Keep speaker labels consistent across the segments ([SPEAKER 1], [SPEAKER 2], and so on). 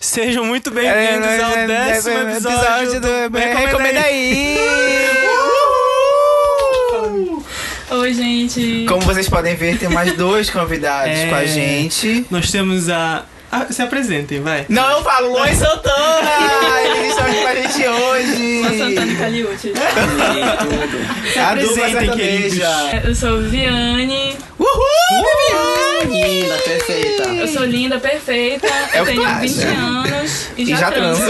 [SPEAKER 1] Sejam muito bem-vindos ao décimo é, episódio do
[SPEAKER 2] Recomenda aí! Uhul!
[SPEAKER 3] Oi, gente.
[SPEAKER 2] Como vocês podem ver, tem mais dois convidados
[SPEAKER 1] É.
[SPEAKER 2] com a gente.
[SPEAKER 1] Nós temos a... Ah, se apresentem, vai.
[SPEAKER 2] Não, eu falo, Luan e Santana! Eles estão aqui com a gente
[SPEAKER 3] Sou a Santana
[SPEAKER 2] hoje!
[SPEAKER 3] Caliute.
[SPEAKER 2] É. A dupla
[SPEAKER 1] apresentem, queridos.
[SPEAKER 2] sertaneja!
[SPEAKER 3] É, Eu sou Viane,
[SPEAKER 2] Uhul!
[SPEAKER 4] Linda, perfeita.
[SPEAKER 3] eu sou linda, perfeita,
[SPEAKER 2] É
[SPEAKER 3] eu
[SPEAKER 2] o
[SPEAKER 3] tenho
[SPEAKER 2] caso.
[SPEAKER 3] 20 anos e
[SPEAKER 2] E
[SPEAKER 3] já,
[SPEAKER 2] já
[SPEAKER 3] transo.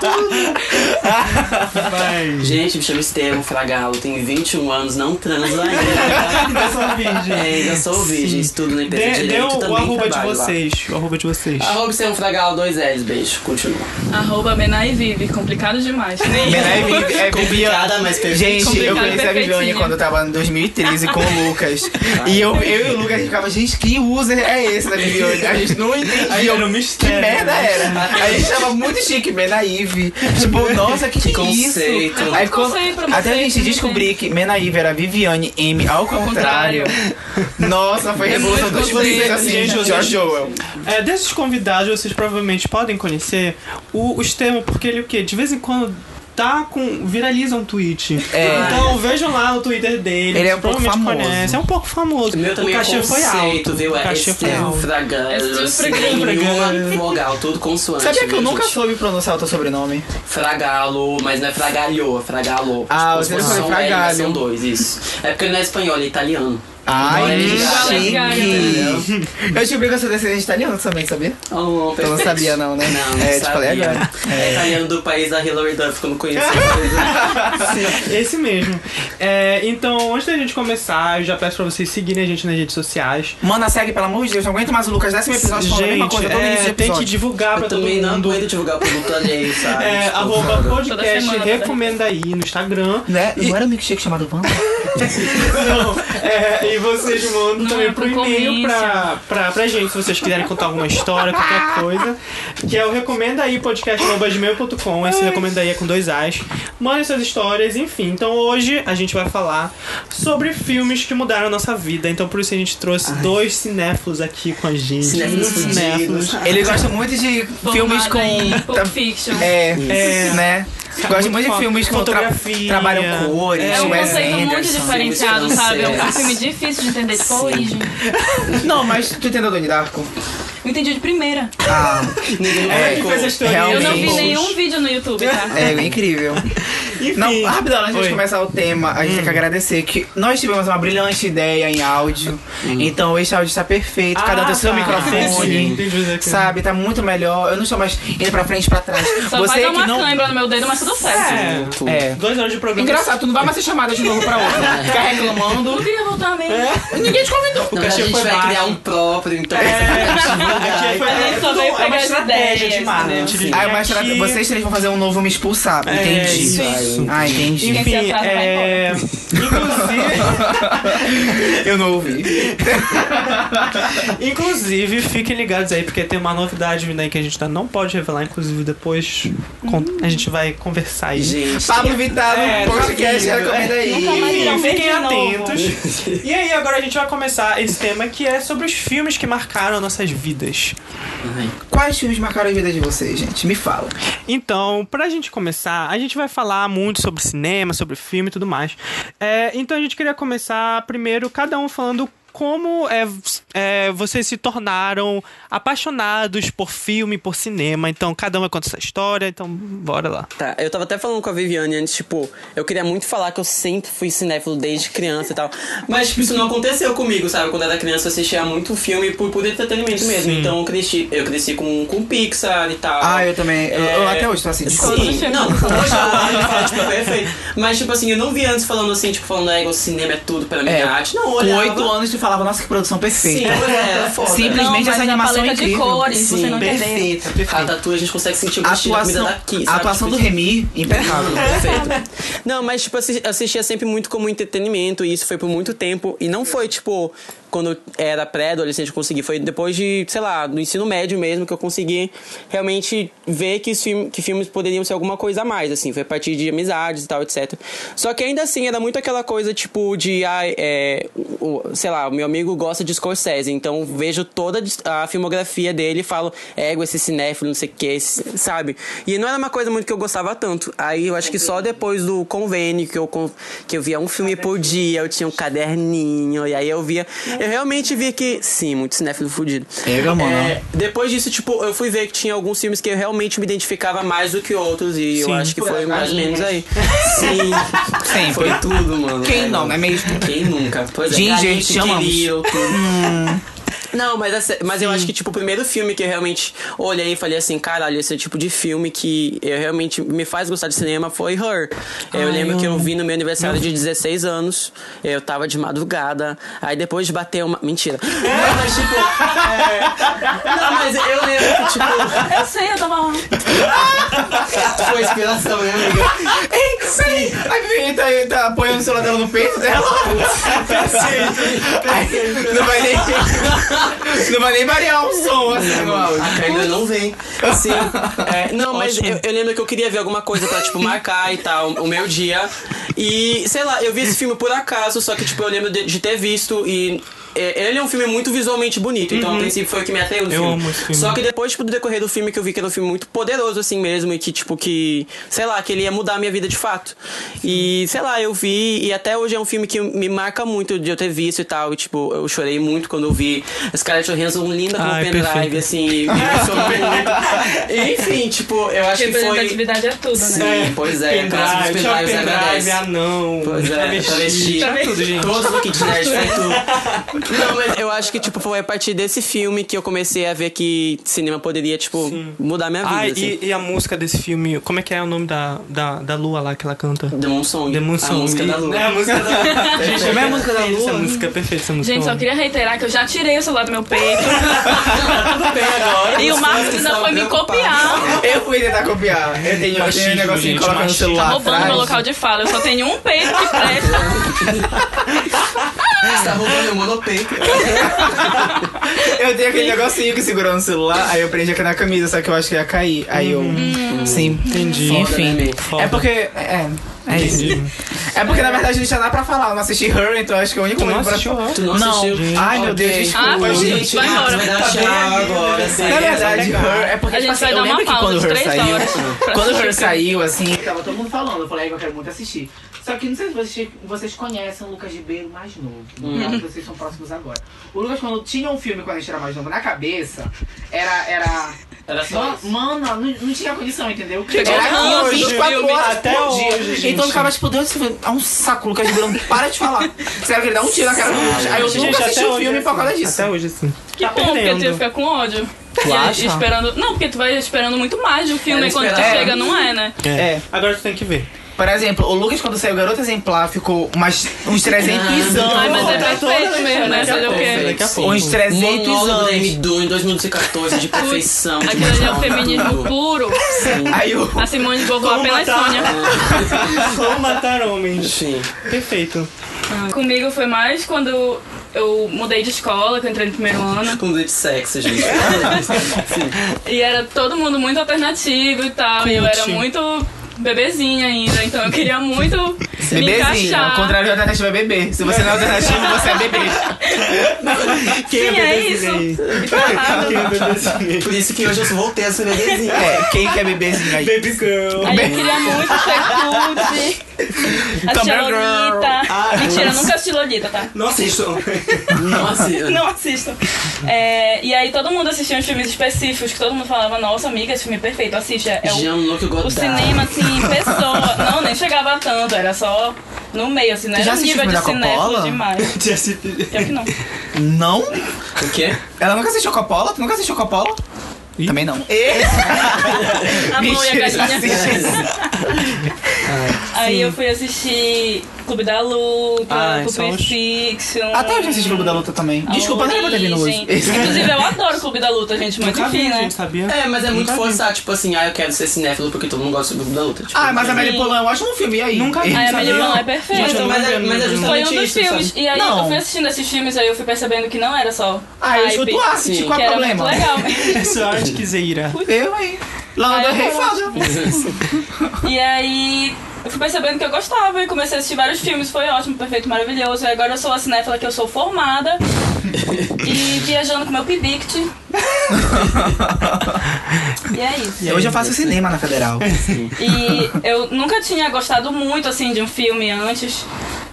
[SPEAKER 2] transo.
[SPEAKER 1] Vai.
[SPEAKER 4] Gente, me chamo Estevam Fragalo, tenho 21 anos, não transo ainda.
[SPEAKER 1] Eu sou virgem.
[SPEAKER 4] É, ainda sou virgem, estudo na empresa de
[SPEAKER 1] Dê, dê
[SPEAKER 4] direito,
[SPEAKER 1] o,
[SPEAKER 4] também
[SPEAKER 1] o arroba de
[SPEAKER 4] trabalho lá.
[SPEAKER 1] vocês. O arroba de vocês.
[SPEAKER 4] Arroba Estevam Fragalo, dois L's, beijo. Continua.
[SPEAKER 3] Arroba Benai Vive, complicado demais. Nem
[SPEAKER 2] Menai
[SPEAKER 3] eu.
[SPEAKER 2] Vivi- é Viviane.
[SPEAKER 4] Complicada, mas perfeita.
[SPEAKER 2] Gente, eu
[SPEAKER 3] Complicado,
[SPEAKER 2] conheci a Viviane
[SPEAKER 3] perfeitinha.
[SPEAKER 2] quando eu tava em 2013 com o Lucas. e eu, eu e o Lucas ficava, gente, que user é esse da Viviane? A gente não
[SPEAKER 1] Aí
[SPEAKER 2] entendia
[SPEAKER 1] era um
[SPEAKER 2] que
[SPEAKER 1] mistério.
[SPEAKER 2] merda era. A gente tava muito chique, Menaive. Tipo, nossa, que,
[SPEAKER 4] Que
[SPEAKER 2] que é
[SPEAKER 4] conceito.
[SPEAKER 2] isso? Aí, quando-
[SPEAKER 3] Conceito,
[SPEAKER 2] até a gente
[SPEAKER 3] conceito, né,
[SPEAKER 2] descobrir que Menaive era Viviane M ao contrário.
[SPEAKER 3] contrário.
[SPEAKER 2] Nossa, foi
[SPEAKER 3] É
[SPEAKER 2] revolução
[SPEAKER 3] muito
[SPEAKER 2] dos vocês
[SPEAKER 3] conceito,
[SPEAKER 2] assim,
[SPEAKER 3] gente,
[SPEAKER 2] George Joel.
[SPEAKER 1] É, desses convidados, vocês provavelmente podem conhecer o, o Estevam, porque ele o quê? De vez em quando tá com. viraliza um tweet.
[SPEAKER 2] É.
[SPEAKER 1] Então vejam lá o Twitter dele.
[SPEAKER 2] Ele
[SPEAKER 1] vocês
[SPEAKER 2] é um pouco
[SPEAKER 1] provavelmente
[SPEAKER 2] famoso.
[SPEAKER 1] conhecem, É um pouco famoso.
[SPEAKER 4] O meu
[SPEAKER 1] o
[SPEAKER 4] também é
[SPEAKER 1] cachê foi
[SPEAKER 4] conceito,
[SPEAKER 1] alto.
[SPEAKER 4] viu?
[SPEAKER 1] O
[SPEAKER 4] É
[SPEAKER 1] cachê foi
[SPEAKER 4] Estevam
[SPEAKER 1] alto.
[SPEAKER 3] É
[SPEAKER 4] Fragalo,
[SPEAKER 3] Estevam
[SPEAKER 4] sem
[SPEAKER 3] Fragalo.
[SPEAKER 4] nenhuma vogal, tudo consoante.
[SPEAKER 2] Sabia que eu
[SPEAKER 4] viu,
[SPEAKER 2] nunca
[SPEAKER 4] gente?
[SPEAKER 2] soube pronunciar o teu sobrenome?
[SPEAKER 4] Fragalo, mas não é fragalhou, é fragalo.
[SPEAKER 2] Ah,
[SPEAKER 4] Tipo,
[SPEAKER 2] você
[SPEAKER 4] são
[SPEAKER 2] falou
[SPEAKER 4] L, mas
[SPEAKER 2] fragalho.
[SPEAKER 4] São dois, isso. É porque ele não é espanhol, ele é italiano.
[SPEAKER 2] Ai,
[SPEAKER 4] Olha,
[SPEAKER 2] que
[SPEAKER 4] Lady
[SPEAKER 3] Gaga,
[SPEAKER 2] chique! Eu descobri que eu sou descendente italiano também, sabia?
[SPEAKER 4] Oh,
[SPEAKER 2] Eu não
[SPEAKER 4] perfeito.
[SPEAKER 2] sabia não, né?
[SPEAKER 4] Não, não
[SPEAKER 2] é, te falei
[SPEAKER 4] sabia.
[SPEAKER 2] agora.
[SPEAKER 4] É italiano do país da Hillary Duff, que eu não conheço.
[SPEAKER 1] Esse mesmo. É, então, antes da gente começar, eu já peço pra vocês seguirem a gente nas redes sociais.
[SPEAKER 2] Mana, segue, pelo amor de Deus, não aguento mais o Lucas. Décimo episódio falando a mesma coisa, todo
[SPEAKER 1] é,
[SPEAKER 2] início de
[SPEAKER 1] tem que
[SPEAKER 2] episódio.
[SPEAKER 1] divulgar
[SPEAKER 4] eu
[SPEAKER 1] pra todo
[SPEAKER 4] também não
[SPEAKER 1] mundo.
[SPEAKER 4] aguento divulgar produto alheio, sabe?
[SPEAKER 1] É,
[SPEAKER 4] Tipo,
[SPEAKER 1] arroba
[SPEAKER 4] foda.
[SPEAKER 1] podcast
[SPEAKER 3] semana,
[SPEAKER 4] né?
[SPEAKER 3] tá?
[SPEAKER 1] recomenda aí no Instagram.
[SPEAKER 2] Né? Não era um milkshake chamado Vanda?
[SPEAKER 1] Não, é, e vocês mandam
[SPEAKER 3] Não,
[SPEAKER 1] também
[SPEAKER 3] é
[SPEAKER 1] pro
[SPEAKER 3] pro
[SPEAKER 1] e-mail
[SPEAKER 3] comércio.
[SPEAKER 1] pra, pra, pra gente, se vocês quiserem contar alguma história, qualquer coisa. Que é o recomenda aí podcast.gmail.com. Esse recomenda aí é com dois as. Mandem suas histórias, enfim. Então hoje a gente vai falar sobre filmes que mudaram a nossa vida. Então por isso a gente trouxe dois cinéfilos aqui com a gente.
[SPEAKER 4] Cinéfilos fudidos.
[SPEAKER 2] Ele gosta muito de filmes
[SPEAKER 3] Formada em
[SPEAKER 2] com...
[SPEAKER 3] Pulp Fiction.
[SPEAKER 2] É,
[SPEAKER 1] É.
[SPEAKER 2] né? Gosta muito de
[SPEAKER 1] foda.
[SPEAKER 2] filmes que tra
[SPEAKER 1] Fotografia.
[SPEAKER 2] trabalham cores,
[SPEAKER 3] É um
[SPEAKER 2] Wes
[SPEAKER 3] conceito muito
[SPEAKER 2] Anderson.
[SPEAKER 3] diferenciado,
[SPEAKER 4] Wes
[SPEAKER 3] sabe? É um
[SPEAKER 4] Anderson.
[SPEAKER 3] filme difícil de entender, tipo a origem.
[SPEAKER 2] Não, mas tu entendeu Donnie Darko?
[SPEAKER 3] Eu entendi de primeira.
[SPEAKER 2] Ah,
[SPEAKER 4] Ninguém
[SPEAKER 2] É,
[SPEAKER 4] marcou.
[SPEAKER 1] Faz as teorias.
[SPEAKER 3] Eu não
[SPEAKER 2] Realmente.
[SPEAKER 3] vi nenhum vídeo no YouTube, tá?
[SPEAKER 2] é incrível.
[SPEAKER 1] Enfim.
[SPEAKER 2] Não, rapidão, antes
[SPEAKER 1] Oi. Hum.
[SPEAKER 2] de começar o tema, a gente tem que agradecer que nós tivemos uma brilhante ideia em áudio. Então esse áudio está perfeito, cada um tem seu
[SPEAKER 1] Hum. tá.
[SPEAKER 2] microfone.
[SPEAKER 1] Entendi, entendi aqui.
[SPEAKER 2] Sabe, tá muito melhor. Eu não estou mais indo pra frente e pra trás.
[SPEAKER 3] Só
[SPEAKER 2] Você
[SPEAKER 3] vai dar
[SPEAKER 2] que
[SPEAKER 3] uma
[SPEAKER 2] não.
[SPEAKER 3] cãibra no meu dedo, mas tudo certo.
[SPEAKER 1] É.
[SPEAKER 2] É.
[SPEAKER 1] Dois horas de programa.
[SPEAKER 2] Engraçado, tu não vai mais ser chamada de novo pra outra. Ficar reclamando.
[SPEAKER 3] Eu queria voltar mesmo.
[SPEAKER 2] Ninguém te convidou.
[SPEAKER 4] Não,
[SPEAKER 1] o cachê
[SPEAKER 4] a gente
[SPEAKER 1] foi
[SPEAKER 4] vai
[SPEAKER 1] baixo.
[SPEAKER 4] criar um próprio, então.
[SPEAKER 2] É.
[SPEAKER 1] Aqui foi-
[SPEAKER 3] A gente só
[SPEAKER 1] é tudo-
[SPEAKER 3] veio
[SPEAKER 1] é uma
[SPEAKER 3] pegar as
[SPEAKER 1] estratégia
[SPEAKER 3] ideias,
[SPEAKER 1] de marketing.
[SPEAKER 3] entendeu?
[SPEAKER 2] Ah,
[SPEAKER 1] E
[SPEAKER 2] mas será que
[SPEAKER 1] aqui-
[SPEAKER 2] vocês três vão fazer um novo me expulsar.
[SPEAKER 1] É,
[SPEAKER 2] Entendi.
[SPEAKER 1] isso.
[SPEAKER 2] Ah, entendi.
[SPEAKER 3] Quem se
[SPEAKER 1] Enfim,
[SPEAKER 3] atrasa vai
[SPEAKER 1] é... inclusive,
[SPEAKER 2] Eu não ouvi.
[SPEAKER 1] inclusive, fiquem ligados aí, porque tem uma novidade vindo aí que a gente ainda não pode revelar, inclusive depois con- a gente vai conversar aí.
[SPEAKER 4] Gente,
[SPEAKER 2] Pablo Vittar
[SPEAKER 1] É,
[SPEAKER 2] no podcast, é
[SPEAKER 1] tá vindo.
[SPEAKER 2] recomenda
[SPEAKER 3] Nunca mais
[SPEAKER 2] aí.
[SPEAKER 3] irá.
[SPEAKER 1] Enfim, fiquem
[SPEAKER 3] de novo.
[SPEAKER 1] atentos. E aí, agora a gente vai começar esse tema que é sobre os filmes que marcaram nossas vidas.
[SPEAKER 2] Quais filmes marcaram a vida de vocês, gente? Me fala.
[SPEAKER 1] Então, pra gente começar, a gente vai falar muito sobre cinema, sobre filme e tudo mais. É, então a gente queria começar primeiro, cada um falando como é, v- é, vocês se tornaram apaixonados por filme, por cinema. Então, cada um vai contar sua história, então bora lá.
[SPEAKER 4] Tá, eu tava até falando com a Viviane antes, tipo, eu queria muito falar que eu sempre fui cinéfilo desde criança e tal. Mas, tipo, isso não aconteceu comigo, sabe? Quando eu era criança, eu assistia muito filme por, por entretenimento mesmo. Então eu cresci, eu cresci com, com Pixar e tal. É,
[SPEAKER 2] Ah, eu também. Eu,
[SPEAKER 1] É,
[SPEAKER 2] eu até hoje tô assim. desculpa.
[SPEAKER 3] Todos os
[SPEAKER 4] Sim,
[SPEAKER 3] filmes.
[SPEAKER 4] não, hoje eu falo, tipo, é perfeito. Mas, tipo assim, eu não vi antes falando assim, tipo, falando, é, o cinema é tudo pra minha
[SPEAKER 2] É,
[SPEAKER 4] arte. Não, eu
[SPEAKER 2] Com
[SPEAKER 4] olhava.
[SPEAKER 2] oito anos tu falava, nossa, que produção
[SPEAKER 4] Sim,
[SPEAKER 2] perfeita.
[SPEAKER 4] era foda.
[SPEAKER 2] Simples.
[SPEAKER 3] Não,
[SPEAKER 2] Simplesmente
[SPEAKER 3] mas
[SPEAKER 2] essa animação
[SPEAKER 3] a paleta
[SPEAKER 2] é
[SPEAKER 3] de
[SPEAKER 2] incrível.
[SPEAKER 3] cores, você não entendeu.
[SPEAKER 4] Perfeito. A tatu a gente consegue sentir o
[SPEAKER 2] A
[SPEAKER 4] gostinho da comida
[SPEAKER 2] atuação,
[SPEAKER 4] daqui,
[SPEAKER 2] a
[SPEAKER 4] sabe?
[SPEAKER 2] atuação do
[SPEAKER 4] Tipo,
[SPEAKER 2] Remy, impecável.
[SPEAKER 4] Perfeito. Não, mas, tipo, assi- assistia sempre muito como entretenimento, e isso foi por muito tempo. E não foi, tipo, quando eu era pré-adolescente que eu consegui. Foi depois de, sei lá, do ensino médio mesmo, que eu consegui realmente ver que, os filme- que filmes poderiam ser alguma coisa a mais, assim. Foi a partir de amizades e tal, etc. Só que ainda assim, era muito aquela coisa, tipo, de, ai, é, o- o- sei lá, meu amigo gosta de Scorsese, então vejo toda a dis- a filmografia dele e falo, ego, esse cinéfilo, não sei o que, esse- sabe? E não era uma coisa muito que eu gostava tanto. Aí eu acho que só depois do convênio que eu, con- que eu via um filme por dia, eu tinha um caderninho, e aí eu via. Eu realmente vi que, sim, muito cinéfilo fudido.
[SPEAKER 2] Pega, né? mano.
[SPEAKER 4] É, depois disso, tipo, eu fui ver que tinha alguns filmes que eu realmente me identificava mais do que outros, e
[SPEAKER 1] Sim.
[SPEAKER 4] eu acho que foi mais ou menos aí. Sim.
[SPEAKER 2] Sempre.
[SPEAKER 4] Foi tudo, mano.
[SPEAKER 2] Quem
[SPEAKER 4] É,
[SPEAKER 2] não, não é mesmo?
[SPEAKER 4] Quem nunca? Pois é.
[SPEAKER 2] Ginger,
[SPEAKER 4] Galinha,
[SPEAKER 2] te amamos.
[SPEAKER 4] Little, tudo. Hum. Não, mas, essa- mas eu acho que, tipo, o primeiro filme que eu realmente olhei e falei assim, caralho, esse é o tipo de filme que eu realmente me faz gostar de cinema foi Her. Eu lembro que eu vi no meu aniversário de 16 anos, eu tava de madrugada, aí depois bateu uma. Mentira. Não, mas tipo. é, Não, mas eu lembro que, tipo,
[SPEAKER 3] Eu sei, eu tava lá.
[SPEAKER 4] foi inspiração, né, amiga?
[SPEAKER 2] Sim. A Viviane tá, tá apoiando o celular dela no peito dela. Ai, Não vai nem. Não vai nem variar o som assim no áudio.
[SPEAKER 4] ainda não vem. Sim. É, não, mas eu, eu lembro que eu queria ver alguma coisa pra, tipo, marcar e tal, o meu dia. E, sei lá, eu vi esse filme por acaso, só que, tipo, eu lembro de, de ter visto e. é, Ele é um filme muito visualmente bonito, então a princípio foi o que me atraiu
[SPEAKER 1] Uhum.
[SPEAKER 4] no
[SPEAKER 1] Eu
[SPEAKER 4] filme.
[SPEAKER 1] amo esse filme.
[SPEAKER 4] Só que depois, tipo, do decorrer do filme, que eu vi que era um filme muito poderoso, assim mesmo, e que, tipo, que, sei lá, que ele ia mudar a minha vida de fato. E, sei lá, eu vi, e até hoje é um filme que me marca muito de eu ter visto e tal, e, tipo, eu chorei muito quando eu vi Scarlett Johansson linda com o
[SPEAKER 1] Ai,
[SPEAKER 4] pendrive,
[SPEAKER 1] perfeito.
[SPEAKER 4] assim, e me emocionou muito. Enfim, tipo, eu acho que foi...
[SPEAKER 3] Representatividade é tudo, né?
[SPEAKER 4] Sim, pois é, aquelas
[SPEAKER 1] Pendrive, tinha
[SPEAKER 4] pendrives
[SPEAKER 1] pendrive,
[SPEAKER 4] agradece.
[SPEAKER 1] anão,
[SPEAKER 4] Pois é, travesti,
[SPEAKER 1] tudo, gente.
[SPEAKER 4] Todos do Kid Nerd foi tudo. Não, mas eu acho que, tipo, foi a partir desse filme que eu comecei a ver que cinema poderia, tipo, mudar minha vida,
[SPEAKER 1] Ah,
[SPEAKER 4] assim.
[SPEAKER 1] e, e a música desse filme, como é que é o nome da, da, da lua lá que ela canta?
[SPEAKER 4] Demon Song.
[SPEAKER 1] Demon
[SPEAKER 4] A
[SPEAKER 1] Song.
[SPEAKER 4] música da Lua.
[SPEAKER 1] É a música da Lua. Gente, como é a música da Lua? Essa música é perfeita, essa música.
[SPEAKER 3] Gente, só queria reiterar que eu já tirei o celular do meu peito.
[SPEAKER 4] Tudo tá bem agora.
[SPEAKER 3] e o Marcos ainda foi me copiar. Tá
[SPEAKER 2] Eu fui tentar copiar. Eu tenho, eu tenho um
[SPEAKER 1] Machismo,
[SPEAKER 2] negocinho
[SPEAKER 1] gente,
[SPEAKER 2] que coloca no
[SPEAKER 1] machismo.
[SPEAKER 2] celular.
[SPEAKER 3] Tá Roubando meu
[SPEAKER 2] atrás. É, tipo
[SPEAKER 3] local de fala. Eu só tenho um peito que presta.
[SPEAKER 4] Você tá roubando o monopeito.
[SPEAKER 2] Eu tenho aquele negocinho que segurou no celular, aí eu prendi aqui na camisa, só que eu acho que ia cair. Aí eu.
[SPEAKER 3] Hum.
[SPEAKER 2] Sim.
[SPEAKER 1] Entendi.
[SPEAKER 4] Foda, né,
[SPEAKER 2] Enfim.
[SPEAKER 4] Mi?
[SPEAKER 1] Foda.
[SPEAKER 2] É porque. É. É isso.
[SPEAKER 1] Entendi.
[SPEAKER 2] É porque na verdade não tinha nada pra falar. Eu não assisti Her, então acho que é o único
[SPEAKER 1] Tu não
[SPEAKER 2] motivo pra
[SPEAKER 1] assistiu?
[SPEAKER 4] Tu não, assistiu?
[SPEAKER 2] Ai meu
[SPEAKER 4] Ok.
[SPEAKER 2] Deus,
[SPEAKER 3] Ah,
[SPEAKER 2] desculpa,
[SPEAKER 3] tá.
[SPEAKER 2] gente.
[SPEAKER 3] Vai embora.
[SPEAKER 4] Ah, tu vai dar tchau agora, sim.
[SPEAKER 2] Na verdade,
[SPEAKER 1] legal.
[SPEAKER 2] Her é porque
[SPEAKER 3] A
[SPEAKER 2] tipo,
[SPEAKER 3] gente
[SPEAKER 2] assim,
[SPEAKER 3] vai
[SPEAKER 2] eu
[SPEAKER 3] dar uma
[SPEAKER 2] lembro que
[SPEAKER 3] pausa
[SPEAKER 2] quando
[SPEAKER 3] de
[SPEAKER 2] Her
[SPEAKER 3] três
[SPEAKER 2] saiu,
[SPEAKER 3] horas pra
[SPEAKER 2] quando
[SPEAKER 3] assistir.
[SPEAKER 2] Her saiu, assim, tava todo mundo falando, eu falei, "Ai, eu quero muito assistir. Só que não sei se vocês, vocês conhecem o Lucas Ribeiro mais novo,
[SPEAKER 1] Hum.
[SPEAKER 2] né? vocês são próximos agora. O Lucas, quando tinha um filme quando a gente era mais novo na cabeça, era. era...
[SPEAKER 4] Era só
[SPEAKER 2] Mano,
[SPEAKER 4] isso.
[SPEAKER 2] mano, não, não tinha condição, entendeu?
[SPEAKER 1] Chegou
[SPEAKER 2] Era
[SPEAKER 1] não,
[SPEAKER 2] aquilo,
[SPEAKER 1] hoje,
[SPEAKER 2] 24
[SPEAKER 1] filme,
[SPEAKER 2] horas
[SPEAKER 1] até
[SPEAKER 2] por dia.
[SPEAKER 1] hoje, gente.
[SPEAKER 2] Então eu ficava tipo, Deus, é um saco, Lucas Ribeiro, para de falar. Sério que ele dá um tiro na cara do Lucas. Aí eu
[SPEAKER 1] Gente,
[SPEAKER 2] nunca assisti
[SPEAKER 1] até
[SPEAKER 2] o
[SPEAKER 1] hoje
[SPEAKER 2] filme
[SPEAKER 1] é
[SPEAKER 2] por causa
[SPEAKER 1] assim.
[SPEAKER 2] disso.
[SPEAKER 1] Até hoje, sim.
[SPEAKER 3] Que bom, porque tu ia ficar com ódio.
[SPEAKER 2] tá Tu
[SPEAKER 3] E aí,
[SPEAKER 2] acha?
[SPEAKER 3] esperando. Não, porque tu vai esperando muito mais do filme
[SPEAKER 4] Era
[SPEAKER 3] e quando tu
[SPEAKER 4] esperar.
[SPEAKER 3] chega, não é, né?
[SPEAKER 2] É.
[SPEAKER 1] Agora tu tem que ver.
[SPEAKER 2] Por exemplo, o Lucas, quando saiu Garota Exemplar, ficou umas, uns
[SPEAKER 1] é
[SPEAKER 2] 300 anos.
[SPEAKER 3] Ai, mas é perfeito mesmo, né?
[SPEAKER 1] Daqui a
[SPEAKER 3] Fazer o
[SPEAKER 1] pouco,
[SPEAKER 3] quê?
[SPEAKER 1] daqui a
[SPEAKER 4] Sim.
[SPEAKER 1] pouco.
[SPEAKER 2] Uns 300
[SPEAKER 4] Monólogo da
[SPEAKER 2] anos.
[SPEAKER 4] M2 em 2014 de perfeição. de
[SPEAKER 3] Aquilo ali é o
[SPEAKER 4] moral,
[SPEAKER 3] feminismo
[SPEAKER 4] tudo.
[SPEAKER 3] puro.
[SPEAKER 2] Aí o.
[SPEAKER 3] A Simone de Beauvoir
[SPEAKER 1] Como
[SPEAKER 3] apenas
[SPEAKER 1] matar-
[SPEAKER 3] Sônia.
[SPEAKER 1] Como matar homens.
[SPEAKER 4] Sim.
[SPEAKER 1] Perfeito.
[SPEAKER 3] Comigo foi mais quando eu mudei de escola, que eu entrei no primeiro ano.
[SPEAKER 4] Com de sexo, gente. Sim.
[SPEAKER 3] E era todo mundo muito alternativo e tal. E eu era
[SPEAKER 1] Cult.
[SPEAKER 3] muito bebezinha ainda, então eu queria muito me
[SPEAKER 2] Bebezinho, ao
[SPEAKER 3] encaixar.
[SPEAKER 2] contrário da alternativa é bebê. Se você não é alternativa, você é bebê.
[SPEAKER 3] Sim, é isso. E tá errado.
[SPEAKER 1] Quem é bebezinho?
[SPEAKER 4] Por isso que hoje eu voltei a ser bebezinha.
[SPEAKER 2] É, quem que é bebezinho aí?
[SPEAKER 1] Baby girl.
[SPEAKER 3] Aí eu queria muito ser cult. Assistir a
[SPEAKER 2] Tumblr é girl.
[SPEAKER 3] Lolita.
[SPEAKER 1] Ah,
[SPEAKER 3] Mentira, eu
[SPEAKER 1] nossa.
[SPEAKER 3] nunca assisti Lolita, tá?
[SPEAKER 1] Nossa, isso.
[SPEAKER 4] Nossa,
[SPEAKER 3] Não assim, assistam. É, e aí todo mundo assistia uns filmes específicos que todo mundo falava, nossa amiga, esse filme é perfeito, assiste. É, é o,
[SPEAKER 4] Jean-Luc Godard.
[SPEAKER 3] o cinema, assim, pessoa. Não, nem chegava a tanto, era só no meio, assim, não
[SPEAKER 2] Tu
[SPEAKER 3] era
[SPEAKER 2] já
[SPEAKER 3] um
[SPEAKER 2] assistiu
[SPEAKER 3] nível de
[SPEAKER 2] filme da
[SPEAKER 3] cinéfilo
[SPEAKER 2] Coppola?
[SPEAKER 3] demais. Eu que não.
[SPEAKER 2] Não?
[SPEAKER 4] O quê?
[SPEAKER 2] Ela nunca assistiu Coppola? Tu nunca assistiu Coppola?
[SPEAKER 1] Ih.
[SPEAKER 2] Também não.
[SPEAKER 3] A mão e a
[SPEAKER 2] Mentira, já
[SPEAKER 3] galinha.
[SPEAKER 2] assisti.
[SPEAKER 3] Aí eu fui assistir Clube da Luta,
[SPEAKER 1] Ah, são
[SPEAKER 3] Clube
[SPEAKER 1] os-
[SPEAKER 3] Fiction.
[SPEAKER 2] Até hoje Ah, tá, eu assisti Clube da Luta também.
[SPEAKER 3] A
[SPEAKER 2] Desculpa, não era pra ter vindo hoje.
[SPEAKER 3] Origem. Inclusive, eu adoro Clube da Luta, gente, mas
[SPEAKER 1] Nunca vi,
[SPEAKER 3] enfim, né?
[SPEAKER 1] gente, sabia?
[SPEAKER 4] É, mas é muito
[SPEAKER 3] Uhum.
[SPEAKER 1] Nunca vi.
[SPEAKER 4] forçar, tipo assim, ah, eu quero ser cinéfilo porque todo mundo gosta do grupo da luta. Tipo,
[SPEAKER 2] Ah, mas a Amélie
[SPEAKER 3] Sim.
[SPEAKER 2] Poulain é um ótimo filme, e aí?
[SPEAKER 1] Nunca vi.
[SPEAKER 3] Aí a
[SPEAKER 1] Sabia?
[SPEAKER 3] Melly Melon é
[SPEAKER 4] Mas,
[SPEAKER 3] perfeita.
[SPEAKER 1] Gente, eu
[SPEAKER 4] mas, é, mas é
[SPEAKER 3] Foi um
[SPEAKER 4] justamente
[SPEAKER 3] dos
[SPEAKER 4] isso,
[SPEAKER 3] filmes.
[SPEAKER 4] sabe?
[SPEAKER 3] E aí
[SPEAKER 2] Não.
[SPEAKER 3] eu fui assistindo esses filmes, aí eu fui percebendo que não era só.
[SPEAKER 2] Ah, eu chuto
[SPEAKER 3] hype,
[SPEAKER 2] ácido,
[SPEAKER 4] Sim.
[SPEAKER 2] qual
[SPEAKER 3] que
[SPEAKER 2] é o
[SPEAKER 3] era
[SPEAKER 2] problema?
[SPEAKER 3] muito legal.
[SPEAKER 1] É só arte que zeira.
[SPEAKER 2] Eu aí. Lana
[SPEAKER 3] Aí
[SPEAKER 2] Del é
[SPEAKER 3] eu
[SPEAKER 2] Rey
[SPEAKER 3] gosto.
[SPEAKER 2] foda.
[SPEAKER 3] E aí eu fui percebendo que eu gostava e comecei a assistir vários filmes, foi ótimo, perfeito, maravilhoso. E agora eu sou a cinéfila que eu sou formada e viajando com meu Pibict. e é isso.
[SPEAKER 2] Hoje eu faço cinema na Federal.
[SPEAKER 3] E eu nunca tinha gostado muito, assim, de um filme antes.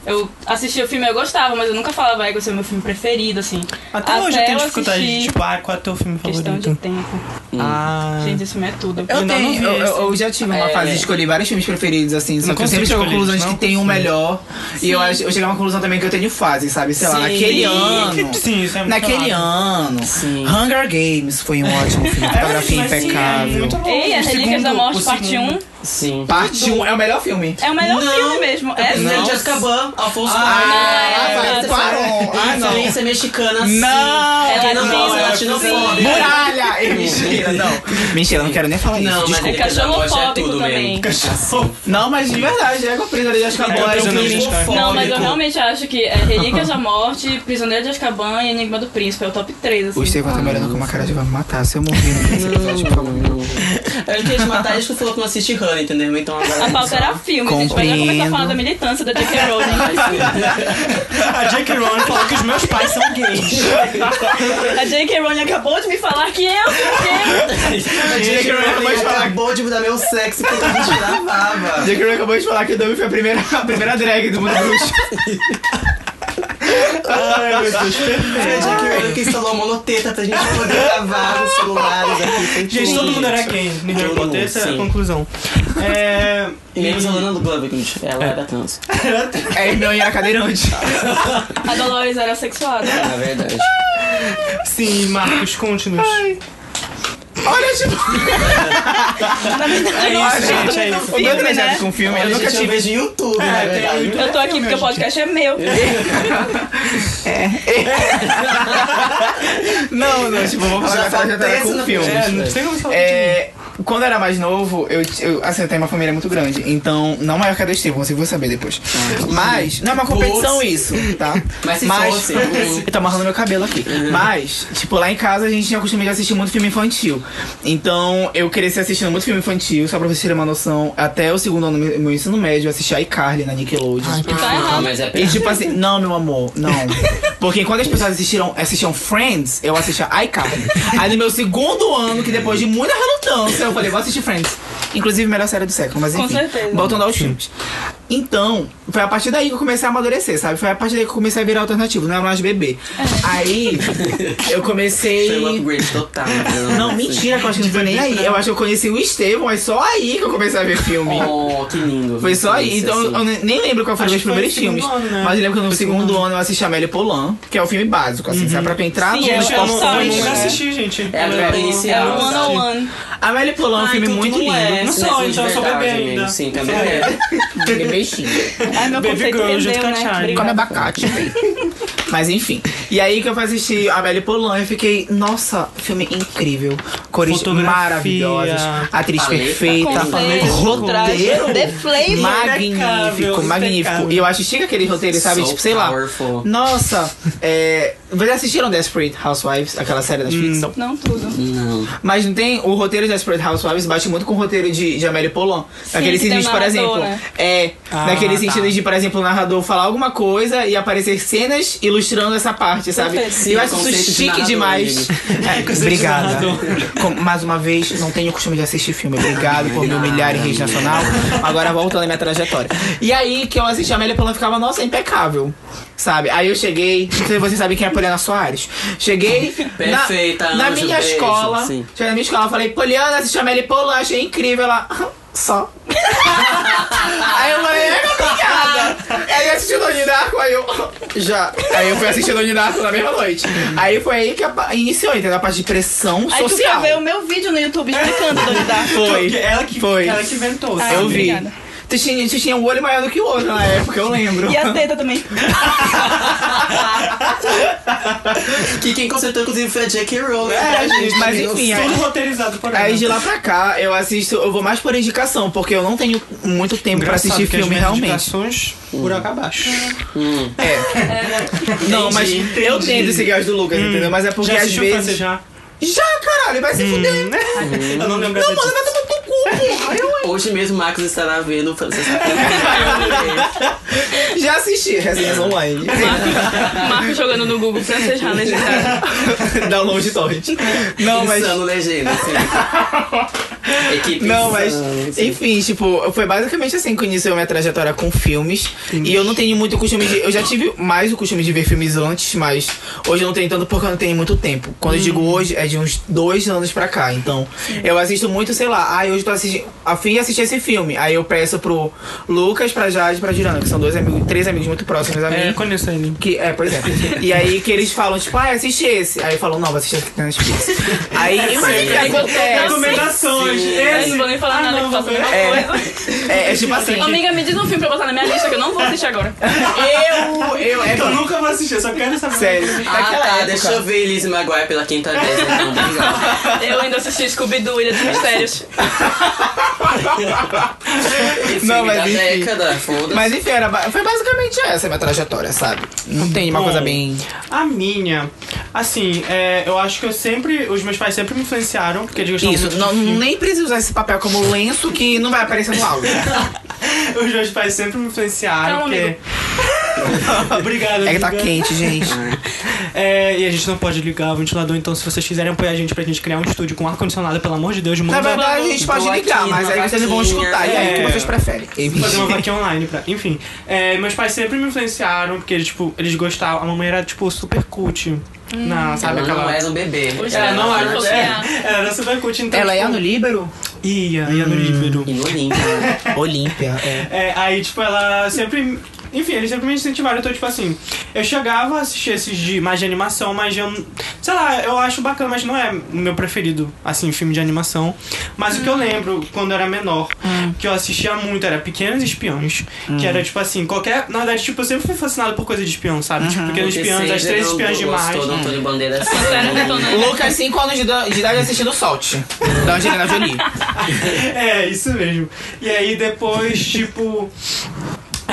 [SPEAKER 3] Eu assistia o filme e eu gostava, mas eu nunca falava, "Ai, esse é o meu filme preferido, assim.
[SPEAKER 1] Até, hoje eu tenho
[SPEAKER 3] eu
[SPEAKER 1] dificuldade de,
[SPEAKER 3] assistir
[SPEAKER 1] tipo, ah, qual é o teu filme
[SPEAKER 3] Questão de
[SPEAKER 1] favorito?
[SPEAKER 3] tempo.
[SPEAKER 1] Ah.
[SPEAKER 3] Gente, esse filme é tudo.
[SPEAKER 2] Eu
[SPEAKER 1] Ainda não
[SPEAKER 2] tenho,
[SPEAKER 1] vi
[SPEAKER 2] eu, eu-
[SPEAKER 1] esse.
[SPEAKER 2] eu já tive uma fase de escolher vários filmes preferidos, assim, só
[SPEAKER 1] Não
[SPEAKER 2] que eu sempre
[SPEAKER 1] consigo
[SPEAKER 2] chego à
[SPEAKER 1] escolher,
[SPEAKER 2] conclusão de
[SPEAKER 1] não
[SPEAKER 2] que tem um
[SPEAKER 1] consigo.
[SPEAKER 2] melhor. E eu, acho- eu cheguei a uma conclusão também que eu tenho fase, sabe? Sei lá,
[SPEAKER 4] Sim.
[SPEAKER 2] naquele ano.
[SPEAKER 1] Sim, isso é muito
[SPEAKER 2] Naquele
[SPEAKER 1] errado.
[SPEAKER 2] ano.
[SPEAKER 4] Sim.
[SPEAKER 2] Hunger Games foi um ótimo filme, fotografia
[SPEAKER 1] mas sim, é
[SPEAKER 2] impecável.
[SPEAKER 1] muito bom.
[SPEAKER 3] Ei,
[SPEAKER 1] O
[SPEAKER 3] As Relíquias
[SPEAKER 1] segundo-
[SPEAKER 3] da Morte,
[SPEAKER 1] o
[SPEAKER 3] parte
[SPEAKER 1] segundo.
[SPEAKER 3] 1.
[SPEAKER 4] Sim.
[SPEAKER 2] Parte 1 é o melhor filme.
[SPEAKER 3] É o melhor
[SPEAKER 4] Não.
[SPEAKER 3] filme mesmo. É sério.
[SPEAKER 4] Prisioneiro de Azkaban, Afonso
[SPEAKER 3] Ah, não, é
[SPEAKER 4] Cuarón.
[SPEAKER 3] verdade.
[SPEAKER 2] Cuarón. Ah, não.
[SPEAKER 4] Influência mexicana, sim.
[SPEAKER 2] Não!
[SPEAKER 3] É
[SPEAKER 4] Quem não
[SPEAKER 3] latino,
[SPEAKER 4] gosta,
[SPEAKER 3] é
[SPEAKER 4] latinofóbico.
[SPEAKER 2] Muralha! Ei, mentira, não. Mentira, eu não quero nem falar
[SPEAKER 4] Não,
[SPEAKER 2] isso.
[SPEAKER 4] mas
[SPEAKER 2] desculpa.
[SPEAKER 3] é cachorrofóbico também.
[SPEAKER 2] Não, mas de verdade, é que o Prisioneiro de Azkaban
[SPEAKER 1] É, o
[SPEAKER 2] é um
[SPEAKER 1] Prisioneiro de
[SPEAKER 2] filme
[SPEAKER 1] Azkaban.
[SPEAKER 3] Não, mas eu
[SPEAKER 2] fofóbico.
[SPEAKER 3] realmente acho que é Relíquias da Morte, Prisioneiro de Azkaban e Enigma do Príncipe. É o top 3, assim.
[SPEAKER 2] O Estevão tá me olhando com uma cara de vai me matar. Se eu morrer né? nesse episódio, por favor.
[SPEAKER 4] Eu queria te matar desde que tu falou que não assiste Honey, entendeu? Então agora.
[SPEAKER 3] A pauta era filme, gente. Vai já começar a
[SPEAKER 2] Compreendo.
[SPEAKER 3] falar da militância da J.K. Rowling.
[SPEAKER 1] A J.K. Rowling falou que os meus pais são gays.
[SPEAKER 3] a J.K. Rowling acabou de me falar que eu sou gay.
[SPEAKER 2] A J.K. Rowling acabou de falar-
[SPEAKER 4] acabou de mudar meu sexo que eu gravava.
[SPEAKER 2] J.K. Rowling acabou de falar que o Dummy foi a primeira, a primeira drag do mundo bruxo.
[SPEAKER 1] Ai, meu Deus.
[SPEAKER 4] Foi a J.K. Rowling que instalou a monoteta pra gente poder gravar os celulares aqui. sem
[SPEAKER 1] Gente,
[SPEAKER 4] tudo.
[SPEAKER 1] todo mundo era gay no Harry
[SPEAKER 4] Todo mundo,
[SPEAKER 1] Potter, essa é a
[SPEAKER 4] sim.
[SPEAKER 1] conclusão. É...
[SPEAKER 4] Menos a Lana do Glover, gente. Ela era trans.
[SPEAKER 2] É, Hermione era cadeirante.
[SPEAKER 3] A Dolores era sexuada.
[SPEAKER 4] Na
[SPEAKER 2] É,
[SPEAKER 4] verdade.
[SPEAKER 1] Sim, Marcos, conte-nos.
[SPEAKER 2] Olha, tipo,
[SPEAKER 1] É isso, gente, é isso.
[SPEAKER 2] o meu
[SPEAKER 3] Filme,
[SPEAKER 2] trajado
[SPEAKER 3] né?
[SPEAKER 2] com filme, eu
[SPEAKER 4] Olha,
[SPEAKER 2] nunca
[SPEAKER 4] gente, eu
[SPEAKER 2] tive. É,
[SPEAKER 4] vejo no YouTube, né, na verdade.
[SPEAKER 3] Eu tô aqui porque o podcast é meu.
[SPEAKER 2] Não, não, tipo, vamos
[SPEAKER 4] Já
[SPEAKER 2] falar que eu
[SPEAKER 4] falta
[SPEAKER 2] trajado
[SPEAKER 4] essa
[SPEAKER 2] com
[SPEAKER 4] na
[SPEAKER 2] filme.
[SPEAKER 1] É, não sei como falar de
[SPEAKER 2] É, quando eu era mais novo, eu, eu, assim, eu tenho uma família muito grande. Então, não maior que a do Estevão, vocês vão saber depois.
[SPEAKER 1] Ah.
[SPEAKER 2] Mas, não é uma competição isso, tá?
[SPEAKER 4] Mas se fosse, eu-
[SPEAKER 2] Eu tô amarrando meu cabelo aqui.
[SPEAKER 1] Uhum.
[SPEAKER 2] Mas, tipo, lá em casa a gente tinha o costume de assistir muito filme infantil. Então, eu cresci assistindo muito filme infantil, só pra vocês terem uma noção. Até o segundo ano do meu meu ensino médio, eu assisti a iCarly na Nickelodeon.
[SPEAKER 3] Tá
[SPEAKER 4] Não,
[SPEAKER 3] errado.
[SPEAKER 4] mas é
[SPEAKER 2] E tipo assim, não, meu amor, não. Porque quando as pessoas assistiram, assistiam Friends, eu assistia iCarly. Aí no meu segundo ano, que depois de muita relutância, eu falei, vou assistir Friends. Inclusive, melhor série do século, mas
[SPEAKER 3] Com
[SPEAKER 2] enfim.
[SPEAKER 3] certeza.
[SPEAKER 2] Voltando aos filmes. Então, foi a partir daí que eu comecei a amadurecer, sabe? Foi a partir daí que eu comecei a virar alternativo, não era mais bebê.
[SPEAKER 3] É.
[SPEAKER 2] Aí, eu
[SPEAKER 4] Foi um
[SPEAKER 2] comecei...
[SPEAKER 4] upgrade total.
[SPEAKER 2] Não, mentira, que eu acho que não foi nem aí. Eu acho que eu conheci o Estevão, mas só aí que eu comecei a ver filme.
[SPEAKER 4] Oh, que lindo.
[SPEAKER 2] Foi só aí. Então eu- eu
[SPEAKER 4] Assim.
[SPEAKER 2] nem lembro qual foi
[SPEAKER 1] Acho
[SPEAKER 2] os meus
[SPEAKER 1] que foi
[SPEAKER 2] primeiros
[SPEAKER 1] no segundo
[SPEAKER 2] filmes.
[SPEAKER 1] ano, né?
[SPEAKER 2] Mas eu lembro que no segundo ano eu assisti Amélie Polan, que é o filme básico,
[SPEAKER 1] Uhum.
[SPEAKER 2] assim, sabe? Pra tu entrar
[SPEAKER 3] Sim,
[SPEAKER 2] no
[SPEAKER 3] é
[SPEAKER 1] Eu, eu,
[SPEAKER 2] top
[SPEAKER 1] não- eu
[SPEAKER 3] Sorry,
[SPEAKER 1] nunca
[SPEAKER 3] né?
[SPEAKER 1] assisti, gente.
[SPEAKER 4] É a
[SPEAKER 1] Eu-
[SPEAKER 4] grande
[SPEAKER 3] É
[SPEAKER 4] inicial.
[SPEAKER 3] o One on One.
[SPEAKER 2] Amélie Polan é um filme
[SPEAKER 4] tu- tu
[SPEAKER 2] muito
[SPEAKER 4] não
[SPEAKER 2] lindo.
[SPEAKER 4] é,
[SPEAKER 1] Não
[SPEAKER 4] né?
[SPEAKER 1] sou, gente, eu sou
[SPEAKER 4] Verdade,
[SPEAKER 1] bebê
[SPEAKER 4] amigo,
[SPEAKER 1] ainda.
[SPEAKER 4] Sim, também é.
[SPEAKER 2] Ele é beijinho.
[SPEAKER 3] Ai, meu
[SPEAKER 1] Baby
[SPEAKER 3] conceito
[SPEAKER 1] Girl, junto
[SPEAKER 3] perdeu,
[SPEAKER 1] com a
[SPEAKER 3] né?
[SPEAKER 1] Charlie.
[SPEAKER 2] Come
[SPEAKER 3] Obrigada.
[SPEAKER 2] abacate. véi. Mas enfim. E aí que eu fui assistir Amélie Polan eu fiquei, nossa, filme incrível. Cores
[SPEAKER 1] Fotografia.
[SPEAKER 2] maravilhosas. Atriz
[SPEAKER 4] Paleta.
[SPEAKER 2] perfeita.
[SPEAKER 3] Conceito,
[SPEAKER 2] Roteiro.
[SPEAKER 3] traje, The Flame.
[SPEAKER 2] Magnífico,
[SPEAKER 1] Impecável,
[SPEAKER 2] magnífico.
[SPEAKER 1] impecável.
[SPEAKER 2] E eu acho chique aquele roteiro, sabe?
[SPEAKER 4] So
[SPEAKER 2] tipo, sei lá.
[SPEAKER 4] powerful.
[SPEAKER 2] Nossa, é, vocês assistiram Desperate Housewives, aquela série da Netflix?
[SPEAKER 1] Não.
[SPEAKER 3] Não tudo.
[SPEAKER 4] Não.
[SPEAKER 2] Mas não tem. O roteiro de Desperate Housewives bate muito com o roteiro de, de Amélie Polan. naquele
[SPEAKER 3] que tem
[SPEAKER 2] sentido, de, por
[SPEAKER 3] narrador,
[SPEAKER 2] exemplo.
[SPEAKER 3] né?
[SPEAKER 2] É.
[SPEAKER 1] Ah,
[SPEAKER 2] naquele
[SPEAKER 1] tá.
[SPEAKER 2] sentido de, por exemplo, o narrador falar alguma coisa e aparecer cenas ilustrando essa parte, sabe?
[SPEAKER 3] Perfeito.
[SPEAKER 2] E eu acho
[SPEAKER 4] Sim,
[SPEAKER 2] isso
[SPEAKER 4] conceito de
[SPEAKER 2] chique
[SPEAKER 4] narrador,
[SPEAKER 2] demais. É,
[SPEAKER 1] Conceito de
[SPEAKER 2] obrigada.
[SPEAKER 1] narrador.
[SPEAKER 2] Com- mais uma vez, não tenho costume de assistir filme. Obrigado por me humilhar em rede nacional. Agora voltando à minha trajetória. E aí que eu assisti a Amélia Polan ficava, nossa, é impecável. Sabe? Aí eu cheguei. Não sei se vocês sabem quem é Poliana Soares. Cheguei. na-
[SPEAKER 4] Perfeita,
[SPEAKER 2] Na,
[SPEAKER 4] anjo,
[SPEAKER 2] minha
[SPEAKER 4] beijo.
[SPEAKER 2] escola.
[SPEAKER 4] Sim.
[SPEAKER 2] Cheguei na minha escola, falei, Poliana, assisti a Amélia Polan, achei incrível. Ela. Só. Aí eu falei, é complicada. Aí eu assisti o Donnie Darko, aí eu. Já. Aí eu fui assistir o Donnie Darko na mesma noite. Aí foi aí que a pa- iniciou, entendeu? A parte de pressão
[SPEAKER 3] Aí tu
[SPEAKER 2] social.
[SPEAKER 3] foi ver um o meu vídeo no YouTube explicando, Doni Darko.
[SPEAKER 1] Porque
[SPEAKER 2] Foi.
[SPEAKER 1] Ela que,
[SPEAKER 2] Foi.
[SPEAKER 1] ela que inventou.
[SPEAKER 3] Ah,
[SPEAKER 2] Eu vi.
[SPEAKER 3] obrigada.
[SPEAKER 2] Tu tinha, tu tinha um olho maior do que o outro na época, eu lembro.
[SPEAKER 3] E a teta também.
[SPEAKER 4] Que quem consertou, inclusive, foi a J.K. Rowling.
[SPEAKER 2] É, gente, mas enfim, aí-
[SPEAKER 1] Tudo um roteirizado por ela.
[SPEAKER 2] Aí de lá pra cá, eu assisto, eu vou mais por indicação, porque eu não tenho muito tempo pra
[SPEAKER 1] Engraçado
[SPEAKER 2] assistir
[SPEAKER 1] que as
[SPEAKER 2] filme
[SPEAKER 1] minhas
[SPEAKER 2] realmente.
[SPEAKER 1] indicações
[SPEAKER 2] Hum.
[SPEAKER 1] por água abaixo.
[SPEAKER 2] Não, mas eu tento seguir as do Lucas, entendeu? Mas é porque
[SPEAKER 1] Hum. já
[SPEAKER 2] às
[SPEAKER 1] assistiu
[SPEAKER 2] vezes.
[SPEAKER 1] Francês já? Hum.
[SPEAKER 2] Já, caralho, vai se fuder.
[SPEAKER 1] Eu não lembro
[SPEAKER 2] Não,
[SPEAKER 1] disso.
[SPEAKER 2] mano, vai tomar no teu cu, porra. Eu,
[SPEAKER 4] Hoje mesmo o Max estará vendo Francesca Franco.
[SPEAKER 2] Já assisti resenhas online.
[SPEAKER 3] Marco, Marco jogando no Google francês já legendário.
[SPEAKER 2] Download torrent. Não, mas.
[SPEAKER 4] Insano legenda, assim. Equipe
[SPEAKER 2] Não, mas.
[SPEAKER 4] insana, assim.
[SPEAKER 2] Enfim, tipo, foi basicamente assim que iniciou minha trajetória com filmes. E eu não tenho muito costume de. Eu já tive mais o costume de ver filmes antes, mas hoje eu não tenho tanto porque eu não tenho muito tempo. Quando eu digo hoje, é de uns dois anos pra cá. Então, eu assisto muito, sei lá, ai, hoje tô assistindo. A fim de assistir esse filme. Aí eu peço pro Lucas, pra Jade e pra Juliana, que são dois amigos, três amigos muito próximos a mim.
[SPEAKER 1] É, eu conheço ele.
[SPEAKER 2] Que, é, pois é. E aí que eles falam, tipo, ah, assiste esse. Aí eu falo, não, vou assistir esse que tem na Netflix. Aí, imagina o
[SPEAKER 1] É.
[SPEAKER 2] que acontece.
[SPEAKER 1] Recomendações. É,
[SPEAKER 3] Eu
[SPEAKER 1] Esse.
[SPEAKER 3] não vou nem falar nada que faça a mesma coisa.
[SPEAKER 2] É, é tipo assim.
[SPEAKER 3] Amiga, me diz um filme pra eu botar na minha lista que eu não vou assistir agora.
[SPEAKER 2] Eu, eu, é
[SPEAKER 1] Eu Então, nunca vou assistir, eu só quero saber.
[SPEAKER 2] sério.
[SPEAKER 4] Ah,
[SPEAKER 2] Daquela
[SPEAKER 4] tá.
[SPEAKER 2] época.
[SPEAKER 4] Deixa eu ver Elise Maguire pela quinta vez, então. Obrigado.
[SPEAKER 3] Eu ainda assisti Scooby-Doo, Ilha dos Mistérios.
[SPEAKER 1] É.
[SPEAKER 4] Esse
[SPEAKER 2] Não,
[SPEAKER 4] filme
[SPEAKER 2] mas
[SPEAKER 4] da
[SPEAKER 2] enfim.
[SPEAKER 4] década, foda-se.
[SPEAKER 2] Mas enfim, era, ba- foi basicamente essa a minha trajetória, sabe? Não tem uma
[SPEAKER 1] Bom.
[SPEAKER 2] coisa bem.
[SPEAKER 1] A minha, assim, é, eu acho que eu sempre. Os meus pais sempre me influenciaram, porque eles gostavam
[SPEAKER 2] Isso,
[SPEAKER 1] muito de
[SPEAKER 2] não,
[SPEAKER 1] filme.
[SPEAKER 2] nem precisa usar esse papel como lenço que não vai aparecer no áudio.
[SPEAKER 1] Os meus pais sempre me influenciaram,
[SPEAKER 3] Calma,
[SPEAKER 1] porque. Obrigado,
[SPEAKER 2] É que tá
[SPEAKER 1] amiga.
[SPEAKER 2] quente, gente.
[SPEAKER 1] É, e a gente não pode ligar o ventilador, então se vocês quiserem apoiar a gente pra gente criar um estúdio com ar-condicionado, pelo amor de Deus,
[SPEAKER 2] Na
[SPEAKER 1] manda
[SPEAKER 2] verdade, a gente pode
[SPEAKER 4] Boa
[SPEAKER 2] ligar,
[SPEAKER 4] aqui,
[SPEAKER 2] mas
[SPEAKER 4] uma
[SPEAKER 2] aí vocês vão
[SPEAKER 4] vaquinha.
[SPEAKER 2] escutar. E aí, o
[SPEAKER 1] É.
[SPEAKER 2] que vocês preferem?
[SPEAKER 1] fazer uma vaquinha online pra. Enfim. É, meus pais sempre me influenciaram, porque eles, tipo, eles gostavam. A mamãe era, tipo, super cult. Na, sabe
[SPEAKER 4] Ela
[SPEAKER 1] aquela.
[SPEAKER 4] não era um bebê.
[SPEAKER 3] Hoje é
[SPEAKER 1] Ela não
[SPEAKER 3] Ela
[SPEAKER 1] era.
[SPEAKER 3] não era.
[SPEAKER 1] é, Ela era super cult, então.
[SPEAKER 2] Ela é Hum.
[SPEAKER 1] tipo,
[SPEAKER 2] no Líbero?
[SPEAKER 1] Ia, ia no Líbero.
[SPEAKER 4] E no Olímpia.
[SPEAKER 2] Olímpia, é.
[SPEAKER 1] É, aí, tipo, ela sempre. Enfim, eles sempre me incentivaram. Então, tipo assim, eu chegava a assistir esses de mais de animação, mas eu. Sei lá, eu acho bacana, mas não é o meu preferido, assim, filme de animação. Mas o que eu lembro quando eu era menor, que eu assistia muito, era Pequenos Espiões. Que era, tipo assim, qualquer. Na verdade, tipo, eu sempre fui fascinado por coisa de espião, sabe? Tipo, Pequenos Espiões, as três espiõs demais. né?
[SPEAKER 4] Todo Antônio Bandeira. sabe?
[SPEAKER 3] Sério, detonando.
[SPEAKER 2] Lucas, 5 anos de idade de idade assistindo Salt, da Angelina Jolie.
[SPEAKER 1] É, isso mesmo. E aí depois, tipo.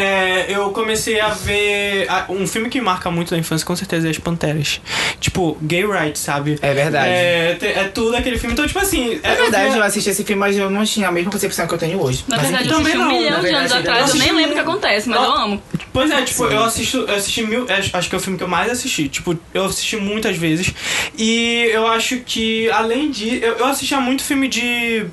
[SPEAKER 1] é, eu comecei a ver. a- um filme que marca muito da infância, com certeza, é As Panteras. Tipo, gay rights, sabe?
[SPEAKER 2] É verdade.
[SPEAKER 1] É, te- é tudo aquele filme. Então, tipo assim.
[SPEAKER 2] Na
[SPEAKER 1] eu
[SPEAKER 2] verdade, eu
[SPEAKER 1] via-
[SPEAKER 2] assisti esse filme, mas eu não tinha a mesma concepção que eu tenho hoje.
[SPEAKER 3] Na
[SPEAKER 2] Mas
[SPEAKER 3] verdade,
[SPEAKER 2] enfim.
[SPEAKER 3] eu
[SPEAKER 1] também
[SPEAKER 3] assisti um
[SPEAKER 1] não, né?
[SPEAKER 3] milhão
[SPEAKER 4] na
[SPEAKER 3] de anos
[SPEAKER 4] verdade,
[SPEAKER 3] atrás, eu
[SPEAKER 1] não.
[SPEAKER 3] nem lembro o que acontece, mas eu amo.
[SPEAKER 1] Pois é, tipo, eu assisto, eu assisti mil. acho- Acho que é o filme que eu mais assisti. Tipo, eu assisti muitas vezes. E eu acho que, além de. Eu, eu assistia muito filme de.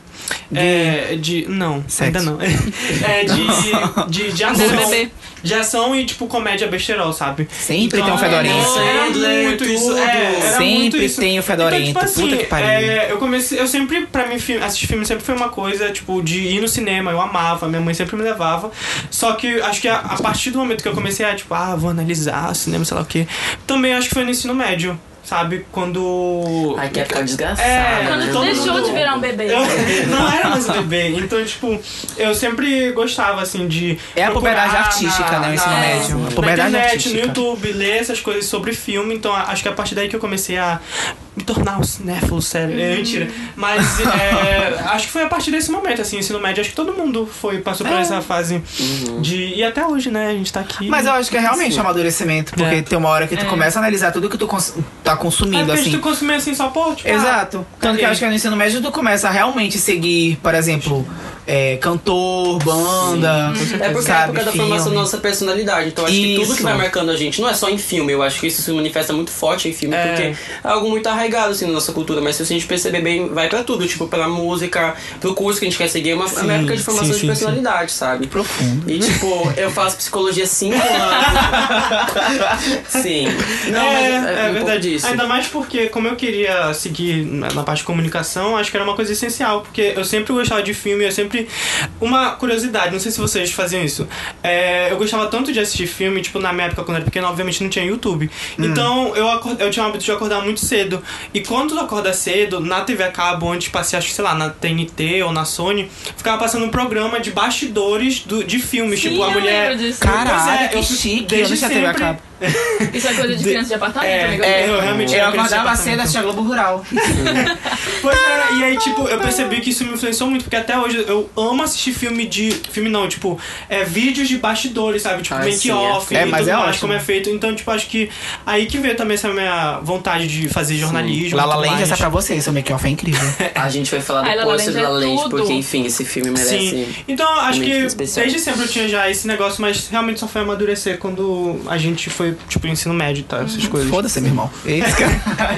[SPEAKER 1] É, de. Não,
[SPEAKER 2] Sexo.
[SPEAKER 1] ainda não. É de. De, de ação.
[SPEAKER 3] Adoro bebê.
[SPEAKER 1] De ação e, tipo comédia besterol, sabe? Então, é,
[SPEAKER 2] Sempre tem um fedorinha.
[SPEAKER 1] Era
[SPEAKER 4] Sandler,
[SPEAKER 1] muito isso,
[SPEAKER 4] tudo.
[SPEAKER 1] é, era muito
[SPEAKER 2] Sempre
[SPEAKER 1] isso.
[SPEAKER 2] tem o fedorento.
[SPEAKER 1] Então, tipo
[SPEAKER 2] Puta
[SPEAKER 1] assim,
[SPEAKER 2] que pariu.
[SPEAKER 1] é, eu comecei, eu sempre, pra mim, fi- assistir filme sempre foi uma coisa, tipo, de ir no cinema, eu amava, minha mãe sempre me levava. Só que acho que a, a partir do momento que eu comecei a, tipo, ah, vou analisar cinema, sei lá o quê, também acho que foi no ensino médio, sabe? Quando.
[SPEAKER 4] Ai, que época desgraçada.
[SPEAKER 1] É,
[SPEAKER 3] Quando
[SPEAKER 4] né?
[SPEAKER 3] tu
[SPEAKER 1] todo
[SPEAKER 3] deixou
[SPEAKER 1] mundo-
[SPEAKER 3] de virar um bebê.
[SPEAKER 1] Eu não era mais um bebê, então, tipo, eu sempre gostava, assim, de.
[SPEAKER 2] É a
[SPEAKER 1] procurar
[SPEAKER 2] puberdade artística, né, o ensino médio. A
[SPEAKER 1] na
[SPEAKER 2] puberdade
[SPEAKER 1] internet,
[SPEAKER 2] artística.
[SPEAKER 1] no YouTube, ler essas coisas sobre filme, então a- acho que a partir daí que eu comecei a me tornar um cinéfilo, sério. É, mentira. Mas é, acho que foi a partir desse momento, assim, ensino médio, acho que todo mundo foi, passou
[SPEAKER 2] É.
[SPEAKER 1] por essa fase de. E até hoje, né, a gente tá aqui.
[SPEAKER 2] Mas eu acho que é realmente um amadurecimento, porque
[SPEAKER 1] É.
[SPEAKER 2] tem uma hora que tu começa a analisar tudo que tu cons- tá
[SPEAKER 1] é
[SPEAKER 2] consumindo,
[SPEAKER 1] porque a gente
[SPEAKER 2] assim.
[SPEAKER 1] consumia assim só, pô, tipo. ah,
[SPEAKER 2] Exato. Tanto que eu acho que no ensino médio tu começa a realmente seguir, por exemplo, é, cantor, banda.
[SPEAKER 4] É porque é a
[SPEAKER 2] sabe,
[SPEAKER 4] época da
[SPEAKER 2] filme.
[SPEAKER 4] formação da nossa personalidade. Então acho que tudo
[SPEAKER 2] Isso.
[SPEAKER 4] que vai marcando a gente, não é só em filme, eu acho que isso se manifesta muito forte em filme,
[SPEAKER 1] É.
[SPEAKER 4] porque é algo muito arraigado assim na nossa cultura. Mas se a gente perceber bem, vai pra tudo, tipo, pra música, pro curso que a gente quer seguir, é uma, é uma época de formação
[SPEAKER 1] sim,
[SPEAKER 4] de
[SPEAKER 1] sim,
[SPEAKER 4] personalidade, sabe?
[SPEAKER 2] Profundo.
[SPEAKER 4] E tipo, eu faço psicologia há cinco anos. Sim. Não,
[SPEAKER 1] é,
[SPEAKER 4] mas
[SPEAKER 1] é
[SPEAKER 4] um pouco
[SPEAKER 1] verdade.
[SPEAKER 4] disso.
[SPEAKER 1] Ainda mais porque, como eu queria seguir na, na parte de comunicação, acho que era uma coisa essencial, porque eu sempre gostava de filme, eu sempre. Uma curiosidade, não sei se vocês faziam isso. É, eu gostava tanto de assistir filme, tipo, na minha época, quando eu era pequeno, obviamente não tinha YouTube. Então eu, acor- eu tinha o hábito de acordar muito cedo. E quando tu acorda cedo, na TV a cabo, antes passei, acho que sei lá, na TNT ou na Sony, ficava passando um programa de bastidores do, de filmes,
[SPEAKER 3] Sim,
[SPEAKER 1] tipo, a
[SPEAKER 3] eu
[SPEAKER 1] mulher.
[SPEAKER 3] lembro disso.
[SPEAKER 2] Caralho,
[SPEAKER 1] Pois é,
[SPEAKER 2] que
[SPEAKER 1] eu-
[SPEAKER 2] chique. Eu
[SPEAKER 1] Desde
[SPEAKER 2] não tinha TV a
[SPEAKER 1] sempre,
[SPEAKER 2] cabo.
[SPEAKER 3] Isso é coisa de criança de apartamento,
[SPEAKER 1] É,
[SPEAKER 3] amiga.
[SPEAKER 1] é,
[SPEAKER 3] minha.
[SPEAKER 1] eu realmente
[SPEAKER 5] Eu
[SPEAKER 1] era criança de
[SPEAKER 5] acordava cedo
[SPEAKER 1] apartamento.
[SPEAKER 5] assistia Globo Rural.
[SPEAKER 1] Pois é, e aí, tipo, eu percebi que isso me influenciou muito, porque até hoje eu amo assistir filme de. Filme não, tipo, é vídeos de bastidores, sabe? Tipo,
[SPEAKER 4] Ah, sim,
[SPEAKER 1] make-off
[SPEAKER 2] é. É,
[SPEAKER 1] e
[SPEAKER 2] mas
[SPEAKER 1] tudo
[SPEAKER 2] é
[SPEAKER 1] mais,
[SPEAKER 2] ótimo.
[SPEAKER 1] como é feito. Então, tipo, acho que aí que veio também essa minha vontade de fazer jornalismo.
[SPEAKER 5] Lala
[SPEAKER 1] e tudo
[SPEAKER 5] Land,
[SPEAKER 1] mais.
[SPEAKER 5] essa é pra vocês, seu make-off é incrível.
[SPEAKER 4] A gente vai falar
[SPEAKER 3] Ai, La La
[SPEAKER 4] depois
[SPEAKER 3] Land
[SPEAKER 4] sobre
[SPEAKER 3] é
[SPEAKER 4] La La Land,
[SPEAKER 3] tudo.
[SPEAKER 4] porque, enfim, esse filme merece...
[SPEAKER 1] Sim. Então, acho que
[SPEAKER 4] Realmente né, assim, muito especial.
[SPEAKER 1] desde sempre eu tinha já esse negócio, mas realmente só foi amadurecer quando a gente foi, tipo, ensino médio e tal, essas coisas.
[SPEAKER 5] Foda-se, meu irmão. Esse cara.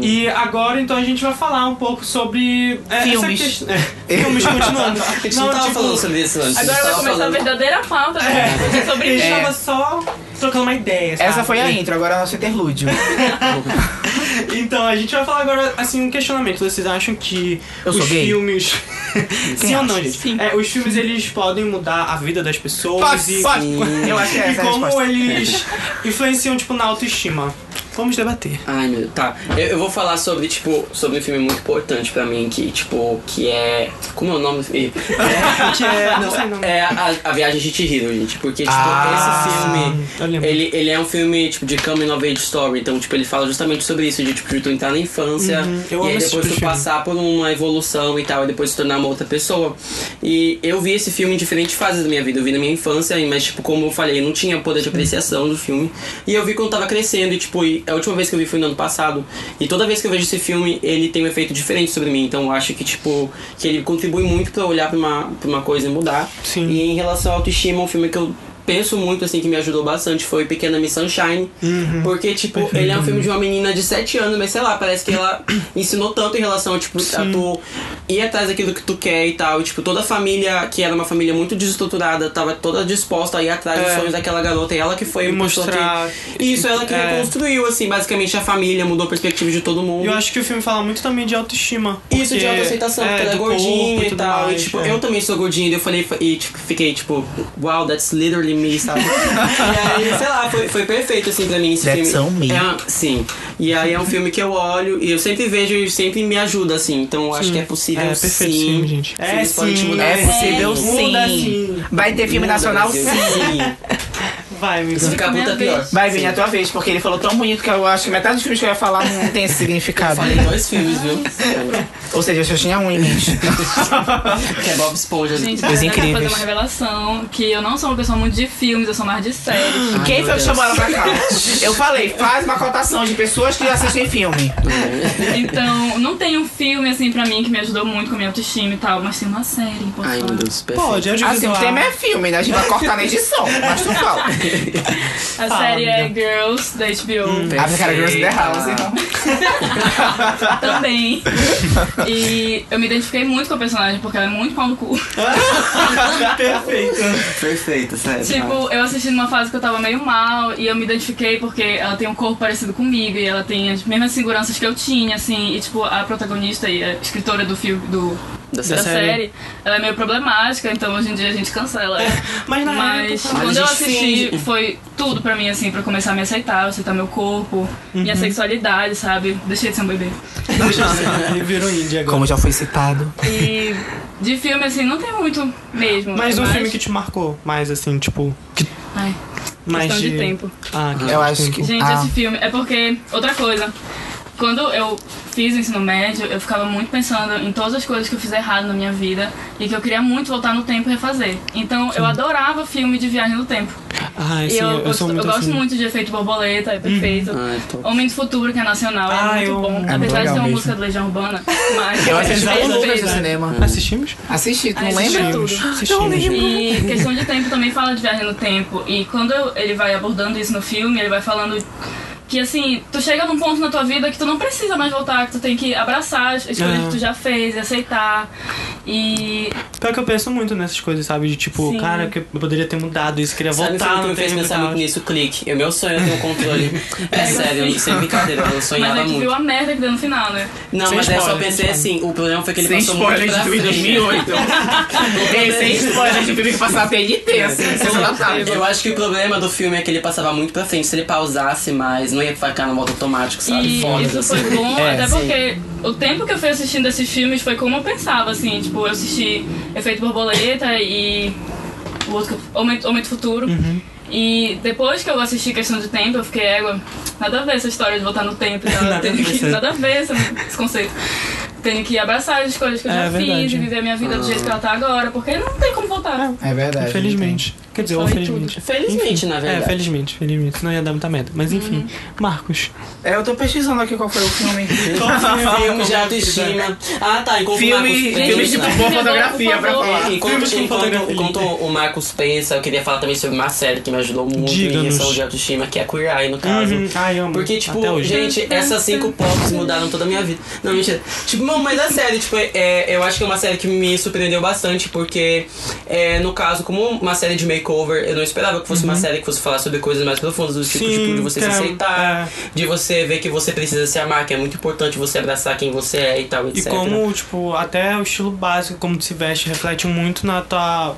[SPEAKER 1] E agora, então, a gente vai falar um pouco sobre... é, essa
[SPEAKER 5] Filmes.
[SPEAKER 1] questão- é, filmes, continuando.
[SPEAKER 4] A gente não, tava
[SPEAKER 1] tipo,
[SPEAKER 4] falando sobre isso antes. a gente
[SPEAKER 3] Agora vai
[SPEAKER 4] tava
[SPEAKER 3] começar a
[SPEAKER 4] falando- É.
[SPEAKER 3] verdadeira pauta né?
[SPEAKER 1] A
[SPEAKER 3] sobre
[SPEAKER 1] gente
[SPEAKER 3] isso.
[SPEAKER 1] tava só trocando uma ideia, sabe?
[SPEAKER 5] É. Essa foi a intro, agora é o nosso interlúdio.
[SPEAKER 1] Então, a gente vai falar agora, assim, um questionamento. Vocês acham que
[SPEAKER 5] Eu
[SPEAKER 1] os
[SPEAKER 5] sou gay?
[SPEAKER 1] filmes... Sim ou não,
[SPEAKER 5] acha?
[SPEAKER 1] gente? É, os filmes, eles podem mudar a vida das pessoas e...
[SPEAKER 5] Eu acho que é
[SPEAKER 1] E
[SPEAKER 5] essa a
[SPEAKER 1] como
[SPEAKER 5] resposta.
[SPEAKER 1] eles influenciam, tipo, na autoestima. Vamos debater.
[SPEAKER 4] Ai, meu, tá. Eu, eu vou falar sobre, tipo, sobre um filme muito importante pra mim, que, tipo, que é... Como é o nome do filme? É, que é...
[SPEAKER 1] não sei não.
[SPEAKER 4] é a, a Viagem de Chihiro, gente. Porque, tipo,
[SPEAKER 1] Ah, eu
[SPEAKER 4] esse filme,
[SPEAKER 1] lembro.
[SPEAKER 4] ele, ele é um filme, tipo, de coming of age story. Então, tipo, ele fala justamente sobre isso, de, tipo, de tu entrar na infância
[SPEAKER 1] eu
[SPEAKER 4] e
[SPEAKER 1] amo
[SPEAKER 4] aí
[SPEAKER 1] esse tipo
[SPEAKER 4] depois
[SPEAKER 1] de
[SPEAKER 4] tu
[SPEAKER 1] filme.
[SPEAKER 4] passar por uma evolução e tal, e depois se tornar uma outra pessoa. E eu vi esse filme em diferentes fases da minha vida. Eu vi na minha infância, mas, tipo, como eu falei, eu não tinha poder de apreciação do filme. E eu vi quando tava crescendo, e, tipo, e a última vez que eu vi foi no ano passado. E toda vez que eu vejo esse filme, ele tem um efeito diferente sobre mim. Então, eu acho que, tipo, que ele contribui muito pra eu olhar pra uma, pra uma coisa e mudar.
[SPEAKER 1] Sim.
[SPEAKER 4] E em relação à autoestima, um filme que eu penso muito, assim, que me ajudou bastante foi Pequena Miss Sunshine.
[SPEAKER 1] Uhum.
[SPEAKER 4] Porque, tipo, ele é um filme de uma menina de 7 anos, mas sei lá, parece que ela ensinou tanto em relação a, tipo, a tu ir atrás daquilo que tu quer e tal. E, tipo, toda a família, que era uma família muito desestruturada, tava toda disposta a ir atrás dos
[SPEAKER 1] É.
[SPEAKER 4] sonhos daquela garota. E ela que foi
[SPEAKER 1] E
[SPEAKER 4] uma pessoa
[SPEAKER 1] mostrar-
[SPEAKER 4] Que... Isso, ela que
[SPEAKER 1] É.
[SPEAKER 4] reconstruiu, assim, basicamente a família, mudou a perspectiva de todo mundo.
[SPEAKER 1] E eu acho que o filme fala muito também de autoestima.
[SPEAKER 4] Isso
[SPEAKER 1] porque-
[SPEAKER 4] de autoaceitação, porque ela é
[SPEAKER 1] do corpo
[SPEAKER 4] gordinha e
[SPEAKER 1] tudo
[SPEAKER 4] tal.
[SPEAKER 1] mais,
[SPEAKER 4] e, tipo,
[SPEAKER 1] é.
[SPEAKER 4] eu também sou gordinha, e eu falei, e tipo, fiquei tipo, wow, that's literally me, sabe? e aí, sei lá, foi, foi perfeito assim pra mim esse
[SPEAKER 5] That's
[SPEAKER 4] filme.
[SPEAKER 5] on me.
[SPEAKER 4] É um- sim. E aí é um filme que eu olho e eu sempre vejo e sempre me ajuda, assim. Então eu acho que é possível.
[SPEAKER 1] É perfeito
[SPEAKER 4] sim.
[SPEAKER 1] esse filme, gente. É
[SPEAKER 4] Filmes podem te
[SPEAKER 1] sim,
[SPEAKER 4] mudar,
[SPEAKER 1] é
[SPEAKER 4] sim.
[SPEAKER 1] possível
[SPEAKER 4] Muda,
[SPEAKER 1] Muda
[SPEAKER 3] assim.
[SPEAKER 1] sim.
[SPEAKER 5] Vai ter filme
[SPEAKER 4] Brasil,
[SPEAKER 5] nacional
[SPEAKER 4] sim.
[SPEAKER 5] sim.
[SPEAKER 1] Vai, amigo.
[SPEAKER 4] Se ficar puta,
[SPEAKER 3] Minha
[SPEAKER 4] pior.
[SPEAKER 3] vez.
[SPEAKER 5] Vai vir a tua vez, porque ele falou tão bonito que eu acho que metade dos filmes que eu ia falar não tem esse significado.
[SPEAKER 4] Falei dois filmes, viu?
[SPEAKER 5] Ou seja, eu só tinha um em mente.
[SPEAKER 4] que é Bob Esponja.
[SPEAKER 3] Gente,
[SPEAKER 5] Os
[SPEAKER 3] eu quero fazer
[SPEAKER 5] incríveis.
[SPEAKER 3] uma revelação que eu não sou uma pessoa muito de filmes, eu sou mais de séries.
[SPEAKER 4] Ai, meu
[SPEAKER 5] Quem foi que
[SPEAKER 4] Deus.
[SPEAKER 5] chamou ela pra cá? Eu falei, faz uma cotação de pessoas que assistem filme.
[SPEAKER 3] Então, não tem um filme, assim, pra mim que me ajudou muito com a minha autoestima e tal, mas tem uma série, posso
[SPEAKER 4] Ai,
[SPEAKER 3] falar?
[SPEAKER 4] meu Deus, perfeito.
[SPEAKER 1] Pode, é
[SPEAKER 3] Ah,
[SPEAKER 1] de
[SPEAKER 5] Assim, o tema é filme, né? A gente vai cortar na edição, mas tu fala.
[SPEAKER 3] A
[SPEAKER 1] Fala,
[SPEAKER 3] série é
[SPEAKER 1] amiga.
[SPEAKER 3] Girls, da HBO,
[SPEAKER 4] Hum.
[SPEAKER 5] Ah, cara, Girls in the House,
[SPEAKER 4] Perfeita.
[SPEAKER 5] irmão.
[SPEAKER 3] também. E eu me identifiquei muito com a personagem, porque ela é muito pau no cu.
[SPEAKER 1] Perfeito.
[SPEAKER 4] Perfeito, sério.
[SPEAKER 3] Tipo, eu assisti numa fase que eu tava meio mal e eu me identifiquei porque ela tem um corpo parecido comigo e ela tem as mesmas seguranças que eu tinha, assim. E, tipo, a protagonista e a escritora do filme, do, da
[SPEAKER 4] Da série.
[SPEAKER 3] série, ela é meio problemática, então hoje em dia a gente cancela ela.
[SPEAKER 1] Mas na
[SPEAKER 3] Mas
[SPEAKER 1] época...
[SPEAKER 3] quando
[SPEAKER 4] a
[SPEAKER 3] eu
[SPEAKER 4] gente
[SPEAKER 3] assisti,
[SPEAKER 4] finge.
[SPEAKER 3] foi tudo pra mim, assim, pra eu começar a me aceitar, aceitar meu corpo, minha
[SPEAKER 1] Uhum.
[SPEAKER 3] sexualidade, sabe? Deixei de ser um bebê.
[SPEAKER 1] Ele virou indie agora.
[SPEAKER 5] Como já foi citado.
[SPEAKER 3] E de filme, assim, não tem muito mesmo.
[SPEAKER 1] Mas um filme que te marcou mais, assim, tipo... Que...
[SPEAKER 3] Ai,
[SPEAKER 1] Mais
[SPEAKER 3] questão
[SPEAKER 1] de...
[SPEAKER 3] de tempo.
[SPEAKER 1] Ah,
[SPEAKER 4] Uhum.
[SPEAKER 1] que
[SPEAKER 5] Eu acho que.
[SPEAKER 3] Gente,
[SPEAKER 5] Ah.
[SPEAKER 3] esse filme é porque. Outra coisa. Quando eu fiz o ensino médio, eu ficava muito pensando em todas as coisas que eu fiz errado na minha vida e que eu queria muito voltar no tempo e refazer. Então eu adorava filme de viagem no tempo.
[SPEAKER 1] Ai,
[SPEAKER 3] E
[SPEAKER 1] Ah, sim,
[SPEAKER 3] eu,
[SPEAKER 1] eu,
[SPEAKER 3] gosto-
[SPEAKER 1] sou muito
[SPEAKER 3] eu gosto
[SPEAKER 1] assim.
[SPEAKER 3] muito de Efeito Borboleta, é perfeito.
[SPEAKER 4] Ai, top.
[SPEAKER 3] Homem do Futuro, que é nacional,
[SPEAKER 1] Ah,
[SPEAKER 3] é muito
[SPEAKER 1] eu- é
[SPEAKER 3] bom.
[SPEAKER 1] muito
[SPEAKER 3] Apesar de
[SPEAKER 5] legal
[SPEAKER 3] ser uma
[SPEAKER 5] mesmo.
[SPEAKER 3] música de Legião Urbana, mas
[SPEAKER 5] Eu
[SPEAKER 3] é
[SPEAKER 5] assisti
[SPEAKER 1] Apesar
[SPEAKER 5] duas
[SPEAKER 1] de-
[SPEAKER 5] vezes no
[SPEAKER 3] perfeito.
[SPEAKER 5] cinema.
[SPEAKER 1] Assistir-assistimos?
[SPEAKER 5] Assisti, tu
[SPEAKER 3] Ah,
[SPEAKER 5] não
[SPEAKER 3] assisti
[SPEAKER 5] lembra?
[SPEAKER 3] tudo.
[SPEAKER 1] Assistimos.
[SPEAKER 3] E questão de tempo também fala de viagem no tempo. E quando eu- ele vai abordando isso no filme, ele vai falando que assim, tu chega num ponto na tua vida que tu não precisa mais voltar, que tu tem que abraçar as as coisas
[SPEAKER 1] É.
[SPEAKER 3] que tu já fez e aceitar. E
[SPEAKER 1] Pior que eu penso muito nessas coisas, sabe? De tipo,
[SPEAKER 3] Sim.
[SPEAKER 1] cara, que eu poderia ter mudado isso, queria
[SPEAKER 4] Sabe o filme
[SPEAKER 1] voltar
[SPEAKER 4] que
[SPEAKER 1] no
[SPEAKER 4] me fez
[SPEAKER 1] tempo e
[SPEAKER 4] pensar muito
[SPEAKER 1] tal.
[SPEAKER 4] nisso? Clique. É meu sonho é ter um controle. É sério, sem brincadeira, eu
[SPEAKER 3] mas
[SPEAKER 4] sonhava
[SPEAKER 3] aí tu viu
[SPEAKER 4] muito.
[SPEAKER 3] a merda que deu no final, né?
[SPEAKER 4] Não,
[SPEAKER 1] Sem
[SPEAKER 4] mas eu só
[SPEAKER 1] spoiler,
[SPEAKER 4] pensei
[SPEAKER 1] sem
[SPEAKER 4] assim, o problema foi que ele
[SPEAKER 5] Sem
[SPEAKER 4] passou muito
[SPEAKER 5] spoiler
[SPEAKER 4] pra
[SPEAKER 5] de filme em
[SPEAKER 4] frente.
[SPEAKER 5] 2008. Ei, Sem spoiler de filme que passava
[SPEAKER 2] É.
[SPEAKER 5] TNT, assim, sessão da tarde.
[SPEAKER 4] Eu acho que o problema do filme é que ele passava muito pra frente. Se ele pausasse mais, não ia ficar no modo automático, sabe?
[SPEAKER 3] E
[SPEAKER 4] Foda-se.
[SPEAKER 3] isso foi bom,
[SPEAKER 4] É,
[SPEAKER 3] até
[SPEAKER 4] sim.
[SPEAKER 3] porque o tempo que eu fui assistindo esses filmes foi como eu pensava, assim, tipo, eu assisti Efeito Borboleta e o outro que eu- Homem, Homem do Futuro. E depois que eu assisti Questão de Tempo, eu fiquei, égua, nada a ver essa história de voltar no tempo. e tal,
[SPEAKER 1] Nada a
[SPEAKER 3] tenho
[SPEAKER 1] ver,
[SPEAKER 3] que-
[SPEAKER 1] isso aí.
[SPEAKER 3] nada a ver esse, esse conceito. Tenho que abraçar as escolhas que eu
[SPEAKER 1] É,
[SPEAKER 3] já fiz
[SPEAKER 1] verdade.
[SPEAKER 3] e viver a minha vida do jeito que ela tá agora, porque não tem como voltar.
[SPEAKER 1] É.
[SPEAKER 2] É verdade.
[SPEAKER 1] Infelizmente. Quer dizer, ou
[SPEAKER 3] Falei
[SPEAKER 1] felizmente.
[SPEAKER 4] Felizmente,
[SPEAKER 1] Enfim.
[SPEAKER 4] na verdade. Uhum.
[SPEAKER 1] É, felizmente, felizmente. Senão ia dar muita merda. Mas enfim, Marcos.
[SPEAKER 5] É, eu tô pesquisando aqui qual foi o filme.
[SPEAKER 4] Filmes de autoestima. Ah, tá. Enquanto
[SPEAKER 2] Filme-
[SPEAKER 4] o Marcos
[SPEAKER 2] filme
[SPEAKER 4] pensa-
[SPEAKER 2] de
[SPEAKER 3] não.
[SPEAKER 2] boa
[SPEAKER 3] Por
[SPEAKER 2] fotografia
[SPEAKER 3] favor,
[SPEAKER 2] pra
[SPEAKER 3] por favor.
[SPEAKER 2] falar.
[SPEAKER 4] É, enquanto,
[SPEAKER 1] filmes com
[SPEAKER 4] enquanto-
[SPEAKER 1] fotografia.
[SPEAKER 4] enquanto o Marcos pensa, eu queria falar também sobre uma série que me ajudou muito em
[SPEAKER 1] Diga-nos.
[SPEAKER 4] questão de autoestima, que é Queer Eye, no caso.
[SPEAKER 1] Uhum. Ai, amo.
[SPEAKER 4] Porque, tipo,
[SPEAKER 1] Até hoje.
[SPEAKER 4] gente, essas cinco pops mudaram toda a minha vida. Não, mentira. Tipo, não, mas é sério, tipo, é, eu acho que é uma série que me surpreendeu bastante, porque, é, no caso, como uma série de makeover, eu não esperava que fosse uma série que fosse falar sobre coisas mais profundas, do tipo,
[SPEAKER 1] Uhum. Sim,
[SPEAKER 4] tipo, de você
[SPEAKER 1] que
[SPEAKER 4] se
[SPEAKER 1] é-
[SPEAKER 4] aceitar,
[SPEAKER 1] é.
[SPEAKER 4] de você ver que você precisa se amar, que é muito importante você abraçar quem você é e tal,
[SPEAKER 1] E
[SPEAKER 4] etc.
[SPEAKER 1] como, tipo, até o estilo básico, como tu se veste, reflete muito na tua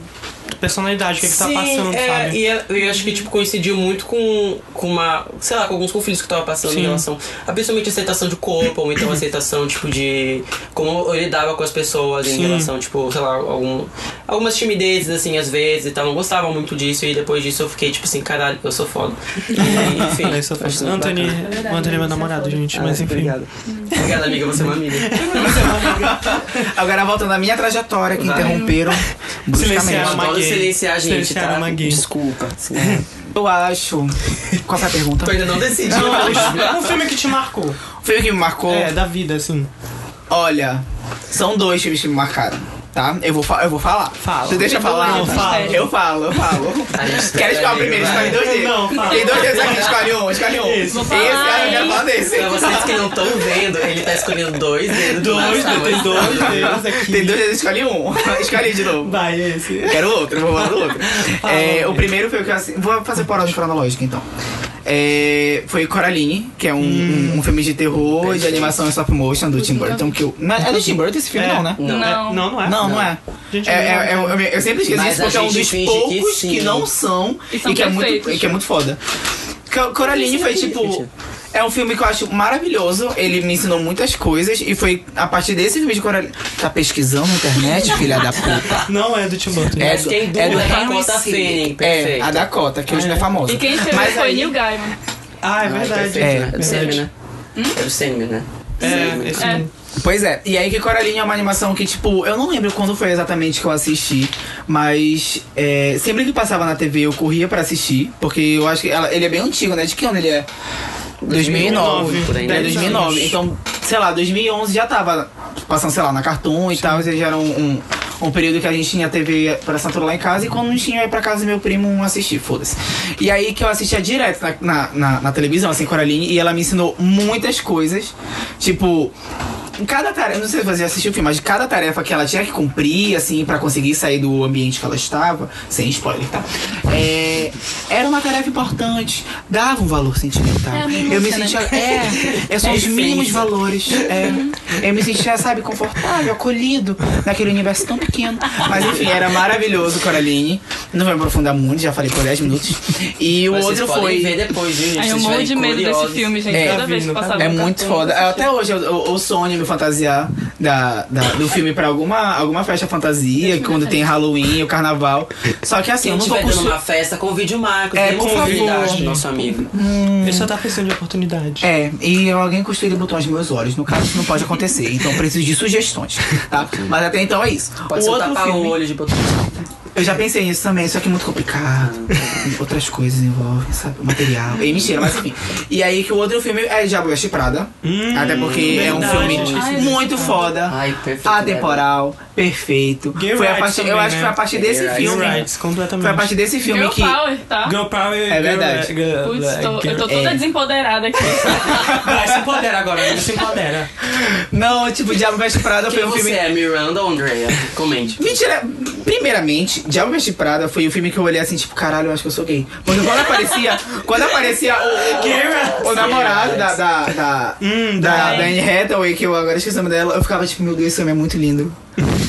[SPEAKER 1] personalidade, o que, que tá
[SPEAKER 4] Sim,
[SPEAKER 1] passando,
[SPEAKER 4] é,
[SPEAKER 1] sabe?
[SPEAKER 4] E eu, eu acho que tipo, coincidiu muito com, com uma. Sei lá, com alguns conflitos que eu tava passando em
[SPEAKER 1] Sim.
[SPEAKER 4] relação. A, principalmente aceitação de corpo, ou então aceitação, tipo, de. Como eu lidava com as pessoas em
[SPEAKER 1] Sim.
[SPEAKER 4] relação, tipo, sei lá, algum, algumas timidezes, assim, às vezes e tal. Não gostava muito disso. E depois disso eu fiquei, tipo assim, caralho, eu sou foda. E, enfim.
[SPEAKER 1] Olha isso, eu
[SPEAKER 4] acho
[SPEAKER 1] faço.
[SPEAKER 4] muito
[SPEAKER 1] Anthony,
[SPEAKER 4] bacana.
[SPEAKER 1] o Anthony é meu namorado, gente, mas
[SPEAKER 2] Assim,
[SPEAKER 4] Ah,
[SPEAKER 1] enfim.
[SPEAKER 4] Obrigado. Obrigado, amiga, você é uma amiga.
[SPEAKER 2] Agora voltando à minha trajetória que
[SPEAKER 4] Vai.
[SPEAKER 2] interromperam
[SPEAKER 4] Eu
[SPEAKER 1] Silenciaram.
[SPEAKER 2] bruscamente.
[SPEAKER 1] uma
[SPEAKER 4] adoro
[SPEAKER 1] gay.
[SPEAKER 4] silenciar a gente,
[SPEAKER 1] Silenciar
[SPEAKER 4] tá?
[SPEAKER 1] uma gay.
[SPEAKER 4] Desculpa. Sim.
[SPEAKER 2] Eu acho. Qual foi a pergunta?
[SPEAKER 4] Eu ainda não decidi.
[SPEAKER 1] Não, um filme que te marcou.
[SPEAKER 2] O filme que me
[SPEAKER 4] Oh.
[SPEAKER 2] marcou.
[SPEAKER 1] É, da vida, assim.
[SPEAKER 2] Olha, são dois filmes que me marcaram, tá? Eu vou, fa- eu vou falar.
[SPEAKER 1] Fala.
[SPEAKER 2] Você deixa eu falar?
[SPEAKER 1] Não, fala.
[SPEAKER 2] Eu falo, eu falo.
[SPEAKER 4] A gente tá
[SPEAKER 2] Quer escolher o primeiro?
[SPEAKER 4] vai.
[SPEAKER 2] Escolhe dois deles.
[SPEAKER 1] É, Não, fala.
[SPEAKER 2] Tem dois deles aqui, escolhe um, escolhe um.
[SPEAKER 1] Esse.
[SPEAKER 2] Esse, cara, eu quero falar desse.
[SPEAKER 4] Pra vocês que não estão vendo, ele tá escolhendo dois dedos. do lado,
[SPEAKER 1] Dois,
[SPEAKER 4] tá?
[SPEAKER 1] tem
[SPEAKER 4] Mas-
[SPEAKER 1] dois deles aqui.
[SPEAKER 2] Tem dois deles, escolhe um. Escolhe de novo.
[SPEAKER 1] é Vai, esse. É,
[SPEAKER 2] Eu Quero outro, eu vou falar do outro. É, o primeiro foi o que eu assi- Vou fazer por ordem cronológica, então. É, foi Coraline, que é um,
[SPEAKER 1] Hum.
[SPEAKER 2] um- um filme de terror e de animação em stop motion do Tim Burton. Que eu, não, é do Tim Burton esse filme,
[SPEAKER 1] É.
[SPEAKER 2] não, né?
[SPEAKER 4] Não.
[SPEAKER 1] É,
[SPEAKER 3] Não.
[SPEAKER 1] não, não é.
[SPEAKER 2] Não, não é.
[SPEAKER 1] Gente,
[SPEAKER 2] É,
[SPEAKER 1] não
[SPEAKER 4] um-
[SPEAKER 2] é, é, eu, eu sempre esqueço
[SPEAKER 4] Mas
[SPEAKER 2] isso
[SPEAKER 4] a
[SPEAKER 2] porque é um
[SPEAKER 4] gente
[SPEAKER 2] dos
[SPEAKER 4] finge que
[SPEAKER 2] poucos que,
[SPEAKER 4] sim.
[SPEAKER 2] não são
[SPEAKER 3] E
[SPEAKER 2] e,
[SPEAKER 3] são
[SPEAKER 2] que é muito,
[SPEAKER 3] perfeitos.
[SPEAKER 2] e que é muito foda. Co- Coraline foi tipo. É um filme que eu acho maravilhoso. Ele me ensinou muitas coisas. E foi a partir desse filme de Coraline. Tá pesquisando na internet, filha da puta?
[SPEAKER 1] Não é do Tim Burton.
[SPEAKER 2] É,
[SPEAKER 4] Mas quem
[SPEAKER 2] do, é do
[SPEAKER 4] dubla é
[SPEAKER 2] Henry
[SPEAKER 4] Dakota
[SPEAKER 2] Selick.
[SPEAKER 4] Fanning,
[SPEAKER 2] É,
[SPEAKER 4] perfeito.
[SPEAKER 2] a Dakota, que hoje não é famosa.
[SPEAKER 3] E quem escreveu
[SPEAKER 2] Mas
[SPEAKER 3] foi
[SPEAKER 2] aí-
[SPEAKER 3] Neil Gaiman.
[SPEAKER 1] Ah, é verdade.
[SPEAKER 2] É,
[SPEAKER 4] É do Sêmio, né? É do Sêmio, né?
[SPEAKER 1] É, esse
[SPEAKER 3] É.
[SPEAKER 1] mesmo.
[SPEAKER 2] Pois é, e aí que Coraline é uma animação que, tipo, eu não lembro quando foi exatamente que eu assisti, mas é, sempre que passava na TV eu corria pra assistir, porque eu acho que ela- ele é bem antigo, né? De que ano ele é? 2009.
[SPEAKER 4] Por aí,
[SPEAKER 2] Ele é
[SPEAKER 4] né?
[SPEAKER 1] Dez
[SPEAKER 2] 2009.
[SPEAKER 1] anos.
[SPEAKER 2] Então, sei lá, 2011 já tava tipo, passando, sei lá, na Cartoon e tal, já era um, um, um período que a gente tinha TV pra assinatura lá em casa e quando não tinha, eu ia pra casa do meu primo assistir, foda-se. E aí que eu assistia direto na, na, na- na televisão, assim, Coraline, e ela me ensinou muitas coisas, tipo em cada tarefa, não sei se você já assistiu o filme, mas de cada tarefa que ela tinha que cumprir, assim, pra conseguir sair do ambiente que ela estava, sem spoiler, tá? É, era uma tarefa importante, dava um valor sentimental.
[SPEAKER 3] É, me
[SPEAKER 2] eu me
[SPEAKER 3] emociona.
[SPEAKER 2] sentia. É, é, são
[SPEAKER 4] É
[SPEAKER 2] os mínimos
[SPEAKER 4] essência.
[SPEAKER 2] valores. É, eu me sentia, sabe, confortável, acolhido naquele universo tão pequeno. Mas enfim, era maravilhoso, Coraline. Não vou me aprofundar muito, já falei por 10 minutos. E o
[SPEAKER 4] Vocês
[SPEAKER 2] outro foi.
[SPEAKER 4] podem ver depois, viu, gente?
[SPEAKER 3] Ai,
[SPEAKER 4] Se
[SPEAKER 3] eu
[SPEAKER 4] vocês
[SPEAKER 3] morro de
[SPEAKER 4] estiverem
[SPEAKER 3] medo desse
[SPEAKER 4] curiosos.
[SPEAKER 3] filme, gente.
[SPEAKER 2] É.
[SPEAKER 3] Toda vez que
[SPEAKER 1] Tá vindo, tá
[SPEAKER 3] passava
[SPEAKER 2] É
[SPEAKER 3] no
[SPEAKER 2] muito
[SPEAKER 3] cartoon,
[SPEAKER 2] foda.
[SPEAKER 3] eu assistia.
[SPEAKER 1] tipo.
[SPEAKER 2] Até hoje eu, eu, eu sonho em me fantasiar da, da- do filme pra alguma, alguma festa fantasia, quando
[SPEAKER 1] é
[SPEAKER 2] tem Halloween, o carnaval. Só que assim,
[SPEAKER 4] Quem
[SPEAKER 2] eu não vou
[SPEAKER 4] estiver dando
[SPEAKER 2] construir.
[SPEAKER 4] uma festa, convide o Marcos.
[SPEAKER 2] É,
[SPEAKER 4] dê uma
[SPEAKER 2] por
[SPEAKER 4] oportunidade
[SPEAKER 2] favor.
[SPEAKER 4] pro nosso amigo.
[SPEAKER 1] Ele só tá pensando de oportunidade.
[SPEAKER 2] É, e alguém costura botões nos meus olhos. No caso, isso não pode acontecer. Então, eu preciso de sugestões, tá? Mas até então é isso.
[SPEAKER 4] Pode
[SPEAKER 2] o
[SPEAKER 4] ser o
[SPEAKER 2] outro filme,
[SPEAKER 4] tapa-olho de botão.
[SPEAKER 2] eu já pensei nisso também, só que é muito complicado. Outras coisas envolvem, sabe? O material. E mentira, mas enfim. E aí que o outro filme é Diabo Veste Prada.
[SPEAKER 1] Hum,
[SPEAKER 2] até porque é um
[SPEAKER 1] verdade, eu
[SPEAKER 2] filme
[SPEAKER 1] esqueci
[SPEAKER 2] muito foda.
[SPEAKER 4] Ai, perfeito. né?
[SPEAKER 2] Atemporal, perfeito.
[SPEAKER 1] Gay
[SPEAKER 2] foi a
[SPEAKER 1] rights
[SPEAKER 2] partir, eu
[SPEAKER 1] também,
[SPEAKER 2] acho que
[SPEAKER 1] né?
[SPEAKER 2] foi a partir
[SPEAKER 4] Gay
[SPEAKER 2] desse
[SPEAKER 4] rights.
[SPEAKER 2] filme.
[SPEAKER 1] Gay rights, completamente.
[SPEAKER 2] assim. Foi a partir desse filme
[SPEAKER 3] Girl
[SPEAKER 2] que.
[SPEAKER 3] Power, tá?
[SPEAKER 1] Girl Power
[SPEAKER 2] É verdade.
[SPEAKER 3] Putz, tô- eu tô toda desempoderada aqui.
[SPEAKER 1] Vai, se Ah, empodera agora, né? se empodera.
[SPEAKER 2] Não, tipo, Diabo Veste Prada foi
[SPEAKER 4] Quem
[SPEAKER 2] um
[SPEAKER 4] você
[SPEAKER 2] filme.
[SPEAKER 4] é, Miranda ou Andrea? Comente.
[SPEAKER 2] Mentira, primeiramente, Diabo Veste Prada foi o filme que eu olhei assim, tipo, caralho, eu acho que eu sou gay. Porque quando aparecia, quando aparecia o, o, o namorado da, da, da, da, da Anne Hathaway, que eu agora esqueci o nome dela, eu ficava tipo, meu Deus, esse homem é muito lindo.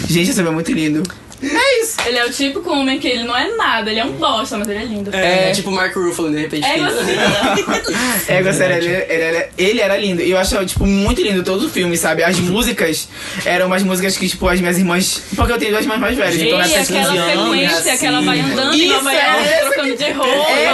[SPEAKER 2] Gente, esse homem é muito lindo. É isso.
[SPEAKER 3] Ele é o típico homem que ele não é nada, ele é um bosta, mas ele é lindo.
[SPEAKER 4] É, tipo Mark Ruffalo, de repente.
[SPEAKER 3] É
[SPEAKER 4] fez.
[SPEAKER 3] egocêntrico.
[SPEAKER 2] É, sério, ele, ele, era- ele era lindo. E eu achava, tipo, muito lindo todo o filme, sabe? As músicas eram umas músicas que, tipo, as minhas irmãs. Porque eu tenho duas irmãs mais velhas, então
[SPEAKER 3] Ei,
[SPEAKER 2] nessa
[SPEAKER 3] é aquela
[SPEAKER 2] 15 anos.
[SPEAKER 3] sequência que ela vai andando e
[SPEAKER 2] Isso,
[SPEAKER 3] Nova
[SPEAKER 2] é
[SPEAKER 3] York,
[SPEAKER 2] essa
[SPEAKER 3] trocando de roupa.
[SPEAKER 2] É,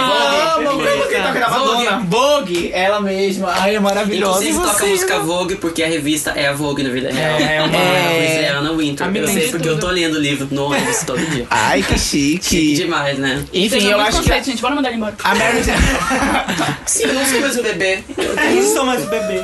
[SPEAKER 2] vamos, vamos que toca na Madonna. Vogue, ela mesma. Ai, é né? maravilhosa.
[SPEAKER 4] Inclusive toca a música Vogue, porque a revista é a Vogue na vida real.
[SPEAKER 1] É, é uma-
[SPEAKER 4] É, é Anna Winter.
[SPEAKER 1] A mina
[SPEAKER 4] Eu
[SPEAKER 1] tem
[SPEAKER 4] sei
[SPEAKER 1] de
[SPEAKER 4] porque eu tô lendo o livro no ônibus todo dia.
[SPEAKER 2] Ai, que
[SPEAKER 4] Chique
[SPEAKER 2] chique.
[SPEAKER 4] demais, né?
[SPEAKER 2] Enfim,
[SPEAKER 3] Vocês
[SPEAKER 2] eu
[SPEAKER 3] dão muito
[SPEAKER 2] acho que.
[SPEAKER 3] conceito, gente. Bora mandar ele embora.
[SPEAKER 2] A Mary J.
[SPEAKER 4] Sim, eu não sou mais um bebê.
[SPEAKER 1] Eu
[SPEAKER 2] É.
[SPEAKER 1] não sou mais bebê.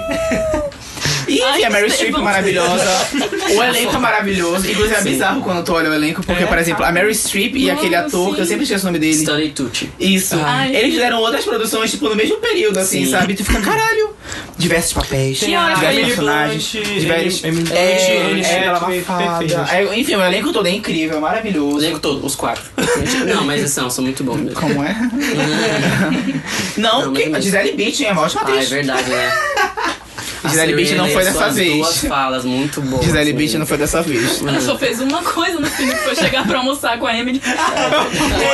[SPEAKER 2] Enfim, a Mary Streep é maravilhosa. O elenco é maravilhoso. Inclusive é
[SPEAKER 4] Sim.
[SPEAKER 2] bizarro quando tu olha o elenco, porque, por exemplo, a Mary Streep e
[SPEAKER 3] Mano,
[SPEAKER 2] aquele ator, que eu
[SPEAKER 3] sim.
[SPEAKER 2] sempre esqueço o nome dele.
[SPEAKER 4] Stanley Tucci.
[SPEAKER 2] Isso.
[SPEAKER 3] Ai.
[SPEAKER 2] Eles fizeram outras produções, tipo, no mesmo período, assim,
[SPEAKER 4] Sim.
[SPEAKER 2] sabe? Tu fica, caralho. Diversos papéis,
[SPEAKER 3] Tem a
[SPEAKER 2] diversos
[SPEAKER 3] Emily
[SPEAKER 2] personagens, diversos. É,
[SPEAKER 1] Ele
[SPEAKER 2] é, ela safada. Aí, enfim, o elenco todo é incrível, é
[SPEAKER 4] O
[SPEAKER 2] maravilhoso.
[SPEAKER 4] elenco todo, os quatro. Não, mas são, são muito bons mesmo.
[SPEAKER 2] Como é?
[SPEAKER 4] Não,
[SPEAKER 2] não,
[SPEAKER 4] mas
[SPEAKER 2] que,
[SPEAKER 4] mesmo.
[SPEAKER 2] Gisele Bündchen é uma ótima
[SPEAKER 4] Ah, é
[SPEAKER 2] atriz.
[SPEAKER 4] verdade, né? A
[SPEAKER 2] Gisele Bündchen não
[SPEAKER 4] Serena
[SPEAKER 2] foi
[SPEAKER 4] só
[SPEAKER 2] dessa
[SPEAKER 4] as Duas
[SPEAKER 2] vez.
[SPEAKER 4] falas muito assim. boas.
[SPEAKER 2] Gisele
[SPEAKER 4] mesmo.
[SPEAKER 2] Bündchen não foi dessa vez.
[SPEAKER 3] Ela só fez uma coisa no filme, que foi chegar pra almoçar com a Emily.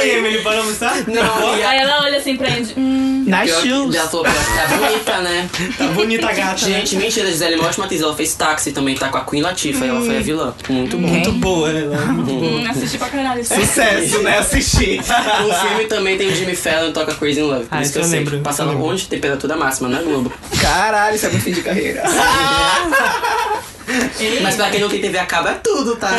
[SPEAKER 1] Ei, Emily, para almoçar?
[SPEAKER 4] Não, e a
[SPEAKER 3] Aí ela olha assim pra Andy. Hum,
[SPEAKER 2] Nas
[SPEAKER 4] pior que
[SPEAKER 2] shoes.
[SPEAKER 4] ela falou pra ela, tá bonita, né?
[SPEAKER 1] Tá bonita a gata. né?
[SPEAKER 4] Gente, mentira, a Gisele é uma ótima atriz. Ela fez táxi também, tá com a Queen Latifah. Ela foi a vilã. Muito bom.
[SPEAKER 1] Muito boa né, ela.
[SPEAKER 3] hum, assisti pra caralho. isso.
[SPEAKER 2] Sucesso, né? Assistir.
[SPEAKER 4] O filme também tem o Jimmy Fallon toca Crazy in Love. Por
[SPEAKER 1] Ah,
[SPEAKER 4] isso
[SPEAKER 1] isso
[SPEAKER 4] que eu,
[SPEAKER 1] eu
[SPEAKER 4] sei.
[SPEAKER 1] lembro,
[SPEAKER 4] Passando
[SPEAKER 1] eu lembro.
[SPEAKER 4] onde? Temperatura máxima, não é Globo.
[SPEAKER 2] Caralho, isso é muito fim de carreira.
[SPEAKER 4] Mas pra quem não tem TV acaba tudo, tá?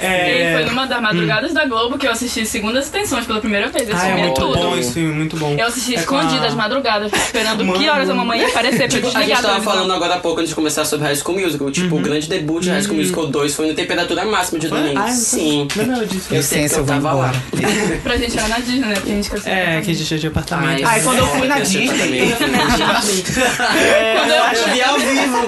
[SPEAKER 3] E foi
[SPEAKER 1] É.
[SPEAKER 3] numa das madrugadas da Globo que eu assisti Segundas Intenções pela primeira vez. Esse
[SPEAKER 1] Ah, é
[SPEAKER 3] filme é
[SPEAKER 1] muito
[SPEAKER 3] tudo.
[SPEAKER 1] bom esse filme, muito bom.
[SPEAKER 3] Eu assisti
[SPEAKER 1] É com a-
[SPEAKER 3] escondida às madrugadas, esperando que horas a mamãe ia aparecer pra eu
[SPEAKER 4] A
[SPEAKER 3] desligar
[SPEAKER 4] gente tava
[SPEAKER 3] televisão.
[SPEAKER 4] falando agora há pouco antes de começar sobre High School Musical. Tipo, o grande debut de High School Musical 2 foi no Temperatura Máxima de domingo.
[SPEAKER 1] Ah, eu não
[SPEAKER 4] Sim.
[SPEAKER 1] Lembrava disso.
[SPEAKER 4] Eu sei que eu tava lá.
[SPEAKER 3] Pra gente era na Disney, né? Porque a gente cresceu.
[SPEAKER 1] É, que a gente é de apartamento.
[SPEAKER 2] Ai, quando eu fui na
[SPEAKER 4] sei
[SPEAKER 2] Disney.
[SPEAKER 4] também, eu fui na Disney.
[SPEAKER 3] Quando eu-
[SPEAKER 4] Eu vi ao vivo.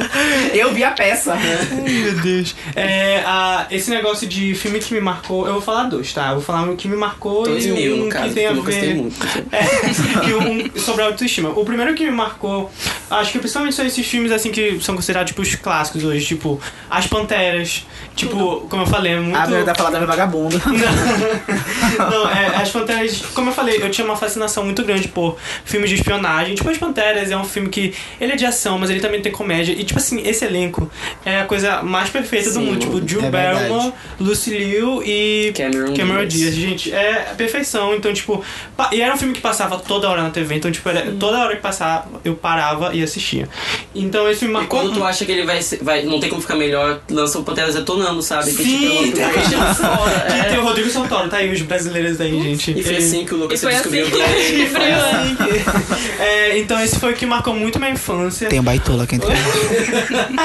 [SPEAKER 2] Eu vi a peça.
[SPEAKER 1] Meu Deus. É, a- esse negócio de filme que me marcou, eu vou falar dois, tá? Eu vou falar um que me marcou e um
[SPEAKER 4] 2000, no
[SPEAKER 1] que
[SPEAKER 4] caso.
[SPEAKER 1] tem
[SPEAKER 4] porque
[SPEAKER 1] a
[SPEAKER 4] Eu nunca gostei
[SPEAKER 1] ver-
[SPEAKER 4] muito. assim.
[SPEAKER 1] É, e um sobre a autoestima. O primeiro que me marcou, acho que principalmente são esses filmes assim que são considerados tipo os clássicos hoje, tipo As Panteras, tipo, como eu falei, é muito
[SPEAKER 2] A mulher tá falando da minha vagabunda.
[SPEAKER 1] Não, é, as Panteras, como eu falei, eu tinha uma fascinação muito grande por filmes de espionagem. Tipo, As Panteras é um filme que ele é de ação, mas ele também tem comédia. E, tipo assim, esse elenco é a coisa mais perfeita do
[SPEAKER 4] Sim,
[SPEAKER 1] mundo. Tipo, Drew
[SPEAKER 2] é verdade.
[SPEAKER 1] Barrymore, Lucy Liu e
[SPEAKER 4] Cameron
[SPEAKER 1] Cameron Diaz.
[SPEAKER 4] Diaz.
[SPEAKER 1] Gente, é a perfeição. Então, tipo, pa- e era um filme que passava toda hora na TV. Então, tipo, era- toda hora que passava, eu parava e assistia. Então, esse filme
[SPEAKER 4] E
[SPEAKER 1] marcou.
[SPEAKER 4] quando tu acha que ele vai, ser- vai- não tem como ficar melhor, lança o Pantera detonando, sabe? que, tipo, é uma
[SPEAKER 1] Sim, tem,
[SPEAKER 4] coisa que chama fora,
[SPEAKER 1] que
[SPEAKER 4] é.
[SPEAKER 1] tem o Rodrigo Santoro, tá aí, os brasileiros aí, gente.
[SPEAKER 4] E foi
[SPEAKER 1] Ele-
[SPEAKER 4] assim que o
[SPEAKER 3] E
[SPEAKER 4] Lucas
[SPEAKER 3] foi assim
[SPEAKER 4] descobriu
[SPEAKER 3] que a gente descobriu.
[SPEAKER 1] assim
[SPEAKER 3] né?
[SPEAKER 1] É, então esse foi o que marcou muito minha infância.
[SPEAKER 2] um baitola aqui entrou.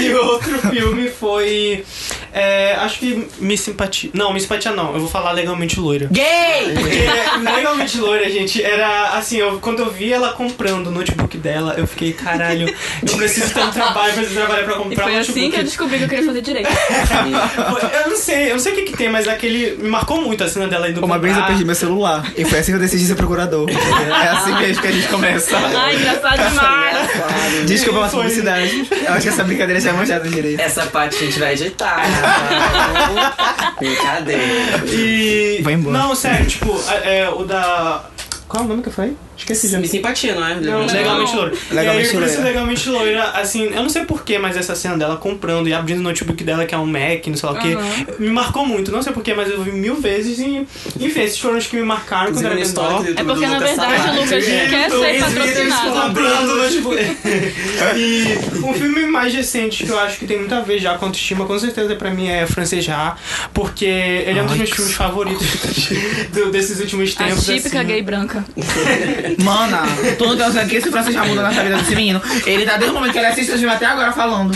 [SPEAKER 1] E o outro filme foi. é, acho que Miss Simpatia. Não, Miss Simpatia não. Eu vou falar legalmente loira.
[SPEAKER 2] Gay!
[SPEAKER 1] Porque legalmente loira, gente, era assim, eu- quando eu vi ela comprando o notebook dela, eu fiquei, caralho, eu preciso ter um trabalho, eu preciso trabalhar pra
[SPEAKER 3] E
[SPEAKER 1] comprar um
[SPEAKER 3] foi assim que eu
[SPEAKER 1] notebook.
[SPEAKER 3] descobri que eu queria fazer direito.
[SPEAKER 1] Foi- Eu não sei, eu não sei o que, que tem, mas aquele. Me marcou muito a cena dela indo
[SPEAKER 2] Uma vez eu
[SPEAKER 1] comprar.
[SPEAKER 2] perdi meu celular. E foi assim que eu decidi ser procurador. É assim mesmo que a gente começa.
[SPEAKER 3] Ai, engraçado demais.
[SPEAKER 2] Desculpa a
[SPEAKER 1] Foi.
[SPEAKER 2] publicidade. Eu acho que essa brincadeira já é manjada direito.
[SPEAKER 4] Essa parte a gente vai editar. Brincadeira.
[SPEAKER 1] E.
[SPEAKER 2] Vai embora.
[SPEAKER 1] Não, sério, tipo, a- é, o da. Qual é o nome que foi? Esqueci já.
[SPEAKER 4] Me simpatia, não é?
[SPEAKER 1] Não, legalmente loira.
[SPEAKER 2] Legalmente
[SPEAKER 1] e aí, por isso,
[SPEAKER 2] loira.
[SPEAKER 1] legalmente loira, assim, eu não sei porquê, mas essa cena dela comprando e abrindo o notebook dela, que é um Mac, não sei lá o quê, me marcou muito. Não sei porquê, mas eu vi mil vezes e, enfim, esses foram os que me marcaram quando
[SPEAKER 4] Inclusive,
[SPEAKER 1] era
[SPEAKER 4] na história
[SPEAKER 1] menor.
[SPEAKER 4] do YouTube
[SPEAKER 3] É porque,
[SPEAKER 4] do
[SPEAKER 3] na
[SPEAKER 4] Lucas
[SPEAKER 3] verdade,
[SPEAKER 4] Salar.
[SPEAKER 3] o Lucas quer ser patrocinado.
[SPEAKER 1] Comprando notebook. e um filme mais recente que eu acho que tem muito a ver já com autoestima, com certeza pra mim é Francejar, porque ele é um dos meus filmes favoritos do- desses últimos
[SPEAKER 3] A
[SPEAKER 1] tempos.
[SPEAKER 3] típica
[SPEAKER 1] assim.
[SPEAKER 3] gay branca.
[SPEAKER 2] Mana, tô no caso aqui, esse Francis já mudou na vida desse menino. Ele tá desde o momento que ele assiste o filme até agora falando.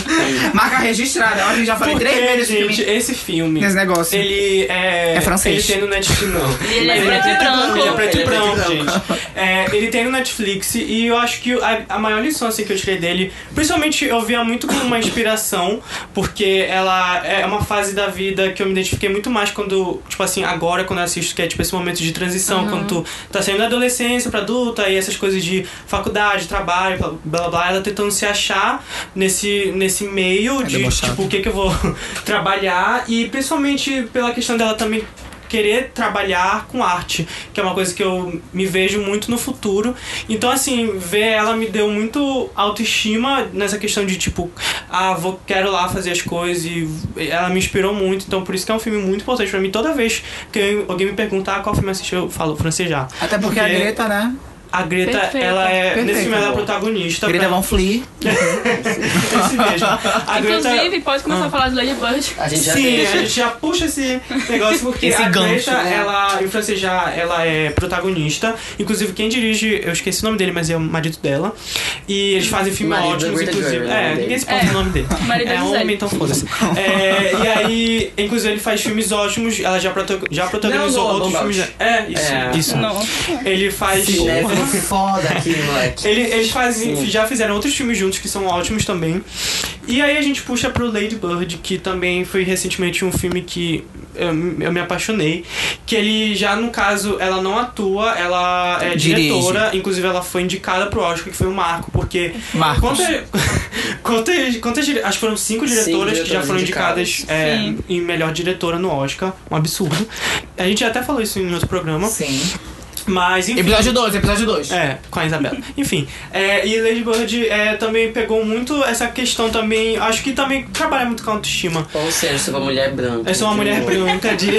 [SPEAKER 2] Marca registrada. Eu acho que já falei
[SPEAKER 1] Porque,
[SPEAKER 2] três vezes esse
[SPEAKER 1] gente,
[SPEAKER 2] filme.
[SPEAKER 1] esse filme.
[SPEAKER 2] Nesse negócio.
[SPEAKER 1] Ele é.
[SPEAKER 2] É francês.
[SPEAKER 1] Ele tem no Netflix, não.
[SPEAKER 3] ele é
[SPEAKER 1] Mas
[SPEAKER 3] preto e branco.
[SPEAKER 1] Ele é preto e
[SPEAKER 4] Ele é preto
[SPEAKER 1] branco,
[SPEAKER 4] e
[SPEAKER 1] gente. É, ele tem no Netflix e eu acho que a, a maior lição assim, que eu tirei dele, principalmente eu via muito como uma inspiração, porque ela é uma fase da vida que eu me identifiquei muito mais quando, tipo assim, agora quando eu assisto, que é tipo esse momento de transição, quando tu tá saindo da adolescência pra adulta e essas coisas de faculdade, trabalho, blá blá blá, ela tá tentando se achar nesse, nesse meio de
[SPEAKER 2] debochada.
[SPEAKER 1] tipo o que, que eu vou trabalhar e principalmente pela questão dela também querer trabalhar com arte, que é uma coisa que eu me vejo muito no futuro. Então, assim, ver ela me deu muito autoestima nessa questão de tipo, ah, vou, quero lá fazer as coisas e ela me inspirou muito. Então, por isso que é um filme muito importante pra mim. Toda vez que eu- alguém me perguntar qual filme assistir, eu falo francejar.
[SPEAKER 2] Até porque a
[SPEAKER 1] Porque-
[SPEAKER 2] Greta, né?
[SPEAKER 1] A Greta,
[SPEAKER 3] Perfeita.
[SPEAKER 1] ela é.
[SPEAKER 2] Perfeita.
[SPEAKER 1] Nesse filme ela é a protagonista.
[SPEAKER 2] Greta
[SPEAKER 1] pra-
[SPEAKER 2] Van Fleet.
[SPEAKER 1] Esse mesmo. A Greta.
[SPEAKER 3] Inclusive, pode começar a falar de Ladybird.
[SPEAKER 4] A gente já
[SPEAKER 1] Sim,
[SPEAKER 4] deixa.
[SPEAKER 1] a gente já puxa esse negócio porque
[SPEAKER 2] Esse
[SPEAKER 1] a
[SPEAKER 2] gancho,
[SPEAKER 1] Greta,
[SPEAKER 2] né?
[SPEAKER 1] ela, em francês já, ela é protagonista. Inclusive, quem dirige, eu esqueci o nome dele, mas é o marido dela. E eles fazem filmes
[SPEAKER 4] Marido da
[SPEAKER 1] ótimos,
[SPEAKER 4] Greta
[SPEAKER 1] inclusive.
[SPEAKER 4] Gerwig, o nome
[SPEAKER 1] é,
[SPEAKER 4] dele.
[SPEAKER 1] ninguém se importa
[SPEAKER 3] É.
[SPEAKER 1] o nome dele.
[SPEAKER 3] Marido
[SPEAKER 1] é
[SPEAKER 3] da
[SPEAKER 1] homem,
[SPEAKER 3] Gisele.
[SPEAKER 1] então foda-se. É, e aí, inclusive, ele faz filmes ótimos. Ela já, proto- já protagonizou
[SPEAKER 4] Nolan
[SPEAKER 1] outros
[SPEAKER 4] Baumbach.
[SPEAKER 1] filmes. É, isso.
[SPEAKER 4] É.
[SPEAKER 1] isso.
[SPEAKER 3] Não.
[SPEAKER 1] Ele faz.
[SPEAKER 2] né? É,
[SPEAKER 4] Cinéfilo foda aqui, moleque.
[SPEAKER 1] Ele- eles fazem, já fizeram outros filmes juntos que são ótimos também. E aí a gente puxa pro Lady Bird, que também foi recentemente um filme que eu, eu me apaixonei. Que ele já, no caso, ela não atua, ela é
[SPEAKER 2] Dirige.
[SPEAKER 1] diretora. Inclusive, ela foi indicada pro Oscar, que foi um marco, porque.
[SPEAKER 2] Marcos.
[SPEAKER 1] Quantas, quantas, quantas dire- Acho que foram cinco diretoras que já
[SPEAKER 4] diretoras
[SPEAKER 1] foram indicadas é,
[SPEAKER 3] Sim.
[SPEAKER 1] em melhor diretora no Oscar. Um absurdo. A gente até falou isso em outro programa.
[SPEAKER 2] Sim.
[SPEAKER 1] Mas, enfim.
[SPEAKER 2] assim. Episódio 2, episódio 2.
[SPEAKER 1] É, com a Isabela. Enfim, é, e Lady Bird é, também pegou muito essa questão também. Acho que também trabalha muito com a autoestima.
[SPEAKER 4] Ou seja, eu sou uma mulher é branca.
[SPEAKER 1] Eu sou uma mulher
[SPEAKER 4] entendeu?
[SPEAKER 1] branca de.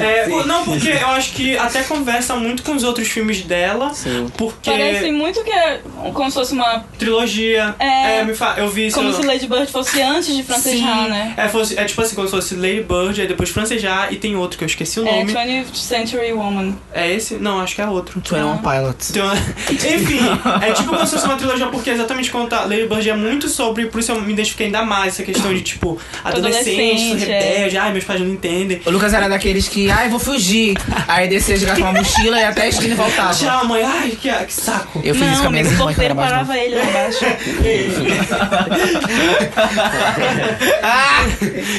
[SPEAKER 1] É, por- não, porque eu acho que até conversa muito com os outros filmes dela.
[SPEAKER 4] Sim.
[SPEAKER 1] Porque.
[SPEAKER 3] Parece muito que é como se fosse uma.
[SPEAKER 1] Trilogia.
[SPEAKER 3] É.
[SPEAKER 1] me fa- eu vi isso.
[SPEAKER 3] Como se Ladybird fosse antes de Francejar, né?
[SPEAKER 1] é, fosse- é tipo assim, como se fosse Lady Bird, aí depois francejar, e tem outro que eu esqueci o
[SPEAKER 3] É,
[SPEAKER 1] nome.
[SPEAKER 3] 20th Century Woman.
[SPEAKER 1] É esse? Não, acho que é outro.
[SPEAKER 2] Tu é um pilot.
[SPEAKER 1] Então, enfim, é tipo como se fosse uma trilogia, porque exatamente quando tá, Lady Bird é muito sobre, por isso eu me identifiquei ainda mais, essa questão de, tipo, adolescente,
[SPEAKER 3] Adolescente, é.
[SPEAKER 1] rebelde, ai, meus pais não entendem.
[SPEAKER 2] O Lucas era daqueles que, ai, vou fugir. Aí descia, jogava uma mochila e até a esquina e voltava.
[SPEAKER 1] Tchau, mãe, ai, que, que saco.
[SPEAKER 2] Eu fiz isso com a
[SPEAKER 3] não,
[SPEAKER 2] minha
[SPEAKER 3] amigo, o
[SPEAKER 2] irmã quando eu era
[SPEAKER 3] porteiro
[SPEAKER 2] mais nova.
[SPEAKER 3] parava ele lá embaixo.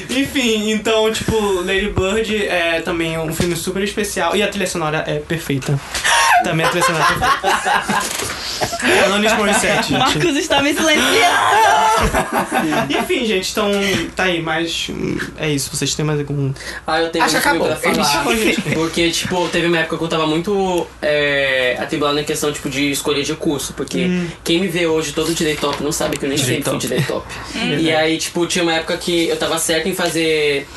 [SPEAKER 1] Enfim, então, tipo, Lady Bird é também um filme super especial, e a trilha sonora é perfeita. Também a trilha sonora é perfeita. Alanis Morissette, gente.
[SPEAKER 3] Marcos está me silenciando.
[SPEAKER 1] Enfim, gente, então, tá aí, mas hum, é isso, vocês têm mais algum...
[SPEAKER 4] Ah, eu tenho
[SPEAKER 2] Acho
[SPEAKER 4] um
[SPEAKER 2] que
[SPEAKER 4] filme pra
[SPEAKER 2] acabou.
[SPEAKER 4] falar.
[SPEAKER 1] Gente,
[SPEAKER 4] Porque, tipo, teve uma época que eu tava muito é, atribulado em questão, tipo, de escolha de curso. Porque
[SPEAKER 1] Hum.
[SPEAKER 4] quem me vê hoje todo direito top não sabe que eu nem sempre fui direito top.
[SPEAKER 1] É
[SPEAKER 4] E aí, tipo, tinha uma época que eu tava certo em fazer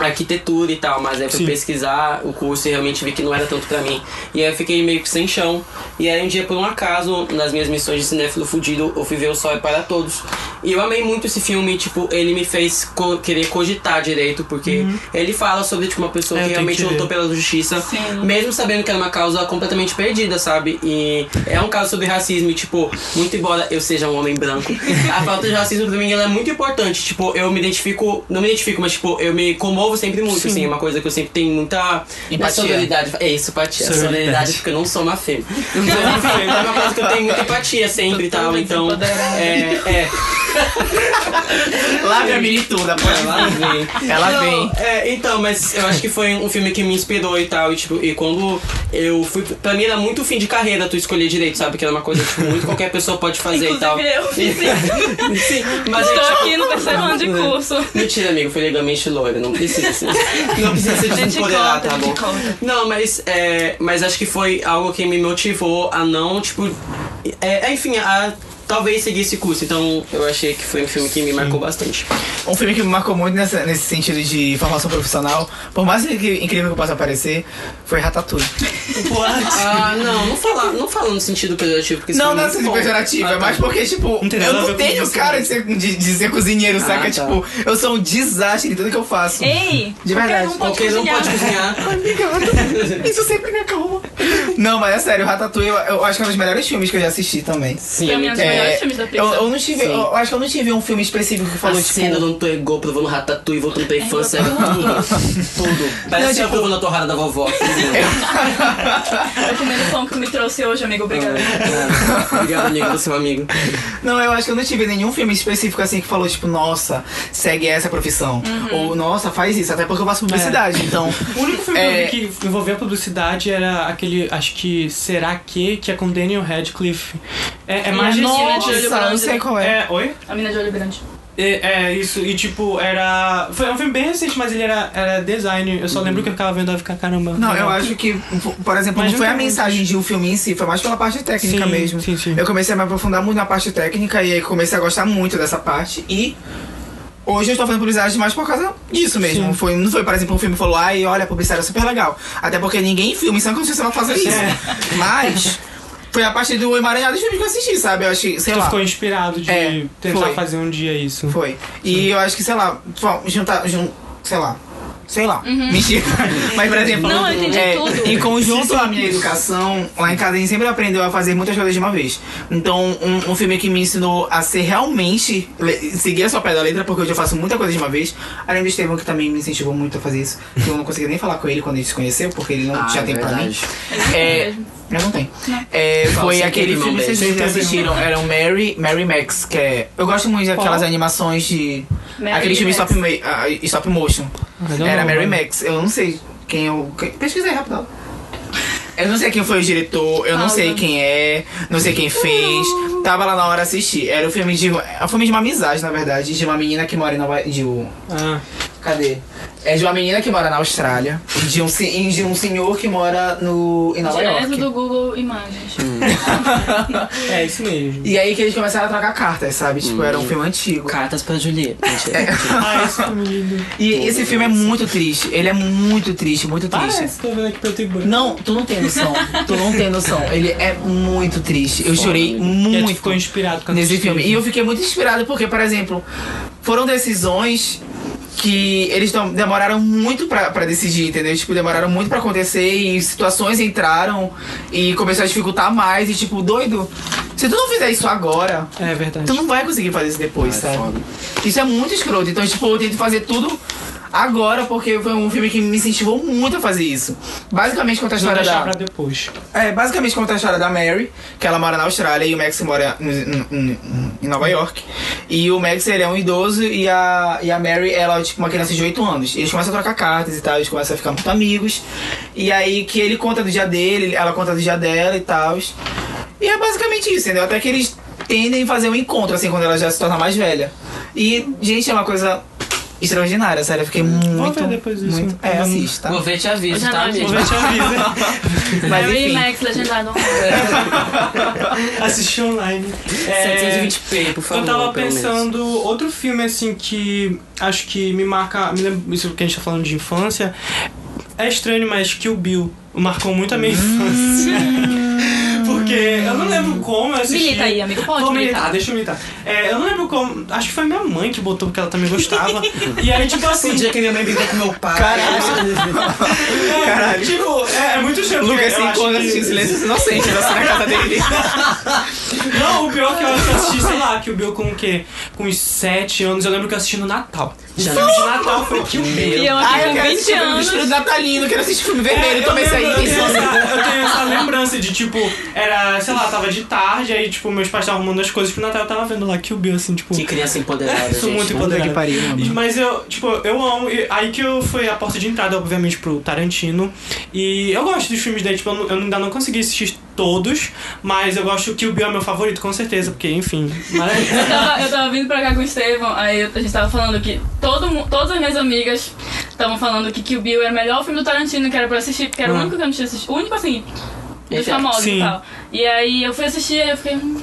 [SPEAKER 4] arquitetura e tal, mas aí eu fui
[SPEAKER 1] Sim.
[SPEAKER 4] pesquisar o curso e realmente vi que não era tanto pra mim. E aí eu fiquei meio que sem chão. E aí um dia, por um acaso, nas minhas missões de cinéfilo fudido, eu fui ver O Sol é para Todos. E eu amei muito esse filme, tipo, ele me fez co- querer cogitar direito, porque ele fala sobre, tipo, uma pessoa
[SPEAKER 1] Uhum. É,
[SPEAKER 4] que
[SPEAKER 1] tem
[SPEAKER 4] realmente
[SPEAKER 1] que ler.
[SPEAKER 4] lutou pela justiça,
[SPEAKER 3] Sim.
[SPEAKER 4] mesmo sabendo que era uma causa completamente perdida, sabe? E é um caso sobre racismo, e, tipo, muito embora eu seja um homem branco, a falta de racismo pra mim ela é muito importante. Tipo, eu me identifico, não me identifico, mas tipo, eu me comovo sempre muito, assim, é uma coisa que eu sempre tenho muita
[SPEAKER 2] Empatia.
[SPEAKER 4] solidariedade. É isso, empatia.
[SPEAKER 1] Solidariedade.
[SPEAKER 4] Solidariedade, porque eu não sou uma fêmea. Mas enfim, é uma coisa que eu tenho muita empatia sempre e tal,
[SPEAKER 3] Totalmente
[SPEAKER 4] então.
[SPEAKER 3] empoderada.
[SPEAKER 4] É, é.
[SPEAKER 2] Lá vem a milituda, pode lá.
[SPEAKER 4] Ela vem.
[SPEAKER 2] Ela
[SPEAKER 4] Não,
[SPEAKER 2] vem.
[SPEAKER 4] é, então, mas eu acho que foi um filme que me inspirou e tal. E, tipo, e quando eu fui. Pra mim era muito fim de carreira tu escolher direito, sabe? Que era uma coisa que tipo, muito qualquer pessoa pode fazer e tal.
[SPEAKER 3] Inclusive é eu fiz isso.
[SPEAKER 4] Sim, mas eu
[SPEAKER 3] Estou
[SPEAKER 4] tipo,
[SPEAKER 3] aqui no terceiro ano de curso.
[SPEAKER 4] Mentira, amigo, foi legalmente loira, não precisa ser. Não precisa ser
[SPEAKER 3] Gente, corta,
[SPEAKER 4] desempoderado, tá bom?
[SPEAKER 3] gente, corta.
[SPEAKER 4] Não, mas, é, mas acho que foi algo que me motivou a não, tipo. é, enfim, a talvez seguir esse curso. Então eu achei que foi um filme que me marcou bastante.
[SPEAKER 2] Um filme que me marcou muito nessa- nesse sentido de formação profissional, por mais que- incrível que possa parecer, foi Ratatouille.
[SPEAKER 4] Ah, não, não fala, não fala no sentido pejorativo, porque isso
[SPEAKER 2] Não,
[SPEAKER 4] foi
[SPEAKER 2] não é
[SPEAKER 4] muito
[SPEAKER 2] sentido
[SPEAKER 4] bom.
[SPEAKER 2] pejorativo,
[SPEAKER 4] Ah,
[SPEAKER 2] é
[SPEAKER 4] tá.
[SPEAKER 2] mais porque, tipo,
[SPEAKER 1] Não tem
[SPEAKER 2] eu
[SPEAKER 1] nada a ver
[SPEAKER 2] não
[SPEAKER 1] com
[SPEAKER 2] tenho
[SPEAKER 1] isso,
[SPEAKER 2] cara de ser, de, de ser cozinheiro, saca?
[SPEAKER 4] tá.
[SPEAKER 2] Tipo, eu sou um desastre em tudo que eu faço.
[SPEAKER 3] Ei,
[SPEAKER 2] De
[SPEAKER 3] qualquer
[SPEAKER 2] verdade.
[SPEAKER 3] um pode
[SPEAKER 4] Porque não
[SPEAKER 3] cozinhar.
[SPEAKER 4] pode cozinhar.
[SPEAKER 2] Isso sempre me acalma. Não, mas é sério, Ratatouille eu, eu acho que é um dos melhores filmes que eu já assisti também.
[SPEAKER 4] Sim,
[SPEAKER 3] Pra mim,
[SPEAKER 4] amigo.
[SPEAKER 3] é dos
[SPEAKER 2] É,
[SPEAKER 3] melhores filmes da
[SPEAKER 2] eu,
[SPEAKER 3] Pixar.
[SPEAKER 2] eu não tive, eu, eu acho que eu não tive um filme específico que
[SPEAKER 4] A
[SPEAKER 2] falou, tipo.
[SPEAKER 4] cena do Antônio Go provando ratatouille, voltando pra infância, é tudo. Tudo. Parece que eu provando a torrada da vovó. assim, né?
[SPEAKER 2] É.
[SPEAKER 4] tudo.
[SPEAKER 3] Eu comendo o pão que tu me trouxe hoje, amigo. Obrigada.
[SPEAKER 4] É. Obrigado, amigo, do seu amigo.
[SPEAKER 2] É, Não, eu acho que eu não tive nenhum filme específico assim que falou, tipo, nossa, segue essa profissão. Ou, nossa, faz isso, até porque eu faço publicidade, então.
[SPEAKER 1] O único filme
[SPEAKER 2] É.
[SPEAKER 1] que eu vi que envolvia a publicidade era aquele. Acho acho que Será Que, que é com Daniel Radcliffe. É, é mais recente.
[SPEAKER 3] a menina de olho
[SPEAKER 2] Nossa, não
[SPEAKER 3] grande,
[SPEAKER 2] sei
[SPEAKER 3] né?
[SPEAKER 2] qual é.
[SPEAKER 1] É, oi?
[SPEAKER 3] A menina de olho grande. Um
[SPEAKER 1] É, é, isso, e tipo, era. Foi um filme bem recente, mas ele era, era design. Eu só lembro que eu ficava vendo e ficar caramba.
[SPEAKER 2] Não, eu acho que, por exemplo,
[SPEAKER 1] Mas
[SPEAKER 2] não foi a
[SPEAKER 1] justamente-
[SPEAKER 2] mensagem de um filme em si, foi mais pela parte técnica
[SPEAKER 1] Sim,
[SPEAKER 2] mesmo.
[SPEAKER 1] sim, sim.
[SPEAKER 2] Eu comecei a me aprofundar muito na parte técnica e aí comecei a gostar muito dessa parte e hoje eu estou fazendo publicidade mais por causa disso mesmo.
[SPEAKER 1] Sim.
[SPEAKER 2] Foi, não foi, por exemplo, um filme que falou, ai, olha, a publicidade é super legal. Até porque ninguém em filme sabe que você vai fazer isso. Mas foi a parte do emaranhado de filmes que eu assisti, sabe? Eu acho que, sei
[SPEAKER 1] Tu
[SPEAKER 2] lá.
[SPEAKER 1] ficou inspirado de
[SPEAKER 2] É,
[SPEAKER 1] tentar
[SPEAKER 2] foi.
[SPEAKER 1] fazer um dia isso.
[SPEAKER 2] Foi. E eu acho que, sei lá, bom, juntar. Jun, sei lá. Sei lá. Mentira. Mas, por exemplo.
[SPEAKER 3] Uhum. Não, eu entendi
[SPEAKER 2] é,
[SPEAKER 3] tudo.
[SPEAKER 2] Em conjunto à minha educação, lá em casa a gente sempre aprendeu a fazer muitas coisas de uma vez. Então, um, um filme que me ensinou a ser realmente. le- seguir a sua pé da letra, porque hoje eu faço muita coisa de uma vez. Além do Estevão, que também me incentivou muito a fazer isso. que Eu não consegui nem falar com ele quando a gente se conheceu, porque ele não
[SPEAKER 4] Ah,
[SPEAKER 2] tinha
[SPEAKER 4] é
[SPEAKER 2] tempo pra mim.
[SPEAKER 4] verdade.
[SPEAKER 2] É. Eu não tenho. É, foi
[SPEAKER 4] Falsinha
[SPEAKER 2] aquele
[SPEAKER 4] que
[SPEAKER 2] filme
[SPEAKER 4] não
[SPEAKER 2] que vocês já assistiram. Era o Mary, Mary Max, que é. Eu gosto muito daquelas
[SPEAKER 1] Qual?
[SPEAKER 2] animações de.
[SPEAKER 3] Mary
[SPEAKER 2] aquele filme
[SPEAKER 3] Max.
[SPEAKER 2] stop, ma- ah, stop motion.
[SPEAKER 1] Mas eu
[SPEAKER 2] Era
[SPEAKER 1] não,
[SPEAKER 2] Mary
[SPEAKER 1] mano.
[SPEAKER 2] Max. Eu não sei quem eu. Quem... Pesquisei rápido. Eu não sei quem foi o diretor, eu não
[SPEAKER 3] Pausa.
[SPEAKER 2] sei quem é, não sei quem fez. Tava lá na hora assistir. Era o filme de. É um filme de uma amizade, na verdade, de uma menina que mora em Nova. De um-
[SPEAKER 1] Ah,
[SPEAKER 2] Cadê? É de uma menina que mora na Austrália. e De um, se- e de um senhor que mora no, em Nova
[SPEAKER 3] Direto
[SPEAKER 2] York.
[SPEAKER 3] do Google Imagens.
[SPEAKER 1] é isso mesmo.
[SPEAKER 2] E aí que eles começaram a trocar cartas, sabe? Tipo, era um filme antigo.
[SPEAKER 4] Cartas pra Julieta. Mentira.
[SPEAKER 2] É.
[SPEAKER 1] Ah, isso comigo.
[SPEAKER 2] E esse filme é muito triste. Ele é muito triste, muito triste.
[SPEAKER 1] Parece, É, tô vendo aqui pelo Tibur.
[SPEAKER 2] Não, tu não tem noção. tu não tem noção. Ele é muito triste. Eu chorei
[SPEAKER 1] E aí tu
[SPEAKER 2] muito
[SPEAKER 1] ficou inspirado com a
[SPEAKER 2] nesse filme. E
[SPEAKER 1] tristeza.
[SPEAKER 2] eu fiquei muito inspirado porque, por exemplo, foram decisões que eles dom- demoraram muito pra, pra decidir, entendeu? Tipo, demoraram muito pra acontecer e situações entraram e começou a dificultar mais. E tipo, doido, se tu não fizer isso agora,
[SPEAKER 1] É verdade.
[SPEAKER 2] Tu Então não vai conseguir fazer isso depois,
[SPEAKER 4] Ah, é
[SPEAKER 2] sabe?
[SPEAKER 4] foda.
[SPEAKER 2] Isso é muito escroto. Então, tipo, eu tento fazer tudo agora, porque foi um filme que me incentivou muito a fazer isso. Basicamente conta a
[SPEAKER 1] Vou
[SPEAKER 2] história
[SPEAKER 1] deixar pra
[SPEAKER 2] da.
[SPEAKER 1] depois.
[SPEAKER 2] É, basicamente conta a história da Mary, que ela mora na Austrália e o Max mora em, em- em- em Nova York. E o Max, ele é um idoso e a, e a Mary, ela é tipo uma criança de 8 anos. E eles começam a trocar cartas e tal, eles começam a ficar muito amigos. E aí que ele conta do dia dele, ela conta do dia dela e tal. E é basicamente isso, entendeu? Até que eles tendem a fazer um encontro, assim, quando ela já se torna mais velha. E, gente, é uma coisa extraordinária, sério. Eu fiquei muito.
[SPEAKER 1] ver depois disso.
[SPEAKER 2] muito é, assiste, tá?
[SPEAKER 4] Vou ver te aviso,
[SPEAKER 3] Eu já
[SPEAKER 4] tá,
[SPEAKER 3] não
[SPEAKER 1] Vou
[SPEAKER 4] amigo?
[SPEAKER 1] ver te avisa.
[SPEAKER 2] Mas
[SPEAKER 3] Mary
[SPEAKER 2] enfim.
[SPEAKER 3] Max, legendado.
[SPEAKER 1] Assistir online. É,
[SPEAKER 4] 720p, por favor.
[SPEAKER 1] eu tava
[SPEAKER 4] pelo menos.
[SPEAKER 1] pensando outro filme assim que acho que me marca, me lembra, isso que a gente tá falando de infância. É estranho, mas Kill Bill marcou muito a minha infância. Porque eu não lembro como eu assisti.
[SPEAKER 3] Hum, Milita aí, amigo. Pode
[SPEAKER 1] Vou militar,
[SPEAKER 3] militar.
[SPEAKER 1] deixa eu militar. É, eu não lembro como. Acho que foi minha mãe que botou porque ela também gostava. e aí, tipo assim.
[SPEAKER 4] Um dia que minha mãe brigou com meu pai. Caralho.
[SPEAKER 1] é, Tipo, é, é muito chato.
[SPEAKER 2] Lucas
[SPEAKER 1] eu
[SPEAKER 2] se
[SPEAKER 1] acho que-
[SPEAKER 2] encontra assistindo Silêncio Inocente assim, na casa dele.
[SPEAKER 1] Não, o pior é que eu assisti, sei lá, Kill Bill com o quê? Com uns 7 anos. Eu lembro que eu assisti no Natal. O
[SPEAKER 4] Já
[SPEAKER 1] filme de Natal foi Kill Bill.
[SPEAKER 3] E eu aqui
[SPEAKER 2] Ai, Ah, eu
[SPEAKER 3] com
[SPEAKER 2] quero
[SPEAKER 3] 20
[SPEAKER 2] assistir filme do
[SPEAKER 3] anos.
[SPEAKER 2] Espírito Natalino, É, eu quero assistir filme vermelho,
[SPEAKER 1] eu
[SPEAKER 2] tomei isso aí.
[SPEAKER 1] lembro- Eu tenho, essa, eu tenho essa lembrança de, tipo, era, sei lá, tava de tarde, aí, tipo, meus pais estavam arrumando as coisas pro Natal, eu tava vendo lá Kill Bill, assim, tipo...
[SPEAKER 4] Que criança empoderada,
[SPEAKER 1] Sou
[SPEAKER 4] gente.
[SPEAKER 1] muito
[SPEAKER 4] Puta
[SPEAKER 1] empoderada.
[SPEAKER 4] que pariu, mano.
[SPEAKER 1] Mas eu, tipo, eu amo. E aí que eu foi a porta de entrada, obviamente, pro Tarantino. E eu gosto dos filmes dele, tipo, eu, não- eu ainda não consegui assistir todos, mas eu gosto que o Bill é meu favorito, com certeza, porque, enfim, maravilhoso.
[SPEAKER 3] Eu tava, eu tava vindo pra cá com o Estevão, aí a gente tava falando que todo, mu- todas as minhas amigas estavam falando que Kill Bill era o melhor filme do Tarantino que era pra eu assistir, porque era o
[SPEAKER 1] Ah.
[SPEAKER 3] único que eu não tinha assistido. O único, assim, dos
[SPEAKER 4] Esse é-
[SPEAKER 3] famosos
[SPEAKER 1] Sim.
[SPEAKER 3] e tal. E aí eu fui assistir e eu fiquei... hum,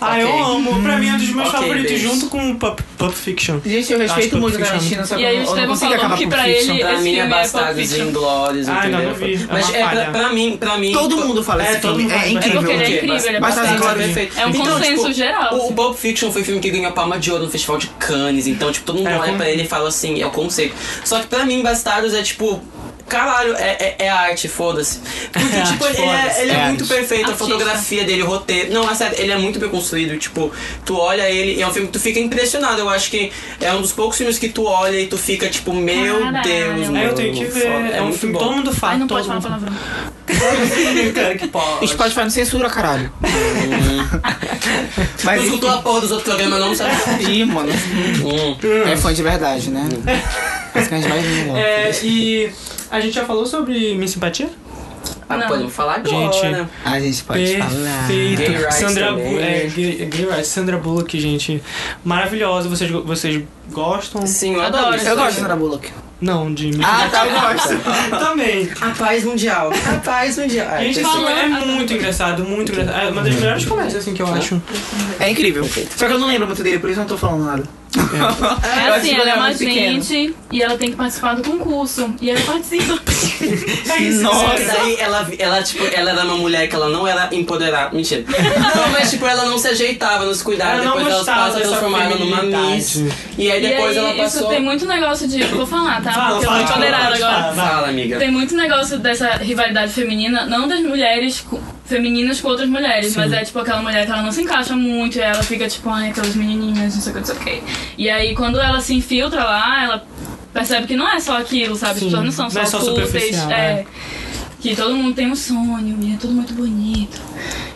[SPEAKER 1] Ah,
[SPEAKER 4] Ok.
[SPEAKER 1] eu amo. Pra mim é um dos meus
[SPEAKER 4] Ok, Hum,
[SPEAKER 1] favoritos,
[SPEAKER 4] beijo.
[SPEAKER 1] junto com o Pulp, Pulp Fiction.
[SPEAKER 2] Gente, eu respeito
[SPEAKER 1] Acho
[SPEAKER 2] muito o
[SPEAKER 1] que eu tô
[SPEAKER 2] Tarantino, só que
[SPEAKER 3] E
[SPEAKER 2] eu
[SPEAKER 3] aí
[SPEAKER 2] não- eu não
[SPEAKER 3] o Estevam
[SPEAKER 2] consigo
[SPEAKER 3] falou
[SPEAKER 2] acabar
[SPEAKER 3] que
[SPEAKER 2] com
[SPEAKER 3] pra
[SPEAKER 2] Fiction.
[SPEAKER 3] ele- Esse
[SPEAKER 4] Pra mim
[SPEAKER 3] filme
[SPEAKER 4] é
[SPEAKER 3] é
[SPEAKER 4] Bastardos
[SPEAKER 3] Pulp Fiction.
[SPEAKER 4] Inglórios,
[SPEAKER 1] Ah, ainda
[SPEAKER 4] entendeu?
[SPEAKER 1] não vi. É uma
[SPEAKER 4] Mas é, pra,
[SPEAKER 1] falha.
[SPEAKER 4] pra mim, pra mim...
[SPEAKER 2] Todo mundo fala
[SPEAKER 1] É,
[SPEAKER 2] desse
[SPEAKER 1] todo
[SPEAKER 2] filme,
[SPEAKER 1] mundo
[SPEAKER 2] é
[SPEAKER 1] fala.
[SPEAKER 2] incrível.
[SPEAKER 3] É porque ele é incrível, ele é
[SPEAKER 2] Bastardos
[SPEAKER 4] Bastardos
[SPEAKER 2] Inglórios.
[SPEAKER 4] Inglórios é perfeito.
[SPEAKER 3] É um consenso
[SPEAKER 4] tipo,
[SPEAKER 3] geral,
[SPEAKER 4] O, o
[SPEAKER 3] assim.
[SPEAKER 4] Pulp Fiction foi o filme que ganhou Palma de Ouro no Festival de Cannes. Então, tipo, todo mundo
[SPEAKER 1] É,
[SPEAKER 4] olha
[SPEAKER 1] como-
[SPEAKER 4] pra ele e fala assim, é o conceito. Só que pra mim, Bastardos é tipo... Caralho, é, é, é arte, foda-se. Porque,
[SPEAKER 1] É
[SPEAKER 4] tipo,
[SPEAKER 1] arte,
[SPEAKER 4] ele é,
[SPEAKER 1] foda-se.
[SPEAKER 4] ele é
[SPEAKER 1] É
[SPEAKER 4] muito
[SPEAKER 1] arte.
[SPEAKER 4] perfeito, a
[SPEAKER 3] Artista.
[SPEAKER 4] fotografia dele, o roteiro. Não, é sério, ele é muito bem construído. Tipo, tu olha ele e é um filme que tu fica impressionado. Eu acho que é um dos poucos filmes que tu olha e tu fica, tipo, meu
[SPEAKER 3] Caralho.
[SPEAKER 4] Deus,
[SPEAKER 3] Aí
[SPEAKER 1] Aí
[SPEAKER 4] mano,
[SPEAKER 1] eu tenho que ver.
[SPEAKER 4] foda.
[SPEAKER 1] É, um
[SPEAKER 4] muito
[SPEAKER 1] filme
[SPEAKER 4] bom.
[SPEAKER 1] que todo mundo fala.
[SPEAKER 3] Ai, não
[SPEAKER 1] todo
[SPEAKER 3] pode falar
[SPEAKER 1] mundo
[SPEAKER 3] palavrão.
[SPEAKER 4] Cara, que
[SPEAKER 2] O
[SPEAKER 4] pode.
[SPEAKER 2] Spotify não censura, caralho.
[SPEAKER 4] Tu
[SPEAKER 2] Mas
[SPEAKER 4] escutou a porra dos outros programas, não sabe?
[SPEAKER 2] Ih, mano,
[SPEAKER 4] Hum.
[SPEAKER 2] é fã de verdade, né? Parece que a gente vai ver, ó.
[SPEAKER 1] É, e a gente já falou sobre Minha Simpatia?
[SPEAKER 4] Ah,
[SPEAKER 3] Não.
[SPEAKER 4] podemos falar agora. né?
[SPEAKER 1] Gente,
[SPEAKER 2] A gente pode falar.
[SPEAKER 4] Gay
[SPEAKER 1] Perfeito.
[SPEAKER 4] rights
[SPEAKER 1] Sandra,
[SPEAKER 4] também.
[SPEAKER 1] Bu- é, gay- gay rights. Sandra Bullock, gente. Maravilhosa. Vocês, go- vocês gostam?
[SPEAKER 4] Sim, eu
[SPEAKER 3] Adoro.
[SPEAKER 4] adoro. isso.
[SPEAKER 2] Eu gosto de Sandra Bullock.
[SPEAKER 1] Não, Jimmy.
[SPEAKER 2] Ah, tá, eu gosto.
[SPEAKER 1] Também.
[SPEAKER 2] A paz mundial. A paz
[SPEAKER 4] Ah,
[SPEAKER 2] mundial.
[SPEAKER 1] E, gente,
[SPEAKER 3] falou-
[SPEAKER 1] é muito engraçado, muito engraçado. É uma
[SPEAKER 4] Hum.
[SPEAKER 1] das melhores comédias, assim, que eu
[SPEAKER 4] um
[SPEAKER 1] acho.
[SPEAKER 2] É incrível.
[SPEAKER 4] Perfeito.
[SPEAKER 2] Só que eu não lembro muito dele, por isso eu não tô falando nada.
[SPEAKER 3] É
[SPEAKER 2] Eu
[SPEAKER 3] assim,
[SPEAKER 2] assisti quando
[SPEAKER 3] ela é
[SPEAKER 2] era
[SPEAKER 3] uma
[SPEAKER 2] muito pequeno.
[SPEAKER 3] gente e ela tem que participar do concurso. E ela participa.
[SPEAKER 4] Só que daí ela, ela, tipo, ela era uma mulher que ela não era empoderada. Mentira. Não, mas tipo, ela não se ajeitava nos cuidados.
[SPEAKER 1] Ela não
[SPEAKER 4] Depois ela
[SPEAKER 1] gostava
[SPEAKER 4] se
[SPEAKER 1] dessa
[SPEAKER 4] transformaram numa miss.
[SPEAKER 1] feminilidade.
[SPEAKER 4] E aí
[SPEAKER 3] E
[SPEAKER 4] depois
[SPEAKER 3] aí,
[SPEAKER 4] ela
[SPEAKER 3] isso
[SPEAKER 4] passou.
[SPEAKER 3] tem muito negócio de. Vou falar, tá?
[SPEAKER 1] Fala,
[SPEAKER 3] Porque
[SPEAKER 1] fala,
[SPEAKER 3] eu tô
[SPEAKER 1] fala, fala,
[SPEAKER 3] empoderada agora.
[SPEAKER 1] fala.
[SPEAKER 4] Fala, amiga.
[SPEAKER 3] Tem muito negócio dessa rivalidade feminina, não das mulheres co- femininas com outras mulheres, mas é tipo aquela mulher que ela não se encaixa muito e ela fica tipo, ai, aquelas menininhas, não sei o que, não sei o que. E aí quando ela se infiltra lá, ela percebe que não é só aquilo, sabe? As
[SPEAKER 1] Sim,
[SPEAKER 3] pessoas não são
[SPEAKER 1] não
[SPEAKER 3] só,
[SPEAKER 1] é só
[SPEAKER 3] fúteis.
[SPEAKER 1] superficial,
[SPEAKER 3] É.
[SPEAKER 1] é.
[SPEAKER 3] Que todo mundo tem um sonho e é tudo muito bonito.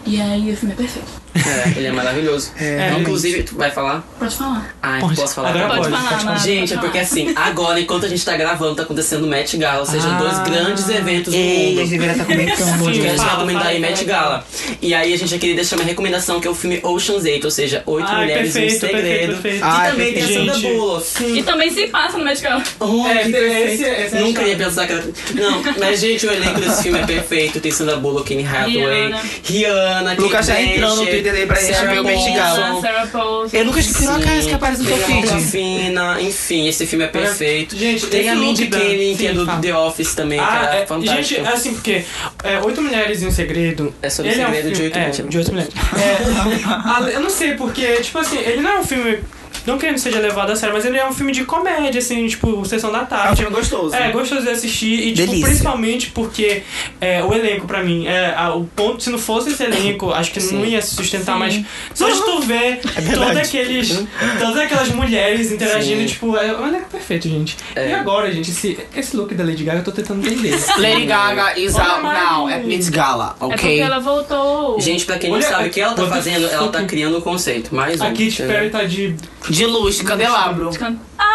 [SPEAKER 3] E aí o filme é perfeito.
[SPEAKER 4] É, ele é maravilhoso.
[SPEAKER 1] É,
[SPEAKER 4] Inclusive, tu vai falar?
[SPEAKER 3] Pode falar.
[SPEAKER 4] Ai,
[SPEAKER 1] Pode.
[SPEAKER 4] posso falar?
[SPEAKER 1] Agora
[SPEAKER 4] Tá bom.
[SPEAKER 3] Pode,
[SPEAKER 1] pode,
[SPEAKER 3] falar,
[SPEAKER 1] pode
[SPEAKER 3] Mara,
[SPEAKER 4] Gente, é
[SPEAKER 3] pode
[SPEAKER 4] porque
[SPEAKER 3] falar.
[SPEAKER 4] assim, agora, enquanto a gente tá gravando, tá acontecendo o Met Gala, ou seja,
[SPEAKER 1] Ah.
[SPEAKER 4] dois grandes eventos do
[SPEAKER 2] Ei, a gente
[SPEAKER 4] mundo.
[SPEAKER 2] deveria estar comentando.
[SPEAKER 1] Sim, é
[SPEAKER 4] Que a gente
[SPEAKER 1] fala,
[SPEAKER 4] recomendar
[SPEAKER 1] fala,
[SPEAKER 4] aí
[SPEAKER 1] fala,
[SPEAKER 4] Met
[SPEAKER 1] fala.
[SPEAKER 4] Gala. E aí a gente já queria deixar uma recomendação, que é o filme Ocean's 8, ou seja, Oito
[SPEAKER 1] Ai,
[SPEAKER 4] Mulheres e um
[SPEAKER 1] perfeito, perfeito,
[SPEAKER 4] Segredo.
[SPEAKER 1] perfeito.
[SPEAKER 4] E
[SPEAKER 2] Ai,
[SPEAKER 4] também tem a
[SPEAKER 1] perfeito.
[SPEAKER 4] Sandra
[SPEAKER 1] Gente.
[SPEAKER 4] Bullock.
[SPEAKER 3] E também se passa no Medical.
[SPEAKER 4] Oh,
[SPEAKER 1] É,
[SPEAKER 4] que
[SPEAKER 1] esse-
[SPEAKER 4] perfeito.
[SPEAKER 1] esse é
[SPEAKER 4] Nunca
[SPEAKER 1] chato.
[SPEAKER 4] ia pensar que era... Não, mas gente, o elenco desse filme é perfeito. Tem Sandra Bullock, Kenny Hathaway,
[SPEAKER 3] Rihanna.
[SPEAKER 4] Rihanna, Kate
[SPEAKER 2] Lucas já entrou no
[SPEAKER 4] Blanchett,
[SPEAKER 2] Twitter aí pra encher
[SPEAKER 4] Sarah
[SPEAKER 2] meu Met
[SPEAKER 4] Paulson.
[SPEAKER 2] Gala.
[SPEAKER 3] Sarah Paulson.
[SPEAKER 2] Eu nunca esqueci uma cara que aparece no teu
[SPEAKER 4] Tem a Mona
[SPEAKER 2] feed.
[SPEAKER 4] Fina, enfim, esse filme é perfeito.
[SPEAKER 1] Gente,
[SPEAKER 4] tem
[SPEAKER 1] esse
[SPEAKER 4] a Mindy
[SPEAKER 1] look da-
[SPEAKER 4] Kaling, que é
[SPEAKER 1] Sim,
[SPEAKER 4] do
[SPEAKER 1] fala.
[SPEAKER 4] The Office também, que
[SPEAKER 1] Ah,
[SPEAKER 4] é,
[SPEAKER 1] é,
[SPEAKER 4] fantástico.
[SPEAKER 1] gente, é assim, porque é, Oito Mulheres em Segredo.
[SPEAKER 4] É sobre o
[SPEAKER 1] ele
[SPEAKER 4] segredo de
[SPEAKER 1] filme-
[SPEAKER 4] oito
[SPEAKER 1] é,
[SPEAKER 4] mulheres.
[SPEAKER 1] de oito mulheres. É, a- eu não sei, porque, tipo assim, ele não é um filme. Não querendo que seja levado a sério, mas ele é um filme de comédia, assim, tipo, sessão da
[SPEAKER 2] É um
[SPEAKER 1] tarde.
[SPEAKER 2] filme gostoso.
[SPEAKER 1] É, gostoso de assistir e, tipo,
[SPEAKER 2] Delícia.
[SPEAKER 1] principalmente porque é, o elenco, pra mim, é, a- o ponto, se não fosse esse elenco, acho que não
[SPEAKER 4] Sim. É
[SPEAKER 1] ia se sustentar,
[SPEAKER 3] Sim.
[SPEAKER 1] mas só de tu ver todos aqueles, todas aquelas mulheres interagindo,
[SPEAKER 4] Sim.
[SPEAKER 1] tipo, é um elenco perfeito, gente.
[SPEAKER 4] É.
[SPEAKER 1] E agora, gente, esse, esse look da Lady Gaga eu tô tentando entender.
[SPEAKER 2] Lady Gaga is
[SPEAKER 1] Olha,
[SPEAKER 2] out
[SPEAKER 1] Mari.
[SPEAKER 2] now at Met Gala,
[SPEAKER 3] É porque
[SPEAKER 2] ok?
[SPEAKER 3] ela voltou.
[SPEAKER 4] Gente, pra quem não
[SPEAKER 1] Olha,
[SPEAKER 4] sabe o que ela tá
[SPEAKER 1] what the
[SPEAKER 4] fazendo, ela tá
[SPEAKER 1] fuck?
[SPEAKER 4] criando um conceito. Mais um.
[SPEAKER 1] A Kit
[SPEAKER 4] entendeu?
[SPEAKER 1] Perry tá de.
[SPEAKER 2] De luz, de candelabro.
[SPEAKER 3] Can- Ah!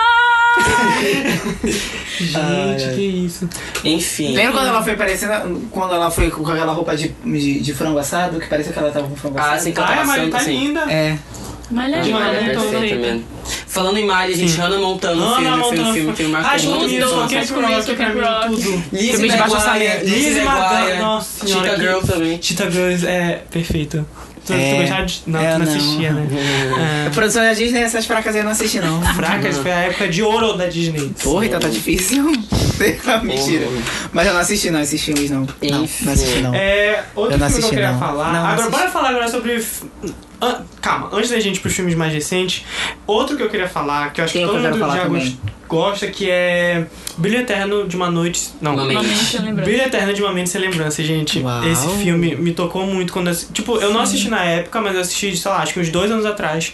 [SPEAKER 1] Gente, que isso.
[SPEAKER 4] Enfim.
[SPEAKER 2] Lembra quando ela foi parecendo, quando ela foi com aquela roupa de, de, de frango assado, que parecia que ela tava com frango
[SPEAKER 4] Ah,
[SPEAKER 2] assado?
[SPEAKER 4] assim que ela tá
[SPEAKER 1] Ai, a Maria
[SPEAKER 4] passando,
[SPEAKER 1] tá
[SPEAKER 4] assim.
[SPEAKER 1] linda.
[SPEAKER 2] É.
[SPEAKER 3] Malha
[SPEAKER 1] De
[SPEAKER 4] Ah,
[SPEAKER 1] maneira
[SPEAKER 4] é
[SPEAKER 1] Maria
[SPEAKER 3] Joana,
[SPEAKER 1] toda.
[SPEAKER 4] perfeito mesmo. Falando em Miley, gente, Hannah Montana, um filme,
[SPEAKER 1] Ana
[SPEAKER 4] foi um
[SPEAKER 1] Montana.
[SPEAKER 4] filme que me
[SPEAKER 1] As
[SPEAKER 4] marcou muito.
[SPEAKER 1] músicas,
[SPEAKER 3] Nossa,
[SPEAKER 1] Camp
[SPEAKER 3] Camp Rock,
[SPEAKER 1] Rock, pra mim,
[SPEAKER 3] Rock.
[SPEAKER 1] tudo.
[SPEAKER 4] Lizzie
[SPEAKER 2] Filme de baixo
[SPEAKER 4] McGuire,
[SPEAKER 2] orçamento.
[SPEAKER 1] Lizzie
[SPEAKER 4] É, Lizzie
[SPEAKER 1] Magan,
[SPEAKER 4] McGuire,
[SPEAKER 1] nossa senhora.
[SPEAKER 4] Chica
[SPEAKER 1] que-
[SPEAKER 4] Girl também.
[SPEAKER 1] Cheetah Girls é perfeito. Tu,
[SPEAKER 2] É.
[SPEAKER 1] tu gostava de. Não,
[SPEAKER 2] É,
[SPEAKER 1] tu não
[SPEAKER 2] não.
[SPEAKER 1] assistia, né?
[SPEAKER 2] A produção da Disney, essas fracas aí eu não assisti, não.
[SPEAKER 1] É. Fracas foi a época de ouro da Disney.
[SPEAKER 2] Porra, então tá difícil. Tá, Mentira. Mas eu não assisti, não, esses filmes, não. Não,
[SPEAKER 4] Enfim.
[SPEAKER 2] não assisti, não.
[SPEAKER 1] É, outro filme
[SPEAKER 2] Eu não
[SPEAKER 1] que eu
[SPEAKER 2] assisti,
[SPEAKER 1] queria
[SPEAKER 2] não.
[SPEAKER 1] falar.
[SPEAKER 2] Não, não
[SPEAKER 1] agora,
[SPEAKER 2] assisti.
[SPEAKER 1] bora falar agora sobre. f- an- calma, antes da gente ir pros filmes mais recentes, outro que eu queria falar, que eu acho
[SPEAKER 2] Quem
[SPEAKER 1] que
[SPEAKER 2] eu
[SPEAKER 1] todo
[SPEAKER 2] quero
[SPEAKER 1] mundo
[SPEAKER 2] falar
[SPEAKER 1] já
[SPEAKER 2] também?
[SPEAKER 1] gos- gosta, que é Brilho Eterno de uma Noite. Não,
[SPEAKER 4] Uma Mente.
[SPEAKER 3] Novamente eu lembrei.
[SPEAKER 1] Brilho Eterno de uma Mente Sem Lembrança, gente.
[SPEAKER 2] Uau.
[SPEAKER 1] Esse filme me tocou muito quando. eu assi- Tipo, eu não assisti na época, mas eu assisti, sei lá, acho que uns dois anos atrás.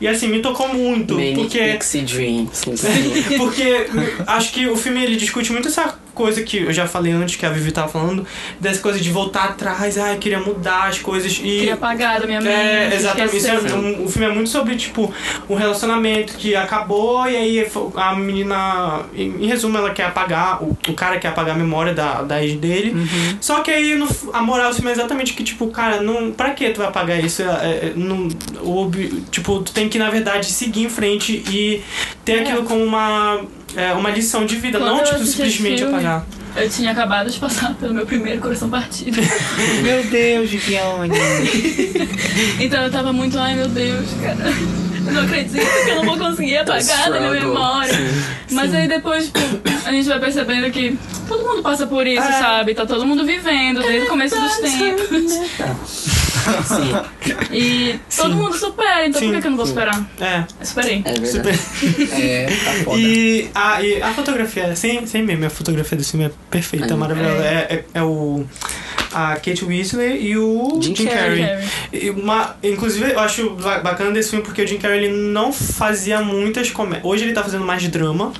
[SPEAKER 1] E assim, me tocou muito,
[SPEAKER 4] Manic
[SPEAKER 1] porque.
[SPEAKER 4] Pixie Dreams. não sei.
[SPEAKER 1] Porque acho que o filme ele discute muito essa coisa que eu já falei antes, que a Vivi tava falando, dessa coisa de voltar atrás, ai, queria mudar as coisas e.
[SPEAKER 3] Queria apagar da minha mente.
[SPEAKER 1] É, exatamente. Isso é,
[SPEAKER 3] esquecer.
[SPEAKER 1] um- o filme é muito sobre, tipo, um relacionamento que acabou e aí é fo- a menina, em, em resumo, ela quer apagar, o, o cara quer apagar a memória da, da ex dele.
[SPEAKER 3] Uhum.
[SPEAKER 1] Só que aí no f- a moral do filme é exatamente que, tipo, cara, não, pra que tu vai apagar isso? É, é, não, o, ob- tipo, tu tem que, na verdade, seguir em frente e ter aquilo como uma, é, uma lição de vida,
[SPEAKER 3] É. Quando
[SPEAKER 1] não,
[SPEAKER 3] eu
[SPEAKER 1] tipo,
[SPEAKER 3] assisti esse
[SPEAKER 1] simplesmente
[SPEAKER 3] filme,
[SPEAKER 1] apagar.
[SPEAKER 3] Eu tinha acabado de passar pelo meu primeiro coração partido.
[SPEAKER 2] Meu Deus, Viviane.
[SPEAKER 3] Então eu tava muito, ai meu Deus, cara. Eu não acredito que eu não vou conseguir apagar da minha
[SPEAKER 4] Struggle.
[SPEAKER 3] memória. Mas aí depois, tipo, a gente vai percebendo que todo mundo passa por isso,
[SPEAKER 1] É.
[SPEAKER 3] sabe? Tá todo mundo vivendo desde o começo dos tempos.
[SPEAKER 4] Sim,
[SPEAKER 3] E todo mundo supera, então
[SPEAKER 1] Sim.
[SPEAKER 3] por que que eu não vou superar?
[SPEAKER 1] É.
[SPEAKER 3] Eu superei.
[SPEAKER 4] é verdade.
[SPEAKER 2] É, tá foda.
[SPEAKER 1] E a, e a fotografia, sem, sem meme, a fotografia do filme é perfeita,
[SPEAKER 4] Ai,
[SPEAKER 1] maravilhosa. É, é, é o. A Kate Winslet e o
[SPEAKER 4] Jim
[SPEAKER 1] Jim, Carrey.
[SPEAKER 3] Carrey.
[SPEAKER 1] E uma- inclusive, eu acho ba- bacana desse filme porque o Jim Carrey ele não fazia muitas comédias. Hoje ele tá fazendo mais drama,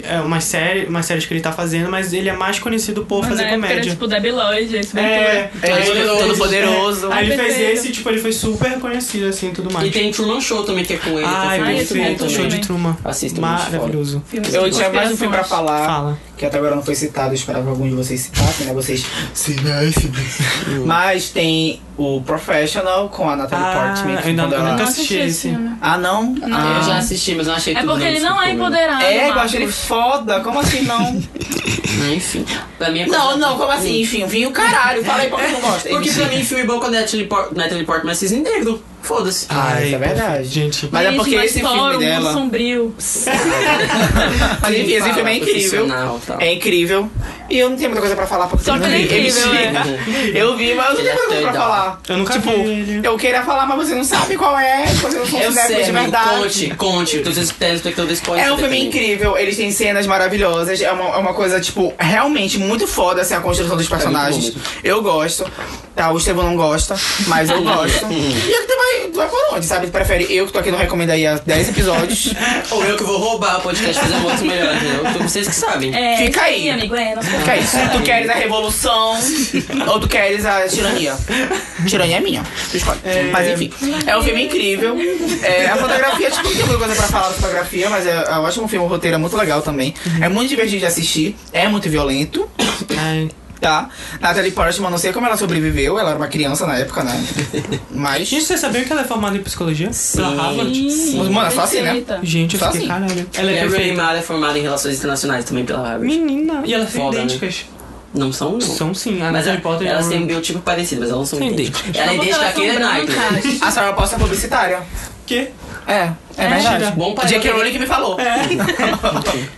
[SPEAKER 1] é, umas, séries, umas séries que ele tá fazendo, mas ele é mais conhecido por
[SPEAKER 3] Mas na
[SPEAKER 1] fazer
[SPEAKER 3] época era
[SPEAKER 1] comédia.
[SPEAKER 3] tipo Debbie Lloyd, esse é.
[SPEAKER 2] É,
[SPEAKER 1] aí
[SPEAKER 2] Todo
[SPEAKER 1] ele
[SPEAKER 2] Poderoso.
[SPEAKER 1] fez-
[SPEAKER 2] Poderoso.
[SPEAKER 1] É, Aí ele
[SPEAKER 3] Ai,
[SPEAKER 1] fez
[SPEAKER 3] perfeito.
[SPEAKER 1] esse, tipo, ele foi super conhecido, assim, e tudo mais.
[SPEAKER 4] E tem Truman Show também, que é com
[SPEAKER 1] Ai,
[SPEAKER 4] ele. que é muito bom
[SPEAKER 3] perfeito,
[SPEAKER 1] perfeito,
[SPEAKER 4] também.
[SPEAKER 1] show de Truman.
[SPEAKER 4] Assista, muito foda.
[SPEAKER 1] Maravilhoso.
[SPEAKER 2] Eu tinha mais um filme pra falar,
[SPEAKER 1] Fala.
[SPEAKER 2] que até agora não foi citado, eu esperava que algum de vocês citassem, né? Vocês. Cinéfilos. Mas tem o Professional com a Natalie
[SPEAKER 1] Ah,
[SPEAKER 2] Portman.
[SPEAKER 1] eu ainda-
[SPEAKER 2] quando
[SPEAKER 1] eu
[SPEAKER 2] ela-
[SPEAKER 1] nunca
[SPEAKER 3] Não
[SPEAKER 1] assisti
[SPEAKER 3] assisti
[SPEAKER 1] esse.
[SPEAKER 3] esse filme.
[SPEAKER 2] Ah, não? Ah.
[SPEAKER 4] Eu já assisti, mas não achei
[SPEAKER 3] É
[SPEAKER 4] tudo
[SPEAKER 3] porque ele
[SPEAKER 4] desse
[SPEAKER 3] não é
[SPEAKER 4] filme.
[SPEAKER 3] empoderado.
[SPEAKER 2] É, eu
[SPEAKER 3] Marcos.
[SPEAKER 2] acho ele foda. Como assim não?
[SPEAKER 4] Ah, Enfim, pra mim é
[SPEAKER 2] não,
[SPEAKER 4] coisa-
[SPEAKER 2] não, como assim? Enfim, vim o caralho. Fala aí porque eu não gosto.
[SPEAKER 4] Porque pra mim, filme bom com a Natalie Port- Natalie Portman é cisne negro. Foda-se.
[SPEAKER 2] Ah, isso é verdade.
[SPEAKER 1] Gente,
[SPEAKER 2] Mas é
[SPEAKER 3] Gente,
[SPEAKER 2] porque
[SPEAKER 3] mas
[SPEAKER 2] esse
[SPEAKER 3] Thor,
[SPEAKER 2] filme
[SPEAKER 3] o Mundo
[SPEAKER 2] dela.
[SPEAKER 3] sombrio.
[SPEAKER 2] Mas enfim, esse filme é incrível.
[SPEAKER 4] Profissional, tal.
[SPEAKER 2] É incrível. E eu não tenho muita coisa pra falar porque
[SPEAKER 3] Só que
[SPEAKER 2] eu
[SPEAKER 3] ele é
[SPEAKER 2] vi.
[SPEAKER 3] incrível, é.
[SPEAKER 2] Eu vi, mas eu não tenho muita coisa pra falar.
[SPEAKER 1] eu nunca
[SPEAKER 2] Tipo,
[SPEAKER 1] vi ele.
[SPEAKER 2] eu queria falar, mas você não sabe qual é, você não
[SPEAKER 4] Eu
[SPEAKER 2] consegue de
[SPEAKER 4] sei, amigo,
[SPEAKER 2] verdade.
[SPEAKER 4] conte, conte. Todos os telespectadores podem
[SPEAKER 2] É um
[SPEAKER 4] saber
[SPEAKER 2] filme
[SPEAKER 4] também.
[SPEAKER 2] incrível, eles têm cenas maravilhosas, é uma, é uma coisa, tipo, realmente muito foda, assim, a construção dos personagens.
[SPEAKER 4] muito bom
[SPEAKER 2] eu gosto, tá? O Estevão não gosta, mas eu gosto. e aqui tu vai, tu vai por onde, sabe? Tu prefere eu, que tô aqui no Recomenda aí há 10 episódios.
[SPEAKER 4] Ou eu que vou roubar o podcast e fazer um outro melhor, entendeu? Então, Vocês que sabem.
[SPEAKER 3] É,
[SPEAKER 2] Fica
[SPEAKER 3] isso
[SPEAKER 2] aí.
[SPEAKER 3] amigo. É, nossa,
[SPEAKER 2] que é isso? Tu queres a revolução ou tu queres a tirania? Tirania é minha. Tu escolhe. Mas enfim, é um filme incrível. É, a fotografia, tipo, não tem muita coisa pra falar da fotografia, mas é, eu acho um filme, o roteiro é muito legal também. É muito divertido de assistir, é muito violento.
[SPEAKER 1] Ai,
[SPEAKER 2] Tá? Natalie Portman, não sei como ela sobreviveu, ela era uma criança na época, né? Mas.
[SPEAKER 1] Gente, vocês sabiam que ela é formada em psicologia? Pela Harvard?
[SPEAKER 2] Mas, mano, é só assim, né?
[SPEAKER 3] perfeita.
[SPEAKER 1] Gente, eu
[SPEAKER 2] Só
[SPEAKER 1] fiquei
[SPEAKER 2] assim.
[SPEAKER 1] caralho. Ela
[SPEAKER 4] e
[SPEAKER 1] é
[SPEAKER 4] a Rooney
[SPEAKER 1] perfeita.
[SPEAKER 4] Mara é formada em relações internacionais também pela Harvard.
[SPEAKER 1] Menina. E elas são
[SPEAKER 4] Foda, né?
[SPEAKER 1] idênticas.
[SPEAKER 4] Não são, não.
[SPEAKER 1] São sim. A
[SPEAKER 4] Mas
[SPEAKER 1] Natalie
[SPEAKER 4] ela-
[SPEAKER 1] Portman e a
[SPEAKER 4] elas têm um
[SPEAKER 1] Rooney.
[SPEAKER 4] biotipo parecido, mas elas não são
[SPEAKER 1] Sim,
[SPEAKER 4] idênticas. Ela é
[SPEAKER 3] Porque
[SPEAKER 4] idêntica
[SPEAKER 3] elas
[SPEAKER 4] a
[SPEAKER 3] são
[SPEAKER 4] Keira Knightley.
[SPEAKER 3] brancas.
[SPEAKER 2] A Sarah Paulson é publicitária.
[SPEAKER 1] Quê?
[SPEAKER 2] É, é, verdade.
[SPEAKER 4] Bom pra
[SPEAKER 2] J.K.
[SPEAKER 4] ela.
[SPEAKER 2] Rowling que me falou.
[SPEAKER 3] Legal,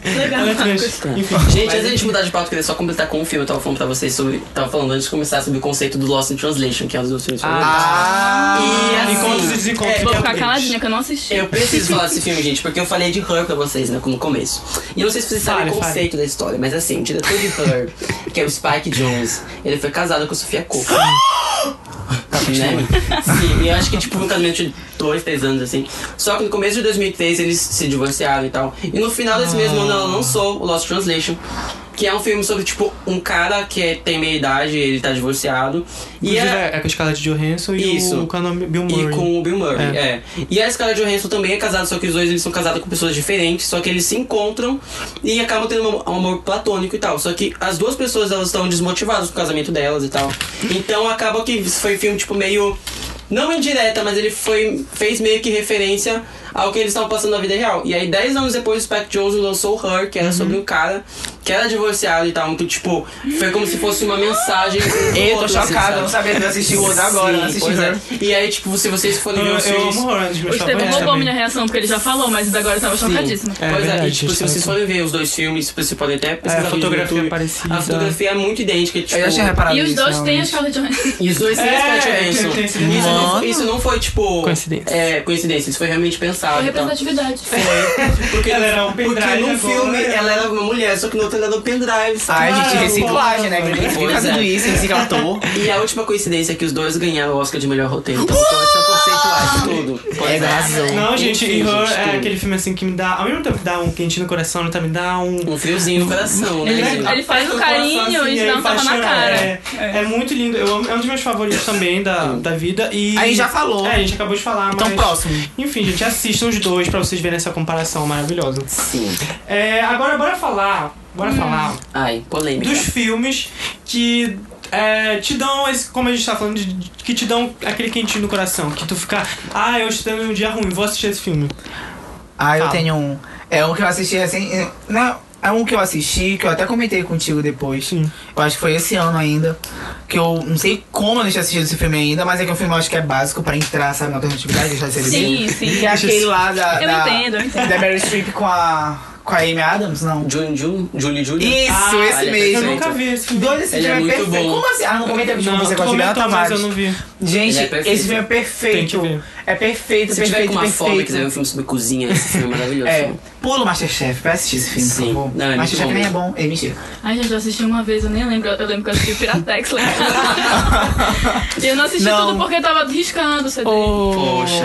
[SPEAKER 1] Ela é
[SPEAKER 3] Marcos.
[SPEAKER 1] trans. Enfim.
[SPEAKER 4] Gente, antes de gente mudar de pauta, eu queria só completar com um filme. Eu tava falando pra vocês sobre. Tava falando antes de começar sobre o conceito do Lost in Translation, que é um dos meus filmes favoritos.
[SPEAKER 2] Ah!
[SPEAKER 4] E assim,
[SPEAKER 1] Encontros e desencontros.
[SPEAKER 4] é,
[SPEAKER 3] Vou
[SPEAKER 1] Meu
[SPEAKER 3] ficar
[SPEAKER 1] Deus.
[SPEAKER 3] caladinha que eu não assisti.
[SPEAKER 4] Eu preciso falar desse filme, gente, porque eu falei de Her pra vocês, né, no começo. E eu não sei se vocês sabem
[SPEAKER 1] Fale,
[SPEAKER 4] o
[SPEAKER 1] fale.
[SPEAKER 4] conceito da história, mas assim, o diretor de Her, que é o Spike Jones, ele foi casado com a Sofia Coppola. né? Sim, e eu acho que tipo um casamento de dois, três anos assim. Só que no começo de 2003 eles se divorciaram e tal. E no final desse mesmo ano ela lançou o Lost Translation. Que é um filme sobre, tipo, um cara que é- tem meia idade, ele tá divorciado. E
[SPEAKER 1] Inclusive,
[SPEAKER 4] é-
[SPEAKER 1] é com a escala de Johansson e
[SPEAKER 4] Isso.
[SPEAKER 1] o canome Bill
[SPEAKER 4] e
[SPEAKER 1] Murray.
[SPEAKER 4] com o Bill Murray,
[SPEAKER 1] É.
[SPEAKER 4] é. E a Scarlett Johansson também é casada, só que os dois eles são casados com pessoas diferentes, só que eles se encontram e acabam tendo um um amor platônico e tal. Só que as duas pessoas elas estão desmotivadas com o casamento delas e tal. Então acaba que isso foi um filme tipo meio não indireta, mas ele foi fez meio que referência ao que eles estavam passando na vida real. E aí 10 anos depois o Spike Jones lançou Her, que era
[SPEAKER 1] Uhum.
[SPEAKER 4] sobre um cara que era divorciado e tal, então tipo, foi como se fosse uma mensagem pro
[SPEAKER 2] Eu tô
[SPEAKER 4] outro, assim,
[SPEAKER 2] chocada,
[SPEAKER 4] sabe?
[SPEAKER 2] eu não sabia que eu assisti o outro agora, eu não
[SPEAKER 4] Sim,
[SPEAKER 2] assisti
[SPEAKER 4] pois é.
[SPEAKER 2] Her.
[SPEAKER 4] E aí, tipo, se vocês forem
[SPEAKER 1] Eu,
[SPEAKER 4] ver os
[SPEAKER 1] Ah, eu
[SPEAKER 4] filmes.
[SPEAKER 1] amo Orange, meus
[SPEAKER 3] O
[SPEAKER 4] um
[SPEAKER 3] Estevão
[SPEAKER 1] favoritos
[SPEAKER 3] roubou a minha
[SPEAKER 1] também.
[SPEAKER 3] reação, porque ele já falou, mas agora eu tava
[SPEAKER 4] Sim.
[SPEAKER 3] chocadíssima.
[SPEAKER 1] É
[SPEAKER 4] pois é,
[SPEAKER 1] verdade,
[SPEAKER 4] e, tipo,
[SPEAKER 1] gente,
[SPEAKER 4] se vocês
[SPEAKER 1] tá
[SPEAKER 4] forem ver os dois filmes, vocês podem até pesquisar
[SPEAKER 1] É, a
[SPEAKER 4] no
[SPEAKER 1] fotografia
[SPEAKER 4] YouTube.
[SPEAKER 1] é parecida.
[SPEAKER 4] A fotografia é muito idêntica, tipo.
[SPEAKER 2] Eu já tinha reparado
[SPEAKER 3] E os
[SPEAKER 2] nisso,
[SPEAKER 3] dois têm a
[SPEAKER 2] realmente.
[SPEAKER 3] Scarlett Johansson.
[SPEAKER 4] E os dois têm
[SPEAKER 1] É,
[SPEAKER 4] as
[SPEAKER 1] tem-
[SPEAKER 4] Johansson.
[SPEAKER 1] tem esse
[SPEAKER 4] Isso não
[SPEAKER 2] Mano.
[SPEAKER 4] foi- Isso não foi, tipo.
[SPEAKER 1] Coincidência.
[SPEAKER 4] É, coincidência. Isso foi realmente
[SPEAKER 2] então.
[SPEAKER 4] pensado.
[SPEAKER 3] A
[SPEAKER 4] e tal.
[SPEAKER 3] representatividade.
[SPEAKER 4] Porque,
[SPEAKER 1] Ela era um
[SPEAKER 4] porque
[SPEAKER 1] pendrive
[SPEAKER 4] num
[SPEAKER 1] agora.
[SPEAKER 4] filme ela era uma mulher, só que no outro ela era um pendrive.
[SPEAKER 2] Ai,
[SPEAKER 4] sabe?
[SPEAKER 2] gente,
[SPEAKER 1] Ah,
[SPEAKER 2] reciclagem, né?
[SPEAKER 1] pois
[SPEAKER 2] Fica
[SPEAKER 4] é.
[SPEAKER 2] fazendo isso, recicla ator.
[SPEAKER 4] E a última coincidência é que os dois ganharam o Oscar de melhor roteiro. Então, os dois são conceituais, tudo. Pois
[SPEAKER 2] É razão.
[SPEAKER 1] Não, gente,
[SPEAKER 4] Enfim,
[SPEAKER 1] e Her
[SPEAKER 4] gente,
[SPEAKER 1] é
[SPEAKER 4] tudo.
[SPEAKER 1] aquele filme assim que me dá. Ao mesmo tempo que dá um quentinho no coração, tá, me dá um.
[SPEAKER 4] Um friozinho no coração, né?
[SPEAKER 3] Ele-
[SPEAKER 4] gente?
[SPEAKER 1] é-
[SPEAKER 3] ele faz
[SPEAKER 1] Aperta
[SPEAKER 3] um
[SPEAKER 1] o coração,
[SPEAKER 3] carinho
[SPEAKER 2] assim,
[SPEAKER 3] e
[SPEAKER 1] aí
[SPEAKER 3] dá um
[SPEAKER 1] faz
[SPEAKER 3] tapa na
[SPEAKER 1] chorar.
[SPEAKER 3] cara.
[SPEAKER 1] É, é muito lindo. Eu amo- é um dos meus favoritos também da, da vida. E...
[SPEAKER 2] Aí já falou.
[SPEAKER 1] É, a gente acabou de falar,
[SPEAKER 2] Então,
[SPEAKER 1] mas...
[SPEAKER 2] próximo.
[SPEAKER 1] Enfim, gente, assistam os dois pra vocês verem essa comparação maravilhosa.
[SPEAKER 4] Sim.
[SPEAKER 1] É, agora, bora falar... Bora
[SPEAKER 3] Hum.
[SPEAKER 1] falar
[SPEAKER 4] Ai, polêmica.
[SPEAKER 1] dos filmes que... é, te dão, esse, como a gente tá falando, de- que te dão aquele quentinho no coração. Que tu fica, ah, eu estou tendo um dia ruim, vou assistir esse filme.
[SPEAKER 2] Ah, eu
[SPEAKER 1] Fala.
[SPEAKER 2] tenho um. É um que eu assisti recém. Não, é um que eu assisti, que eu até comentei contigo depois.
[SPEAKER 1] Sim.
[SPEAKER 2] Eu acho que foi esse ano ainda. Que eu não sei como eu não tinha assistido esse filme ainda, mas é que é um filme eu acho que é básico pra entrar, sabe, na alternatividade deixar de ser
[SPEAKER 3] Sim,
[SPEAKER 2] livre.
[SPEAKER 3] sim.
[SPEAKER 2] Que é aquele lá da.
[SPEAKER 3] Eu
[SPEAKER 2] da,
[SPEAKER 3] entendo, eu entendo.
[SPEAKER 2] Da Mary Streep com a. com a Amy Adams, não?
[SPEAKER 4] Jun, Jun, Julie, Julie.
[SPEAKER 2] Isso,
[SPEAKER 1] Ah,
[SPEAKER 2] esse
[SPEAKER 4] olha,
[SPEAKER 1] Eu
[SPEAKER 2] mesmo.
[SPEAKER 1] nunca vi esse filme.
[SPEAKER 2] Doido, esse
[SPEAKER 4] Ele
[SPEAKER 2] filme
[SPEAKER 4] é muito
[SPEAKER 2] perfeito.
[SPEAKER 4] bom.
[SPEAKER 2] Como assim? Ah, não comentei com
[SPEAKER 1] Não,
[SPEAKER 2] você
[SPEAKER 1] tu
[SPEAKER 2] com a Juliana
[SPEAKER 1] comentou, mas eu
[SPEAKER 2] Tavares.
[SPEAKER 1] não vi.
[SPEAKER 2] Gente,
[SPEAKER 4] Ele é perfeito.
[SPEAKER 2] esse filme é
[SPEAKER 1] Tem que
[SPEAKER 2] perfeito.
[SPEAKER 1] ver.
[SPEAKER 2] É perfeito,
[SPEAKER 4] Se você tiver
[SPEAKER 2] perfeito,
[SPEAKER 4] com uma fome e
[SPEAKER 2] perfeito.
[SPEAKER 4] quiser ver um filme sobre cozinha, esse filme é maravilhoso.
[SPEAKER 2] É, pula o Masterchef, vai assistir esse filme,
[SPEAKER 4] Sim.
[SPEAKER 2] por favor.
[SPEAKER 4] Não, é muito
[SPEAKER 2] Masterchef
[SPEAKER 4] bom
[SPEAKER 2] nem é
[SPEAKER 4] mesmo.
[SPEAKER 2] bom, é mentira.
[SPEAKER 3] Ai, gente, eu assisti uma vez, eu nem lembro. Eu lembro que eu assisti Piratex lá. em casa. e eu não assisti
[SPEAKER 2] Não.
[SPEAKER 3] tudo porque eu tava riscando o CD.
[SPEAKER 4] Poxa.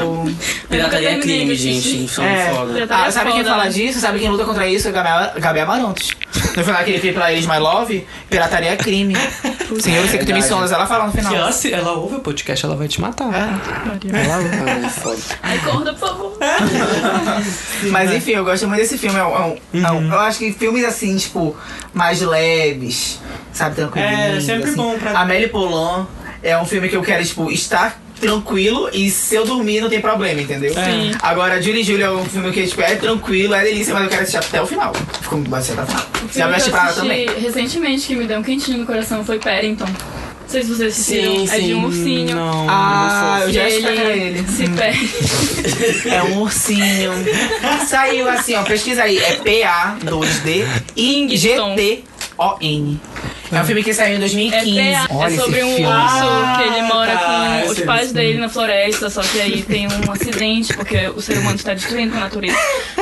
[SPEAKER 4] Pirataria é crime, gente. Isso é
[SPEAKER 2] É.
[SPEAKER 4] um foda.
[SPEAKER 3] Pirataria
[SPEAKER 2] Ah, sabe quem
[SPEAKER 3] foda.
[SPEAKER 2] fala disso? Sabe quem luta contra isso? É Gabi, Gabi Amarantos. No final daquele clipe lá, Eles My Love, pirataria é crime. Senhor, eu sei que tu me
[SPEAKER 4] É Verdade.
[SPEAKER 2] sonas, ela fala no
[SPEAKER 1] Se ela,
[SPEAKER 2] final.
[SPEAKER 1] se ela ouve o podcast, ela vai te matar.
[SPEAKER 2] É.
[SPEAKER 4] Ah, é foda.
[SPEAKER 3] Acorda, por favor.
[SPEAKER 1] né?
[SPEAKER 2] Mas enfim, eu gosto muito desse filme. É um- é um- é um-
[SPEAKER 1] Uhum.
[SPEAKER 2] Eu acho que filmes assim, tipo, mais leves, sabe, tranquilos.
[SPEAKER 1] É, sempre
[SPEAKER 2] assim.
[SPEAKER 1] bom pra-
[SPEAKER 2] Amélie Polan é um filme que eu quero, tipo, estar tranquilo e se eu dormir não tem problema, entendeu?
[SPEAKER 1] Sim.
[SPEAKER 2] Agora, Julie e Julia é um filme que, tipo, é tranquilo, é delícia, mas eu quero assistir até o final. Fico muito bastante até o final. Já me
[SPEAKER 3] filme que eu
[SPEAKER 2] assisti
[SPEAKER 3] assisti
[SPEAKER 2] também.
[SPEAKER 3] recentemente que me deu um quentinho no coração foi Paddington. Não sei se vocês assistiram.
[SPEAKER 4] Sim,
[SPEAKER 3] é de um
[SPEAKER 4] sim.
[SPEAKER 3] ursinho.
[SPEAKER 1] Não.
[SPEAKER 2] Ah, eu
[SPEAKER 3] que
[SPEAKER 2] já acho que era
[SPEAKER 3] ele
[SPEAKER 2] ele.
[SPEAKER 3] se perde.
[SPEAKER 2] É um ursinho. Saiu assim, ó, pesquisa aí. É PA2D
[SPEAKER 3] Ington.
[SPEAKER 2] GTON. É um filme que saiu em
[SPEAKER 3] É,
[SPEAKER 2] 2015.
[SPEAKER 3] é, é
[SPEAKER 2] Olha
[SPEAKER 3] sobre um
[SPEAKER 2] esse filme.
[SPEAKER 3] urso que ele mora
[SPEAKER 1] tá,
[SPEAKER 3] com
[SPEAKER 1] eu
[SPEAKER 3] os
[SPEAKER 1] sei
[SPEAKER 3] pais dele na floresta, só que aí tem um acidente, porque o ser humano está destruindo a natureza.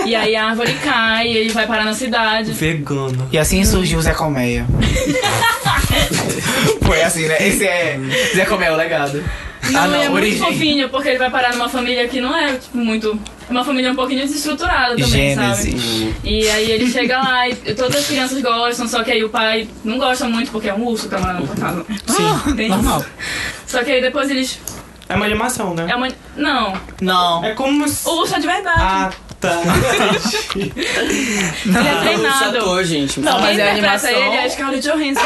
[SPEAKER 3] E aí a árvore cai e ele vai parar na cidade.
[SPEAKER 1] Vegano.
[SPEAKER 2] E assim surgiu o Zé Colmeia. Foi assim, né? Esse é Zé Colmeia, o legado.
[SPEAKER 3] Não,
[SPEAKER 2] Ah,
[SPEAKER 3] e
[SPEAKER 2] não,
[SPEAKER 3] é
[SPEAKER 2] origem.
[SPEAKER 3] muito fofinho, porque ele vai parar numa família que não é, tipo, muito. É uma família um pouquinho desestruturada também, sabe?
[SPEAKER 2] Gênesis.
[SPEAKER 3] E aí ele chega lá e todas as crianças gostam, só que aí o pai não gosta muito porque é um urso que tá morando na casa. Sim,
[SPEAKER 2] normal.
[SPEAKER 3] Só que aí depois eles.
[SPEAKER 1] É uma animação, né?
[SPEAKER 3] É uma. Não,
[SPEAKER 2] Não.
[SPEAKER 1] É como se...
[SPEAKER 3] o urso é de verdade.
[SPEAKER 1] Ah, tá.
[SPEAKER 3] ele é
[SPEAKER 4] Não, esse
[SPEAKER 3] treinado.
[SPEAKER 4] ator, gente.
[SPEAKER 2] Não,
[SPEAKER 3] Quem
[SPEAKER 2] mas é
[SPEAKER 3] interpreta
[SPEAKER 2] animação.
[SPEAKER 3] ele é a Scarlett Johansson.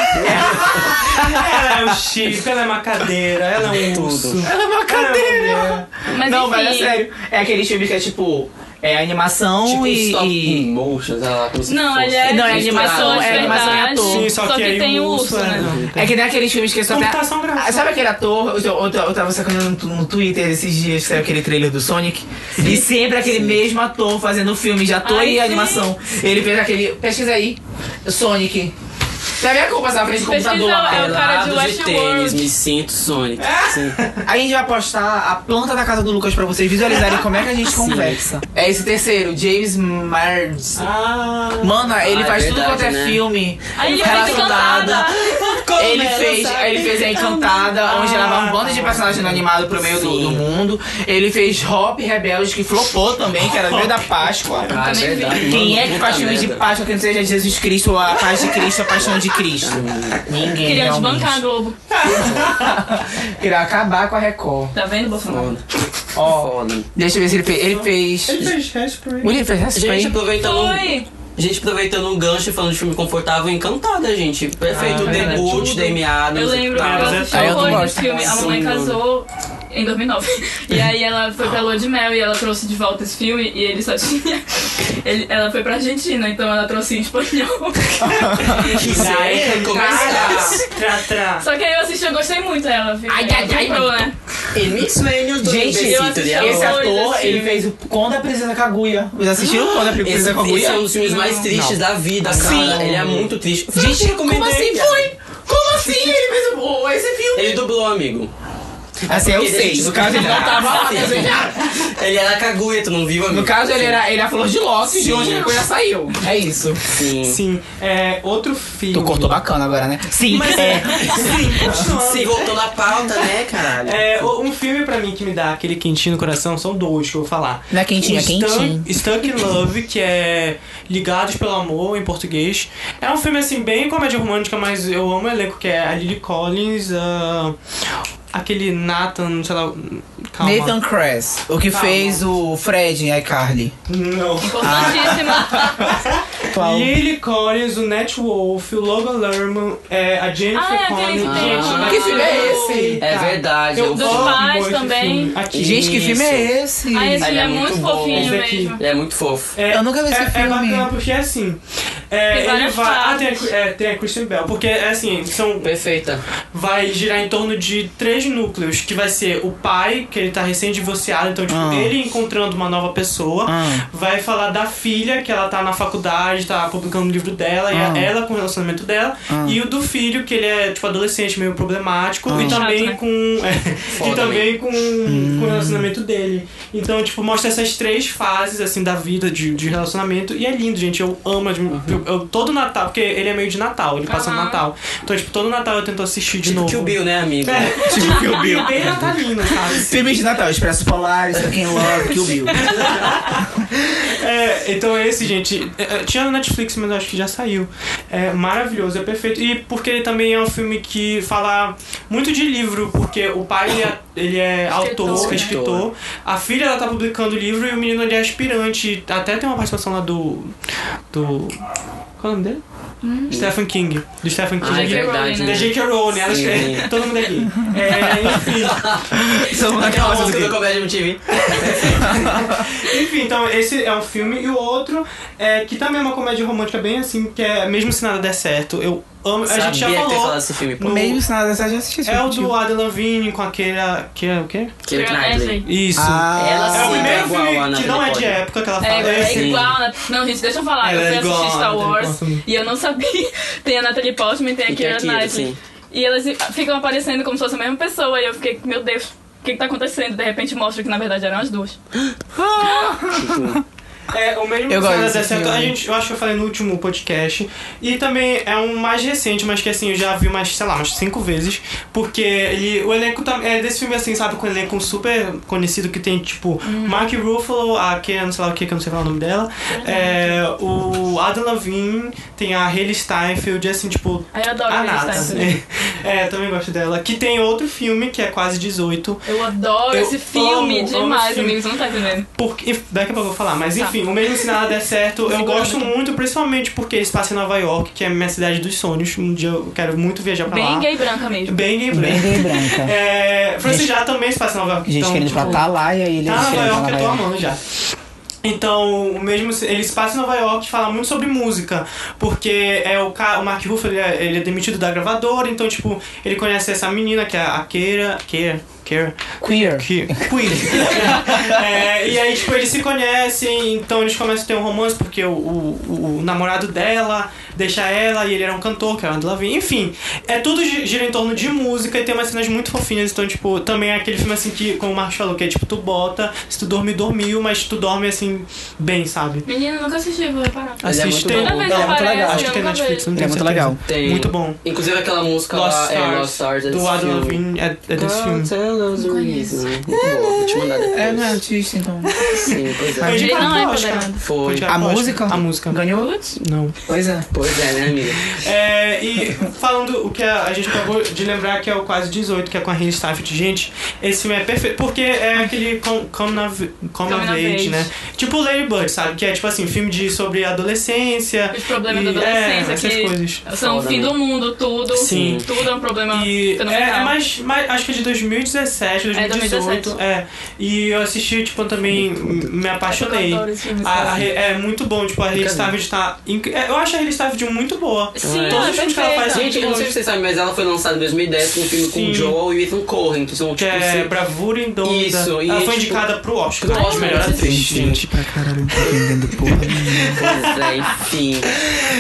[SPEAKER 1] Ela é um chip, ela é uma cadeira, ela é um urso.
[SPEAKER 2] Ela é uma cadeira.
[SPEAKER 3] Mas
[SPEAKER 2] não,
[SPEAKER 3] enfim,
[SPEAKER 2] mas é sério. É aquele filme que é tipo. É animação
[SPEAKER 4] Tipo,
[SPEAKER 2] e-
[SPEAKER 4] stop
[SPEAKER 2] e...
[SPEAKER 4] motion, sei lá, como se
[SPEAKER 3] Não,
[SPEAKER 4] fosse.
[SPEAKER 3] ele é,
[SPEAKER 2] Não, é animação,
[SPEAKER 3] animação, de
[SPEAKER 2] é animação em
[SPEAKER 3] verdade,
[SPEAKER 2] ator.
[SPEAKER 1] Sim, só, que, aí
[SPEAKER 3] tem o urso,
[SPEAKER 1] é-
[SPEAKER 3] né?
[SPEAKER 1] não, tem.
[SPEAKER 2] É que nem aquele filme que
[SPEAKER 1] Então,
[SPEAKER 2] eu só até...
[SPEAKER 1] Computação gráfica.
[SPEAKER 2] Ah, Sabe aquele ator? Eu, eu, eu, eu tava sacaneando no, no Twitter esses dias, saiu aquele trailer do Sonic. E sempre aquele mesmo ator fazendo filme de ator
[SPEAKER 3] Ai,
[SPEAKER 2] e
[SPEAKER 3] sim.
[SPEAKER 2] animação. Ele fez aquele. Pesquisa aí. Sonic. Tá vendo como passar na frente do
[SPEAKER 3] Pesquisa
[SPEAKER 2] computador?
[SPEAKER 3] é o
[SPEAKER 2] lá?
[SPEAKER 3] cara de
[SPEAKER 4] Pelado tênis,
[SPEAKER 3] Westworld.
[SPEAKER 4] me sinto Sonic. Sim.
[SPEAKER 2] A gente vai postar a planta da casa do Lucas pra vocês visualizarem como é que a gente conversa. É esse terceiro, James Mards.
[SPEAKER 1] Ah,
[SPEAKER 2] Mano, ele
[SPEAKER 4] Ah, é
[SPEAKER 2] faz tudo
[SPEAKER 4] verdade,
[SPEAKER 2] quanto é
[SPEAKER 4] né?
[SPEAKER 2] filme.
[SPEAKER 3] Aí ele vai
[SPEAKER 2] Cara
[SPEAKER 3] ter
[SPEAKER 2] soldada.
[SPEAKER 3] cantada.
[SPEAKER 2] Ele fez, ele fez a Encantada, onde
[SPEAKER 1] Ah,
[SPEAKER 2] leva um bando de personagens animados pro meio do,
[SPEAKER 4] Sim.
[SPEAKER 2] do mundo. Ele fez Hop Rebelde, que flopou também, que era no meio da Páscoa.
[SPEAKER 4] Ah, é
[SPEAKER 3] também
[SPEAKER 4] verdade.
[SPEAKER 2] Quem
[SPEAKER 4] mano,
[SPEAKER 2] é que
[SPEAKER 4] puta
[SPEAKER 2] faz filme de
[SPEAKER 4] merda.
[SPEAKER 2] Páscoa que não seja Jesus Cristo, ou a paz de Cristo, a paixão de Cristo? Ninguém.
[SPEAKER 3] Queria
[SPEAKER 2] realmente.
[SPEAKER 3] desbancar a Globo.
[SPEAKER 2] Queria acabar com a Record.
[SPEAKER 3] Tá vendo, Bolsonaro?
[SPEAKER 4] Foda.
[SPEAKER 2] Ó,
[SPEAKER 4] Foda.
[SPEAKER 2] deixa eu ver se ele fez. Ele fez.
[SPEAKER 1] Ele fez Hairspray.
[SPEAKER 2] Ui, Ele fez essa
[SPEAKER 4] Gente, aproveitando, um-
[SPEAKER 3] Foi!
[SPEAKER 4] gente, aproveitando um gancho e falando de filme confortável, encantada, gente. Perfeito,
[SPEAKER 1] Ah, é
[SPEAKER 4] debut,
[SPEAKER 1] tudo.
[SPEAKER 4] Demi Adams.
[SPEAKER 3] Eu lembro que
[SPEAKER 4] tá,
[SPEAKER 3] eu
[SPEAKER 1] mas é
[SPEAKER 3] assisti
[SPEAKER 2] Ah, eu não
[SPEAKER 3] horror
[SPEAKER 2] gosto.
[SPEAKER 3] desse filme. A mamãe
[SPEAKER 4] Sim, mano.
[SPEAKER 3] casou em 2009. E aí ela foi pra Lua de Mel e ela trouxe de volta esse filme e ele só tinha... ele- ela foi pra Argentina, então ela trouxe em espanhol.
[SPEAKER 4] que sério, como estás?
[SPEAKER 1] Tra, tra.
[SPEAKER 3] só que aí eu assisti, eu gostei muito dela. viu?
[SPEAKER 2] Ai, ai, ai,
[SPEAKER 3] Comprou, né?
[SPEAKER 4] Em mis sueños, do
[SPEAKER 2] Gente,
[SPEAKER 4] Imbecito
[SPEAKER 3] eu assisti
[SPEAKER 4] de
[SPEAKER 2] Esse é
[SPEAKER 4] Amor.
[SPEAKER 3] Horrores
[SPEAKER 2] ator,
[SPEAKER 3] desse
[SPEAKER 2] ele
[SPEAKER 3] filme.
[SPEAKER 2] fez o Conda Princesa Kaguya. Vocês assistiram o Conda
[SPEAKER 4] Esse,
[SPEAKER 2] Princesa
[SPEAKER 4] esse é um
[SPEAKER 2] Kaguya?
[SPEAKER 4] dos filmes mais tristes da vida, cara.
[SPEAKER 2] Sim.
[SPEAKER 4] Ele é muito triste. Foi eu que
[SPEAKER 2] Gente, como
[SPEAKER 4] recomendei,
[SPEAKER 2] assim
[SPEAKER 4] cara.
[SPEAKER 2] foi? Como assim ele fez o- esse filme?
[SPEAKER 4] Ele dublou, amigo.
[SPEAKER 2] Assim, eu
[SPEAKER 4] Ele-
[SPEAKER 2] sei. No caso, ele não tava lá, mas eu já-
[SPEAKER 4] Ele era cagueta, não viu, amigo?
[SPEAKER 2] No caso, ele era, ele era a flor de Loki, de
[SPEAKER 4] Sim.
[SPEAKER 2] onde a coisa saiu. É isso.
[SPEAKER 4] Sim.
[SPEAKER 1] Sim, é outro filme.
[SPEAKER 2] Tu cortou bacana agora, né? Sim. é.
[SPEAKER 4] Se voltou na pauta, né, caralho?
[SPEAKER 1] É, o- um filme pra mim que me dá aquele quentinho no coração são dois que eu vou falar.
[SPEAKER 2] Não é quentinho,
[SPEAKER 1] O
[SPEAKER 2] é quentinho.
[SPEAKER 1] Stuck, Stuck in Love, que é Ligados pelo Amor em português. É um filme assim, bem comédia romântica, mas eu amo o elenco, que é a Lily Collins, ah, aquele Nathan, sei lá. Calma.
[SPEAKER 2] Nathan Cress, o que
[SPEAKER 1] Calma.
[SPEAKER 2] fez o Fred em iCarly.
[SPEAKER 1] Não.
[SPEAKER 3] Importantíssima.
[SPEAKER 1] Lily Collins, o Nat Wolff, o Logan Lerman, é, a
[SPEAKER 3] Ah, é
[SPEAKER 1] Jennifer
[SPEAKER 3] aquele
[SPEAKER 1] Connelly.
[SPEAKER 3] que Ah.
[SPEAKER 4] tem
[SPEAKER 1] Gente,
[SPEAKER 4] o-
[SPEAKER 1] vai
[SPEAKER 2] Que filme é
[SPEAKER 1] ser
[SPEAKER 2] esse?
[SPEAKER 1] perfeito,
[SPEAKER 4] É
[SPEAKER 1] cara.
[SPEAKER 4] verdade, eu
[SPEAKER 3] Dos
[SPEAKER 1] amo
[SPEAKER 3] pais
[SPEAKER 1] esse
[SPEAKER 3] também.
[SPEAKER 1] filme. Aqui.
[SPEAKER 2] Gente, que
[SPEAKER 4] Isso.
[SPEAKER 2] filme é esse?
[SPEAKER 1] Ah,
[SPEAKER 3] Aí esse filme
[SPEAKER 4] Ele é
[SPEAKER 3] é muito
[SPEAKER 4] muito bom.
[SPEAKER 3] fofinho
[SPEAKER 1] Esse aqui.
[SPEAKER 3] mesmo.
[SPEAKER 4] Ele é muito fofo.
[SPEAKER 1] É,
[SPEAKER 2] Eu nunca vi esse
[SPEAKER 1] é, É
[SPEAKER 2] filme.
[SPEAKER 1] bacana porque é assim. É,
[SPEAKER 3] Tem
[SPEAKER 1] ele
[SPEAKER 3] várias
[SPEAKER 1] vai. Ah, tem
[SPEAKER 3] fases.
[SPEAKER 1] a, é, tem a Christian Bell. Porque, é assim, são
[SPEAKER 4] Perfeita.
[SPEAKER 1] vai girar em torno de três núcleos, que vai ser o pai, que ele tá recém-divorciado, então tipo,
[SPEAKER 2] Ah.
[SPEAKER 1] ele encontrando uma nova pessoa.
[SPEAKER 2] Ah.
[SPEAKER 1] Vai falar da filha, que ela tá na faculdade, tá publicando o livro dela,
[SPEAKER 2] Ah.
[SPEAKER 1] e a- ela com o relacionamento dela. E o do filho, que ele é, tipo, adolescente, meio problemático,
[SPEAKER 2] Ah.
[SPEAKER 1] e
[SPEAKER 3] Chato,
[SPEAKER 1] também
[SPEAKER 3] né?
[SPEAKER 1] com... é, e
[SPEAKER 4] Foda,
[SPEAKER 2] né?
[SPEAKER 1] também com,
[SPEAKER 2] Hum.
[SPEAKER 1] com o relacionamento dele. Então, tipo, mostra essas três fases, assim, da vida de, de relacionamento. E é lindo, gente. Eu amo... admi- Eu, eu- todo Natal, porque ele é meio de Natal, ele passa no
[SPEAKER 4] Ah.
[SPEAKER 3] Aham.
[SPEAKER 1] Natal. Então, tipo, todo Natal eu tento assistir de
[SPEAKER 4] Tipo
[SPEAKER 1] novo.
[SPEAKER 4] Kill Bill, né, amigo?
[SPEAKER 1] É,
[SPEAKER 2] Tipo Kill Bill.
[SPEAKER 1] e bem natalino, sabe?
[SPEAKER 2] Filmes de Natal, Expresso Polar, isso aqui em Love, Kill Bill.
[SPEAKER 1] É, então esse, gente, é, é, tinha no Netflix, mas eu acho que já saiu. É maravilhoso, é perfeito. E porque ele também é um filme que fala muito de livro, porque o pai ele é, ele é
[SPEAKER 3] Escritor,
[SPEAKER 1] autor,
[SPEAKER 3] né?
[SPEAKER 1] escritor. A filha ela tá publicando o livro e o menino ele é aspirante. Até tem uma participação lá do. do. Qual é o nome dele? Stephen King. Do Stephen King.
[SPEAKER 4] Hum. Ah, é verdade,
[SPEAKER 1] da
[SPEAKER 4] né?
[SPEAKER 1] J.K. Rowling, ela
[SPEAKER 4] Sim.
[SPEAKER 1] escreve. Todo mundo aqui. É, enfim.
[SPEAKER 2] São
[SPEAKER 4] Aquela
[SPEAKER 2] aquelas
[SPEAKER 4] música do
[SPEAKER 2] músicas.
[SPEAKER 4] Comédia MTV.
[SPEAKER 1] Enfim, então esse é um filme. E o outro é que também é uma comédia romântica bem assim, que é Mesmo Se Nada Der Certo. Eu amo. a gente já
[SPEAKER 4] Sabia que tem
[SPEAKER 1] falou.
[SPEAKER 4] falado desse filme, pô.
[SPEAKER 1] No-
[SPEAKER 2] Mesmo se nada dessa, já assisti esse
[SPEAKER 1] É o
[SPEAKER 2] filme.
[SPEAKER 1] do Adam Lavigne com aquele. a- Que é o quê?
[SPEAKER 4] Keira
[SPEAKER 3] é,
[SPEAKER 4] Knightley.
[SPEAKER 1] Isso.
[SPEAKER 2] Ah,
[SPEAKER 4] Ela
[SPEAKER 1] é o
[SPEAKER 4] sim,
[SPEAKER 1] primeiro
[SPEAKER 4] é igual a
[SPEAKER 1] filme
[SPEAKER 4] Ana
[SPEAKER 1] que não é de
[SPEAKER 4] Nicole.
[SPEAKER 1] época que ela fala.
[SPEAKER 3] É, é
[SPEAKER 1] assim.
[SPEAKER 3] igual, né? Não, gente, deixa eu falar.
[SPEAKER 1] Ela é
[SPEAKER 3] eu fui
[SPEAKER 1] igual
[SPEAKER 3] assistir Star
[SPEAKER 1] a Natalie
[SPEAKER 3] Wars
[SPEAKER 1] Portman.
[SPEAKER 3] e eu não sabia. Tem a Natalie Portman e tem a
[SPEAKER 4] E tem
[SPEAKER 3] Keira
[SPEAKER 4] a É Keira,
[SPEAKER 3] Knightley.
[SPEAKER 4] sim.
[SPEAKER 3] E elas ficam aparecendo como se fosse a mesma pessoa. E eu fiquei, meu Deus, o que, que tá acontecendo? De repente mostra que na verdade eram as duas.
[SPEAKER 1] É, o mesmo
[SPEAKER 2] Eu
[SPEAKER 1] que
[SPEAKER 2] gosto
[SPEAKER 1] Senhora
[SPEAKER 2] desse
[SPEAKER 1] Deserto,
[SPEAKER 2] filme.
[SPEAKER 1] a gente, eu acho que eu falei no último podcast. E também é um mais recente, mas que assim, eu já vi umas, sei lá, umas cinco vezes. Porque ele, o elenco tam- é desse filme assim, sabe? Com um elenco super conhecido que tem, tipo,
[SPEAKER 2] Uhum.
[SPEAKER 1] Mark Ruffalo, a Ken, sei lá o que, que eu não sei falar o nome dela. É, o Adam Levine, tem a Hayley Steinfeld, e assim, tipo,
[SPEAKER 3] Aí eu adoro
[SPEAKER 1] a
[SPEAKER 3] a Keira
[SPEAKER 1] Nata.
[SPEAKER 3] Knightley.
[SPEAKER 1] É, também gosto dela. Que tem outro filme que é quase 18,
[SPEAKER 3] Eu adoro
[SPEAKER 1] Eu
[SPEAKER 3] esse
[SPEAKER 1] amo,
[SPEAKER 3] filme
[SPEAKER 1] amo esse
[SPEAKER 3] demais,
[SPEAKER 1] filme.
[SPEAKER 3] amigos. Não tá entendendo.
[SPEAKER 1] porque, daqui a pouco eu vou falar, mas
[SPEAKER 3] Tá.
[SPEAKER 1] enfim, o mesmo se nada der certo, eu
[SPEAKER 3] Segura
[SPEAKER 1] gosto
[SPEAKER 3] muito.
[SPEAKER 1] muito, principalmente porque ele se passa em Nova York, que é a minha cidade dos sonhos. Um dia eu quero muito viajar pra lá.
[SPEAKER 3] Bem gay branca mesmo.
[SPEAKER 1] Bem gay.
[SPEAKER 2] bem
[SPEAKER 1] Bem
[SPEAKER 2] gay branca.
[SPEAKER 1] é, Francis já também se passa em Nova York.
[SPEAKER 2] Gente
[SPEAKER 1] então,
[SPEAKER 2] querendo ir pra
[SPEAKER 1] tipo,
[SPEAKER 2] Atalaia e ele
[SPEAKER 1] Tá Nova
[SPEAKER 2] querendo ir pra
[SPEAKER 1] York, eu tô
[SPEAKER 2] Atalaia.
[SPEAKER 1] amando já. Então, o mesmo se- ele se passa em Nova York e fala muito sobre música, porque é o, ca- o Mark Ruffalo, ele, é, ele é demitido da gravadora, então, tipo, ele conhece essa menina que é a Keira, Keira, Keira,
[SPEAKER 2] Queer.
[SPEAKER 1] que Queen. É, e aí, tipo, eles se conhecem, então eles começam a ter um romance, porque o, o, o namorado dela deixa ela e ele era um cantor, que era o Adam Lavigne. Enfim, é tudo gi- gira em torno de música e tem umas cenas muito fofinhas, então, tipo, também é aquele filme assim que, como o Marcos falou, que é tipo, tu bota, se tu dormir, dormiu, mas tu dorme assim, bem, sabe?
[SPEAKER 3] Menina, nunca assisti, vou reparar.
[SPEAKER 4] Mas é muito
[SPEAKER 1] Assiste.
[SPEAKER 4] bom.
[SPEAKER 3] Toda vez
[SPEAKER 4] Não, é muito
[SPEAKER 3] aparece,
[SPEAKER 4] legal.
[SPEAKER 1] Acho que
[SPEAKER 3] assim, eu
[SPEAKER 1] tem
[SPEAKER 3] nunca
[SPEAKER 1] Netflix,
[SPEAKER 3] vejo.
[SPEAKER 1] não
[SPEAKER 2] É
[SPEAKER 1] tenho
[SPEAKER 2] muito
[SPEAKER 1] certeza.
[SPEAKER 2] legal.
[SPEAKER 4] Tem-
[SPEAKER 1] Muito bom.
[SPEAKER 4] Inclusive aquela música
[SPEAKER 1] Lost
[SPEAKER 4] lá,
[SPEAKER 1] Stars,
[SPEAKER 4] é Lost Stars, é
[SPEAKER 1] do
[SPEAKER 4] desse
[SPEAKER 1] Adam
[SPEAKER 4] filme.
[SPEAKER 1] Lavigne, é, é desse filme. né?
[SPEAKER 4] God tell us the reason. Muito boa, vou te mandar depois.
[SPEAKER 2] É, não é artista, então.
[SPEAKER 4] Sim, pois é.
[SPEAKER 1] Foi
[SPEAKER 3] Ele
[SPEAKER 1] indicado
[SPEAKER 3] não
[SPEAKER 1] pro
[SPEAKER 3] é
[SPEAKER 1] Oscar.
[SPEAKER 3] empoderado.
[SPEAKER 1] Foi
[SPEAKER 4] Foi.
[SPEAKER 1] indicado
[SPEAKER 2] A
[SPEAKER 1] pro Oscar.
[SPEAKER 2] música?
[SPEAKER 1] A música.
[SPEAKER 2] Ganhou?
[SPEAKER 1] Não.
[SPEAKER 2] Pois é.
[SPEAKER 4] Pois é, né, amiga?
[SPEAKER 1] É, e falando o que a, a gente acabou de lembrar, que é o quase 18, que é com a Hilary Stafford. Gente, esse filme é perfeito. Porque é aquele com- Come na Ve- Come of
[SPEAKER 3] Come of
[SPEAKER 1] Age,
[SPEAKER 3] Age.
[SPEAKER 1] né? Tipo Lady Bird, sabe? Que é tipo assim, filme de, sobre adolescência.
[SPEAKER 3] Os problemas
[SPEAKER 1] e-
[SPEAKER 3] da
[SPEAKER 1] é,
[SPEAKER 3] adolescência
[SPEAKER 1] essas
[SPEAKER 3] que
[SPEAKER 1] coisas.
[SPEAKER 3] são o
[SPEAKER 4] Foda,
[SPEAKER 3] fim
[SPEAKER 4] né?
[SPEAKER 3] do mundo, tudo.
[SPEAKER 1] Sim.
[SPEAKER 3] Tudo é um problema
[SPEAKER 1] E é,
[SPEAKER 3] fenomenal.
[SPEAKER 1] é mais, mais- acho que é de 2017,
[SPEAKER 3] É,
[SPEAKER 1] 2018.
[SPEAKER 3] 2017.
[SPEAKER 1] é. E eu assisti, tipo, também me apaixonei.
[SPEAKER 3] Eu adoro esse filme,
[SPEAKER 1] A- a
[SPEAKER 3] esse
[SPEAKER 1] Re- é muito bom, tipo, a Hayley
[SPEAKER 4] Nunca vi.
[SPEAKER 1] Stafford tá. incri- é, Eu acho a Hayley Stafford muito boa.
[SPEAKER 3] Sim,
[SPEAKER 1] Todos
[SPEAKER 3] ela é
[SPEAKER 1] os filmes que ela faz um
[SPEAKER 3] perfeita.
[SPEAKER 1] são
[SPEAKER 4] Gente, eu não sei se vocês sabem, mas ela foi lançada em 2010 com um filme com
[SPEAKER 1] Sim.
[SPEAKER 4] o Joel e o Ethan Cohen, que são
[SPEAKER 1] Que
[SPEAKER 4] tipo.
[SPEAKER 1] é
[SPEAKER 4] assim,
[SPEAKER 1] Bravura Indômita.
[SPEAKER 4] Isso, e
[SPEAKER 1] Ela
[SPEAKER 4] é,
[SPEAKER 1] foi
[SPEAKER 4] tipo,
[SPEAKER 1] indicada pro Oscar.
[SPEAKER 4] pro
[SPEAKER 1] né, de
[SPEAKER 4] Oscar,
[SPEAKER 1] melhor
[SPEAKER 4] sim,
[SPEAKER 1] atriz.
[SPEAKER 4] sim.
[SPEAKER 1] gente.
[SPEAKER 2] pra caralho, não tô entendendo porra nenhuma.
[SPEAKER 4] Pois é, enfim.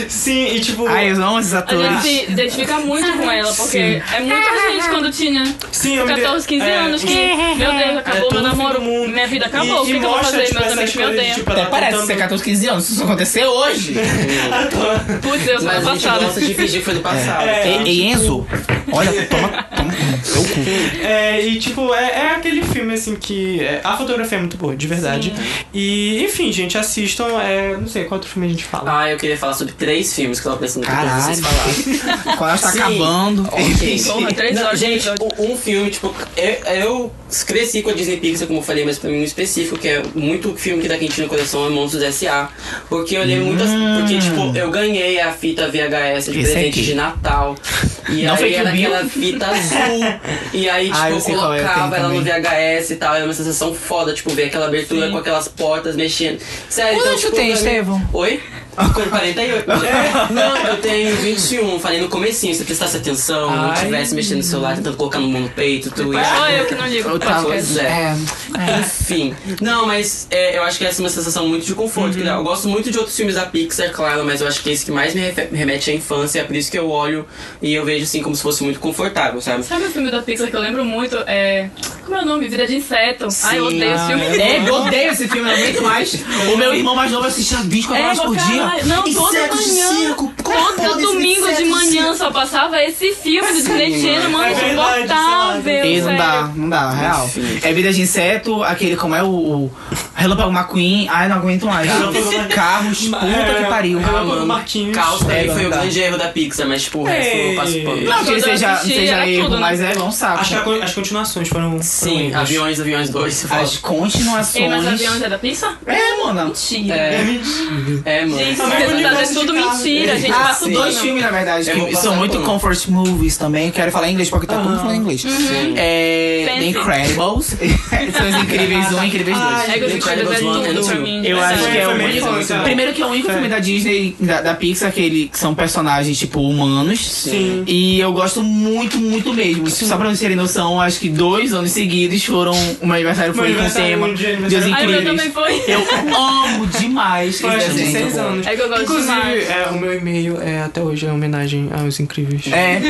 [SPEAKER 1] Sim, e tipo.
[SPEAKER 2] Ai, eu amo esses
[SPEAKER 3] A
[SPEAKER 2] atores.
[SPEAKER 3] gente se identifica muito com ela, porque é muita gente quando tinha
[SPEAKER 1] sim, eu me dei-
[SPEAKER 3] 14, 15
[SPEAKER 1] é,
[SPEAKER 3] anos que,
[SPEAKER 1] e-
[SPEAKER 3] meu Deus, acabou
[SPEAKER 1] todo
[SPEAKER 3] meu
[SPEAKER 1] fim
[SPEAKER 3] namoro,
[SPEAKER 1] do mundo.
[SPEAKER 3] minha vida acabou, o
[SPEAKER 1] e
[SPEAKER 3] que, que eu vou
[SPEAKER 1] mostra,
[SPEAKER 3] fazer?
[SPEAKER 1] tipo,
[SPEAKER 3] meus
[SPEAKER 1] essas
[SPEAKER 3] amigos me
[SPEAKER 1] coisas de,
[SPEAKER 3] odeiam.
[SPEAKER 1] tipo, ela
[SPEAKER 2] Até parece
[SPEAKER 1] tentando-
[SPEAKER 2] ser 14, 15 anos, se isso aconteceu hoje.
[SPEAKER 3] Putz, eu sou
[SPEAKER 4] Mas a gente
[SPEAKER 3] passada.
[SPEAKER 4] gosta de fingir que foi do passado.
[SPEAKER 1] É.
[SPEAKER 2] Ei, ei, Enzo, olha, toma, toma no seu cu.
[SPEAKER 1] É, e tipo, é, é aquele filme assim que. é, a fotografia é muito boa, de verdade. E, enfim, gente, assistam. É, não sei qual outro filme a gente fala.
[SPEAKER 4] Ah, eu queria falar sobre três filmes que eu tava pensando que
[SPEAKER 2] Caralho.
[SPEAKER 4] vocês falaram.
[SPEAKER 2] Qual tá
[SPEAKER 4] Sim.
[SPEAKER 2] acabando?
[SPEAKER 4] Ok.
[SPEAKER 3] Porra, três
[SPEAKER 4] Não,
[SPEAKER 3] horas de
[SPEAKER 4] gente,
[SPEAKER 3] episódio.
[SPEAKER 4] um um filme, tipo, eu, eu cresci com a Disney Pixar, como eu falei, mas pra mim um específico, que é muito filme que dá quentinho no coração é Monstros S.A. Porque eu olhei muitas. Porque, tipo, eu ganhei a fita VHS de
[SPEAKER 2] Hum. Esse é
[SPEAKER 4] presente
[SPEAKER 2] aqui.
[SPEAKER 4] de Natal. E
[SPEAKER 2] Não foi
[SPEAKER 4] aí
[SPEAKER 2] que
[SPEAKER 4] era
[SPEAKER 2] eu vi.
[SPEAKER 4] aquela fita azul. E aí, tipo,
[SPEAKER 2] Ah, eu
[SPEAKER 4] eu
[SPEAKER 2] sei qual é, eu
[SPEAKER 4] colocava
[SPEAKER 2] tenho
[SPEAKER 4] ela no
[SPEAKER 2] também.
[SPEAKER 4] VHS e tal. Era uma sensação foda, tipo, ver aquela abertura com aquelas portas mexendo. Sério,
[SPEAKER 2] Quanto
[SPEAKER 4] então,
[SPEAKER 2] anos tu
[SPEAKER 4] tipo,
[SPEAKER 2] tem,
[SPEAKER 4] pra mim-
[SPEAKER 2] Estevão?
[SPEAKER 4] Oi? Com 48. Não, eu tenho 21. Falei no comecinho, se eu prestasse atenção, não
[SPEAKER 6] Ai.
[SPEAKER 4] estivesse mexendo no celular, tentando colocar no mundo peito, tudo isso.
[SPEAKER 3] Só eu Ah, é que não ligo.
[SPEAKER 6] Tá,
[SPEAKER 4] Pois é.
[SPEAKER 6] é.
[SPEAKER 4] Enfim. Não, mas é, eu acho que essa é uma sensação muito de conforto. que dá. Eu gosto muito de outros filmes da Pixar, claro, mas eu acho que é esse que mais me refe- remete à infância. É por isso que eu olho e eu vejo assim como se fosse muito confortável, sabe?
[SPEAKER 3] Sabe o filme da Pixar que eu lembro muito? É. Como é o nome? Vida de Inseto. Ai, eu odeio
[SPEAKER 4] ah,
[SPEAKER 3] esse filme.
[SPEAKER 2] É, eu odeio esse filme, eu não aguento mais. O meu irmão mais novo assistia 24
[SPEAKER 3] É,
[SPEAKER 2] horas por dia.
[SPEAKER 3] caralho. Não, toda
[SPEAKER 4] Insetos de é
[SPEAKER 3] manhã.
[SPEAKER 4] circo,
[SPEAKER 3] Todo
[SPEAKER 4] porra,
[SPEAKER 3] domingo de
[SPEAKER 4] insetos
[SPEAKER 3] manhã só passava esse filme do Disney Channel, mano,
[SPEAKER 1] É verdade,
[SPEAKER 3] insuportável.
[SPEAKER 2] E não
[SPEAKER 3] sério.
[SPEAKER 2] dá, não dá, real.
[SPEAKER 4] Enfim.
[SPEAKER 2] É vida de inseto, aquele como é o, o Relâmpago McQueen. Ai, não aguento mais. Carros, puta
[SPEAKER 3] é,
[SPEAKER 2] que pariu.
[SPEAKER 1] Relâmpago Marquinhos.
[SPEAKER 4] Caos também
[SPEAKER 2] É,
[SPEAKER 4] foi o
[SPEAKER 2] não dá.
[SPEAKER 4] grande erro da Pixar, mas tipo, o resto eu passo
[SPEAKER 2] Não
[SPEAKER 4] pano.
[SPEAKER 2] que ele
[SPEAKER 3] Quando eu
[SPEAKER 2] seja,
[SPEAKER 3] assisti,
[SPEAKER 2] seja
[SPEAKER 3] era
[SPEAKER 2] erro,
[SPEAKER 3] tudo, né?
[SPEAKER 2] mas é um saco.
[SPEAKER 1] Acho que a con- as continuações foram. foram
[SPEAKER 4] Sim,
[SPEAKER 1] horríveis.
[SPEAKER 4] aviões, aviões 2, você fala.
[SPEAKER 2] As continuações.
[SPEAKER 3] Ei, mas aviões é da Pixar?
[SPEAKER 2] É, mano.
[SPEAKER 3] Mentira.
[SPEAKER 4] É, é, mano.
[SPEAKER 1] Também o
[SPEAKER 3] Gente, vocês tá
[SPEAKER 1] universo
[SPEAKER 3] fazendo tudo
[SPEAKER 1] de casa.
[SPEAKER 3] mentira, gente.
[SPEAKER 2] Ah,
[SPEAKER 3] Passa
[SPEAKER 2] sim.
[SPEAKER 3] o
[SPEAKER 2] dois
[SPEAKER 3] dois
[SPEAKER 2] filmes, na verdade,
[SPEAKER 4] Eu vou
[SPEAKER 2] que
[SPEAKER 4] passar
[SPEAKER 2] são muito
[SPEAKER 4] por um.
[SPEAKER 2] comfort movies também. Quero falar em inglês, porque tá todo mundo falando em inglês. É, The
[SPEAKER 3] Uhum. Fancy.
[SPEAKER 2] Incredibles. são os Incríveis 1 e Incríveis 2.
[SPEAKER 3] É que os Incríveis
[SPEAKER 4] Incredibles One
[SPEAKER 3] é
[SPEAKER 4] and
[SPEAKER 3] tudo pra
[SPEAKER 4] Two.
[SPEAKER 3] mim.
[SPEAKER 2] Eu
[SPEAKER 3] Sério.
[SPEAKER 2] acho que é
[SPEAKER 1] Foi
[SPEAKER 2] o
[SPEAKER 1] meio
[SPEAKER 2] único.
[SPEAKER 1] complicado.
[SPEAKER 2] Primeiro que é o único filme da Disney, da, da Pixar, que, ele, que são personagens, tipo, humanos.
[SPEAKER 1] Sim.
[SPEAKER 2] E eu gosto muito, muito mesmo. Só pra vocês terem noção, acho que dois anos seguidos foram. O meu aniversário
[SPEAKER 1] Meu
[SPEAKER 2] foi com o
[SPEAKER 1] aniversário, é
[SPEAKER 2] tema
[SPEAKER 1] meu dia de
[SPEAKER 2] de Os
[SPEAKER 1] aniversário.
[SPEAKER 3] Ai, meu também
[SPEAKER 2] Incríveis.
[SPEAKER 3] foi.
[SPEAKER 2] Eu amo demais.
[SPEAKER 1] Foi acho
[SPEAKER 2] esse
[SPEAKER 1] que
[SPEAKER 4] Muito
[SPEAKER 2] desenho.
[SPEAKER 1] seis
[SPEAKER 4] bom.
[SPEAKER 1] anos.
[SPEAKER 3] É que eu gosto demais.
[SPEAKER 1] Inclusive, é, o meu e-mail é, até hoje é homenagem aos incríveis.
[SPEAKER 2] É,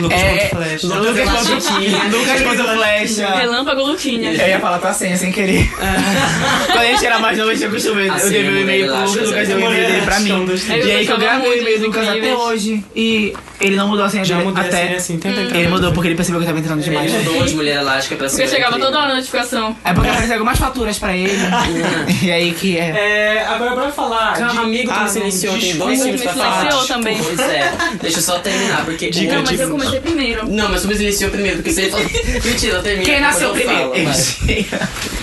[SPEAKER 1] Lucas
[SPEAKER 2] é,
[SPEAKER 1] ponto Flash.
[SPEAKER 2] Lucas contra Lucas contra Flecha.
[SPEAKER 3] Relâmpago Luquinha.
[SPEAKER 2] Eu ia falar tua senha sem querer. Quando a gente era mais novo, a gente acostumou.
[SPEAKER 4] A
[SPEAKER 2] Eu
[SPEAKER 4] senha
[SPEAKER 2] dei meu e-mail pro
[SPEAKER 4] Moreira,
[SPEAKER 2] Lucas, o Lucas deu o e-mail dele pra mim.
[SPEAKER 3] Eu
[SPEAKER 2] E aí que eu
[SPEAKER 3] gostava
[SPEAKER 2] gravei o
[SPEAKER 3] muito
[SPEAKER 2] e-mail do
[SPEAKER 3] dos
[SPEAKER 2] um Lucas até
[SPEAKER 3] incríveis.
[SPEAKER 2] hoje. E ele não mudou a senha
[SPEAKER 1] Já
[SPEAKER 2] dele
[SPEAKER 1] mudei
[SPEAKER 2] até.
[SPEAKER 1] até... assim, tenta
[SPEAKER 2] Ele mudou porque ele percebeu que eu tava entrando demais.
[SPEAKER 4] Ele mudou de mulher elástica pra
[SPEAKER 3] Porque
[SPEAKER 4] cima.
[SPEAKER 3] eu chegava toda hora a notificação.
[SPEAKER 2] É porque eu recebo mais faturas pra ele. e aí que é.
[SPEAKER 1] É, agora bora falar.
[SPEAKER 4] Calma, amigo que
[SPEAKER 1] Ah,
[SPEAKER 4] me silenciou,
[SPEAKER 1] não,
[SPEAKER 4] tem
[SPEAKER 1] desculpa.
[SPEAKER 4] dois filmes pra
[SPEAKER 3] Me
[SPEAKER 4] falar.
[SPEAKER 3] silenciou também.
[SPEAKER 4] Pois é, deixa eu só terminar, porque.
[SPEAKER 1] Diga,
[SPEAKER 4] o
[SPEAKER 3] Não, mas
[SPEAKER 1] diga.
[SPEAKER 3] eu comecei primeiro.
[SPEAKER 4] Não, mas tu me silenciou primeiro, porque você falou. Mentira, termina.
[SPEAKER 2] Quem nasceu
[SPEAKER 4] depois eu
[SPEAKER 2] primeiro?
[SPEAKER 4] falo, vai.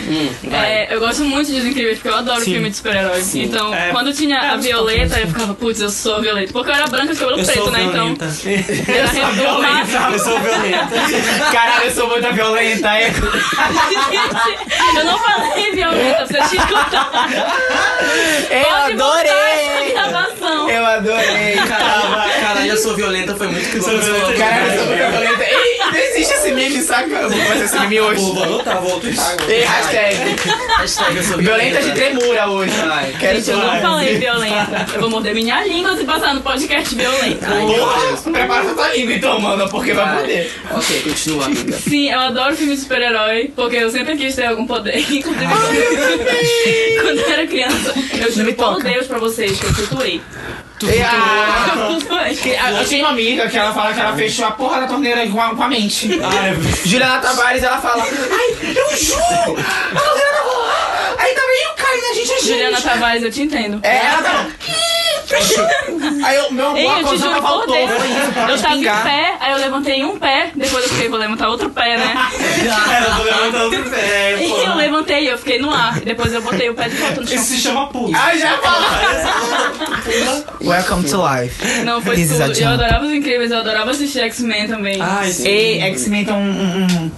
[SPEAKER 4] Hum, vai.
[SPEAKER 3] É, eu gosto muito de Os Incríveis, porque eu adoro
[SPEAKER 1] Sim.
[SPEAKER 3] filme de super-herói.
[SPEAKER 4] Sim.
[SPEAKER 3] Então,
[SPEAKER 1] É,
[SPEAKER 3] quando tinha
[SPEAKER 1] é,
[SPEAKER 3] a
[SPEAKER 1] você
[SPEAKER 3] Violeta,
[SPEAKER 1] tá
[SPEAKER 3] eu ficava, putz, eu sou a Violeta. Porque eu era branca de cabelo
[SPEAKER 1] Eu
[SPEAKER 3] preto,
[SPEAKER 1] sou
[SPEAKER 3] né? Então,
[SPEAKER 1] violenta.
[SPEAKER 3] era revoltada.
[SPEAKER 1] Eu sou violenta.
[SPEAKER 2] Caralho, eu sou muito violenta. É...
[SPEAKER 3] Gente, eu não falei Violeta, você te escutar.
[SPEAKER 2] Eu
[SPEAKER 3] Pode voltar essa
[SPEAKER 2] adorei!
[SPEAKER 3] gravação.
[SPEAKER 2] Eu adorei,
[SPEAKER 3] tá.
[SPEAKER 4] Caramba, caralho, eu sou violenta, foi muito que
[SPEAKER 1] Sou violenta.
[SPEAKER 2] Caralho, eu sou muito violenta. Ei, não existe esse meme, saca? Eu vou fazer esse meme
[SPEAKER 4] Vou
[SPEAKER 2] hoje.
[SPEAKER 4] voltar, vou voltar.
[SPEAKER 2] Ei, hashtag.
[SPEAKER 4] Hashtag eu sou
[SPEAKER 2] Violenta
[SPEAKER 4] violenta.
[SPEAKER 2] de tremura hoje.
[SPEAKER 4] Ai.
[SPEAKER 2] Quero
[SPEAKER 3] Gente, eu
[SPEAKER 2] falar.
[SPEAKER 3] não falei violenta. Eu vou morder minha língua se passar no podcast violento.
[SPEAKER 4] Ai, meu Deus.
[SPEAKER 2] Porra, prepara tua língua então, mano, porque vai poder.
[SPEAKER 4] Ok, continua, amiga.
[SPEAKER 3] Sim, eu adoro filme de super-herói, porque eu sempre quis ter algum poder. Inclusive, quando eu era criança, eu juro
[SPEAKER 2] me
[SPEAKER 3] por
[SPEAKER 2] toca.
[SPEAKER 3] Deus pra vocês que eu flutuei.
[SPEAKER 2] Ah,
[SPEAKER 3] Eu flutuei.
[SPEAKER 2] que- ah, Eu tinha uma amiga que ela fala que ela fechou a porra da torneira com a, com a mente. Juliana Tavares, ela fala, ai, eu juro! A torneira tá rolando! Aí tá meio caindo, a gente é
[SPEAKER 3] Juliana
[SPEAKER 2] gente.
[SPEAKER 3] Tavares, eu te entendo.
[SPEAKER 2] É, ela tá. "Ih, fechou." Aí eu, meu
[SPEAKER 3] Ei,
[SPEAKER 2] bloco
[SPEAKER 3] eu te
[SPEAKER 2] só
[SPEAKER 3] juro por
[SPEAKER 2] faltou.
[SPEAKER 3] Deus.
[SPEAKER 2] foi isso, pra
[SPEAKER 3] Eu tava em
[SPEAKER 2] espingar.
[SPEAKER 3] pé, aí eu levantei um pé, depois eu fiquei, vou levantar outro pé, né?
[SPEAKER 1] eu tô levantando o pé.
[SPEAKER 3] E eu
[SPEAKER 1] porra.
[SPEAKER 3] levantei, eu fiquei no ar. Depois eu botei o pé de volta no chão.
[SPEAKER 1] Isso se chama pulo.
[SPEAKER 2] Ai, já fala. Welcome to life.
[SPEAKER 3] Não, foi
[SPEAKER 2] This is a
[SPEAKER 3] tudo. Eu
[SPEAKER 2] jump.
[SPEAKER 3] adorava os incríveis, eu adorava assistir X-Men também.
[SPEAKER 1] Ai, sim.
[SPEAKER 2] Ah, Ei, X-Men tá um, um, um-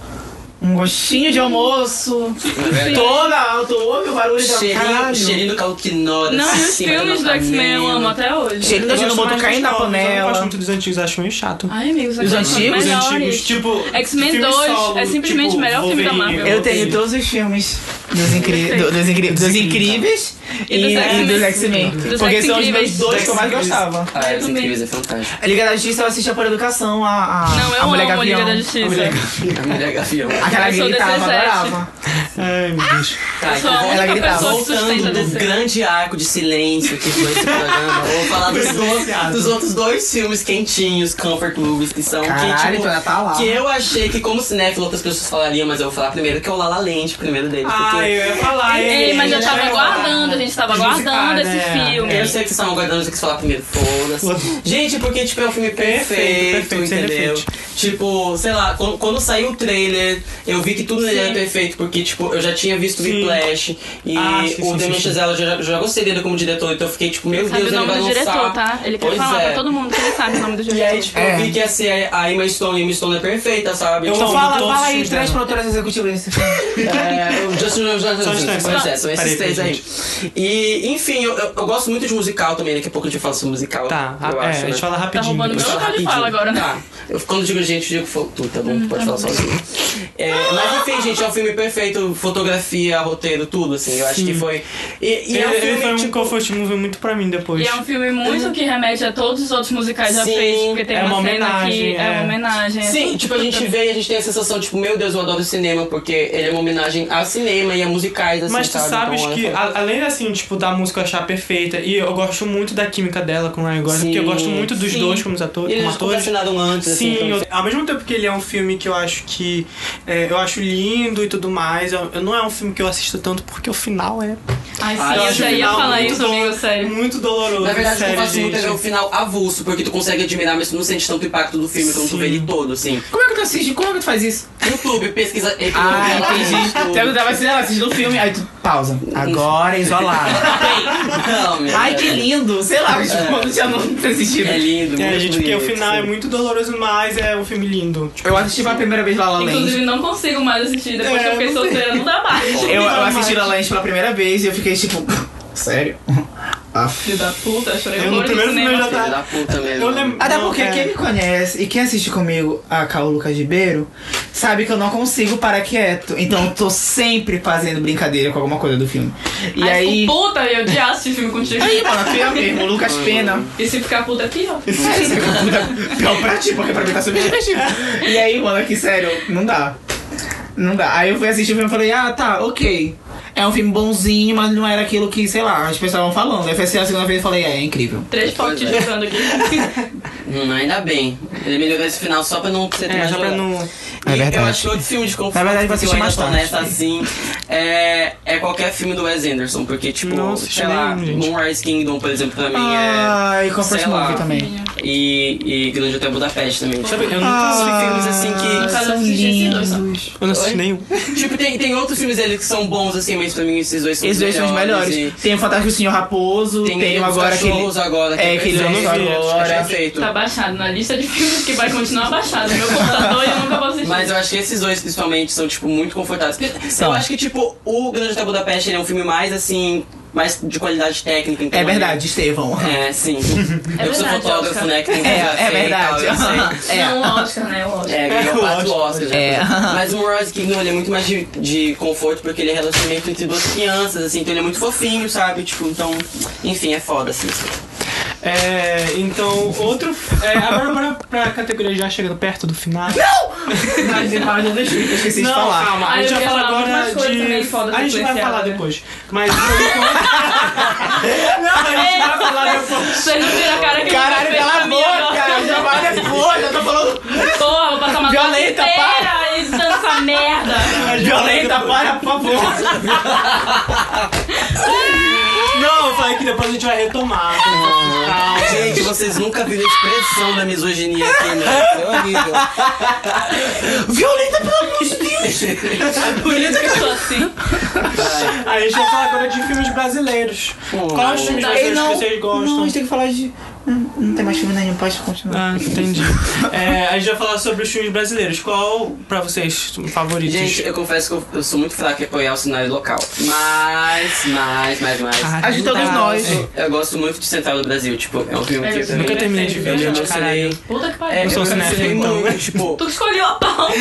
[SPEAKER 2] um gostinho de almoço.
[SPEAKER 3] Sim.
[SPEAKER 2] Toda alto, ouve é o barulho da
[SPEAKER 4] Cheirinho,
[SPEAKER 2] caralho.
[SPEAKER 4] cheirinho do calquinora.
[SPEAKER 3] Não, e os filmes
[SPEAKER 4] tá
[SPEAKER 3] do X-Men eu amo até hoje.
[SPEAKER 2] Cheirinho da
[SPEAKER 1] Eu
[SPEAKER 2] gente não
[SPEAKER 1] gosto
[SPEAKER 2] botou
[SPEAKER 1] mais
[SPEAKER 2] cair
[SPEAKER 1] dos
[SPEAKER 2] na
[SPEAKER 1] novos, Eu não gosto
[SPEAKER 2] panela.
[SPEAKER 1] muito dos antigos, acho meio chato.
[SPEAKER 3] Ai,
[SPEAKER 2] Os
[SPEAKER 3] amigos, aqueles são
[SPEAKER 2] antigos,
[SPEAKER 1] Os
[SPEAKER 3] melhores.
[SPEAKER 1] antigos, tipo.
[SPEAKER 3] X-Men
[SPEAKER 1] filme
[SPEAKER 3] 2 é
[SPEAKER 1] solo, tipo,
[SPEAKER 3] simplesmente o melhor filme da
[SPEAKER 1] Wolverine,
[SPEAKER 3] Marvel.
[SPEAKER 2] Eu tenho todos os filmes dos, incri- do- dos, incri- dos Incríveis e, e dos X-Men.
[SPEAKER 3] Dos
[SPEAKER 2] Porque são os meus
[SPEAKER 3] X-Incríveis.
[SPEAKER 2] dois que eu mais gostava.
[SPEAKER 4] Ah,
[SPEAKER 3] Eu
[SPEAKER 4] os
[SPEAKER 3] também.
[SPEAKER 4] incríveis, é fantástico.
[SPEAKER 2] A Liga da Justiça eu assistia por educação, a, a,
[SPEAKER 3] Não, eu
[SPEAKER 2] a
[SPEAKER 3] amo
[SPEAKER 2] Mulher
[SPEAKER 3] a Liga
[SPEAKER 2] Gavião.
[SPEAKER 3] da Justiça.
[SPEAKER 4] A mulher gavião.
[SPEAKER 2] Aquela
[SPEAKER 3] Eu sou
[SPEAKER 2] gritava,
[SPEAKER 3] DC7.
[SPEAKER 2] adorava.
[SPEAKER 1] Ai, meu Deus.
[SPEAKER 4] Tá,
[SPEAKER 3] Eu sou a
[SPEAKER 4] então,
[SPEAKER 2] Ela
[SPEAKER 3] única
[SPEAKER 2] gritava.
[SPEAKER 3] pessoa que é sustenta
[SPEAKER 4] Voltando do
[SPEAKER 3] DC.
[SPEAKER 4] grande arco de silêncio que foi esse programa, vou falar dos, outros- dos outros dois filmes quentinhos, Comfort Movies, que são que,
[SPEAKER 2] Caralho,
[SPEAKER 4] tipo,
[SPEAKER 2] tu ainda tá lá.
[SPEAKER 4] que eu achei que como cinéfilo outras pessoas falariam, mas eu vou falar primeiro, que é o Lala Lente, primeiro deles.
[SPEAKER 1] Ai,
[SPEAKER 4] porque
[SPEAKER 1] eu ia falar.
[SPEAKER 3] Ei, mas eu
[SPEAKER 4] é
[SPEAKER 3] tava
[SPEAKER 1] ia
[SPEAKER 3] aguardando, a gente tava aguardando esse
[SPEAKER 1] né?
[SPEAKER 3] filme.
[SPEAKER 4] eu sei que vocês estavam aguardando, eu sei que vocês falaram primeiro, foda-se. Gente, porque, tipo, é um filme perfeito,
[SPEAKER 1] Perfeito, é perfeito, sem
[SPEAKER 4] entendeu?
[SPEAKER 1] defeito.
[SPEAKER 4] Tipo, sei lá, quando, quando saiu o trailer, eu vi que tudo nele era perfeito, porque, tipo, eu já tinha visto
[SPEAKER 1] Sim.
[SPEAKER 4] Whiplash, Flash. E
[SPEAKER 1] Ah, sim,
[SPEAKER 4] o
[SPEAKER 1] sim,
[SPEAKER 4] Damien
[SPEAKER 1] sim, sim.
[SPEAKER 4] Chazelle já, já gostei dele como diretor, então eu fiquei tipo, meu
[SPEAKER 3] Sabe
[SPEAKER 4] Deus,
[SPEAKER 3] o
[SPEAKER 4] ele
[SPEAKER 3] nome
[SPEAKER 4] vai
[SPEAKER 3] do
[SPEAKER 4] lançar.
[SPEAKER 3] diretor, tá? Ele quer
[SPEAKER 4] Pois
[SPEAKER 3] falar
[SPEAKER 4] é.
[SPEAKER 3] pra todo mundo que ele sabe o nome do
[SPEAKER 4] E
[SPEAKER 3] diretor.
[SPEAKER 4] aí, tipo,
[SPEAKER 2] É.
[SPEAKER 4] eu vi que ia ser a Emma Stone, e a Emma Stone é perfeita, sabe?
[SPEAKER 1] Eu
[SPEAKER 4] Tipo,
[SPEAKER 1] amo
[SPEAKER 2] Fala,
[SPEAKER 1] todos
[SPEAKER 2] fala
[SPEAKER 1] os
[SPEAKER 2] aí,
[SPEAKER 1] filmes
[SPEAKER 2] três
[SPEAKER 1] dela.
[SPEAKER 2] produtoras executivas desse filme.
[SPEAKER 4] É, o Justin Johnson.
[SPEAKER 1] instantes.
[SPEAKER 4] Pois é, são esses
[SPEAKER 1] Peraí,
[SPEAKER 4] três
[SPEAKER 1] peraí,
[SPEAKER 4] aí. E, enfim, eu, eu- eu gosto muito de musical também, daqui a pouco a gente fala sobre musical.
[SPEAKER 1] Tá,
[SPEAKER 4] eu
[SPEAKER 1] é,
[SPEAKER 4] acho,
[SPEAKER 1] a
[SPEAKER 4] né?
[SPEAKER 1] gente fala
[SPEAKER 3] Tá
[SPEAKER 1] rapidinho.
[SPEAKER 3] roubando
[SPEAKER 1] depois.
[SPEAKER 3] meu local de fala agora.
[SPEAKER 4] Tá. Eu, quando digo gente, eu digo fo- tu, tá bom? pode falar sozinho. É, mas enfim, gente, é um filme perfeito. Fotografia, roteiro, tudo, assim. Eu acho que foi. E, e
[SPEAKER 1] Ele,
[SPEAKER 4] é um
[SPEAKER 1] ele
[SPEAKER 4] filme,
[SPEAKER 1] foi um
[SPEAKER 4] tipo,
[SPEAKER 1] comfort movie muito pra mim depois.
[SPEAKER 3] E é um filme muito que remete a todos os outros musicais já
[SPEAKER 4] Sim,
[SPEAKER 3] feitos, porque tem
[SPEAKER 1] é uma
[SPEAKER 3] cena que
[SPEAKER 1] homenagem,
[SPEAKER 3] é
[SPEAKER 1] é.
[SPEAKER 3] uma homenagem.
[SPEAKER 4] Sim, tipo, a gente vê e a gente tem a sensação, tipo, meu Deus, eu adoro cinema, porque ele é uma homenagem ao cinema e a musicais, assim,
[SPEAKER 1] Mas tu
[SPEAKER 4] sabe?
[SPEAKER 1] sabes
[SPEAKER 4] Então,
[SPEAKER 1] que,
[SPEAKER 4] é-
[SPEAKER 1] a- além assim, tipo, da música eu achar perfeita, e eu gosto muito da química dela com o Ryan Gosling, porque eu
[SPEAKER 4] Sim,
[SPEAKER 1] gosto muito dos
[SPEAKER 4] sim.
[SPEAKER 1] dois como, ator,
[SPEAKER 4] E
[SPEAKER 1] como
[SPEAKER 4] eles
[SPEAKER 1] atores.
[SPEAKER 4] conversaram antes, assim,
[SPEAKER 1] Sim,
[SPEAKER 4] pra
[SPEAKER 3] então.
[SPEAKER 1] eu-
[SPEAKER 4] você-
[SPEAKER 1] ao mesmo tempo que ele é um filme que eu acho que. é, eu acho lindo e tudo mais, eu, eu- não é um filme que eu assisto tanto porque o final é.
[SPEAKER 3] Ai, sim,
[SPEAKER 4] Ah,
[SPEAKER 1] eu
[SPEAKER 3] eu
[SPEAKER 1] acho
[SPEAKER 3] já
[SPEAKER 1] o
[SPEAKER 3] ia
[SPEAKER 1] final
[SPEAKER 3] falar
[SPEAKER 1] muito
[SPEAKER 3] isso,
[SPEAKER 1] do-
[SPEAKER 3] amigo, sério.
[SPEAKER 1] Muito doloroso.
[SPEAKER 4] Na verdade, o que
[SPEAKER 1] sério,
[SPEAKER 4] eu faço muito é
[SPEAKER 1] gente.
[SPEAKER 4] ver o final avulso, porque tu consegue admirar, mas tu não sente tanto impacto do filme quando tu
[SPEAKER 1] Sim.
[SPEAKER 4] vê ele todo, assim.
[SPEAKER 2] Como é que tu assiste? Como é que tu faz isso?
[SPEAKER 4] YouTube, pesquisa. um
[SPEAKER 2] Ah,
[SPEAKER 4] ela fez
[SPEAKER 2] entendi.
[SPEAKER 4] tudo.
[SPEAKER 2] Então, eu tava assistindo, ela assistindo o filme, aí tu pausa. Agora, é isolado.
[SPEAKER 4] Não, meu
[SPEAKER 2] Ai,
[SPEAKER 4] Deus.
[SPEAKER 2] que lindo. Sei lá, tipo, quando tinha não ter assistido.
[SPEAKER 4] É lindo,
[SPEAKER 1] É,
[SPEAKER 4] muito
[SPEAKER 1] gente, porque o
[SPEAKER 4] bonito, assim.
[SPEAKER 1] final é
[SPEAKER 4] sim.
[SPEAKER 1] muito doloroso, mas é um filme lindo. Tipo,
[SPEAKER 2] Eu assisti pela primeira vez La La Land.
[SPEAKER 3] Inclusive, não consigo mais assistir depois que
[SPEAKER 1] É,
[SPEAKER 3] eu fiquei
[SPEAKER 1] não sei.
[SPEAKER 3] solteira, não dá mais.
[SPEAKER 2] Eu, eu assisti La La Land pela primeira vez e eu fiquei tipo... Sério? Aff.
[SPEAKER 3] Filho da puta, eu chorei
[SPEAKER 1] Eu no
[SPEAKER 3] horrores
[SPEAKER 1] primeiro
[SPEAKER 3] no
[SPEAKER 1] filme eu já
[SPEAKER 3] cinema.
[SPEAKER 1] tava-
[SPEAKER 4] Filho da puta mesmo.
[SPEAKER 1] eu lembro.
[SPEAKER 2] Até
[SPEAKER 1] não,
[SPEAKER 2] porque
[SPEAKER 1] é.
[SPEAKER 2] quem me conhece e quem assiste comigo a Cal Lucas Ribeiro sabe que eu não consigo parar quieto. Então eu tô sempre fazendo brincadeira com alguma coisa do filme. E
[SPEAKER 3] Ai,
[SPEAKER 2] aí.
[SPEAKER 3] fico Puta, eu odiava assistir filme contigo.
[SPEAKER 2] Aí, mano, pior mesmo, o Lucas Pena.
[SPEAKER 3] E se ficar puta é pior.
[SPEAKER 2] É, isso é puta- pior pra ti, porque pra mim tá subjetivo. E aí, mano, aqui, sério, não dá. Não dá. Aí eu fui assistir o filme e falei, ah, tá, ok. É um filme bonzinho, mas não era aquilo que, sei lá, as pessoas estavam falando. Aí eu fui assistir a segunda vez e falei, é, é incrível.
[SPEAKER 3] Três
[SPEAKER 4] Pois
[SPEAKER 3] potes
[SPEAKER 4] é.
[SPEAKER 3] jogando aqui.
[SPEAKER 4] Hum, ainda bem. Ele melhorou esse final só pra não ser
[SPEAKER 1] É,
[SPEAKER 4] mais
[SPEAKER 1] só pra
[SPEAKER 4] doloroso.
[SPEAKER 1] não.
[SPEAKER 2] É
[SPEAKER 4] E
[SPEAKER 2] verdade.
[SPEAKER 4] Eu acho que outro filme de conforto
[SPEAKER 2] Na verdade, vai
[SPEAKER 4] que eu
[SPEAKER 2] assistir
[SPEAKER 4] ainda
[SPEAKER 2] mais
[SPEAKER 4] tô
[SPEAKER 2] tarde.
[SPEAKER 4] nessa, assim, é, é qualquer filme do Wes Anderson, porque, tipo,
[SPEAKER 1] Não assisti
[SPEAKER 4] sei lá,
[SPEAKER 1] nenhum, gente.
[SPEAKER 4] Moonrise Kingdom, por exemplo, pra mim é,
[SPEAKER 2] Ai, Comfort
[SPEAKER 4] sei lá.
[SPEAKER 2] Movie também.
[SPEAKER 4] é. E, e Grande Hotel Budapeste também. Tipo,
[SPEAKER 1] Sabe, eu nunca assisti.
[SPEAKER 2] Ah,
[SPEAKER 4] filmes assim que-
[SPEAKER 3] Mas eu
[SPEAKER 2] são
[SPEAKER 3] assisti esses dois só.
[SPEAKER 2] lindos.
[SPEAKER 1] Eu não assisti
[SPEAKER 4] Oi?
[SPEAKER 1] nenhum.
[SPEAKER 4] tipo, tem, tem outros filmes dele que são bons, assim, mas pra mim esses dois são
[SPEAKER 2] Esses dois são os melhores.
[SPEAKER 4] e-
[SPEAKER 2] Tem o Fantástico Senhor Raposo, tem, um
[SPEAKER 4] Tem, tem
[SPEAKER 2] o
[SPEAKER 4] os
[SPEAKER 2] agora aquele.
[SPEAKER 4] cachorros agora. que
[SPEAKER 2] É, aquele É
[SPEAKER 4] perfeito.
[SPEAKER 2] lançou
[SPEAKER 1] Eu não vi,
[SPEAKER 4] Acho
[SPEAKER 2] agora.
[SPEAKER 4] perfeito.
[SPEAKER 3] Tá baixado na lista de filmes que vai continuar baixado. no Meu computador e eu nunca vou assistir.
[SPEAKER 4] Mas eu acho que esses dois, principalmente, são, tipo, muito confortáveis. Porque
[SPEAKER 2] São.
[SPEAKER 4] Eu acho que, tipo, o Grande Hotel Budapeste ele é um filme mais, assim, mais de qualidade técnica. Então,
[SPEAKER 2] É verdade, Estevão.
[SPEAKER 4] É, sim. eu que sou
[SPEAKER 3] verdade,
[SPEAKER 4] fotógrafo,
[SPEAKER 3] Oscar.
[SPEAKER 4] né? Que tem
[SPEAKER 2] É,
[SPEAKER 4] fotografia
[SPEAKER 2] é
[SPEAKER 4] e tal,
[SPEAKER 2] verdade.
[SPEAKER 4] eu sei.
[SPEAKER 3] Não, o Oscar, né? O Oscar.
[SPEAKER 4] É, ganhou quatro Oscars. né?
[SPEAKER 2] É.
[SPEAKER 4] Mas o Moonrise Kingdom ele é muito mais de, de conforto, porque ele é relacionamento entre duas crianças, assim, então ele é muito fofinho, sabe? Tipo, então, enfim, é foda, assim.
[SPEAKER 1] É, então, outro. É, agora bora pra categoria já chegando perto do final. Não,
[SPEAKER 2] Mas de mal, eu deixei, eu esqueci de falar.
[SPEAKER 1] calma,
[SPEAKER 3] Ah,
[SPEAKER 1] a gente
[SPEAKER 3] eu
[SPEAKER 1] vai
[SPEAKER 3] ia
[SPEAKER 1] falar
[SPEAKER 3] falar
[SPEAKER 1] agora
[SPEAKER 3] algumas coisas também né?
[SPEAKER 1] de.
[SPEAKER 3] fodas
[SPEAKER 1] A gente vai
[SPEAKER 3] influenciadas.
[SPEAKER 1] falar depois. Mas. por enquanto- Não, a gente vai falar depois.
[SPEAKER 3] Vocês não viram a cara que
[SPEAKER 2] Caralho,
[SPEAKER 3] ele fez
[SPEAKER 2] cala
[SPEAKER 3] pra
[SPEAKER 2] a
[SPEAKER 3] mim agora.
[SPEAKER 2] boca! Já vai depois, eu tô falando.
[SPEAKER 3] Porra, vou passar uma
[SPEAKER 2] Violenta,
[SPEAKER 3] noite inteira editando essa merda.
[SPEAKER 2] Violenta, para, por favor!
[SPEAKER 1] Não, eu falei que depois a gente vai retomar.
[SPEAKER 4] Gente, vocês nunca viram a expressão da misoginia aqui, né? É horrível.
[SPEAKER 2] Violenta, pelo amor de
[SPEAKER 3] Por isso que eu sou assim.
[SPEAKER 1] A gente vai falar agora de filmes brasileiros. é
[SPEAKER 4] Hum.
[SPEAKER 1] Quais filmes
[SPEAKER 3] Ei,
[SPEAKER 1] brasileiros
[SPEAKER 2] não,
[SPEAKER 1] que vocês
[SPEAKER 2] Não, a
[SPEAKER 1] gostam?
[SPEAKER 2] gente tem que falar de. Não, não tem mais filme nenhum, pode continuar.
[SPEAKER 1] Ah, entendi. É, a gente vai falar sobre os filmes brasileiros. Qual pra vocês favoritos?
[SPEAKER 4] Gente, eu confesso que eu, eu sou muito fraco em apoiar o cenário local. Mas, mas, mas, mas.
[SPEAKER 1] Ah,
[SPEAKER 2] Acho que todos
[SPEAKER 1] tá.
[SPEAKER 2] nós.
[SPEAKER 4] Eu- Eu gosto muito de Central do Brasil, tipo, é um filme que eu
[SPEAKER 1] nunca
[SPEAKER 4] também.
[SPEAKER 1] terminei de ver,
[SPEAKER 4] Eu já
[SPEAKER 1] gente,
[SPEAKER 4] mencionei.
[SPEAKER 3] Puta que
[SPEAKER 4] É,
[SPEAKER 3] pariu.
[SPEAKER 1] Eu sou
[SPEAKER 4] já
[SPEAKER 1] cinéfilo,
[SPEAKER 4] mencionei
[SPEAKER 1] então.
[SPEAKER 4] muito, tipo.
[SPEAKER 3] Tu escolheu a pauta.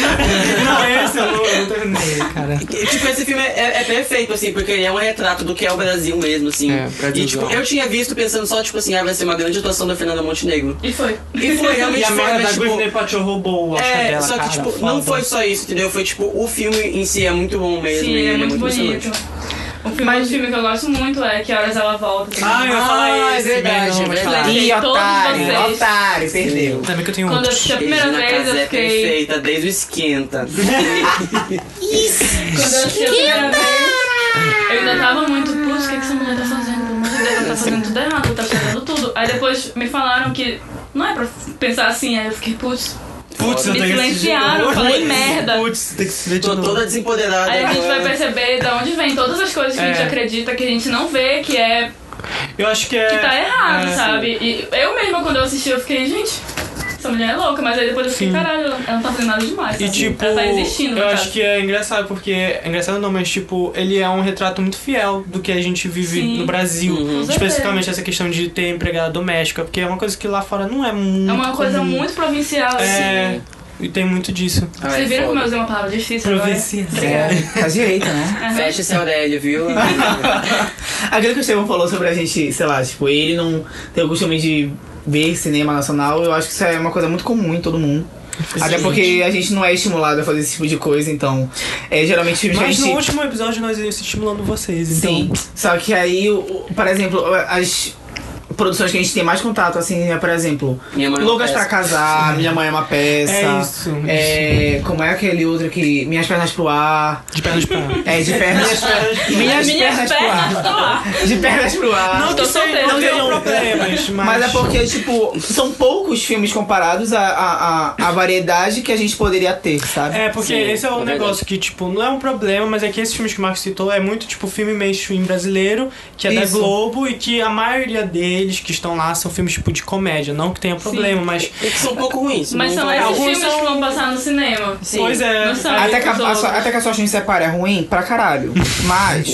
[SPEAKER 1] Não, é esse eu não, eu não terminei, cara.
[SPEAKER 4] E, Tipo, esse filme é, é perfeito, assim, porque ele é um retrato do que é o Brasil mesmo, assim.
[SPEAKER 1] É, Brasilzão.
[SPEAKER 4] e, tipo, eu tinha visto pensando só, tipo assim, ah, vai ser uma grande atuação da Fernanda Montenegro.
[SPEAKER 3] E foi.
[SPEAKER 4] E foi realmente
[SPEAKER 1] E a
[SPEAKER 4] foi,
[SPEAKER 1] merda
[SPEAKER 4] mas,
[SPEAKER 1] da
[SPEAKER 4] tipo,
[SPEAKER 1] Gwyneth Paltrow roubou o Oscar
[SPEAKER 4] É,
[SPEAKER 1] dela,
[SPEAKER 4] só que,
[SPEAKER 1] cara,
[SPEAKER 4] tipo,
[SPEAKER 1] foda.
[SPEAKER 4] não foi só isso, entendeu? Foi, tipo, o filme em si é muito bom mesmo.
[SPEAKER 3] Sim,
[SPEAKER 4] e ele
[SPEAKER 3] é muito
[SPEAKER 4] emocionante.
[SPEAKER 3] bonito. O filme, Mas... filme que eu gosto muito é Que Horas Ela Volta.
[SPEAKER 1] Ah, eu ia falar
[SPEAKER 4] Ah, é
[SPEAKER 1] esse,
[SPEAKER 4] verdade,
[SPEAKER 1] mas não
[SPEAKER 4] é
[SPEAKER 1] vou falar.
[SPEAKER 4] verdade.
[SPEAKER 2] Ih,
[SPEAKER 3] Todos
[SPEAKER 2] otário,
[SPEAKER 3] vocês.
[SPEAKER 2] otário, perdeu.
[SPEAKER 1] Ainda bem que eu tenho
[SPEAKER 3] Quando eu
[SPEAKER 1] outro.
[SPEAKER 3] assisti a primeira
[SPEAKER 4] Regina
[SPEAKER 3] vez, eu
[SPEAKER 1] é
[SPEAKER 4] Casé
[SPEAKER 3] fiquei...
[SPEAKER 4] perfeita, desde o esquenta.
[SPEAKER 3] Quando eu assisti a primeira vez, eu ainda tava muito, putz, o que, que essa mulher tá fazendo? Pelo amor de Deus, ela tá fazendo tudo errado, ela tá fazendo tudo. Aí depois me falaram que não é pra pensar assim, aí eu fiquei, putz,
[SPEAKER 7] Putz, eu
[SPEAKER 3] Me
[SPEAKER 7] tenho que assistir de
[SPEAKER 3] silenciaram,
[SPEAKER 7] novo.
[SPEAKER 3] eu falei merda.
[SPEAKER 7] Putz, tem que assistir de
[SPEAKER 4] Tô
[SPEAKER 7] novo.
[SPEAKER 4] toda desempoderada.
[SPEAKER 3] Aí a gente vai
[SPEAKER 4] agora.
[SPEAKER 3] perceber de onde vem todas as coisas que a gente
[SPEAKER 1] É.
[SPEAKER 3] acredita que a gente não vê, que é
[SPEAKER 1] Eu acho que é.
[SPEAKER 3] que tá errado,
[SPEAKER 1] é,
[SPEAKER 3] sabe? E eu mesma, quando eu assisti, eu fiquei, gente, essa mulher é louca, mas aí depois eu fiquei,
[SPEAKER 1] Sim.
[SPEAKER 3] caralho, ela não tá fazendo nada demais.
[SPEAKER 1] E
[SPEAKER 3] sabe?
[SPEAKER 1] tipo,
[SPEAKER 3] ela tá existindo,
[SPEAKER 1] eu
[SPEAKER 3] no
[SPEAKER 1] acho
[SPEAKER 3] caso.
[SPEAKER 1] que é engraçado porque é engraçado não, mas tipo, ele é um retrato muito fiel do que a gente vive
[SPEAKER 3] Sim.
[SPEAKER 1] no Brasil,
[SPEAKER 2] Uhum.
[SPEAKER 3] Com
[SPEAKER 1] especificamente
[SPEAKER 3] certeza.
[SPEAKER 1] essa questão de ter empregada doméstica, porque é uma coisa que lá fora não é muito
[SPEAKER 3] É uma coisa
[SPEAKER 1] comum.
[SPEAKER 3] muito provincial,
[SPEAKER 1] é,
[SPEAKER 3] assim.
[SPEAKER 1] e tem muito disso.
[SPEAKER 3] Vocês viram como eu usei uma palavra difícil agora? É. Obrigada.
[SPEAKER 1] É.
[SPEAKER 2] Faz direito, né?
[SPEAKER 4] Fecha esse Aurélio, viu?
[SPEAKER 2] Aquilo que o Estevão falou sobre a gente, sei lá, tipo, ele não tem o costume de ver cinema nacional, eu acho que isso é uma coisa muito comum em todo mundo. Até porque a gente não é estimulado a fazer esse tipo de coisa, então. É geralmente filmes que a
[SPEAKER 1] Mas
[SPEAKER 2] gente.
[SPEAKER 1] no último episódio nós íamos estimulando vocês, então.
[SPEAKER 2] Sim. Só que aí, o- o- por exemplo, as produções que a gente tem mais contato, assim, é, por exemplo,
[SPEAKER 4] Minha Mãe é uma
[SPEAKER 2] Loucas pra
[SPEAKER 4] Peça.
[SPEAKER 2] Casar, Minha Mãe é uma Peça.
[SPEAKER 1] É isso.
[SPEAKER 2] É, como é aquele outro que. Minhas Pernas pro Ar.
[SPEAKER 1] De pernas pra.
[SPEAKER 2] É, de pernas. Minhas,
[SPEAKER 3] Minhas
[SPEAKER 2] pernas, pro
[SPEAKER 3] pernas
[SPEAKER 2] ar.
[SPEAKER 3] estão lá.
[SPEAKER 2] De pernas pro ar.
[SPEAKER 1] Não,
[SPEAKER 3] tô
[SPEAKER 1] que sei,
[SPEAKER 3] solteira,
[SPEAKER 1] não
[SPEAKER 3] viu?
[SPEAKER 1] tenham problemas, mas.
[SPEAKER 2] Mas é porque, tipo, são poucos filmes comparados à, à, à- à variedade que a gente poderia ter, sabe?
[SPEAKER 1] É, porque
[SPEAKER 4] Sim,
[SPEAKER 1] esse é um
[SPEAKER 4] é verdade.
[SPEAKER 1] negócio que, tipo, não é um problema, mas é que esses filmes que o Marcos citou é muito, tipo, filme mainstream brasileiro, que é da
[SPEAKER 2] Isso.
[SPEAKER 1] Globo, e que a maioria deles que estão lá são filmes, tipo, de comédia. Não que tenha problema, mas...
[SPEAKER 4] E que são um pouco ruins.
[SPEAKER 3] Mas
[SPEAKER 4] não
[SPEAKER 3] são
[SPEAKER 4] vão-
[SPEAKER 3] esses
[SPEAKER 1] alguns
[SPEAKER 3] filmes
[SPEAKER 1] são-
[SPEAKER 3] que vão passar no cinema.
[SPEAKER 4] Sim.
[SPEAKER 1] Pois é.
[SPEAKER 3] Não são
[SPEAKER 2] Até que, a,
[SPEAKER 3] os
[SPEAKER 2] a, sua-
[SPEAKER 3] outros.
[SPEAKER 2] até que a sorte nos separe é ruim pra caralho. Mas.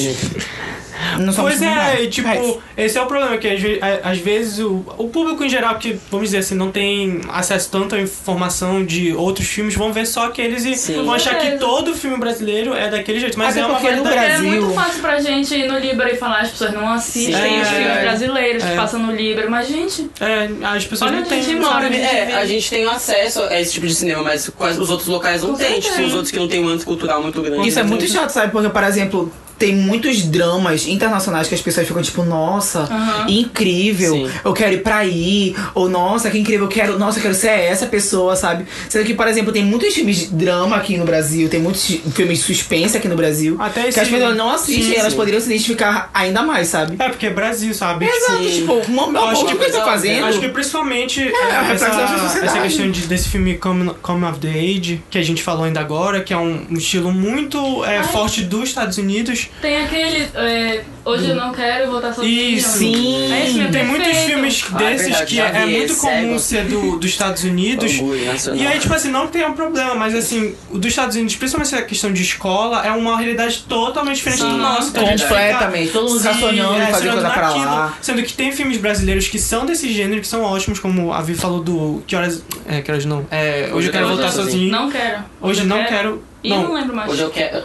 [SPEAKER 2] não somos
[SPEAKER 1] Pois é,
[SPEAKER 2] combinados.
[SPEAKER 1] e, tipo,
[SPEAKER 2] Mas-
[SPEAKER 1] esse é o problema, que às, ve- a- às vezes o, o público em geral, que, vamos dizer assim, não tem acesso tanto à informação de outros filmes, vão ver só aqueles e
[SPEAKER 4] Sim.
[SPEAKER 1] vão achar que
[SPEAKER 3] Certeza.
[SPEAKER 1] todo filme brasileiro é daquele jeito. Mas
[SPEAKER 2] Até
[SPEAKER 1] é uma
[SPEAKER 2] porque no
[SPEAKER 1] verdade.
[SPEAKER 3] Porque é
[SPEAKER 2] Brasil.
[SPEAKER 3] muito fácil pra gente ir no Libra e falar, as pessoas não assistem
[SPEAKER 4] Sim.
[SPEAKER 3] os
[SPEAKER 4] É.
[SPEAKER 3] filmes brasileiros que
[SPEAKER 1] É.
[SPEAKER 3] passam no Libra. Mas, gente,
[SPEAKER 1] É, as pessoas
[SPEAKER 3] Olha
[SPEAKER 1] não
[SPEAKER 3] onde
[SPEAKER 1] têm...
[SPEAKER 3] a gente
[SPEAKER 1] não
[SPEAKER 3] mora,
[SPEAKER 1] sabem.
[SPEAKER 3] né?
[SPEAKER 4] É, a gente tem acesso a esse tipo de cinema, mas quais os outros locais não
[SPEAKER 3] Com
[SPEAKER 4] têm. Tipo,
[SPEAKER 3] certeza.
[SPEAKER 4] os outros que não têm um âmbito cultural muito grande. né?
[SPEAKER 2] Isso é muito chato, sabe? Porque, por exemplo, tem muitos dramas internacionais que as pessoas ficam tipo, nossa,
[SPEAKER 3] Aham.
[SPEAKER 2] incrível,
[SPEAKER 4] Sim.
[SPEAKER 2] eu quero ir pra aí, ou nossa, que incrível, eu quero, nossa, eu quero ser essa pessoa, sabe? Sendo que, por exemplo, tem muitos filmes de drama aqui no Brasil, tem muitos filmes de suspense aqui no Brasil,
[SPEAKER 1] Até
[SPEAKER 2] que
[SPEAKER 1] esse-
[SPEAKER 2] as pessoas não assistem,
[SPEAKER 4] Sim,
[SPEAKER 2] elas
[SPEAKER 4] sim.
[SPEAKER 2] poderiam se identificar ainda mais, sabe?
[SPEAKER 1] É, porque é Brasil, sabe? Tipo,
[SPEAKER 2] Exato, tipo, meu amor,
[SPEAKER 1] acho
[SPEAKER 2] o
[SPEAKER 1] que-
[SPEAKER 2] que você tá fazendo?
[SPEAKER 1] Acho que é principalmente
[SPEAKER 2] reflexo
[SPEAKER 1] essa,
[SPEAKER 2] da sociedade.
[SPEAKER 1] essa questão de- desse filme Come, Come of the Age, que a gente falou ainda agora, que é um, um estilo muito é,
[SPEAKER 3] Ai.
[SPEAKER 1] forte dos Estados Unidos.
[SPEAKER 3] tem aquele. é, Hoje eu não quero voltar sozinho.
[SPEAKER 1] Isso.
[SPEAKER 2] Sim.
[SPEAKER 3] É isso,
[SPEAKER 1] E
[SPEAKER 3] meu
[SPEAKER 1] tem muitos
[SPEAKER 3] perfeito.
[SPEAKER 1] filmes
[SPEAKER 4] Ah,
[SPEAKER 1] desses
[SPEAKER 4] verdade,
[SPEAKER 1] que
[SPEAKER 4] já
[SPEAKER 1] é, é
[SPEAKER 4] vi
[SPEAKER 1] muito
[SPEAKER 4] esse,
[SPEAKER 1] comum
[SPEAKER 4] cego.
[SPEAKER 1] ser do, dos Estados Unidos.
[SPEAKER 4] Orgulho nacional.
[SPEAKER 1] E aí, tipo assim, não tem um problema, mas assim, o dos Estados Unidos, principalmente essa questão de escola, é uma realidade totalmente diferente do
[SPEAKER 4] Sim.
[SPEAKER 1] nosso. Então a gente fica-
[SPEAKER 2] Completamente, todo mundo tá
[SPEAKER 1] se-
[SPEAKER 2] sonhando em
[SPEAKER 1] é,
[SPEAKER 2] fazer
[SPEAKER 1] sonhando
[SPEAKER 2] coisa pra
[SPEAKER 1] naquilo.
[SPEAKER 2] lá.
[SPEAKER 1] Sendo que tem filmes brasileiros que são desse gênero, que são ótimos, como a Vi falou do. Que horas. É, que horas não. É, hoje, eu quero
[SPEAKER 3] Hoje eu-
[SPEAKER 1] voltar sozinho.
[SPEAKER 3] Não quero.
[SPEAKER 1] hoje
[SPEAKER 3] eu
[SPEAKER 1] não quero.
[SPEAKER 3] E
[SPEAKER 1] não.
[SPEAKER 3] não lembro mais.
[SPEAKER 4] Hoje eu quero.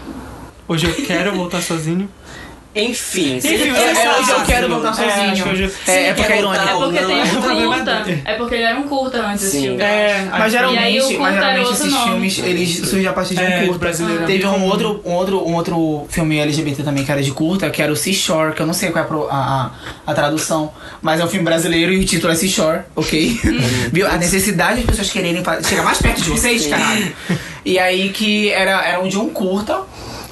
[SPEAKER 1] Hoje eu quero voltar sozinho.
[SPEAKER 4] Enfim.
[SPEAKER 1] Enfim,
[SPEAKER 4] sempre-
[SPEAKER 1] vocês
[SPEAKER 2] É, hoje eu
[SPEAKER 1] sabem.
[SPEAKER 2] quero voltar
[SPEAKER 1] É, acho que
[SPEAKER 2] sozinho.
[SPEAKER 1] hoje-
[SPEAKER 2] É, é porque é
[SPEAKER 4] quer
[SPEAKER 2] irônico.
[SPEAKER 4] voltar.
[SPEAKER 3] É porque
[SPEAKER 4] Não,
[SPEAKER 3] tem
[SPEAKER 4] não,
[SPEAKER 3] um
[SPEAKER 1] não, não,
[SPEAKER 3] curta.
[SPEAKER 1] não.
[SPEAKER 3] É porque ele era um curta antes desse
[SPEAKER 4] Sim.
[SPEAKER 3] filme.
[SPEAKER 1] É,
[SPEAKER 2] Mas
[SPEAKER 1] acho que-
[SPEAKER 3] E aí o
[SPEAKER 2] geralmente,
[SPEAKER 3] curta
[SPEAKER 2] mas
[SPEAKER 3] era
[SPEAKER 2] geralmente
[SPEAKER 3] outro
[SPEAKER 2] esses
[SPEAKER 3] nome.
[SPEAKER 2] filmes eles surgem a partir de um
[SPEAKER 1] É,
[SPEAKER 2] curta.
[SPEAKER 1] brasileiro.
[SPEAKER 2] Teve um outro, um outro, um outro filme LGBT também que era de curta, que era o Seashore, que eu não sei qual é a pro- a, a, a tradução, mas é um filme brasileiro e o título é Seashore, ok?
[SPEAKER 1] Uhum.
[SPEAKER 2] Viu? A necessidade de pessoas quererem fa- chegar mais perto de vocês, caralho. E aí que era, era um de um curta,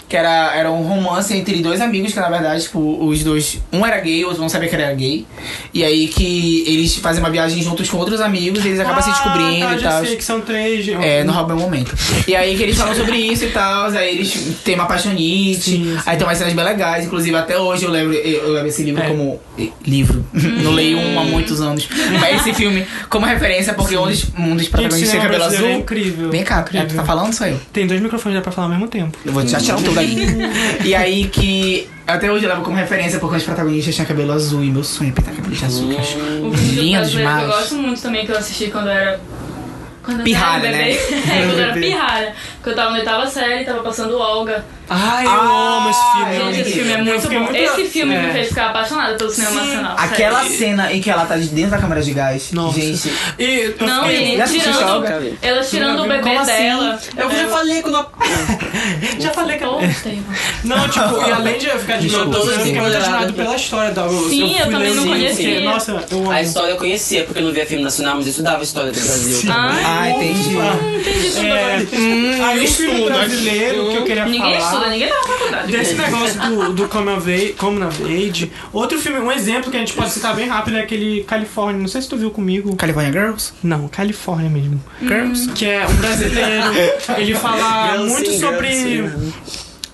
[SPEAKER 2] que era, era um romance entre dois amigos, que na verdade, tipo, os dois. Um era gay, o outro não sabia que ele era gay. E aí que eles fazem uma viagem juntos com outros amigos, e eles acabam se descobrindo
[SPEAKER 1] ah, tá,
[SPEAKER 2] e
[SPEAKER 1] já
[SPEAKER 2] tal.
[SPEAKER 1] sei que são três.
[SPEAKER 2] É, no Rouba é o Momento. E aí que eles falam sobre isso e tal, aí eles têm uma apaixonite, aí tem umas cenas bem legais, inclusive até hoje eu lembro, eu eu levo esse livro
[SPEAKER 1] É. Hum.
[SPEAKER 2] como. eh, Livro. Não leio um há muitos anos. Mas esse filme como referência, porque um dos, um dos
[SPEAKER 1] Gente,
[SPEAKER 2] protagonistas tem
[SPEAKER 1] cinema
[SPEAKER 2] cabelo
[SPEAKER 1] brasileiro é
[SPEAKER 2] azul.
[SPEAKER 1] incrível.
[SPEAKER 2] Vem cá, querido, tu tá falando, sou eu.
[SPEAKER 1] Tem dois microfones dá pra falar ao mesmo tempo.
[SPEAKER 2] Eu vou te achar um tudo aí. E aí que. Até hoje eu levo como referência porque os protagonistas tinham cabelo azul. E meu sonho é pintar cabelo de azul, que eu acho
[SPEAKER 3] O vídeo
[SPEAKER 2] Lindo
[SPEAKER 3] brasileiro que eu
[SPEAKER 2] demais.
[SPEAKER 3] gosto muito também, que eu assisti quando eu era. Quando eu
[SPEAKER 2] Pirralha,
[SPEAKER 3] era
[SPEAKER 2] né?
[SPEAKER 3] bebê. É, quando eu era
[SPEAKER 2] Bebê.
[SPEAKER 3] pirralha. Porque eu tava na oitava série, tava passando Olga.
[SPEAKER 1] Ai, eu
[SPEAKER 2] Ah,
[SPEAKER 1] amo esse filme.
[SPEAKER 2] eu
[SPEAKER 3] Gente, esse filme é
[SPEAKER 1] Eu
[SPEAKER 3] muito
[SPEAKER 1] fiquei
[SPEAKER 3] bom.
[SPEAKER 1] muito-
[SPEAKER 3] Esse filme
[SPEAKER 1] É.
[SPEAKER 3] me fez ficar apaixonada pelo cinema nacional. sério.
[SPEAKER 2] Aquela cena em que ela tá de dentro da câmara de gás.
[SPEAKER 1] Nossa.
[SPEAKER 2] Gente,
[SPEAKER 1] E eu
[SPEAKER 3] Não,
[SPEAKER 1] fiquei-
[SPEAKER 3] e
[SPEAKER 2] Já assisti
[SPEAKER 3] tirando.
[SPEAKER 2] Olga?
[SPEAKER 3] Ela tirando o
[SPEAKER 1] Como
[SPEAKER 3] bebê
[SPEAKER 2] assim?
[SPEAKER 3] dela. É.
[SPEAKER 4] Eu já falei quando eu.
[SPEAKER 1] Já falei que
[SPEAKER 3] Pô, Estevam.
[SPEAKER 1] Não, tipo, e além de eu ficar de
[SPEAKER 2] Desculpa,
[SPEAKER 1] novo, eu
[SPEAKER 4] gente.
[SPEAKER 1] fiquei muito admirado pela história da Rose.
[SPEAKER 3] Sim, eu
[SPEAKER 1] fui
[SPEAKER 3] também
[SPEAKER 1] lendo
[SPEAKER 3] não
[SPEAKER 1] e
[SPEAKER 3] conhecia.
[SPEAKER 1] fiquei, Nossa, eu amo.
[SPEAKER 4] A história eu conhecia, porque eu não via filme nacional, mas eu estudava a história do Brasil.
[SPEAKER 3] Ah,
[SPEAKER 2] Ah, entendi. Hum,
[SPEAKER 3] entendi tudo
[SPEAKER 1] É,
[SPEAKER 3] agora.
[SPEAKER 1] aí o filme brasileiro que eu queria
[SPEAKER 3] Ninguém
[SPEAKER 1] falar
[SPEAKER 3] estuda, ninguém dá na faculdade.
[SPEAKER 1] desse negócio desse do, do Come of Age, Come of Age. Outro filme, um exemplo que a gente pode citar bem rápido é aquele Califórnia. Não sei se tu viu comigo.
[SPEAKER 2] California Girls?
[SPEAKER 1] Não, Califórnia mesmo.
[SPEAKER 2] Girls?
[SPEAKER 1] Que é um brasileiro. Ele fala
[SPEAKER 4] Girls
[SPEAKER 1] muito
[SPEAKER 4] sim,
[SPEAKER 1] sobre.
[SPEAKER 4] girls sim.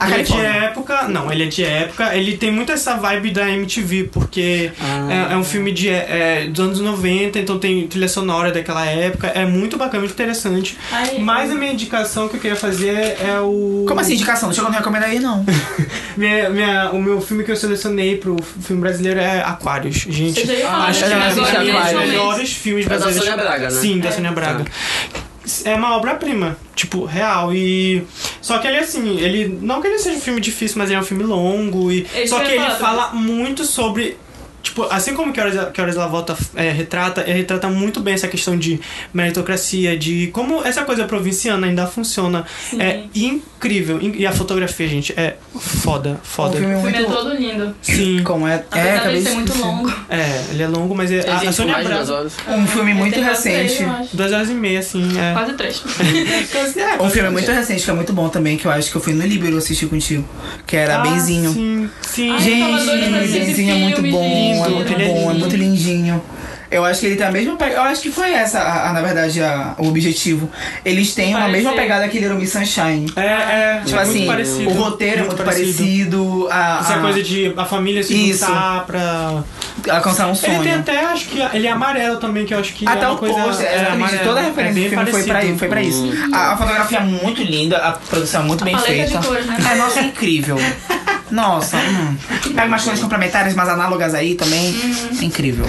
[SPEAKER 2] A
[SPEAKER 1] ele é de
[SPEAKER 2] Califórnia.
[SPEAKER 1] época, não, ele é de época, ele tem muito essa vibe da MTV, porque
[SPEAKER 4] Ah.
[SPEAKER 1] é, é um filme de, é, dos anos 90, então tem trilha sonora daquela época, é muito bacana, muito interessante.
[SPEAKER 3] Ai,
[SPEAKER 1] Mas a minha indicação que eu queria fazer é o.
[SPEAKER 2] Como assim, indicação? Não chegou a me recomendar aí, não.
[SPEAKER 1] Minha- minha- o meu filme que eu selecionei pro filme brasileiro é Aquários. Gente,
[SPEAKER 3] Eu já ia
[SPEAKER 4] Ah,
[SPEAKER 3] falar
[SPEAKER 1] acho
[SPEAKER 3] que
[SPEAKER 1] que é
[SPEAKER 2] eu não
[SPEAKER 1] um
[SPEAKER 2] assisti
[SPEAKER 1] dos
[SPEAKER 2] Aquários.
[SPEAKER 1] melhores filmes
[SPEAKER 4] É da
[SPEAKER 1] brasileiros.
[SPEAKER 4] Sônia Braga, né?
[SPEAKER 1] Sim, da Sônia Braga. É uma obra-prima, tipo, real. E. Só que ele assim, ele. Não que ele seja um filme difícil, mas ele é um filme longo. E...
[SPEAKER 3] Ele
[SPEAKER 1] Só
[SPEAKER 3] foi
[SPEAKER 1] que ele
[SPEAKER 3] falado.
[SPEAKER 1] fala muito sobre. Tipo, assim como que horas, que horas ela volta é, retrata, ele retrata muito bem essa questão de meritocracia, de como essa coisa provinciana ainda funciona. É incrível. E a fotografia, gente, é foda,
[SPEAKER 2] O
[SPEAKER 1] foda.
[SPEAKER 2] filme é
[SPEAKER 3] O filme é
[SPEAKER 2] muito...
[SPEAKER 3] todo lindo.
[SPEAKER 1] Sim.
[SPEAKER 2] Como é... É,
[SPEAKER 3] Apesar de
[SPEAKER 2] acabei
[SPEAKER 3] ser muito
[SPEAKER 2] esquecendo.
[SPEAKER 3] longo.
[SPEAKER 1] É, ele é longo, mas é,
[SPEAKER 4] Tem
[SPEAKER 1] a, a
[SPEAKER 4] gente com
[SPEAKER 1] Sônia
[SPEAKER 4] mais de duas
[SPEAKER 1] Braga.
[SPEAKER 4] horas.
[SPEAKER 2] Um filme muito
[SPEAKER 3] Tem quase três,
[SPEAKER 2] recente.
[SPEAKER 3] eu acho.
[SPEAKER 1] Duas horas e meia, assim. É.
[SPEAKER 3] Quase três.
[SPEAKER 1] É,
[SPEAKER 2] Um filme muito recente, que é muito bom também, que eu acho que eu fui no Libero assistir contigo. Que era
[SPEAKER 1] Ah,
[SPEAKER 2] Benzinho.
[SPEAKER 1] Sim, sim.
[SPEAKER 3] Ai,
[SPEAKER 2] Gente,
[SPEAKER 3] tava doida pra assistir esse
[SPEAKER 2] Benzinho é muito
[SPEAKER 3] filme,
[SPEAKER 2] bom,
[SPEAKER 3] gente.
[SPEAKER 2] é muito
[SPEAKER 1] Ele é
[SPEAKER 2] bom, é
[SPEAKER 1] lindo.
[SPEAKER 2] muito lindinho. Eu acho que ele tem a mesma pegada. Eu acho que foi essa, a- a- na verdade, a- o objetivo. Eles têm a
[SPEAKER 3] Parece-
[SPEAKER 2] mesma pegada que Little Miss Sunshine.
[SPEAKER 1] É, é.
[SPEAKER 2] Tipo
[SPEAKER 1] muito
[SPEAKER 2] assim,
[SPEAKER 1] parecido,
[SPEAKER 2] o roteiro é muito parecido. a,
[SPEAKER 1] Essa
[SPEAKER 2] a-
[SPEAKER 1] coisa de a família se
[SPEAKER 2] Isso.
[SPEAKER 1] juntar pra.
[SPEAKER 2] alcançar um
[SPEAKER 1] Ele tem
[SPEAKER 2] sonho.
[SPEAKER 1] até, acho que ele é amarelo também, que eu acho que é
[SPEAKER 2] Até
[SPEAKER 1] uma
[SPEAKER 2] o
[SPEAKER 1] coisa.
[SPEAKER 2] pôster,
[SPEAKER 1] é,
[SPEAKER 2] exatamente.
[SPEAKER 1] amarelo.
[SPEAKER 2] Toda a
[SPEAKER 1] É
[SPEAKER 2] referência
[SPEAKER 1] bem
[SPEAKER 2] do filme foi pra,
[SPEAKER 1] parecido.
[SPEAKER 2] foi pra isso. A, a fotografia é muito linda, a produção é muito bem
[SPEAKER 3] paleta de
[SPEAKER 2] feita.
[SPEAKER 3] cores, né?
[SPEAKER 2] É, nossa, é incrível. Nossa, hum. pega umas coisas complementares, mas análogas aí também. É Incrível.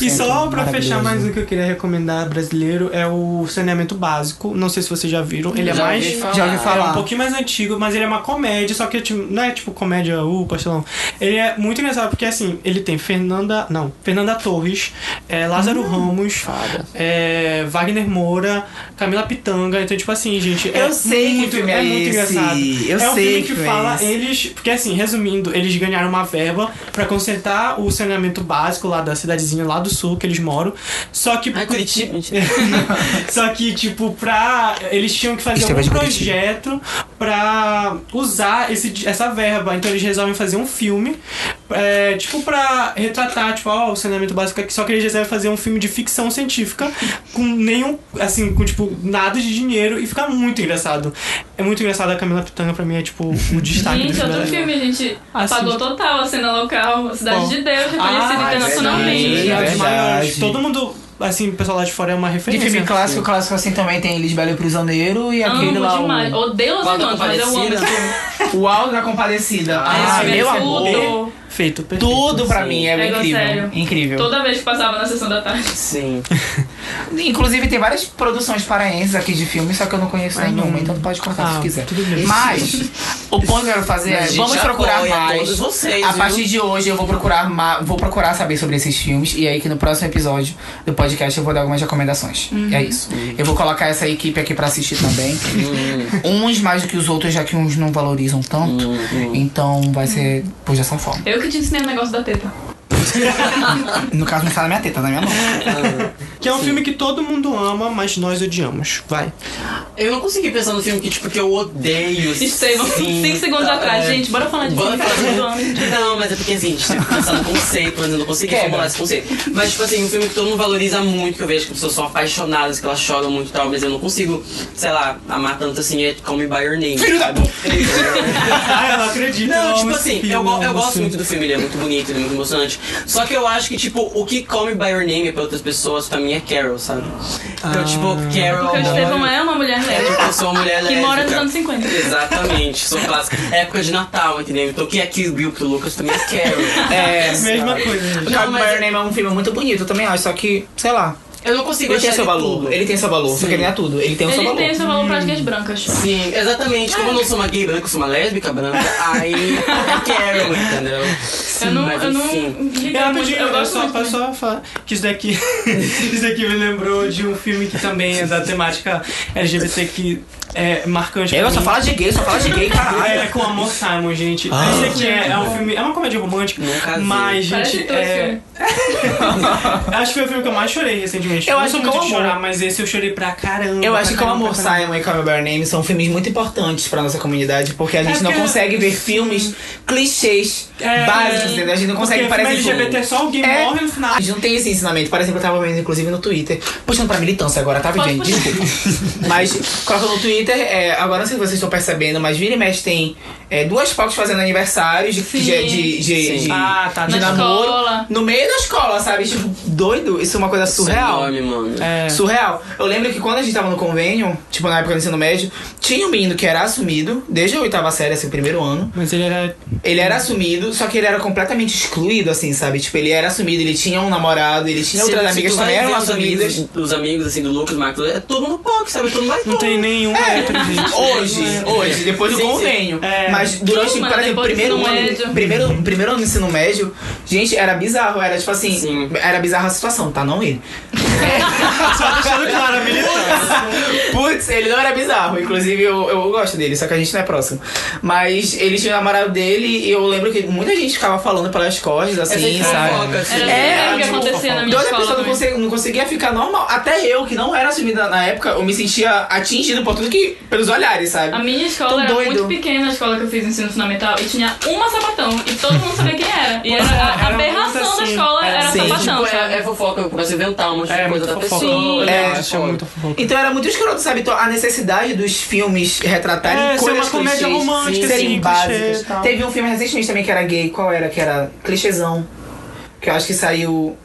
[SPEAKER 1] E só pra fechar mais
[SPEAKER 2] um.
[SPEAKER 1] um que eu queria recomendar brasileiro é o saneamento básico. Não sei se vocês já viram. Ele é
[SPEAKER 4] Já
[SPEAKER 1] mais.
[SPEAKER 4] ouvi falar.
[SPEAKER 2] Já ouvi
[SPEAKER 1] Ele é um
[SPEAKER 2] falar.
[SPEAKER 1] pouquinho mais antigo, mas ele é uma comédia, só que tipo, não é tipo comédia, uh, pastelão. Ele é muito engraçado porque assim, ele tem Fernanda. Não, Fernanda Torres, é, Lázaro
[SPEAKER 2] Hum,
[SPEAKER 1] Ramos,
[SPEAKER 4] Fada.
[SPEAKER 1] é, Wagner Moura, Camila Pitanga. Então, tipo assim, gente. é
[SPEAKER 2] Eu sei que
[SPEAKER 1] muito,
[SPEAKER 2] filme
[SPEAKER 1] é
[SPEAKER 2] é
[SPEAKER 1] muito
[SPEAKER 2] esse.
[SPEAKER 1] engraçado.
[SPEAKER 2] Eu
[SPEAKER 1] é um
[SPEAKER 2] sei
[SPEAKER 1] filme
[SPEAKER 2] que
[SPEAKER 1] que
[SPEAKER 2] filme é
[SPEAKER 1] fala
[SPEAKER 2] esse.
[SPEAKER 1] eles. Porque assim, resumindo, eles ganharam uma verba pra consertar o saneamento básico lá da cidadezinha lá do sul que eles moram. Só que.
[SPEAKER 4] Ai, Curitiba. mentira.
[SPEAKER 1] Só que, tipo, pra. Eles tinham que fazer
[SPEAKER 2] Estevão
[SPEAKER 1] algum
[SPEAKER 2] de Curitiba.
[SPEAKER 1] projeto pra usar esse, essa verba. Então eles resolvem fazer um filme. é, tipo, pra retratar, tipo, ó, o saneamento básico aqui. Só que eles resolvem fazer um filme de ficção científica com nenhum. Assim, com, tipo, nada de dinheiro e fica muito engraçado. É muito engraçado a Camila Pitanga, pra mim, é tipo o destaque do
[SPEAKER 3] Gente,
[SPEAKER 1] filme.
[SPEAKER 3] outro
[SPEAKER 1] dela.
[SPEAKER 3] filme, gente.
[SPEAKER 1] Assim.
[SPEAKER 3] Apagou total a cena local. A Cidade
[SPEAKER 1] Bom.
[SPEAKER 3] de Deus, reconhecida
[SPEAKER 1] Ah,
[SPEAKER 3] internacionalmente.
[SPEAKER 1] é verdade.
[SPEAKER 2] Verdade.
[SPEAKER 1] Maiores. Todo mundo, assim, o pessoal lá de fora é uma
[SPEAKER 2] De
[SPEAKER 1] referência.
[SPEAKER 2] filme clássico, clássico assim também tem Lisbela e o Prisioneiro e aquele lá.
[SPEAKER 3] Amo demais.
[SPEAKER 2] O...
[SPEAKER 3] Odeio os
[SPEAKER 4] Quando
[SPEAKER 3] irmãos, mas eu amo esse
[SPEAKER 4] Aparecida.
[SPEAKER 3] filme.
[SPEAKER 2] o Aldo da Compadecida.
[SPEAKER 4] Ah,
[SPEAKER 2] Ah,
[SPEAKER 3] Esse filme
[SPEAKER 2] meu
[SPEAKER 3] é
[SPEAKER 2] amor.
[SPEAKER 3] tudo.
[SPEAKER 1] Feito, perfeito.
[SPEAKER 2] Tudo pra
[SPEAKER 4] Sim.
[SPEAKER 2] mim é,
[SPEAKER 3] É
[SPEAKER 2] incrível.
[SPEAKER 3] sério.
[SPEAKER 2] Incrível.
[SPEAKER 3] Toda vez que passava na sessão da tarde.
[SPEAKER 4] Sim.
[SPEAKER 2] Inclusive, tem várias produções paraenses aqui de filme, só que eu não conheço
[SPEAKER 4] Uhum.
[SPEAKER 2] nenhuma, então tu pode cortar
[SPEAKER 1] Ah,
[SPEAKER 2] se quiser.
[SPEAKER 1] tudo bem.
[SPEAKER 2] Mas, o ponto que eu quero fazer é:
[SPEAKER 4] Mas a gente
[SPEAKER 2] vamos procurar
[SPEAKER 4] apoia
[SPEAKER 2] mais.
[SPEAKER 4] todos vocês,
[SPEAKER 2] a
[SPEAKER 4] viu?
[SPEAKER 2] partir de hoje, eu vou procurar, ma- vou procurar saber sobre esses filmes. E aí, que no próximo episódio do podcast, eu vou dar algumas recomendações. É
[SPEAKER 4] Uhum.
[SPEAKER 2] isso. Eu vou colocar essa equipe aqui pra assistir também.
[SPEAKER 4] Uhum.
[SPEAKER 2] uns mais do que os outros, já que uns não valorizam tanto. Então, vai ser por dessa forma.
[SPEAKER 3] Eu que te ensinei o negócio da teta.
[SPEAKER 2] No caso, não está na minha teta, na minha mão.
[SPEAKER 1] Que é um filme que todo mundo ama, mas nós odiamos. Vai.
[SPEAKER 4] Eu não consegui pensar no filme que, tipo, que eu odeio.
[SPEAKER 3] Estevão,
[SPEAKER 4] sim,
[SPEAKER 3] 5 segundos
[SPEAKER 4] tá,
[SPEAKER 3] atrás.
[SPEAKER 4] é.
[SPEAKER 3] Gente, bora falar de
[SPEAKER 4] Bora
[SPEAKER 3] filme, cara,
[SPEAKER 4] falar.
[SPEAKER 3] do homem.
[SPEAKER 4] Não, mas é porque assim, a gente teve que pensar no conceito, mas eu não consegui
[SPEAKER 2] Quebra.
[SPEAKER 4] formular esse conceito. Mas, tipo assim, um filme que todo mundo valoriza muito, que eu vejo que as pessoas são apaixonadas, que elas choram muito e tal, mas eu não consigo, sei lá, amar tanto assim, é Call Me By Your Name. Filho da
[SPEAKER 1] Ah, eu não acredito. eu
[SPEAKER 4] Não,
[SPEAKER 1] amo
[SPEAKER 4] tipo
[SPEAKER 1] esse
[SPEAKER 4] assim,
[SPEAKER 1] filme,
[SPEAKER 4] eu, go- eu
[SPEAKER 1] amo esse
[SPEAKER 4] gosto
[SPEAKER 1] filme.
[SPEAKER 4] muito do filme, ele é muito bonito, ele é muito emocionante. Só que eu acho que, tipo, o que Come By Your Name é pra outras pessoas, pra mim é Carol, sabe? Então, tipo, Carol.
[SPEAKER 3] Porque o Estevão é uma mulher
[SPEAKER 4] É,
[SPEAKER 3] lésbica.
[SPEAKER 4] tipo, eu sou uma mulher
[SPEAKER 3] Que mora nos
[SPEAKER 4] lésbica.
[SPEAKER 3] anos 50.
[SPEAKER 4] Exatamente, sou clássica. É época de Natal, entendeu? Então, quem é Kill Bill pro Lucas também é Carol.
[SPEAKER 2] É.
[SPEAKER 1] Mesma coisa, gente.
[SPEAKER 2] Não,
[SPEAKER 4] mas-
[SPEAKER 2] Your Name é um filme muito bonito, eu também acho, só que, sei lá.
[SPEAKER 4] Eu não consigo
[SPEAKER 2] Ele tem
[SPEAKER 4] achar
[SPEAKER 2] seu valor. Ele tem seu valor. Só que ele não é tudo. Ele tem o seu
[SPEAKER 3] Ele
[SPEAKER 2] valor.
[SPEAKER 3] tem esse valor práticas brancas.
[SPEAKER 4] Sim, exatamente. Como eu não sou uma gay branca, eu sou uma lésbica branca, aí é Carol, entendeu?
[SPEAKER 3] Eu não.
[SPEAKER 4] mas
[SPEAKER 3] Eu não.
[SPEAKER 2] assim,
[SPEAKER 4] enfim.
[SPEAKER 1] Eu,
[SPEAKER 3] ligo muito,
[SPEAKER 1] rapidinho,
[SPEAKER 3] Eu
[SPEAKER 1] eu
[SPEAKER 3] gosto
[SPEAKER 1] só,
[SPEAKER 3] muito.
[SPEAKER 1] posso
[SPEAKER 3] também.
[SPEAKER 1] só falar que isso daqui, isso daqui me lembrou de um filme que também é da temática LGBT que é, marcante.
[SPEAKER 2] Eu
[SPEAKER 1] pra
[SPEAKER 2] só
[SPEAKER 1] mim.
[SPEAKER 2] falo Ah, de gay, só falo de gay,
[SPEAKER 1] Ah,
[SPEAKER 2] caralho.
[SPEAKER 1] é com o Amor Simon, gente. Esse aqui é, é um filme. É uma comédia romântica.
[SPEAKER 4] Nunca vi.
[SPEAKER 1] Mas,
[SPEAKER 3] Parece assim.
[SPEAKER 1] gente,
[SPEAKER 3] teu
[SPEAKER 1] é.
[SPEAKER 3] filme.
[SPEAKER 1] acho que foi o filme que eu mais chorei recentemente.
[SPEAKER 2] Eu
[SPEAKER 1] não
[SPEAKER 2] acho
[SPEAKER 1] sou
[SPEAKER 2] que
[SPEAKER 1] muito
[SPEAKER 2] o
[SPEAKER 1] de
[SPEAKER 2] Amor-
[SPEAKER 1] chorar, mas esse eu chorei pra caramba.
[SPEAKER 2] Eu
[SPEAKER 1] pra
[SPEAKER 2] acho que o
[SPEAKER 1] caramba,
[SPEAKER 2] Amor
[SPEAKER 1] pra caramba.
[SPEAKER 2] Simon e Call Me By Your Name são filmes muito importantes pra nossa comunidade, porque a gente não
[SPEAKER 1] porque-
[SPEAKER 2] consegue ver filmes clichês
[SPEAKER 1] É,
[SPEAKER 2] básicos, entendeu? A gente não consegue
[SPEAKER 1] porque filme
[SPEAKER 2] parecer.
[SPEAKER 1] LGBT só alguém
[SPEAKER 2] É.
[SPEAKER 1] morre no final.
[SPEAKER 2] A gente não tem esse ensinamento. Por exemplo, eu tava vendo, inclusive, no Twitter. Puxando pra militância agora, tá,
[SPEAKER 3] Pode
[SPEAKER 2] gente?
[SPEAKER 3] puxar.
[SPEAKER 2] Desculpa. mas coloca no Twitter. é, agora não sei se vocês estão percebendo, mas vira e mexe tem é, duas focos fazendo aniversários de,
[SPEAKER 3] Sim.
[SPEAKER 2] de, de, de-
[SPEAKER 4] Sim.
[SPEAKER 2] de-
[SPEAKER 1] Ah, tá.
[SPEAKER 2] de
[SPEAKER 3] Na
[SPEAKER 2] namoro.
[SPEAKER 3] escola.
[SPEAKER 2] No meio da escola, sabe? Tipo, doido. Isso é uma coisa surreal.
[SPEAKER 4] Esse nome, mano.
[SPEAKER 1] É.
[SPEAKER 2] Surreal. Eu lembro que quando a gente tava no convênio, tipo, na época do ensino médio, tinha um menino que era assumido, desde a oitava série, assim, o primeiro ano.
[SPEAKER 1] Mas ele era.
[SPEAKER 2] Ele era assumido, só que ele era completamente excluído, assim, sabe? Tipo, ele era assumido, ele tinha um namorado, ele tinha
[SPEAKER 4] Se-
[SPEAKER 2] outras
[SPEAKER 4] se
[SPEAKER 2] amigas
[SPEAKER 4] tu
[SPEAKER 2] que
[SPEAKER 4] vai
[SPEAKER 2] também
[SPEAKER 4] ver
[SPEAKER 2] eram
[SPEAKER 4] os amigos,
[SPEAKER 2] assumidas.
[SPEAKER 4] os amigos, assim, do Lucas, do Marcos, é todo no POC, sabe? Todo mundo mais Tipo,
[SPEAKER 1] Não tem nenhum
[SPEAKER 2] É.
[SPEAKER 1] hétero, gente.
[SPEAKER 2] Hoje, hoje, depois do
[SPEAKER 4] Sim, sim.
[SPEAKER 2] convênio.
[SPEAKER 1] É.
[SPEAKER 2] Mas durante,
[SPEAKER 3] Sim, mas
[SPEAKER 2] por exemplo,
[SPEAKER 3] depois do
[SPEAKER 2] primeiro
[SPEAKER 3] ensino
[SPEAKER 2] ano,
[SPEAKER 3] médio.
[SPEAKER 2] primeiro, primeiro ano do ensino médio, gente, era bizarro. Era tipo assim,
[SPEAKER 4] Sim.
[SPEAKER 2] era bizarra a situação, tá? Não ele.
[SPEAKER 1] Tá Só deixando claro a militância.
[SPEAKER 2] Putz, ele não era bizarro. Inclusive, eu, eu gosto dele, só que a gente não é próximo. Mas ele tinha o namorado dele e eu lembro que muita gente ficava falando pelas costas, assim,
[SPEAKER 4] Essas
[SPEAKER 2] sabe?
[SPEAKER 4] fofocas, assim.
[SPEAKER 3] Era
[SPEAKER 2] É,
[SPEAKER 3] é, o que
[SPEAKER 2] tipo,
[SPEAKER 3] acontecia na minha
[SPEAKER 2] Dois
[SPEAKER 3] escola
[SPEAKER 2] pessoas não,
[SPEAKER 3] também.
[SPEAKER 2] conse- não conseguia ficar normal. Até eu, que não era assumida na época, eu me sentia atingido por tudo que. pelos olhares, sabe?
[SPEAKER 3] A minha escola
[SPEAKER 2] Tô
[SPEAKER 3] era
[SPEAKER 2] doido.
[SPEAKER 3] muito pequena, a escola que eu fiz ensino fundamental, e tinha uma sapatão, e todo mundo sabia quem era. E era a
[SPEAKER 1] era muito
[SPEAKER 3] aberração da
[SPEAKER 1] assim.
[SPEAKER 3] escola
[SPEAKER 1] É,
[SPEAKER 3] era
[SPEAKER 2] sim.
[SPEAKER 3] sapatão,
[SPEAKER 4] Tipo,
[SPEAKER 3] sabe?
[SPEAKER 4] é, é fofoca, começa a inventar um monte de
[SPEAKER 1] É,
[SPEAKER 4] coisa
[SPEAKER 1] muito
[SPEAKER 4] da
[SPEAKER 1] fofoca.
[SPEAKER 4] pessoa.
[SPEAKER 1] É,
[SPEAKER 4] né?
[SPEAKER 1] acho muito fofoca.
[SPEAKER 2] Então era muito escroto, sabe? Então, a necessidade dos filmes retratarem
[SPEAKER 1] É, ser
[SPEAKER 2] coisas
[SPEAKER 1] uma comédia
[SPEAKER 2] clichês,
[SPEAKER 1] romântica,
[SPEAKER 2] serem
[SPEAKER 1] assim,
[SPEAKER 2] básicas.
[SPEAKER 1] clichê e tal.
[SPEAKER 2] Teve um filme recentemente também que era gay. Qual era? Que era clichêzão. Que eu acho que saiu...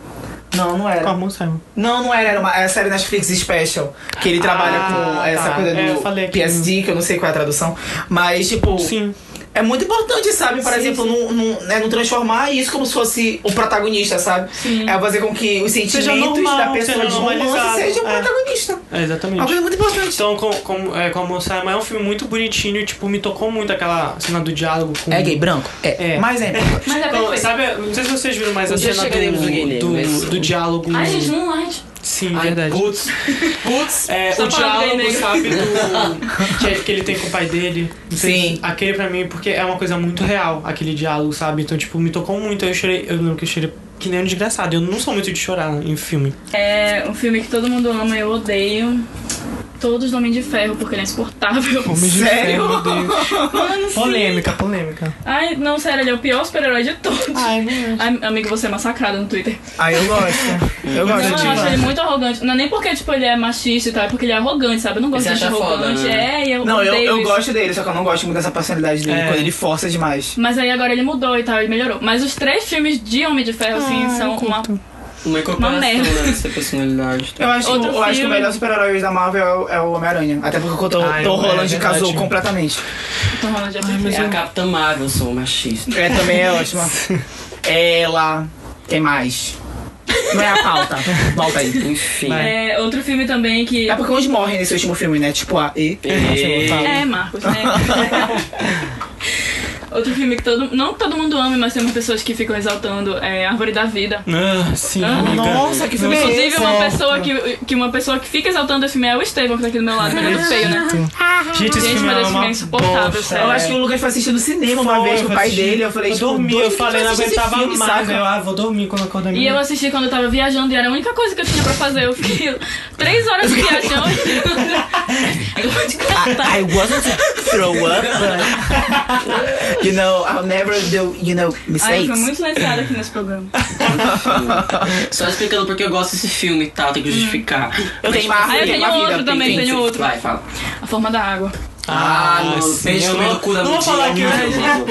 [SPEAKER 2] Não, não
[SPEAKER 1] Com o
[SPEAKER 2] era.
[SPEAKER 1] Amor Simon.
[SPEAKER 2] Não, não era. Era uma era a série Netflix Special. Que ele trabalha com
[SPEAKER 1] tá.
[SPEAKER 2] essa coisa do
[SPEAKER 1] É, eu falei que-
[SPEAKER 2] PSD, que eu não sei qual é a tradução. Mas, tipo...
[SPEAKER 1] Sim.
[SPEAKER 2] É muito importante, sabe? Por
[SPEAKER 1] Sim,
[SPEAKER 2] exemplo, não- não- né, não transformar isso como se fosse o protagonista, sabe?
[SPEAKER 3] Sim.
[SPEAKER 2] É fazer com que os
[SPEAKER 1] Seja
[SPEAKER 2] sentimentos da
[SPEAKER 1] normal,
[SPEAKER 2] pessoa
[SPEAKER 1] seja
[SPEAKER 2] de romance
[SPEAKER 1] normalizado,
[SPEAKER 2] sejam o
[SPEAKER 1] é.
[SPEAKER 2] protagonista.
[SPEAKER 1] É,
[SPEAKER 2] Uma
[SPEAKER 1] exatamente.
[SPEAKER 2] coisa muito importante.
[SPEAKER 1] Então, com, com, é, com Amor Simon é um filme muito bonitinho, tipo, me tocou muito aquela cena do diálogo com.
[SPEAKER 2] É gay branco? É.
[SPEAKER 1] É.
[SPEAKER 2] Mas é.
[SPEAKER 3] Mas é
[SPEAKER 1] Então,
[SPEAKER 3] perfeito.
[SPEAKER 1] sabe, não sei se vocês viram, mas
[SPEAKER 4] Um
[SPEAKER 1] a
[SPEAKER 4] dia
[SPEAKER 1] cena
[SPEAKER 4] chegaremos no gay
[SPEAKER 1] do,
[SPEAKER 4] name,
[SPEAKER 1] do,
[SPEAKER 4] mas-
[SPEAKER 1] do diálogo.
[SPEAKER 3] Ai, gente, Moonlight.
[SPEAKER 1] Sim,
[SPEAKER 4] Ai,
[SPEAKER 1] verdade.
[SPEAKER 4] putz. Putz.
[SPEAKER 1] É,
[SPEAKER 3] Só
[SPEAKER 1] o
[SPEAKER 3] falando
[SPEAKER 1] diálogo,
[SPEAKER 3] gay negro.
[SPEAKER 1] sabe, do, que, é- que ele tem com o pai dele. Não sei
[SPEAKER 2] Sim.
[SPEAKER 1] se- Aquele pra mim, porque é uma coisa muito real, aquele diálogo, sabe? Então, tipo, me tocou muito. Eu chorei, eu lembro que eu chorei que nem um desgraçado. Eu não sou muito de chorar em filme.
[SPEAKER 3] É um filme que todo mundo ama e eu odeio. Todos do Homem de Ferro, porque ele é insuportável.
[SPEAKER 2] Sério?
[SPEAKER 1] né? Meu Deus.
[SPEAKER 3] Mano, sim.
[SPEAKER 1] Polêmica, polêmica.
[SPEAKER 3] Ai, não, sério, ele é o pior super-herói de todos. Ai, amigo, você é massacrada no Twitter.
[SPEAKER 2] Aí eu gosto. Eu
[SPEAKER 3] Não,
[SPEAKER 2] gosto
[SPEAKER 3] eu acho
[SPEAKER 2] de
[SPEAKER 3] ele muito arrogante. Não é nem porque, tipo, ele é machista e tal, é porque ele é arrogante, sabe? Eu não gosto
[SPEAKER 4] Você
[SPEAKER 3] de gente
[SPEAKER 4] acha foda,
[SPEAKER 3] arrogante.
[SPEAKER 4] né?
[SPEAKER 3] É, e eu
[SPEAKER 2] Não, eu,
[SPEAKER 3] odeio
[SPEAKER 2] eu
[SPEAKER 3] isso.
[SPEAKER 2] gosto dele, só que eu não gosto muito dessa personalidade dele,
[SPEAKER 1] É.
[SPEAKER 2] quando ele força demais.
[SPEAKER 3] Mas aí agora ele mudou e tal, ele melhorou. Mas os três filmes de Homem de Ferro, assim, são uma.
[SPEAKER 4] Uma incorporação
[SPEAKER 3] Uma
[SPEAKER 4] né,
[SPEAKER 3] merda.
[SPEAKER 4] dessa personalidade.
[SPEAKER 2] Eu acho,
[SPEAKER 3] Outro
[SPEAKER 2] eu acho que o
[SPEAKER 3] filme.
[SPEAKER 2] melhor super-herói da Marvel é o, é o Homem-Aranha. Até porque o Tom,
[SPEAKER 1] Ah,
[SPEAKER 2] Tom
[SPEAKER 1] é
[SPEAKER 2] Holland
[SPEAKER 1] verdade.
[SPEAKER 2] casou completamente.
[SPEAKER 3] Tom Holland é
[SPEAKER 4] É a
[SPEAKER 3] perfeito.
[SPEAKER 4] Capitã Marvel, eu sou machista.
[SPEAKER 2] É, também é ótima. Ela. Quem mais? Não é a pauta. Volta aí.
[SPEAKER 4] Enfim.
[SPEAKER 1] Vai.
[SPEAKER 3] É, outro filme também que.
[SPEAKER 2] É porque uns morrem nesse último filme, né? Tipo a E.
[SPEAKER 3] É, Marcos, né? Outro filme que todo não que todo mundo ama, mas tem umas pessoas que ficam exaltando é Árvore da Vida.
[SPEAKER 1] Ah, sim,
[SPEAKER 3] Ah,
[SPEAKER 1] amiga.
[SPEAKER 2] Nossa, que filme é
[SPEAKER 3] Inclusive,
[SPEAKER 2] esse?
[SPEAKER 3] uma pessoa que, que uma pessoa que fica exaltando o filme é o Estevão, que tá aqui do meu lado, mas é feio, né?
[SPEAKER 1] Gente, esse
[SPEAKER 3] Gente,
[SPEAKER 1] filme
[SPEAKER 3] mas
[SPEAKER 1] é
[SPEAKER 3] esse filme
[SPEAKER 1] uma
[SPEAKER 3] é insuportável,
[SPEAKER 1] bosta.
[SPEAKER 3] sério.
[SPEAKER 2] Eu acho que o Lucas foi assistir no cinema uma
[SPEAKER 1] Foi,
[SPEAKER 2] vez com o
[SPEAKER 1] eu
[SPEAKER 2] pai
[SPEAKER 1] assisti.
[SPEAKER 2] dele. Eu falei,
[SPEAKER 1] eu
[SPEAKER 2] tipo,
[SPEAKER 1] dormi,
[SPEAKER 2] doido
[SPEAKER 1] eu
[SPEAKER 2] que tu
[SPEAKER 1] falei,
[SPEAKER 2] vai
[SPEAKER 1] não
[SPEAKER 2] assistir esse
[SPEAKER 1] aguentava
[SPEAKER 2] filme,
[SPEAKER 1] mais.
[SPEAKER 2] saca?
[SPEAKER 1] Eu, ah, vou dormir quando eu acordar.
[SPEAKER 3] E eu assisti quando eu tava viajando e era a única coisa que eu tinha pra fazer. Eu fiquei três horas viajando. eu vou te catar.
[SPEAKER 2] I wasn't throw up, but you know, I'll never do, you know,
[SPEAKER 3] Ai, foi
[SPEAKER 2] mistakes.
[SPEAKER 3] muito legal aqui nesse programa.
[SPEAKER 4] Só explicando porque eu gosto desse filme e tal, tem
[SPEAKER 1] Hum.
[SPEAKER 4] que justificar.
[SPEAKER 2] Eu tenho uma
[SPEAKER 3] Ah,
[SPEAKER 2] vida,
[SPEAKER 3] eu tenho
[SPEAKER 2] uma vida,
[SPEAKER 3] outro também,
[SPEAKER 2] tem-
[SPEAKER 3] tenho outro.
[SPEAKER 4] Vai, fala.
[SPEAKER 3] A Forma da Água.
[SPEAKER 4] Ah, não, beijo
[SPEAKER 1] eu
[SPEAKER 4] comendo
[SPEAKER 1] não-
[SPEAKER 4] cu da
[SPEAKER 1] é Não vou
[SPEAKER 4] mentira.
[SPEAKER 1] falar que eu,
[SPEAKER 4] Ai, gente.
[SPEAKER 1] não vou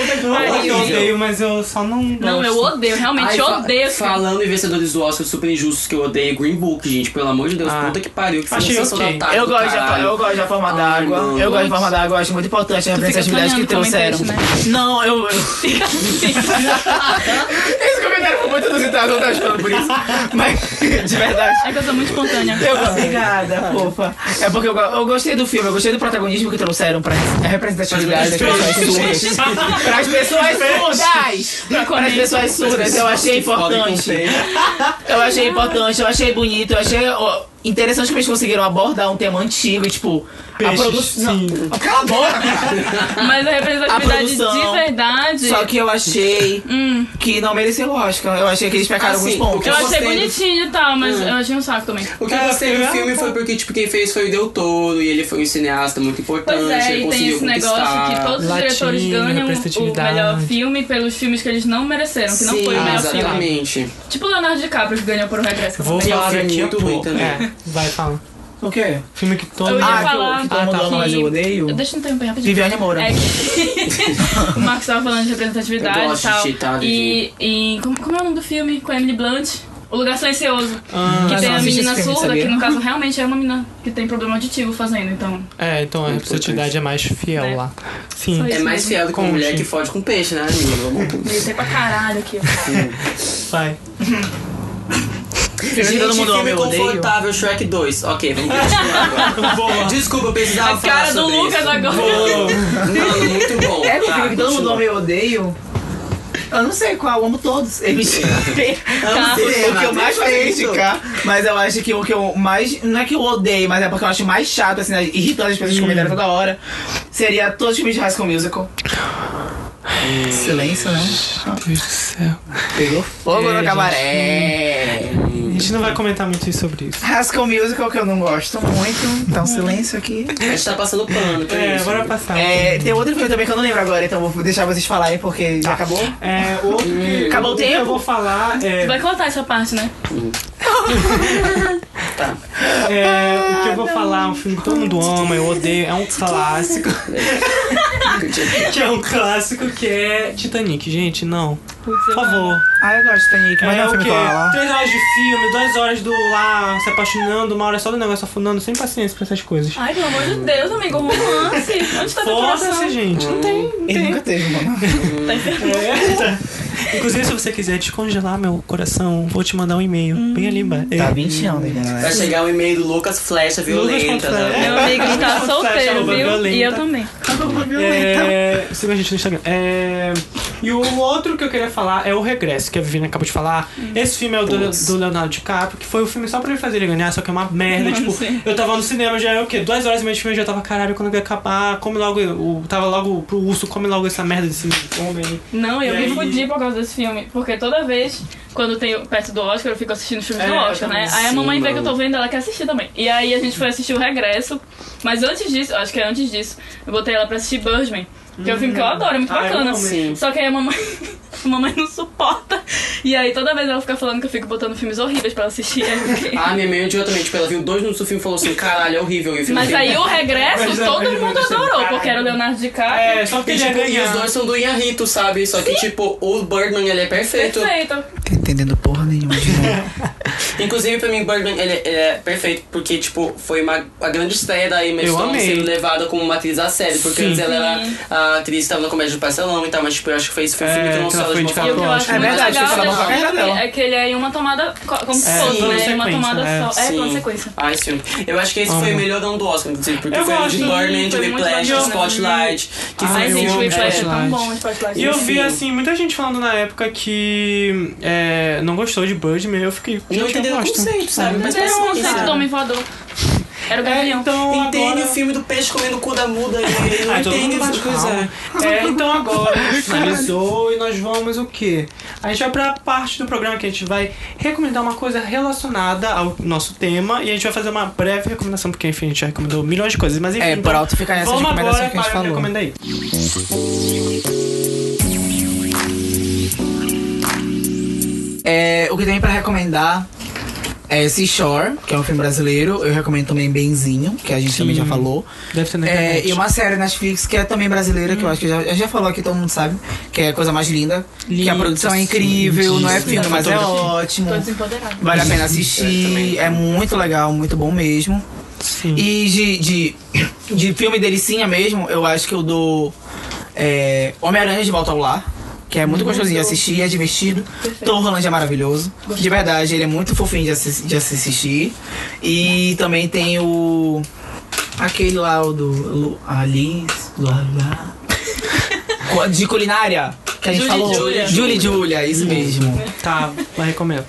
[SPEAKER 1] falar que eu
[SPEAKER 4] Ai,
[SPEAKER 1] odeio, mas eu só não gosto.
[SPEAKER 3] Não, eu odeio, realmente
[SPEAKER 4] Ai, fa-
[SPEAKER 3] odeio. esse filme.
[SPEAKER 4] Falando em vencedores do Oscar super injustos que eu odeio, Green Book, gente, pelo amor de Deus,
[SPEAKER 1] Ah.
[SPEAKER 4] puta que pariu, que
[SPEAKER 1] Achei
[SPEAKER 4] sensação
[SPEAKER 1] ok.
[SPEAKER 4] da tarde
[SPEAKER 2] Eu
[SPEAKER 4] do
[SPEAKER 2] gosto, da,
[SPEAKER 4] caralho.
[SPEAKER 2] eu gosto da forma
[SPEAKER 4] Ai,
[SPEAKER 2] d'água.
[SPEAKER 4] mano.
[SPEAKER 2] Eu gosto da forma d'água, eu acho muito importante né? a
[SPEAKER 3] fica
[SPEAKER 2] representatividade que
[SPEAKER 3] sonhando com
[SPEAKER 2] trouxeram.
[SPEAKER 3] homem peixe,
[SPEAKER 2] Não, eu. eu-
[SPEAKER 3] Fica assim.
[SPEAKER 2] Esse comentário foi sou muito inusitado, não tá achando por isso. Mas, de verdade.
[SPEAKER 3] É que eu sou muito espontânea.
[SPEAKER 2] Eu, obrigada, fofa. É porque eu, go- eu gostei do filme, eu gostei do protagonismo que trouxeram pra a representatividade das pessoas surdas. Para as pessoas surdas! Para as pessoas surdas, eu achei importante. Eu achei importante, eu achei bonito, eu achei ó, interessante que eles conseguiram abordar um tema antigo e, tipo,
[SPEAKER 1] Peixes,
[SPEAKER 2] a produção.
[SPEAKER 1] sim.
[SPEAKER 2] Cala a boca!
[SPEAKER 3] Mas a representatividade
[SPEAKER 2] A produção.
[SPEAKER 3] de verdade. hum,
[SPEAKER 2] Só que eu achei que não mereceu o Oscar. Eu achei que eles pecaram
[SPEAKER 4] Assim,
[SPEAKER 2] alguns pontos.
[SPEAKER 4] eu
[SPEAKER 3] eu achei
[SPEAKER 4] gostei do-
[SPEAKER 3] bonitinho e tal, mas eu achei um saco também.
[SPEAKER 4] O que eu gostei do filme foi porque, tipo, quem fez foi o Del Toro, e ele foi um cineasta muito importante.
[SPEAKER 3] Pois é, e
[SPEAKER 4] ele
[SPEAKER 3] tem
[SPEAKER 4] Ah, conseguiu
[SPEAKER 3] esse negócio
[SPEAKER 4] conquistar.
[SPEAKER 3] que todos os
[SPEAKER 1] Latino,
[SPEAKER 3] diretores ganham o
[SPEAKER 1] representatividade.
[SPEAKER 3] melhor filme pelos filmes que eles não mereceram, que não foi o
[SPEAKER 4] Ah,
[SPEAKER 3] melhor filme.
[SPEAKER 4] exatamente. é
[SPEAKER 3] Tipo Leonardo DiCaprio que ganhou por um regresso. que eu
[SPEAKER 1] Vou
[SPEAKER 3] falei.
[SPEAKER 1] falar
[SPEAKER 4] filme
[SPEAKER 1] daqui a
[SPEAKER 4] muito ruim
[SPEAKER 1] pouco.
[SPEAKER 4] também.
[SPEAKER 1] É, vai, fala.
[SPEAKER 2] O quê?
[SPEAKER 1] Filme que todo
[SPEAKER 3] Eu ia
[SPEAKER 2] Ah, que eu-
[SPEAKER 3] falar.
[SPEAKER 2] que todo mundo
[SPEAKER 1] Ah, tá.
[SPEAKER 2] ama, mas eu odeio.
[SPEAKER 3] Deixa eu interromper rapidinho.
[SPEAKER 2] Viviane Moura.
[SPEAKER 3] É que o Marcos tava falando de representatividade
[SPEAKER 4] Eu
[SPEAKER 3] e
[SPEAKER 4] gosto
[SPEAKER 3] tal.
[SPEAKER 4] de citar,
[SPEAKER 3] e e como, como é o nome do filme com a Emily Blunt? O Lugar Silencioso. que
[SPEAKER 2] eu
[SPEAKER 3] tem
[SPEAKER 2] Ah, não
[SPEAKER 3] a
[SPEAKER 2] assisti
[SPEAKER 3] menina
[SPEAKER 2] esse filme,
[SPEAKER 3] surda,
[SPEAKER 2] sabia?
[SPEAKER 3] que no caso realmente é uma menina que tem problema auditivo fazendo, então.
[SPEAKER 1] É, então a representatividade é mais fiel
[SPEAKER 3] É.
[SPEAKER 1] lá. Sim.
[SPEAKER 3] Só
[SPEAKER 4] É
[SPEAKER 3] isso
[SPEAKER 4] mais
[SPEAKER 3] mesmo.
[SPEAKER 4] fiel do que uma
[SPEAKER 1] Conte.
[SPEAKER 4] mulher que fode com peixe, né, amigo?
[SPEAKER 3] Gritei é pra caralho aqui.
[SPEAKER 1] Vai.
[SPEAKER 2] que
[SPEAKER 4] Gente,
[SPEAKER 2] todo mundo ama,
[SPEAKER 4] filme
[SPEAKER 2] eu odeio.
[SPEAKER 4] confortável, Shrek 2. Ok, vamos continuar agora. Desculpa, eu precisava
[SPEAKER 3] A
[SPEAKER 4] falar
[SPEAKER 3] cara do
[SPEAKER 4] sobre
[SPEAKER 3] Lucas
[SPEAKER 4] isso.
[SPEAKER 3] agora.
[SPEAKER 4] Mano, muito bom.
[SPEAKER 2] É, meu
[SPEAKER 4] Tá,
[SPEAKER 2] filho, que todo mundo
[SPEAKER 4] continua.
[SPEAKER 2] ama, eu odeio. Eu não sei qual, eu amo todos. Eles.
[SPEAKER 4] Amo
[SPEAKER 2] Sim, é
[SPEAKER 4] sim,
[SPEAKER 2] o que eu mais gosto de
[SPEAKER 4] perfeito.
[SPEAKER 2] criticar, mas eu acho que o que eu mais. Não é que eu odeio, mas é porque eu acho mais chato, assim, né, irritando as pessoas que comentarem toda hora. Seria todos os filmes de High School Musical. Silêncio, né?
[SPEAKER 1] Meu Deus do céu.
[SPEAKER 2] Pegou fogo
[SPEAKER 1] É,
[SPEAKER 2] no
[SPEAKER 1] gente.
[SPEAKER 2] cabaré.
[SPEAKER 1] A gente não vai comentar muito sobre isso.
[SPEAKER 2] High School Musical que eu não gosto muito, então silêncio aqui.
[SPEAKER 4] A gente tá passando pano, pra
[SPEAKER 1] É,
[SPEAKER 4] isso.
[SPEAKER 1] bora passar.
[SPEAKER 2] É, tem outro filme também que eu não lembro agora, então vou deixar vocês falarem porque já acabou.
[SPEAKER 1] É, outro que,
[SPEAKER 2] Tá. Acabou o
[SPEAKER 1] outro que
[SPEAKER 2] tempo?
[SPEAKER 1] eu vou falar é,
[SPEAKER 3] Vai contar essa parte, né?
[SPEAKER 1] é, o que eu vou falar, é um filme que todo mundo ama, eu odeio, é um clássico. que é um clássico que é Titanic, gente, não. Por favor.
[SPEAKER 2] Ah, eu gosto de Titanic,
[SPEAKER 1] Então,
[SPEAKER 2] mas
[SPEAKER 1] é
[SPEAKER 2] não é um
[SPEAKER 1] o
[SPEAKER 2] filme
[SPEAKER 1] quê?
[SPEAKER 2] que eu amo lá.
[SPEAKER 1] Três horas de filme, duas horas do lá se apaixonando, uma hora só do negócio afundando, sem paciência pra essas coisas.
[SPEAKER 3] Ai, pelo amor de Deus, amigo, romance. Onde tá teu
[SPEAKER 1] Foda-se,
[SPEAKER 3] coração?
[SPEAKER 1] gente. Não tem. Não
[SPEAKER 2] Ele
[SPEAKER 1] tem.
[SPEAKER 2] nunca teve, mano.
[SPEAKER 3] Tá
[SPEAKER 2] Uhum.
[SPEAKER 3] enfermo.
[SPEAKER 1] É, tá. Inclusive, se você quiser descongelar meu coração, vou te mandar um e-mail. Bem ali embaixo.
[SPEAKER 2] Tá
[SPEAKER 1] É.
[SPEAKER 2] 20 anos, né, galera?
[SPEAKER 4] Vai chegar o e-mail do Lucas Flecha Violenta.
[SPEAKER 1] Flecha.
[SPEAKER 4] né?
[SPEAKER 3] Meu amigo tá solteiro,
[SPEAKER 1] Arroba
[SPEAKER 3] viu?
[SPEAKER 1] violenta.
[SPEAKER 3] E
[SPEAKER 2] tá?
[SPEAKER 3] eu também.
[SPEAKER 1] Tá É, siga a gente no Instagram. É, e o outro que eu queria falar é o Regresso, que a Viviane acabou de falar.
[SPEAKER 4] Hum.
[SPEAKER 1] Esse filme é o do, do Leonardo DiCaprio, que foi o filme só pra ele fazer ele ganhar, só que é uma merda.
[SPEAKER 3] Mano,
[SPEAKER 1] tipo,
[SPEAKER 3] sim.
[SPEAKER 1] eu tava no cinema, já era o quê? Duas horas e meia de filme, eu já tava, caralho, quando eu ia acabar, come logo, o, tava logo pro urso, come logo essa merda desse homem.
[SPEAKER 3] Não, eu
[SPEAKER 1] E aí?
[SPEAKER 3] me fudi por causa desse filme. Porque toda vez, quando tem perto do Oscar, eu fico assistindo filmes do
[SPEAKER 1] É,
[SPEAKER 3] Oscar, né? Aí a
[SPEAKER 4] sim,
[SPEAKER 3] mamãe vê que eu
[SPEAKER 4] mano.
[SPEAKER 3] tô vendo, ela quer assistir também. E aí a gente foi assistir o Regresso. Mas antes disso, acho que é antes disso, eu botei ela pra assistir Birdman. Que é um filme que eu adoro, é muito
[SPEAKER 1] Ah, eu
[SPEAKER 3] bacana.
[SPEAKER 1] amo
[SPEAKER 4] esse.
[SPEAKER 3] Só que aí a mamãe. A mamãe não suporta. E aí toda vez ela fica falando que eu fico botando filmes horríveis pra ela assistir. aí eu fiquei-
[SPEAKER 4] Ah, minha mãe odiou também. Tipo, ela viu dois minutos do filme e falou assim, caralho, é horrível. E o filme
[SPEAKER 3] Mas
[SPEAKER 4] tem-
[SPEAKER 3] aí o
[SPEAKER 1] Mas,
[SPEAKER 3] regresso
[SPEAKER 1] mas,
[SPEAKER 3] todo
[SPEAKER 1] mas,
[SPEAKER 3] mundo
[SPEAKER 1] mas,
[SPEAKER 3] adorou,
[SPEAKER 1] caralho.
[SPEAKER 3] porque era o Leonardo DiCaprio.
[SPEAKER 1] É, só porque
[SPEAKER 4] E,
[SPEAKER 1] ele ia
[SPEAKER 4] tipo, e
[SPEAKER 1] ganhar.
[SPEAKER 4] os dois são do Inharito, sabe? Só que, tipo, o Birdman, ele é perfeito.
[SPEAKER 3] Perfeito.
[SPEAKER 2] Tô entendendo porra nenhuma de novo.
[SPEAKER 4] Inclusive, pra mim, Birdman, ele, ele é perfeito porque, tipo, foi uma, a grande estreia da Emma
[SPEAKER 1] Eu
[SPEAKER 4] Stone
[SPEAKER 1] amei.
[SPEAKER 4] sendo levada como uma atriz a sério. Porque
[SPEAKER 1] Sim.
[SPEAKER 4] antes ela era a atriz que tava na comédia do Parcelão e tal, mas, tipo, eu acho que foi esse filme
[SPEAKER 1] É,
[SPEAKER 4] que
[SPEAKER 1] que ela
[SPEAKER 4] lançou ela
[SPEAKER 1] foi
[SPEAKER 4] de uma
[SPEAKER 1] indicada
[SPEAKER 3] E o que
[SPEAKER 4] forma...
[SPEAKER 3] eu acho
[SPEAKER 2] É
[SPEAKER 3] muito
[SPEAKER 2] verdade,
[SPEAKER 3] legal
[SPEAKER 2] foi uma
[SPEAKER 3] desse
[SPEAKER 2] propaganda
[SPEAKER 3] filme
[SPEAKER 2] dela.
[SPEAKER 3] é que ele é em uma tomada, co- como se
[SPEAKER 1] É,
[SPEAKER 3] fosse,
[SPEAKER 1] plano
[SPEAKER 3] né? Em Uma
[SPEAKER 1] sequência,
[SPEAKER 3] tomada
[SPEAKER 1] é.
[SPEAKER 3] só. É, plano
[SPEAKER 4] Sim.
[SPEAKER 3] sequência.
[SPEAKER 4] Ah, esse filme. Eu acho que esse foi o melhorão do Oscar, inclusive, porque
[SPEAKER 1] Eu
[SPEAKER 4] foi o de
[SPEAKER 1] gosto,
[SPEAKER 4] Birdman, de
[SPEAKER 3] foi muito
[SPEAKER 4] Whiplash, de
[SPEAKER 3] bacana. né?
[SPEAKER 4] Spotlight, que
[SPEAKER 1] Ai,
[SPEAKER 3] Ai,
[SPEAKER 4] foi
[SPEAKER 3] gente,
[SPEAKER 1] amo
[SPEAKER 3] o Whiplash é tão
[SPEAKER 1] Spotlight.
[SPEAKER 3] bom, o Spotlight.
[SPEAKER 1] E eu vi,
[SPEAKER 4] Enfim.
[SPEAKER 1] assim, muita gente falando na época que é, não gostou de Birdman, eu fiquei.
[SPEAKER 4] Não
[SPEAKER 1] gente, eu
[SPEAKER 4] entenderam o
[SPEAKER 1] gosto.
[SPEAKER 4] conceito, sabe? Mas é
[SPEAKER 3] Era um conceito
[SPEAKER 4] paciência.
[SPEAKER 3] do homem voador. Era o
[SPEAKER 1] É,
[SPEAKER 3] Gavião.
[SPEAKER 1] então
[SPEAKER 4] Entende
[SPEAKER 1] agora...
[SPEAKER 4] o filme do peixe comendo o cu da muda e ele não
[SPEAKER 2] Ah,
[SPEAKER 1] Ai,
[SPEAKER 2] então
[SPEAKER 1] todo
[SPEAKER 4] entende
[SPEAKER 1] mundo
[SPEAKER 4] essas
[SPEAKER 1] bate
[SPEAKER 4] coisas.
[SPEAKER 1] palma. É, então agora a gente finalizou e nós vamos o quê? A gente vai pra parte do programa que a gente vai recomendar uma coisa relacionada ao nosso tema e a gente vai fazer uma breve recomendação, porque enfim, a gente já recomendou milhões de coisas, mas enfim. então,
[SPEAKER 2] É, por alto fica essa
[SPEAKER 1] Vamos agora
[SPEAKER 2] recomendação que a gente
[SPEAKER 1] para o
[SPEAKER 2] falou.
[SPEAKER 1] Recomenda aí.
[SPEAKER 2] É, o que tem pra recomendar é Seashore, que é um filme brasileiro. Eu recomendo também Benzinho, que a gente também já falou.
[SPEAKER 1] Deve ser na
[SPEAKER 2] É,
[SPEAKER 1] internet.
[SPEAKER 2] e uma série Netflix que é também brasileira, que eu acho que já, já falou aqui, todo mundo sabe, que é a coisa mais linda. que a
[SPEAKER 1] Lindo,
[SPEAKER 2] produção é
[SPEAKER 1] sim,
[SPEAKER 2] incrível, não é
[SPEAKER 1] lindíssimo.
[SPEAKER 2] filme, mas é ótimo.
[SPEAKER 3] Tô desempoderada.
[SPEAKER 2] Vale a pena assistir, é muito legal, muito bom mesmo.
[SPEAKER 1] Sim.
[SPEAKER 2] E de, de, de filme delicinha mesmo, eu acho que eu dou é, Homem-Aranha de Volta ao Lar. que é muito
[SPEAKER 1] Uhum.
[SPEAKER 2] gostosinho de assistir, é divertido. Tom Holland é maravilhoso. De verdade, ele é muito fofinho de, assis- de assistir. E também tem o. Aquele lá, o do. Lu- Alice. Lá, lá. Co- De culinária. Que a gente
[SPEAKER 3] Julie
[SPEAKER 2] falou.
[SPEAKER 3] Julia.
[SPEAKER 2] Julie Julia, isso mesmo.
[SPEAKER 1] Tá, mas recomendo.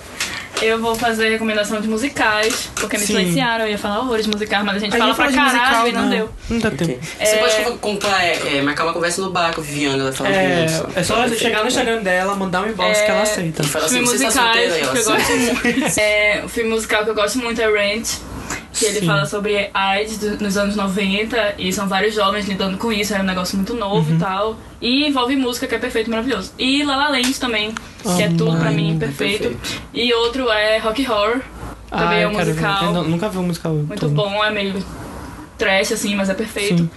[SPEAKER 3] Eu vou fazer recomendação de musicais, porque me
[SPEAKER 1] Sim.
[SPEAKER 3] silenciaram, eu ia falar horrores musicais, mas a gente
[SPEAKER 2] A
[SPEAKER 3] fala
[SPEAKER 2] gente
[SPEAKER 3] pra
[SPEAKER 2] fala de
[SPEAKER 3] caralho
[SPEAKER 2] musical,
[SPEAKER 3] e não
[SPEAKER 2] né?
[SPEAKER 3] deu.
[SPEAKER 1] Não dá tempo.
[SPEAKER 3] É.
[SPEAKER 4] Você pode comprar, é, é, marcar uma conversa no barco, Viviana, ela falando
[SPEAKER 1] É,
[SPEAKER 4] com
[SPEAKER 1] é só chegar no Instagram dela, mandar um inbox
[SPEAKER 3] É.
[SPEAKER 1] que ela aceita.
[SPEAKER 4] E fala assim,
[SPEAKER 3] filme
[SPEAKER 4] você tá
[SPEAKER 3] musicais
[SPEAKER 4] solteira aí,
[SPEAKER 3] que eu assim.
[SPEAKER 4] ó.
[SPEAKER 3] gosto muito. É, o filme musical que eu gosto muito é Rent. Que ele
[SPEAKER 1] Sim.
[SPEAKER 3] fala sobre AIDS do- nos anos 90 e são vários jovens lidando com isso, era um negócio muito
[SPEAKER 1] Uhum.
[SPEAKER 3] novo e tal. E envolve música que é perfeito, maravilhoso. E La La Land também, que é tudo pra mim perfeito. E outro é Rock Horror, também é um
[SPEAKER 1] eu quero ver.
[SPEAKER 3] musical.
[SPEAKER 1] Eu não- nunca vi um musical.
[SPEAKER 3] Muito
[SPEAKER 1] todo.
[SPEAKER 3] bom, é meio trash, assim, mas é perfeito.
[SPEAKER 1] Sim.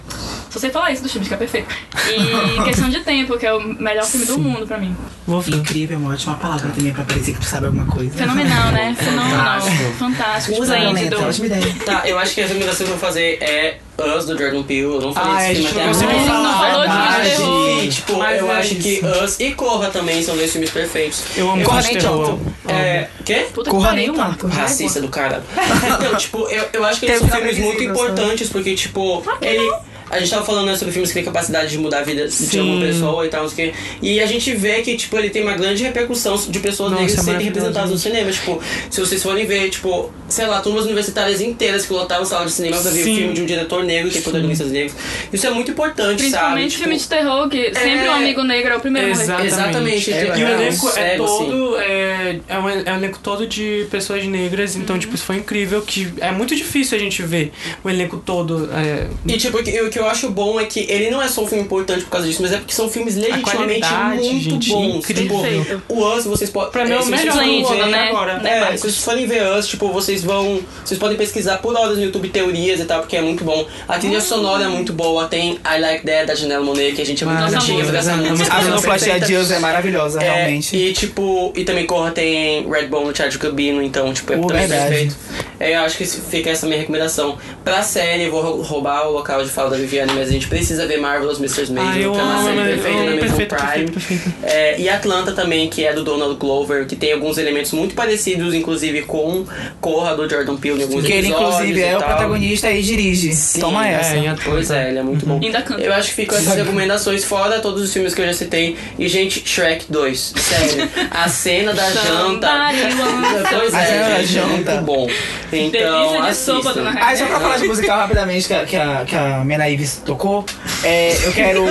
[SPEAKER 3] Só sei falar isso dos filmes, que é perfeito. E Questão de Tempo, que é o melhor filme do
[SPEAKER 1] Sim.
[SPEAKER 3] mundo pra mim.
[SPEAKER 1] Vou ver.
[SPEAKER 2] Incrível, é uma ótima palavra também pra parecer que tu sabe alguma coisa.
[SPEAKER 3] Fenomenal, né? Fenomenal. Fantástico,
[SPEAKER 2] Usa então, Violeta,
[SPEAKER 3] esplêndido.
[SPEAKER 1] então.
[SPEAKER 2] ótima ideia.
[SPEAKER 4] Tá, eu acho que as recomendações que eu vou fazer é Us do Jordan Peele. Eu não falei
[SPEAKER 1] Ah,
[SPEAKER 4] desse
[SPEAKER 1] a gente
[SPEAKER 4] filme
[SPEAKER 1] não
[SPEAKER 4] até
[SPEAKER 1] conseguiu
[SPEAKER 4] agora.
[SPEAKER 1] falar.
[SPEAKER 3] não falou né? de
[SPEAKER 1] verdade.
[SPEAKER 3] terror.
[SPEAKER 4] E, tipo,
[SPEAKER 1] Mas
[SPEAKER 4] eu
[SPEAKER 1] é
[SPEAKER 4] acho que
[SPEAKER 1] isso.
[SPEAKER 4] Us e Corra também são dois filmes perfeitos.
[SPEAKER 1] Eu amo
[SPEAKER 2] Corra
[SPEAKER 1] filmes de
[SPEAKER 2] nem
[SPEAKER 1] terror.
[SPEAKER 2] tanto.
[SPEAKER 4] É. Quê?
[SPEAKER 3] Puta que
[SPEAKER 2] Corra
[SPEAKER 3] pariu,
[SPEAKER 2] nem
[SPEAKER 3] Marco.
[SPEAKER 4] Racista do cara. Então, tipo, eu, eu acho que eles
[SPEAKER 2] Teve
[SPEAKER 4] são
[SPEAKER 2] que
[SPEAKER 4] filmes muito
[SPEAKER 1] né?
[SPEAKER 2] aprender isso,
[SPEAKER 4] importantes, porque, tipo, ele. A gente tava falando né, sobre filmes que têm capacidade de mudar a vida de alguma pessoa e tal, não sei o quê. E a gente vê que, tipo, ele tem uma grande repercussão de pessoas
[SPEAKER 1] Nossa,
[SPEAKER 4] negras
[SPEAKER 1] é
[SPEAKER 4] serem
[SPEAKER 1] maravilhoso.
[SPEAKER 4] representadas no cinema. Tipo, se vocês forem ver, tipo, sei lá, turmas universitárias inteiras que lotaram sala de cinema pra ver o
[SPEAKER 1] Sim.
[SPEAKER 4] filme de um diretor negro que tem protagonistas negros. Isso é muito importante,
[SPEAKER 3] Principalmente
[SPEAKER 4] sabe? Tipo,
[SPEAKER 3] filme de terror, que sempre o amigo negro é o primeiro a morrer.
[SPEAKER 1] Exato.
[SPEAKER 4] Exatamente.
[SPEAKER 2] Exatamente.
[SPEAKER 1] E o
[SPEAKER 2] É,
[SPEAKER 1] elenco é
[SPEAKER 4] cego, assim.
[SPEAKER 1] todo. É, é, um, é um elenco todo de pessoas negras,
[SPEAKER 3] Uhum.
[SPEAKER 1] então, tipo, isso foi incrível. Que é muito difícil a gente ver o elenco todo. É,
[SPEAKER 4] E tipo, o que- o que eu acho bom é que ele não é só um filme importante por causa disso, mas é porque são filmes legitimamente
[SPEAKER 1] qualidade,
[SPEAKER 4] muito
[SPEAKER 1] gente,
[SPEAKER 4] bons.
[SPEAKER 1] incrível.
[SPEAKER 3] Perfeito.
[SPEAKER 4] Tipo, o Us, vocês podem.
[SPEAKER 1] pra mim é o
[SPEAKER 4] se vocês
[SPEAKER 1] melhor
[SPEAKER 4] forem
[SPEAKER 3] Excelente,
[SPEAKER 1] do ano
[SPEAKER 4] ver-
[SPEAKER 3] né?
[SPEAKER 1] agora.
[SPEAKER 3] Né,
[SPEAKER 4] É,
[SPEAKER 3] Marcos?
[SPEAKER 4] se vocês forem ver Us, tipo, vocês vão. Vocês podem pesquisar por horas no YouTube teorias e tal, porque é muito bom. A
[SPEAKER 1] Hum.
[SPEAKER 4] trilha sonora é muito boa, tem I Like That da Janela Monet, que a gente é muito
[SPEAKER 1] Maravilhosa,
[SPEAKER 4] gatinha por essa
[SPEAKER 1] né?
[SPEAKER 4] música.
[SPEAKER 2] A
[SPEAKER 1] Ela é
[SPEAKER 2] sonoplastia
[SPEAKER 1] perfeita.
[SPEAKER 2] de Us é maravilhosa,
[SPEAKER 4] É,
[SPEAKER 2] realmente.
[SPEAKER 4] E tipo, e também Corra tem Redbone no Charlie Gambino, então, tipo, é
[SPEAKER 2] Oh,
[SPEAKER 4] também
[SPEAKER 2] verdade.
[SPEAKER 4] perfeito. É, eu acho que fica essa minha recomendação. Pra série, eu vou rou- roubar o local de fala da Viviane, mas a gente precisa ver Marvelous Mrs. Maisel,
[SPEAKER 1] Ah, eu
[SPEAKER 2] tá
[SPEAKER 4] que é uma
[SPEAKER 1] amo,
[SPEAKER 4] série
[SPEAKER 1] eu
[SPEAKER 4] perfeita
[SPEAKER 1] amo,
[SPEAKER 4] na Amazon
[SPEAKER 1] perfeito,
[SPEAKER 4] Prime.
[SPEAKER 1] perfeito, perfeito.
[SPEAKER 4] É, e Atlanta também, que é do Donald Glover, que tem alguns elementos muito parecidos, inclusive com Corra do Jordan Peele em alguns
[SPEAKER 2] Porque ele,
[SPEAKER 4] episódios
[SPEAKER 2] inclusive,
[SPEAKER 4] e
[SPEAKER 2] é o
[SPEAKER 4] tal.
[SPEAKER 2] protagonista e dirige.
[SPEAKER 4] Sim,
[SPEAKER 2] Toma essa. Uhum.
[SPEAKER 1] é, em Atlanta.
[SPEAKER 4] Pois é, ele é muito bom.
[SPEAKER 3] Ainda canta.
[SPEAKER 4] Eu acho que ficam essas recomendações, fora todos os filmes que eu já citei. E, gente, Shrek 2. Sério. A cena da janta.
[SPEAKER 3] Somebody once.
[SPEAKER 4] Pois
[SPEAKER 2] A cena da
[SPEAKER 4] é, gente, é
[SPEAKER 2] janta.
[SPEAKER 4] muito bom.
[SPEAKER 3] Delícia
[SPEAKER 4] Então,
[SPEAKER 3] de sopa, dona
[SPEAKER 4] assistam.
[SPEAKER 3] Raquel.
[SPEAKER 2] Ah, só pra falar de musical rapidamente que a, que a, que a Mena Ives tocou, é, eu quero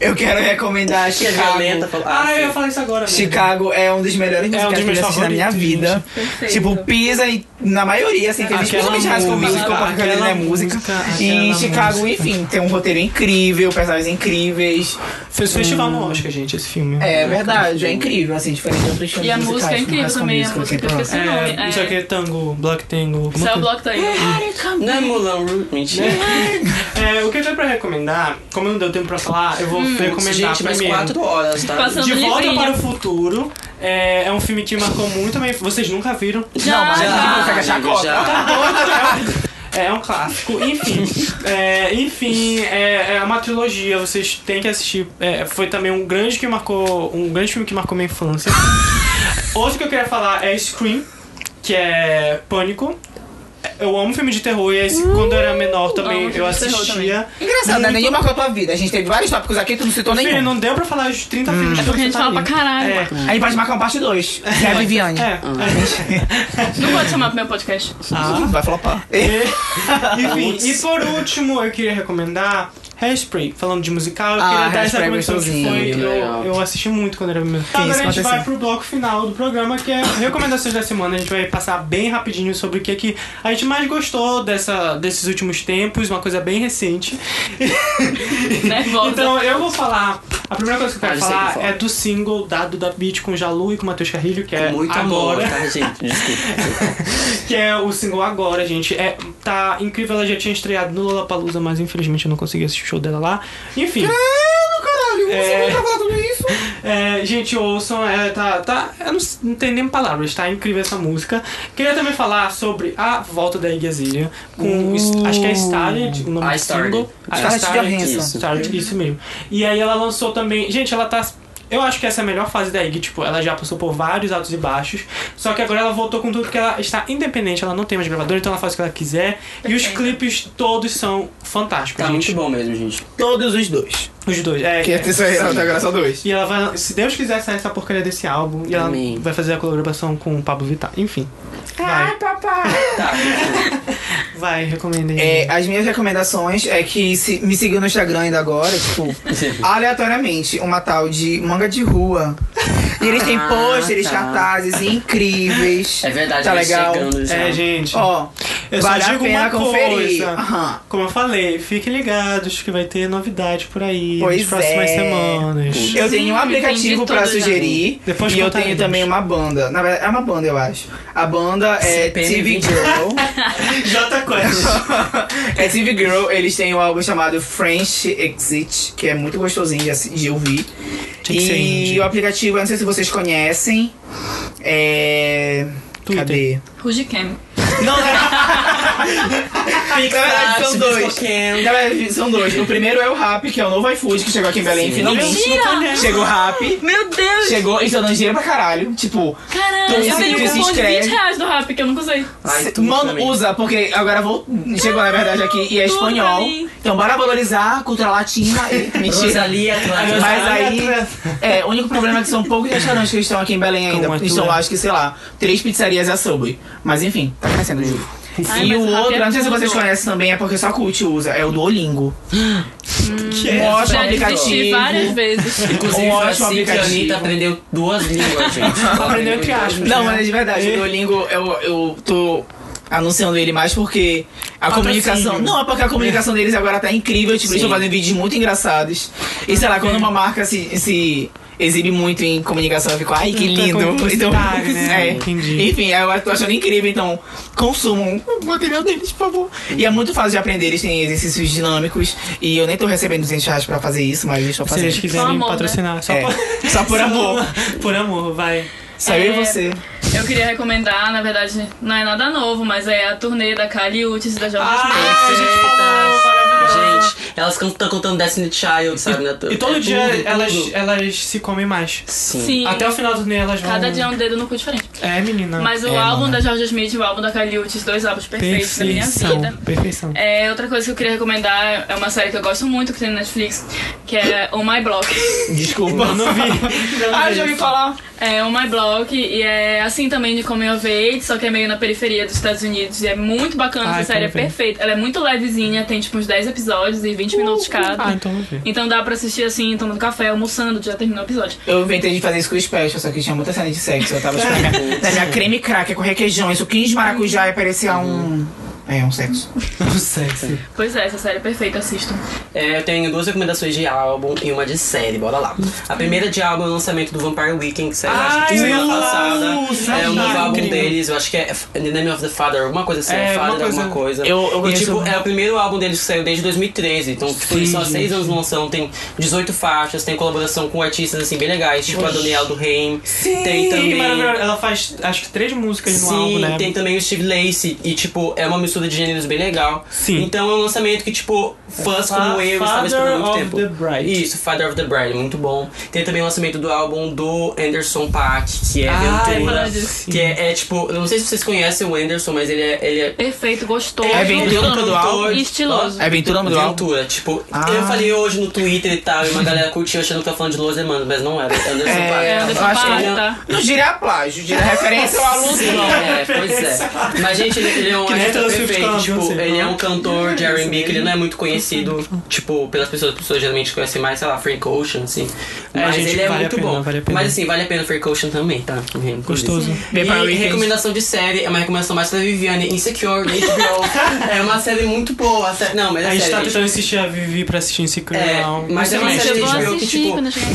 [SPEAKER 2] eu quero recomendar
[SPEAKER 4] Que é
[SPEAKER 2] Chicago.
[SPEAKER 4] violenta. falou- Ah,
[SPEAKER 1] Ah, eu ia
[SPEAKER 4] sim.
[SPEAKER 1] falar isso agora. mesmo.
[SPEAKER 2] Chicago é um dos melhores
[SPEAKER 1] É um
[SPEAKER 2] musicais
[SPEAKER 1] dos
[SPEAKER 2] que eu
[SPEAKER 1] meus
[SPEAKER 2] já assisti na minha
[SPEAKER 1] favoritos,
[SPEAKER 2] vida.
[SPEAKER 3] Perfeito.
[SPEAKER 2] Tipo, pisa em- na maioria, assim, que a gente
[SPEAKER 1] Aquela
[SPEAKER 2] principalmente rasga com
[SPEAKER 1] música,
[SPEAKER 2] musical porque ele não é
[SPEAKER 1] aquela
[SPEAKER 2] música.
[SPEAKER 1] música,
[SPEAKER 2] E
[SPEAKER 1] aquela
[SPEAKER 2] Chicago,
[SPEAKER 1] música.
[SPEAKER 2] enfim, tem um roteiro incrível, personagens incríveis.
[SPEAKER 1] Fez festival no Oscar, gente, esse filme.
[SPEAKER 2] É verdade, é incrível, assim, diferente de outros filmes
[SPEAKER 3] E a música
[SPEAKER 2] musicais
[SPEAKER 3] é
[SPEAKER 2] que
[SPEAKER 3] incrível
[SPEAKER 2] rasgam
[SPEAKER 3] também, a
[SPEAKER 2] música, tem
[SPEAKER 3] música que eu
[SPEAKER 2] problema.
[SPEAKER 3] esqueci. nome,
[SPEAKER 1] É,
[SPEAKER 3] é.
[SPEAKER 1] isso aqui é tango, Black Tango. alguma
[SPEAKER 3] Saiu o
[SPEAKER 1] coisa.
[SPEAKER 3] bloco tá daí.
[SPEAKER 4] Não é Mulan Rouge? Mentira.
[SPEAKER 1] É, o que eu tenho pra recomendar, como não deu tempo pra falar, eu vou
[SPEAKER 3] Hum.
[SPEAKER 1] recomendar
[SPEAKER 4] Gente, mais
[SPEAKER 1] primeiro.
[SPEAKER 4] quatro horas, tá?
[SPEAKER 3] Passando
[SPEAKER 1] De Volta
[SPEAKER 3] livrinho.
[SPEAKER 1] para o Futuro é, é um filme que marcou muito também. Vocês nunca viram?
[SPEAKER 3] Já,
[SPEAKER 2] mas
[SPEAKER 3] já.
[SPEAKER 2] Pega a chacota.
[SPEAKER 4] já.
[SPEAKER 1] É um clássico, enfim. é, enfim, é, é uma trilogia, vocês têm que assistir. É, foi também um grande que marcou. Um grande filme que marcou minha infância. Outro que eu queria falar é Scream, que é Pânico. Eu amo filme de terror e esse, quando eu era menor também
[SPEAKER 3] amo filme
[SPEAKER 1] eu
[SPEAKER 3] de terror
[SPEAKER 1] assistia.
[SPEAKER 2] Engraçado, né? Nenhuma marcou a tua vida. A gente teve vários tópicos aqui, tu não citou
[SPEAKER 1] Filho,
[SPEAKER 2] nenhum.
[SPEAKER 1] não deu pra falar os 30 filmes de
[SPEAKER 3] Porque a gente
[SPEAKER 1] terror
[SPEAKER 3] fala
[SPEAKER 1] que
[SPEAKER 3] pra
[SPEAKER 1] tá
[SPEAKER 3] caralho.
[SPEAKER 1] ali.
[SPEAKER 3] Marco.
[SPEAKER 2] A gente pode marcar um parte 2. É a Viviane.
[SPEAKER 1] É, é.
[SPEAKER 3] Não pode chamar pro meu podcast.
[SPEAKER 1] Ah.
[SPEAKER 2] Vai flopar.
[SPEAKER 1] Enfim, e por último, eu queria recomendar Hairspray. Falando de musical, eu
[SPEAKER 2] Ah,
[SPEAKER 1] queria dar essa
[SPEAKER 2] Hairspray é
[SPEAKER 1] recomendação que foi.
[SPEAKER 2] gostosinho,
[SPEAKER 1] que Eu,
[SPEAKER 4] legal.
[SPEAKER 1] eu assisti muito quando era menino. Então, Agora a gente
[SPEAKER 2] aconteceu.
[SPEAKER 1] vai pro bloco final do programa, que é recomendações da semana. A gente vai passar bem rapidinho sobre o que, é que a gente mais gostou dessa, desses últimos tempos, uma coisa bem recente.
[SPEAKER 3] Nervosa.
[SPEAKER 1] Então eu vou falar. A primeira coisa que eu
[SPEAKER 4] Ah,
[SPEAKER 1] quero
[SPEAKER 4] eu sei que
[SPEAKER 1] falar
[SPEAKER 4] fala.
[SPEAKER 1] é do single dado da Beat com Jalu e com Matheus Carrilho, que é
[SPEAKER 4] Muito amor,
[SPEAKER 1] agora.
[SPEAKER 4] tá, gente? Desculpa.
[SPEAKER 1] Que é o single agora, gente. É, tá incrível, ela já tinha estreado no Lollapalooza, mas infelizmente eu não consegui assistir o show dela lá. Enfim.
[SPEAKER 2] Caralho,
[SPEAKER 1] É.
[SPEAKER 2] pra falar tudo isso?
[SPEAKER 1] É, gente, ouçam, é, tá, tá, eu não, s- não tem nem palavras, tá incrível essa música. Queria também falar sobre a volta da Iggy Azalea com, es- acho que é Starlet, o nome
[SPEAKER 4] I
[SPEAKER 1] do
[SPEAKER 4] Started.
[SPEAKER 1] single.
[SPEAKER 4] Started
[SPEAKER 1] Starlet,
[SPEAKER 2] Johansson.
[SPEAKER 1] Starlet, isso mesmo. E aí ela lançou também, gente, ela tá Eu acho que essa é a melhor fase da Iggy, tipo, ela já passou por vários altos e baixos, só que agora ela voltou com tudo porque ela está independente, ela não tem mais gravador, então ela faz o que ela quiser. E os
[SPEAKER 3] Perfeito.
[SPEAKER 1] clipes todos são fantásticos,
[SPEAKER 4] Tá muito
[SPEAKER 1] gente.
[SPEAKER 4] bom mesmo, gente.
[SPEAKER 2] Todos os dois.
[SPEAKER 1] Os dois. É,
[SPEAKER 2] Que
[SPEAKER 1] é.
[SPEAKER 2] atenção aí, agora só dois.
[SPEAKER 1] E ela vai, se Deus quiser, sair essa porcaria desse álbum. E ela
[SPEAKER 4] Amém.
[SPEAKER 1] vai fazer a colaboração com o Pablo Vittar. Enfim. Vai, vai, recomendem.
[SPEAKER 2] Tá. É, as minhas recomendações é que se, me seguiu no Instagram ainda agora, tipo, aleatoriamente, uma tal de manga de rua. E eles têm
[SPEAKER 4] Ah,
[SPEAKER 2] pôsteres,
[SPEAKER 4] tá.
[SPEAKER 2] cartazes incríveis.
[SPEAKER 4] É verdade,
[SPEAKER 2] tá
[SPEAKER 4] eles
[SPEAKER 2] legal.
[SPEAKER 4] chegando já.
[SPEAKER 1] É, gente.
[SPEAKER 2] Ó,
[SPEAKER 1] Eu só
[SPEAKER 2] vale a
[SPEAKER 1] digo
[SPEAKER 2] pena
[SPEAKER 1] uma
[SPEAKER 2] conferir.
[SPEAKER 1] coisa.
[SPEAKER 2] Aham.
[SPEAKER 1] Como eu falei, fiquem ligados que vai ter novidade por aí
[SPEAKER 2] Pois
[SPEAKER 1] nas próximas
[SPEAKER 2] é.
[SPEAKER 1] semanas.
[SPEAKER 2] Eu
[SPEAKER 3] Sim,
[SPEAKER 2] tenho um
[SPEAKER 3] entendi
[SPEAKER 2] aplicativo
[SPEAKER 3] tudo
[SPEAKER 2] pra
[SPEAKER 3] já.
[SPEAKER 2] sugerir.
[SPEAKER 1] Depois
[SPEAKER 2] e eu
[SPEAKER 1] contaremos.
[SPEAKER 2] tenho também uma banda. Na verdade, é uma banda, eu acho. A banda é
[SPEAKER 4] CPM
[SPEAKER 2] TV Girl.
[SPEAKER 1] J Quest.
[SPEAKER 2] é TV Girl, eles têm um álbum chamado French Exit, que é muito gostosinho de, assi- de ouvir.
[SPEAKER 1] Tem que ser
[SPEAKER 2] e
[SPEAKER 1] indie.
[SPEAKER 2] o aplicativo, eu não sei se vocês conhecem. É.
[SPEAKER 1] Twitter.
[SPEAKER 2] Cadê?
[SPEAKER 3] Ruge Cam.
[SPEAKER 2] Não, não Na verdade, são
[SPEAKER 4] Pixar,
[SPEAKER 2] dois.
[SPEAKER 4] Biscoquinho.
[SPEAKER 2] Na verdade, são dois. O primeiro é o Rap, que é o novo iFood que chegou aqui em Belém,
[SPEAKER 4] Sim.
[SPEAKER 2] finalmente. Chegou o Rap,
[SPEAKER 3] Meu Deus!
[SPEAKER 2] chegou e dando dinheiro pra caralho. Tipo,
[SPEAKER 3] Caralho,
[SPEAKER 2] Então,
[SPEAKER 3] eu
[SPEAKER 2] se
[SPEAKER 3] tenho
[SPEAKER 2] tu
[SPEAKER 3] um
[SPEAKER 2] se
[SPEAKER 3] cupom de
[SPEAKER 2] inscreve-
[SPEAKER 3] 20 reais do rap que eu nunca usei.
[SPEAKER 4] Ai,
[SPEAKER 2] Se-
[SPEAKER 4] tudo pra
[SPEAKER 2] Mano,
[SPEAKER 4] mim.
[SPEAKER 2] usa, porque agora vou... chegou na verdade aqui e é
[SPEAKER 3] Tudo pra
[SPEAKER 2] espanhol.
[SPEAKER 3] mim.
[SPEAKER 2] Então bora valorizar a cultura latina. E... Mentira.
[SPEAKER 4] Rosalia, Atlântica.
[SPEAKER 2] Mas
[SPEAKER 1] Rosalia
[SPEAKER 2] aí, é, o único problema é que são poucos restaurantes que estão aqui em Belém ainda.
[SPEAKER 4] é
[SPEAKER 1] Como a
[SPEAKER 2] estão
[SPEAKER 1] tua.
[SPEAKER 2] lá, acho que, sei lá, três pizzarias e a Subway. Mas enfim, tá crescendo o jogo.
[SPEAKER 3] Ai,
[SPEAKER 2] e
[SPEAKER 3] mas
[SPEAKER 2] o
[SPEAKER 3] o rap
[SPEAKER 2] outro,
[SPEAKER 3] é
[SPEAKER 2] não sei se
[SPEAKER 3] tudo.
[SPEAKER 2] vocês conhecem também, é porque só Cult usa, é o Duolingo. que é um ótimo
[SPEAKER 3] Já desisti
[SPEAKER 2] aplicativo.
[SPEAKER 3] várias vezes.
[SPEAKER 4] Inclusive,
[SPEAKER 2] Um
[SPEAKER 4] eu
[SPEAKER 2] ótimo
[SPEAKER 4] assim que a
[SPEAKER 2] aplicativo.
[SPEAKER 4] Anitta aprendeu duas línguas, gente. Ela
[SPEAKER 1] Aprendeu entre
[SPEAKER 4] duas
[SPEAKER 1] aspas.
[SPEAKER 4] línguas.
[SPEAKER 2] Não, mas é de verdade, o Duolingo eu, eu tô anunciando ele mais porque a
[SPEAKER 1] Patrocínio.
[SPEAKER 2] comunicação. Não, é porque a comunicação deles agora tá incrível, tipo, eles
[SPEAKER 4] Sim.
[SPEAKER 2] estão fazendo vídeos muito engraçados. E sei lá, quando uma marca se. se exibe muito em comunicação, eu fico, ai que
[SPEAKER 1] Então,
[SPEAKER 2] lindo.
[SPEAKER 1] é publicidade, né?
[SPEAKER 2] é.
[SPEAKER 1] Entendi.
[SPEAKER 2] Enfim, eu tô achando incrível, então consumam o material deles, por favor. E é muito fácil de aprender, eles têm exercícios dinâmicos. E eu nem tô recebendo 200 reais pra fazer isso, mas eu estou
[SPEAKER 1] Se
[SPEAKER 2] fazendo.
[SPEAKER 1] eles quiserem
[SPEAKER 3] amor, né?
[SPEAKER 1] patrocinar, só,
[SPEAKER 2] É,
[SPEAKER 1] por...
[SPEAKER 2] só por amor.
[SPEAKER 1] por amor, vai.
[SPEAKER 2] Saiu
[SPEAKER 3] É.
[SPEAKER 2] você.
[SPEAKER 3] Eu queria recomendar, na verdade, não é nada novo, mas é a turnê da Kali Uchis e da Jovem
[SPEAKER 1] Ah, a gente falou.
[SPEAKER 4] Gente, elas estão contando Destiny Child, sabe? né?
[SPEAKER 1] E todo
[SPEAKER 4] É
[SPEAKER 1] dia
[SPEAKER 4] tudo,
[SPEAKER 1] elas,
[SPEAKER 4] tudo.
[SPEAKER 1] elas se comem mais.
[SPEAKER 4] Sim.
[SPEAKER 3] Sim.
[SPEAKER 1] Até o final do dia elas vão.
[SPEAKER 3] Cada dia é um dedo no cu diferente.
[SPEAKER 1] É, menina.
[SPEAKER 3] Mas o
[SPEAKER 2] É,
[SPEAKER 3] álbum
[SPEAKER 2] mano.
[SPEAKER 3] da Georgia Smith e o álbum da Kali Uchis, dois álbuns perfeitos da minha
[SPEAKER 1] Perfeição.
[SPEAKER 3] vida.
[SPEAKER 1] Perfeição.
[SPEAKER 3] É, outra coisa que eu queria recomendar é uma série que eu gosto muito que tem no Netflix, que é On My Block.
[SPEAKER 2] Desculpa.
[SPEAKER 1] Eu não vi.
[SPEAKER 2] Ah, já ouvi falar.
[SPEAKER 3] É On My Block e é assim também de Coming of Age, só que é meio na periferia dos Estados Unidos e é muito bacana,
[SPEAKER 1] Ah,
[SPEAKER 3] essa série é
[SPEAKER 1] quero ver.
[SPEAKER 3] perfeita. Ela é muito levezinha, tem tipo uns 10 episódios e
[SPEAKER 2] Uh,
[SPEAKER 3] 20 minutos cada.
[SPEAKER 1] Ah, então eu não vi.
[SPEAKER 3] Então dá pra assistir assim, tomando café, almoçando, já terminou o episódio.
[SPEAKER 2] Eu inventei de fazer isso com o special, só que tinha muita cena de sexo. Eu tava tipo, na minha, na minha creme cracker com requeijão, isso 15 de maracujá e parecia um. É, um sexo.
[SPEAKER 1] Não sei. sim.
[SPEAKER 3] Pois é, essa série é perfeita, assistam.
[SPEAKER 4] É, eu tenho duas recomendações de álbum e uma de série, bora lá. A primeira de álbum é o lançamento do Vampire Weekend, que saiu acho
[SPEAKER 1] Ai,
[SPEAKER 4] que
[SPEAKER 1] eu
[SPEAKER 4] semana
[SPEAKER 1] ia falar,
[SPEAKER 4] passada.
[SPEAKER 1] sabe?
[SPEAKER 4] É o novo
[SPEAKER 1] Ah,
[SPEAKER 4] álbum
[SPEAKER 1] incrível.
[SPEAKER 4] deles, eu acho que é F- The Name of the Father, alguma coisa assim,
[SPEAKER 1] É,
[SPEAKER 4] é, Father,
[SPEAKER 1] alguma coisa.
[SPEAKER 4] alguma coisa.
[SPEAKER 2] Eu- eu
[SPEAKER 4] e
[SPEAKER 2] conheço-
[SPEAKER 4] tipo, é o primeiro álbum deles que saiu desde 2013, então tipo, eles são há seis anos lançando, tem 18 faixas, tem colaboração com artistas assim bem legais, tipo a Daniela do Reim, tem também.
[SPEAKER 1] maravilhosa. Ela faz acho que três músicas no
[SPEAKER 4] Sim,
[SPEAKER 1] álbum, né?
[SPEAKER 4] tem também o Steve Lacey e, tipo, é uma mistura de gêneros bem legal.
[SPEAKER 1] Sim.
[SPEAKER 4] Então é um lançamento que, tipo, fãs
[SPEAKER 1] Fa-
[SPEAKER 4] como eu estavam
[SPEAKER 1] É Father
[SPEAKER 4] esperando há muito
[SPEAKER 1] of
[SPEAKER 4] tempo.
[SPEAKER 1] the Bride.
[SPEAKER 4] Isso, Father of the Bride, muito bom. Tem também o lançamento do álbum do Anderson Paak, que é
[SPEAKER 1] Ah, é
[SPEAKER 4] Ventura.
[SPEAKER 1] verdade.
[SPEAKER 4] que é, é, tipo, eu não sei se vocês conhecem o Anderson, mas ele é. Ele é
[SPEAKER 3] Perfeito, gostoso.
[SPEAKER 2] É bem
[SPEAKER 3] gostoso,
[SPEAKER 2] dentro do álbum?
[SPEAKER 3] e Estiloso.
[SPEAKER 2] É Ventura o nome do álbum?
[SPEAKER 4] Ventura, tipo,
[SPEAKER 2] Ah.
[SPEAKER 4] eu falei hoje no Twitter e tal, e uma galera curtiu achando que eu tava falando de Los Hermanos, mas não era. Anderson
[SPEAKER 2] É,
[SPEAKER 4] Paak.
[SPEAKER 3] É,
[SPEAKER 2] eu
[SPEAKER 3] Anderson
[SPEAKER 2] acho que
[SPEAKER 3] Paak,
[SPEAKER 4] ele-
[SPEAKER 3] tá?
[SPEAKER 2] Não gira a plágio, gira a referência ao aluno.
[SPEAKER 4] Sim, é, pois é. Mas, gente, ele, ele é um
[SPEAKER 1] Que nem
[SPEAKER 4] artista
[SPEAKER 1] Taylor Swift
[SPEAKER 4] perfeito.
[SPEAKER 1] falando,
[SPEAKER 4] Tipo,
[SPEAKER 1] assim.
[SPEAKER 4] ele é um cantor de R&B
[SPEAKER 1] Sim.
[SPEAKER 4] que ele não é muito conhecido, tipo, pelas pessoas. As pessoas geralmente conhecem mais, sei lá, Frank Ocean, assim.
[SPEAKER 1] É,
[SPEAKER 4] Mas
[SPEAKER 1] gente,
[SPEAKER 4] ele é
[SPEAKER 1] vale a
[SPEAKER 4] muito
[SPEAKER 1] pena,
[SPEAKER 4] bom.
[SPEAKER 1] vale a pena.
[SPEAKER 4] Mas, assim, vale a pena o Frank Ocean também, tá? Inclusive.
[SPEAKER 1] Gostoso.
[SPEAKER 2] Bem pra
[SPEAKER 4] E
[SPEAKER 2] weekend.
[SPEAKER 4] recomendação de série, é uma recomendação mais da Viviane, Insecure, da HBO. é uma série muito boa. a série- Não, mas é
[SPEAKER 1] A gente tá
[SPEAKER 4] série, gente.
[SPEAKER 1] tentando assistir a Vivi pra assistir esse
[SPEAKER 4] É,
[SPEAKER 1] canal.
[SPEAKER 4] mas é uma
[SPEAKER 3] Gente,
[SPEAKER 4] série
[SPEAKER 3] eu
[SPEAKER 4] de
[SPEAKER 3] vou
[SPEAKER 4] HBO que,
[SPEAKER 3] assistir
[SPEAKER 4] tipo,
[SPEAKER 3] quando eu chegar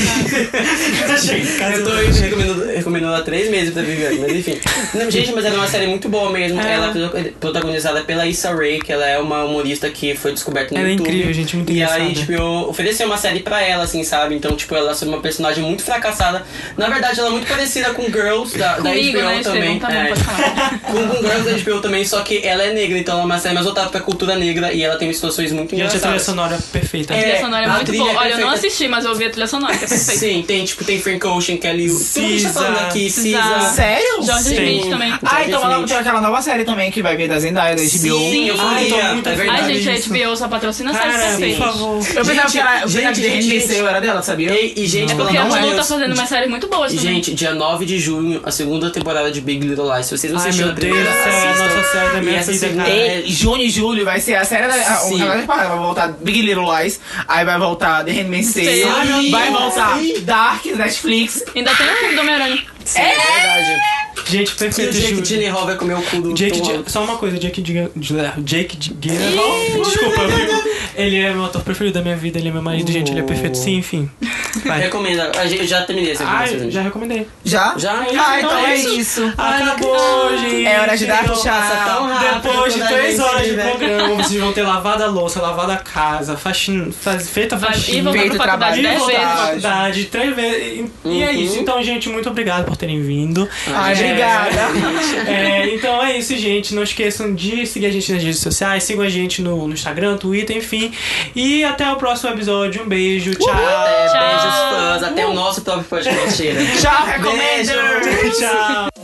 [SPEAKER 3] em casa.
[SPEAKER 4] Eu tô recomendando, recomendando há três meses pra Viviane, mas enfim. Não, gente, mas era uma série muito boa mesmo. Ela é protagonizada inspirada pela Issa Rae, que ela é uma humorista que foi descoberta no
[SPEAKER 1] Ela é
[SPEAKER 4] YouTube.
[SPEAKER 1] incrível, gente, muito
[SPEAKER 4] E tipo, ela
[SPEAKER 1] engraçada.
[SPEAKER 4] HBO ofereceu uma série pra ela, assim, sabe? Então, tipo, ela é uma personagem muito fracassada. Na verdade, ela é muito parecida com Girls da, da
[SPEAKER 3] Comigo,
[SPEAKER 4] HBO
[SPEAKER 3] né,
[SPEAKER 4] também.
[SPEAKER 3] Estevão? Tá bom,
[SPEAKER 4] É.
[SPEAKER 3] pode falar.
[SPEAKER 4] Com, com Girls da HBO também, só que ela é negra, então ela é uma série mais voltada pra cultura negra e ela tem situações muito
[SPEAKER 1] Gente, a trilha
[SPEAKER 4] engraçadas.
[SPEAKER 1] sonora perfeita.
[SPEAKER 3] A
[SPEAKER 4] É,
[SPEAKER 3] trilha sonora é
[SPEAKER 4] a
[SPEAKER 3] muito
[SPEAKER 4] trilha
[SPEAKER 3] boa.
[SPEAKER 4] é
[SPEAKER 3] Olha, eu não
[SPEAKER 4] perfeita.
[SPEAKER 3] assisti, mas eu ouvi a trilha sonora, que é perfeita.
[SPEAKER 4] Sim, tem, tipo, tem Frank Ocean, Kelly. Tudo que a gente tá
[SPEAKER 1] Cisa.
[SPEAKER 4] falando aqui,
[SPEAKER 3] Cisa.
[SPEAKER 4] Cisa.
[SPEAKER 2] Sério?
[SPEAKER 3] Jorge
[SPEAKER 1] Sim.
[SPEAKER 3] Smith também.
[SPEAKER 2] Ah, então ela
[SPEAKER 4] Infelizmente.
[SPEAKER 2] tinha aquela nova série também que vai vir da Zendaya, da HBO.
[SPEAKER 4] Sim, eu
[SPEAKER 1] Ai,
[SPEAKER 4] falei,
[SPEAKER 1] tô muito
[SPEAKER 4] é verdade.
[SPEAKER 3] Ai, gente,
[SPEAKER 1] isso.
[SPEAKER 3] a HBO só patrocina
[SPEAKER 1] Cara,
[SPEAKER 3] séries
[SPEAKER 1] por
[SPEAKER 3] perfeitas.
[SPEAKER 1] favor.
[SPEAKER 2] Eu pensava que era, eu pensava
[SPEAKER 4] gente,
[SPEAKER 2] que
[SPEAKER 4] gente,
[SPEAKER 2] Handmaid's Tale
[SPEAKER 4] gente.
[SPEAKER 2] era dela, sabia?
[SPEAKER 4] E, e, gente, pelo
[SPEAKER 3] Porque a
[SPEAKER 4] amor de
[SPEAKER 3] Hulu tá
[SPEAKER 4] Deus.
[SPEAKER 3] fazendo umas séries muito assim. boas também.
[SPEAKER 4] Gente, dia 9 de junho, a segunda temporada de Big Little Lies. Se vocês não
[SPEAKER 1] Ai,
[SPEAKER 4] assistiram
[SPEAKER 1] meu
[SPEAKER 4] a primeira,
[SPEAKER 1] Deus do céu,
[SPEAKER 4] assistam.
[SPEAKER 1] nossa série da
[SPEAKER 4] E
[SPEAKER 1] minha
[SPEAKER 4] essa
[SPEAKER 1] vida,
[SPEAKER 4] segunda-
[SPEAKER 1] cara.
[SPEAKER 4] É,
[SPEAKER 2] E junho e julho vai ser a série da. a-
[SPEAKER 4] Sim.
[SPEAKER 2] a- a- Vai voltar Big Little Lies, aí vai voltar The Handmaid's
[SPEAKER 3] Sim. Ai, meu
[SPEAKER 2] Tale,
[SPEAKER 3] Deus.
[SPEAKER 2] vai voltar Dark, Netflix.
[SPEAKER 3] Ainda tem o filme do Homem-Aranha.
[SPEAKER 4] Sim, é verdade.
[SPEAKER 1] Gente,
[SPEAKER 4] E o
[SPEAKER 1] perfeito,
[SPEAKER 4] Jake
[SPEAKER 1] juro.
[SPEAKER 4] Gyllenhaal vai comer o cu do
[SPEAKER 1] Jake
[SPEAKER 4] Tom
[SPEAKER 1] Gy-
[SPEAKER 4] Holland.
[SPEAKER 1] Só uma coisa, Jake Gy- Gy- Jake Gy- Gyllenhaal. Desculpa, eu fico- ele é meu ator preferido da minha vida, ele é meu marido, gente, ele é perfeito. Sim, enfim. Vai.
[SPEAKER 4] Recomendo. Ah, Eu já terminei essa
[SPEAKER 1] Ai,
[SPEAKER 4] recomendação,
[SPEAKER 1] já
[SPEAKER 4] gente.
[SPEAKER 1] recomendei.
[SPEAKER 2] Já?
[SPEAKER 4] Já?
[SPEAKER 2] Ah, então é
[SPEAKER 1] isso.
[SPEAKER 2] isso.
[SPEAKER 1] Acabou, gente.
[SPEAKER 2] É hora de dar
[SPEAKER 1] Chegou.
[SPEAKER 2] tchau.
[SPEAKER 4] Passa tão rápido
[SPEAKER 1] Depois de
[SPEAKER 4] quando a
[SPEAKER 1] três
[SPEAKER 4] gente
[SPEAKER 1] horas de
[SPEAKER 4] vê.
[SPEAKER 1] programa, vocês vão ter lavado a louça, lavado a casa, faxina, faz- feita a
[SPEAKER 3] Vai- E
[SPEAKER 1] faxina.
[SPEAKER 3] voltar
[SPEAKER 2] Feito
[SPEAKER 3] pra
[SPEAKER 2] trabalho.
[SPEAKER 3] faculdade
[SPEAKER 1] E
[SPEAKER 3] dez
[SPEAKER 1] voltar pra
[SPEAKER 3] vezes.
[SPEAKER 2] faculdade.
[SPEAKER 1] faculdade três vezes. E, e é
[SPEAKER 4] Uhum.
[SPEAKER 1] isso. Então, gente, muito obrigado por terem vindo.
[SPEAKER 2] Ai,
[SPEAKER 1] É,
[SPEAKER 2] obrigada.
[SPEAKER 1] é, então é isso, gente. Não esqueçam de seguir a gente nas redes sociais, sigam a gente no, no Instagram, Twitter, enfim. E até o próximo episódio. Um beijo, tchau.
[SPEAKER 4] Até,
[SPEAKER 3] Tchau.
[SPEAKER 4] beijos fãs. Até o nosso próprio podcast. Cheira.
[SPEAKER 2] Tchau, recomendo!
[SPEAKER 1] Tchau.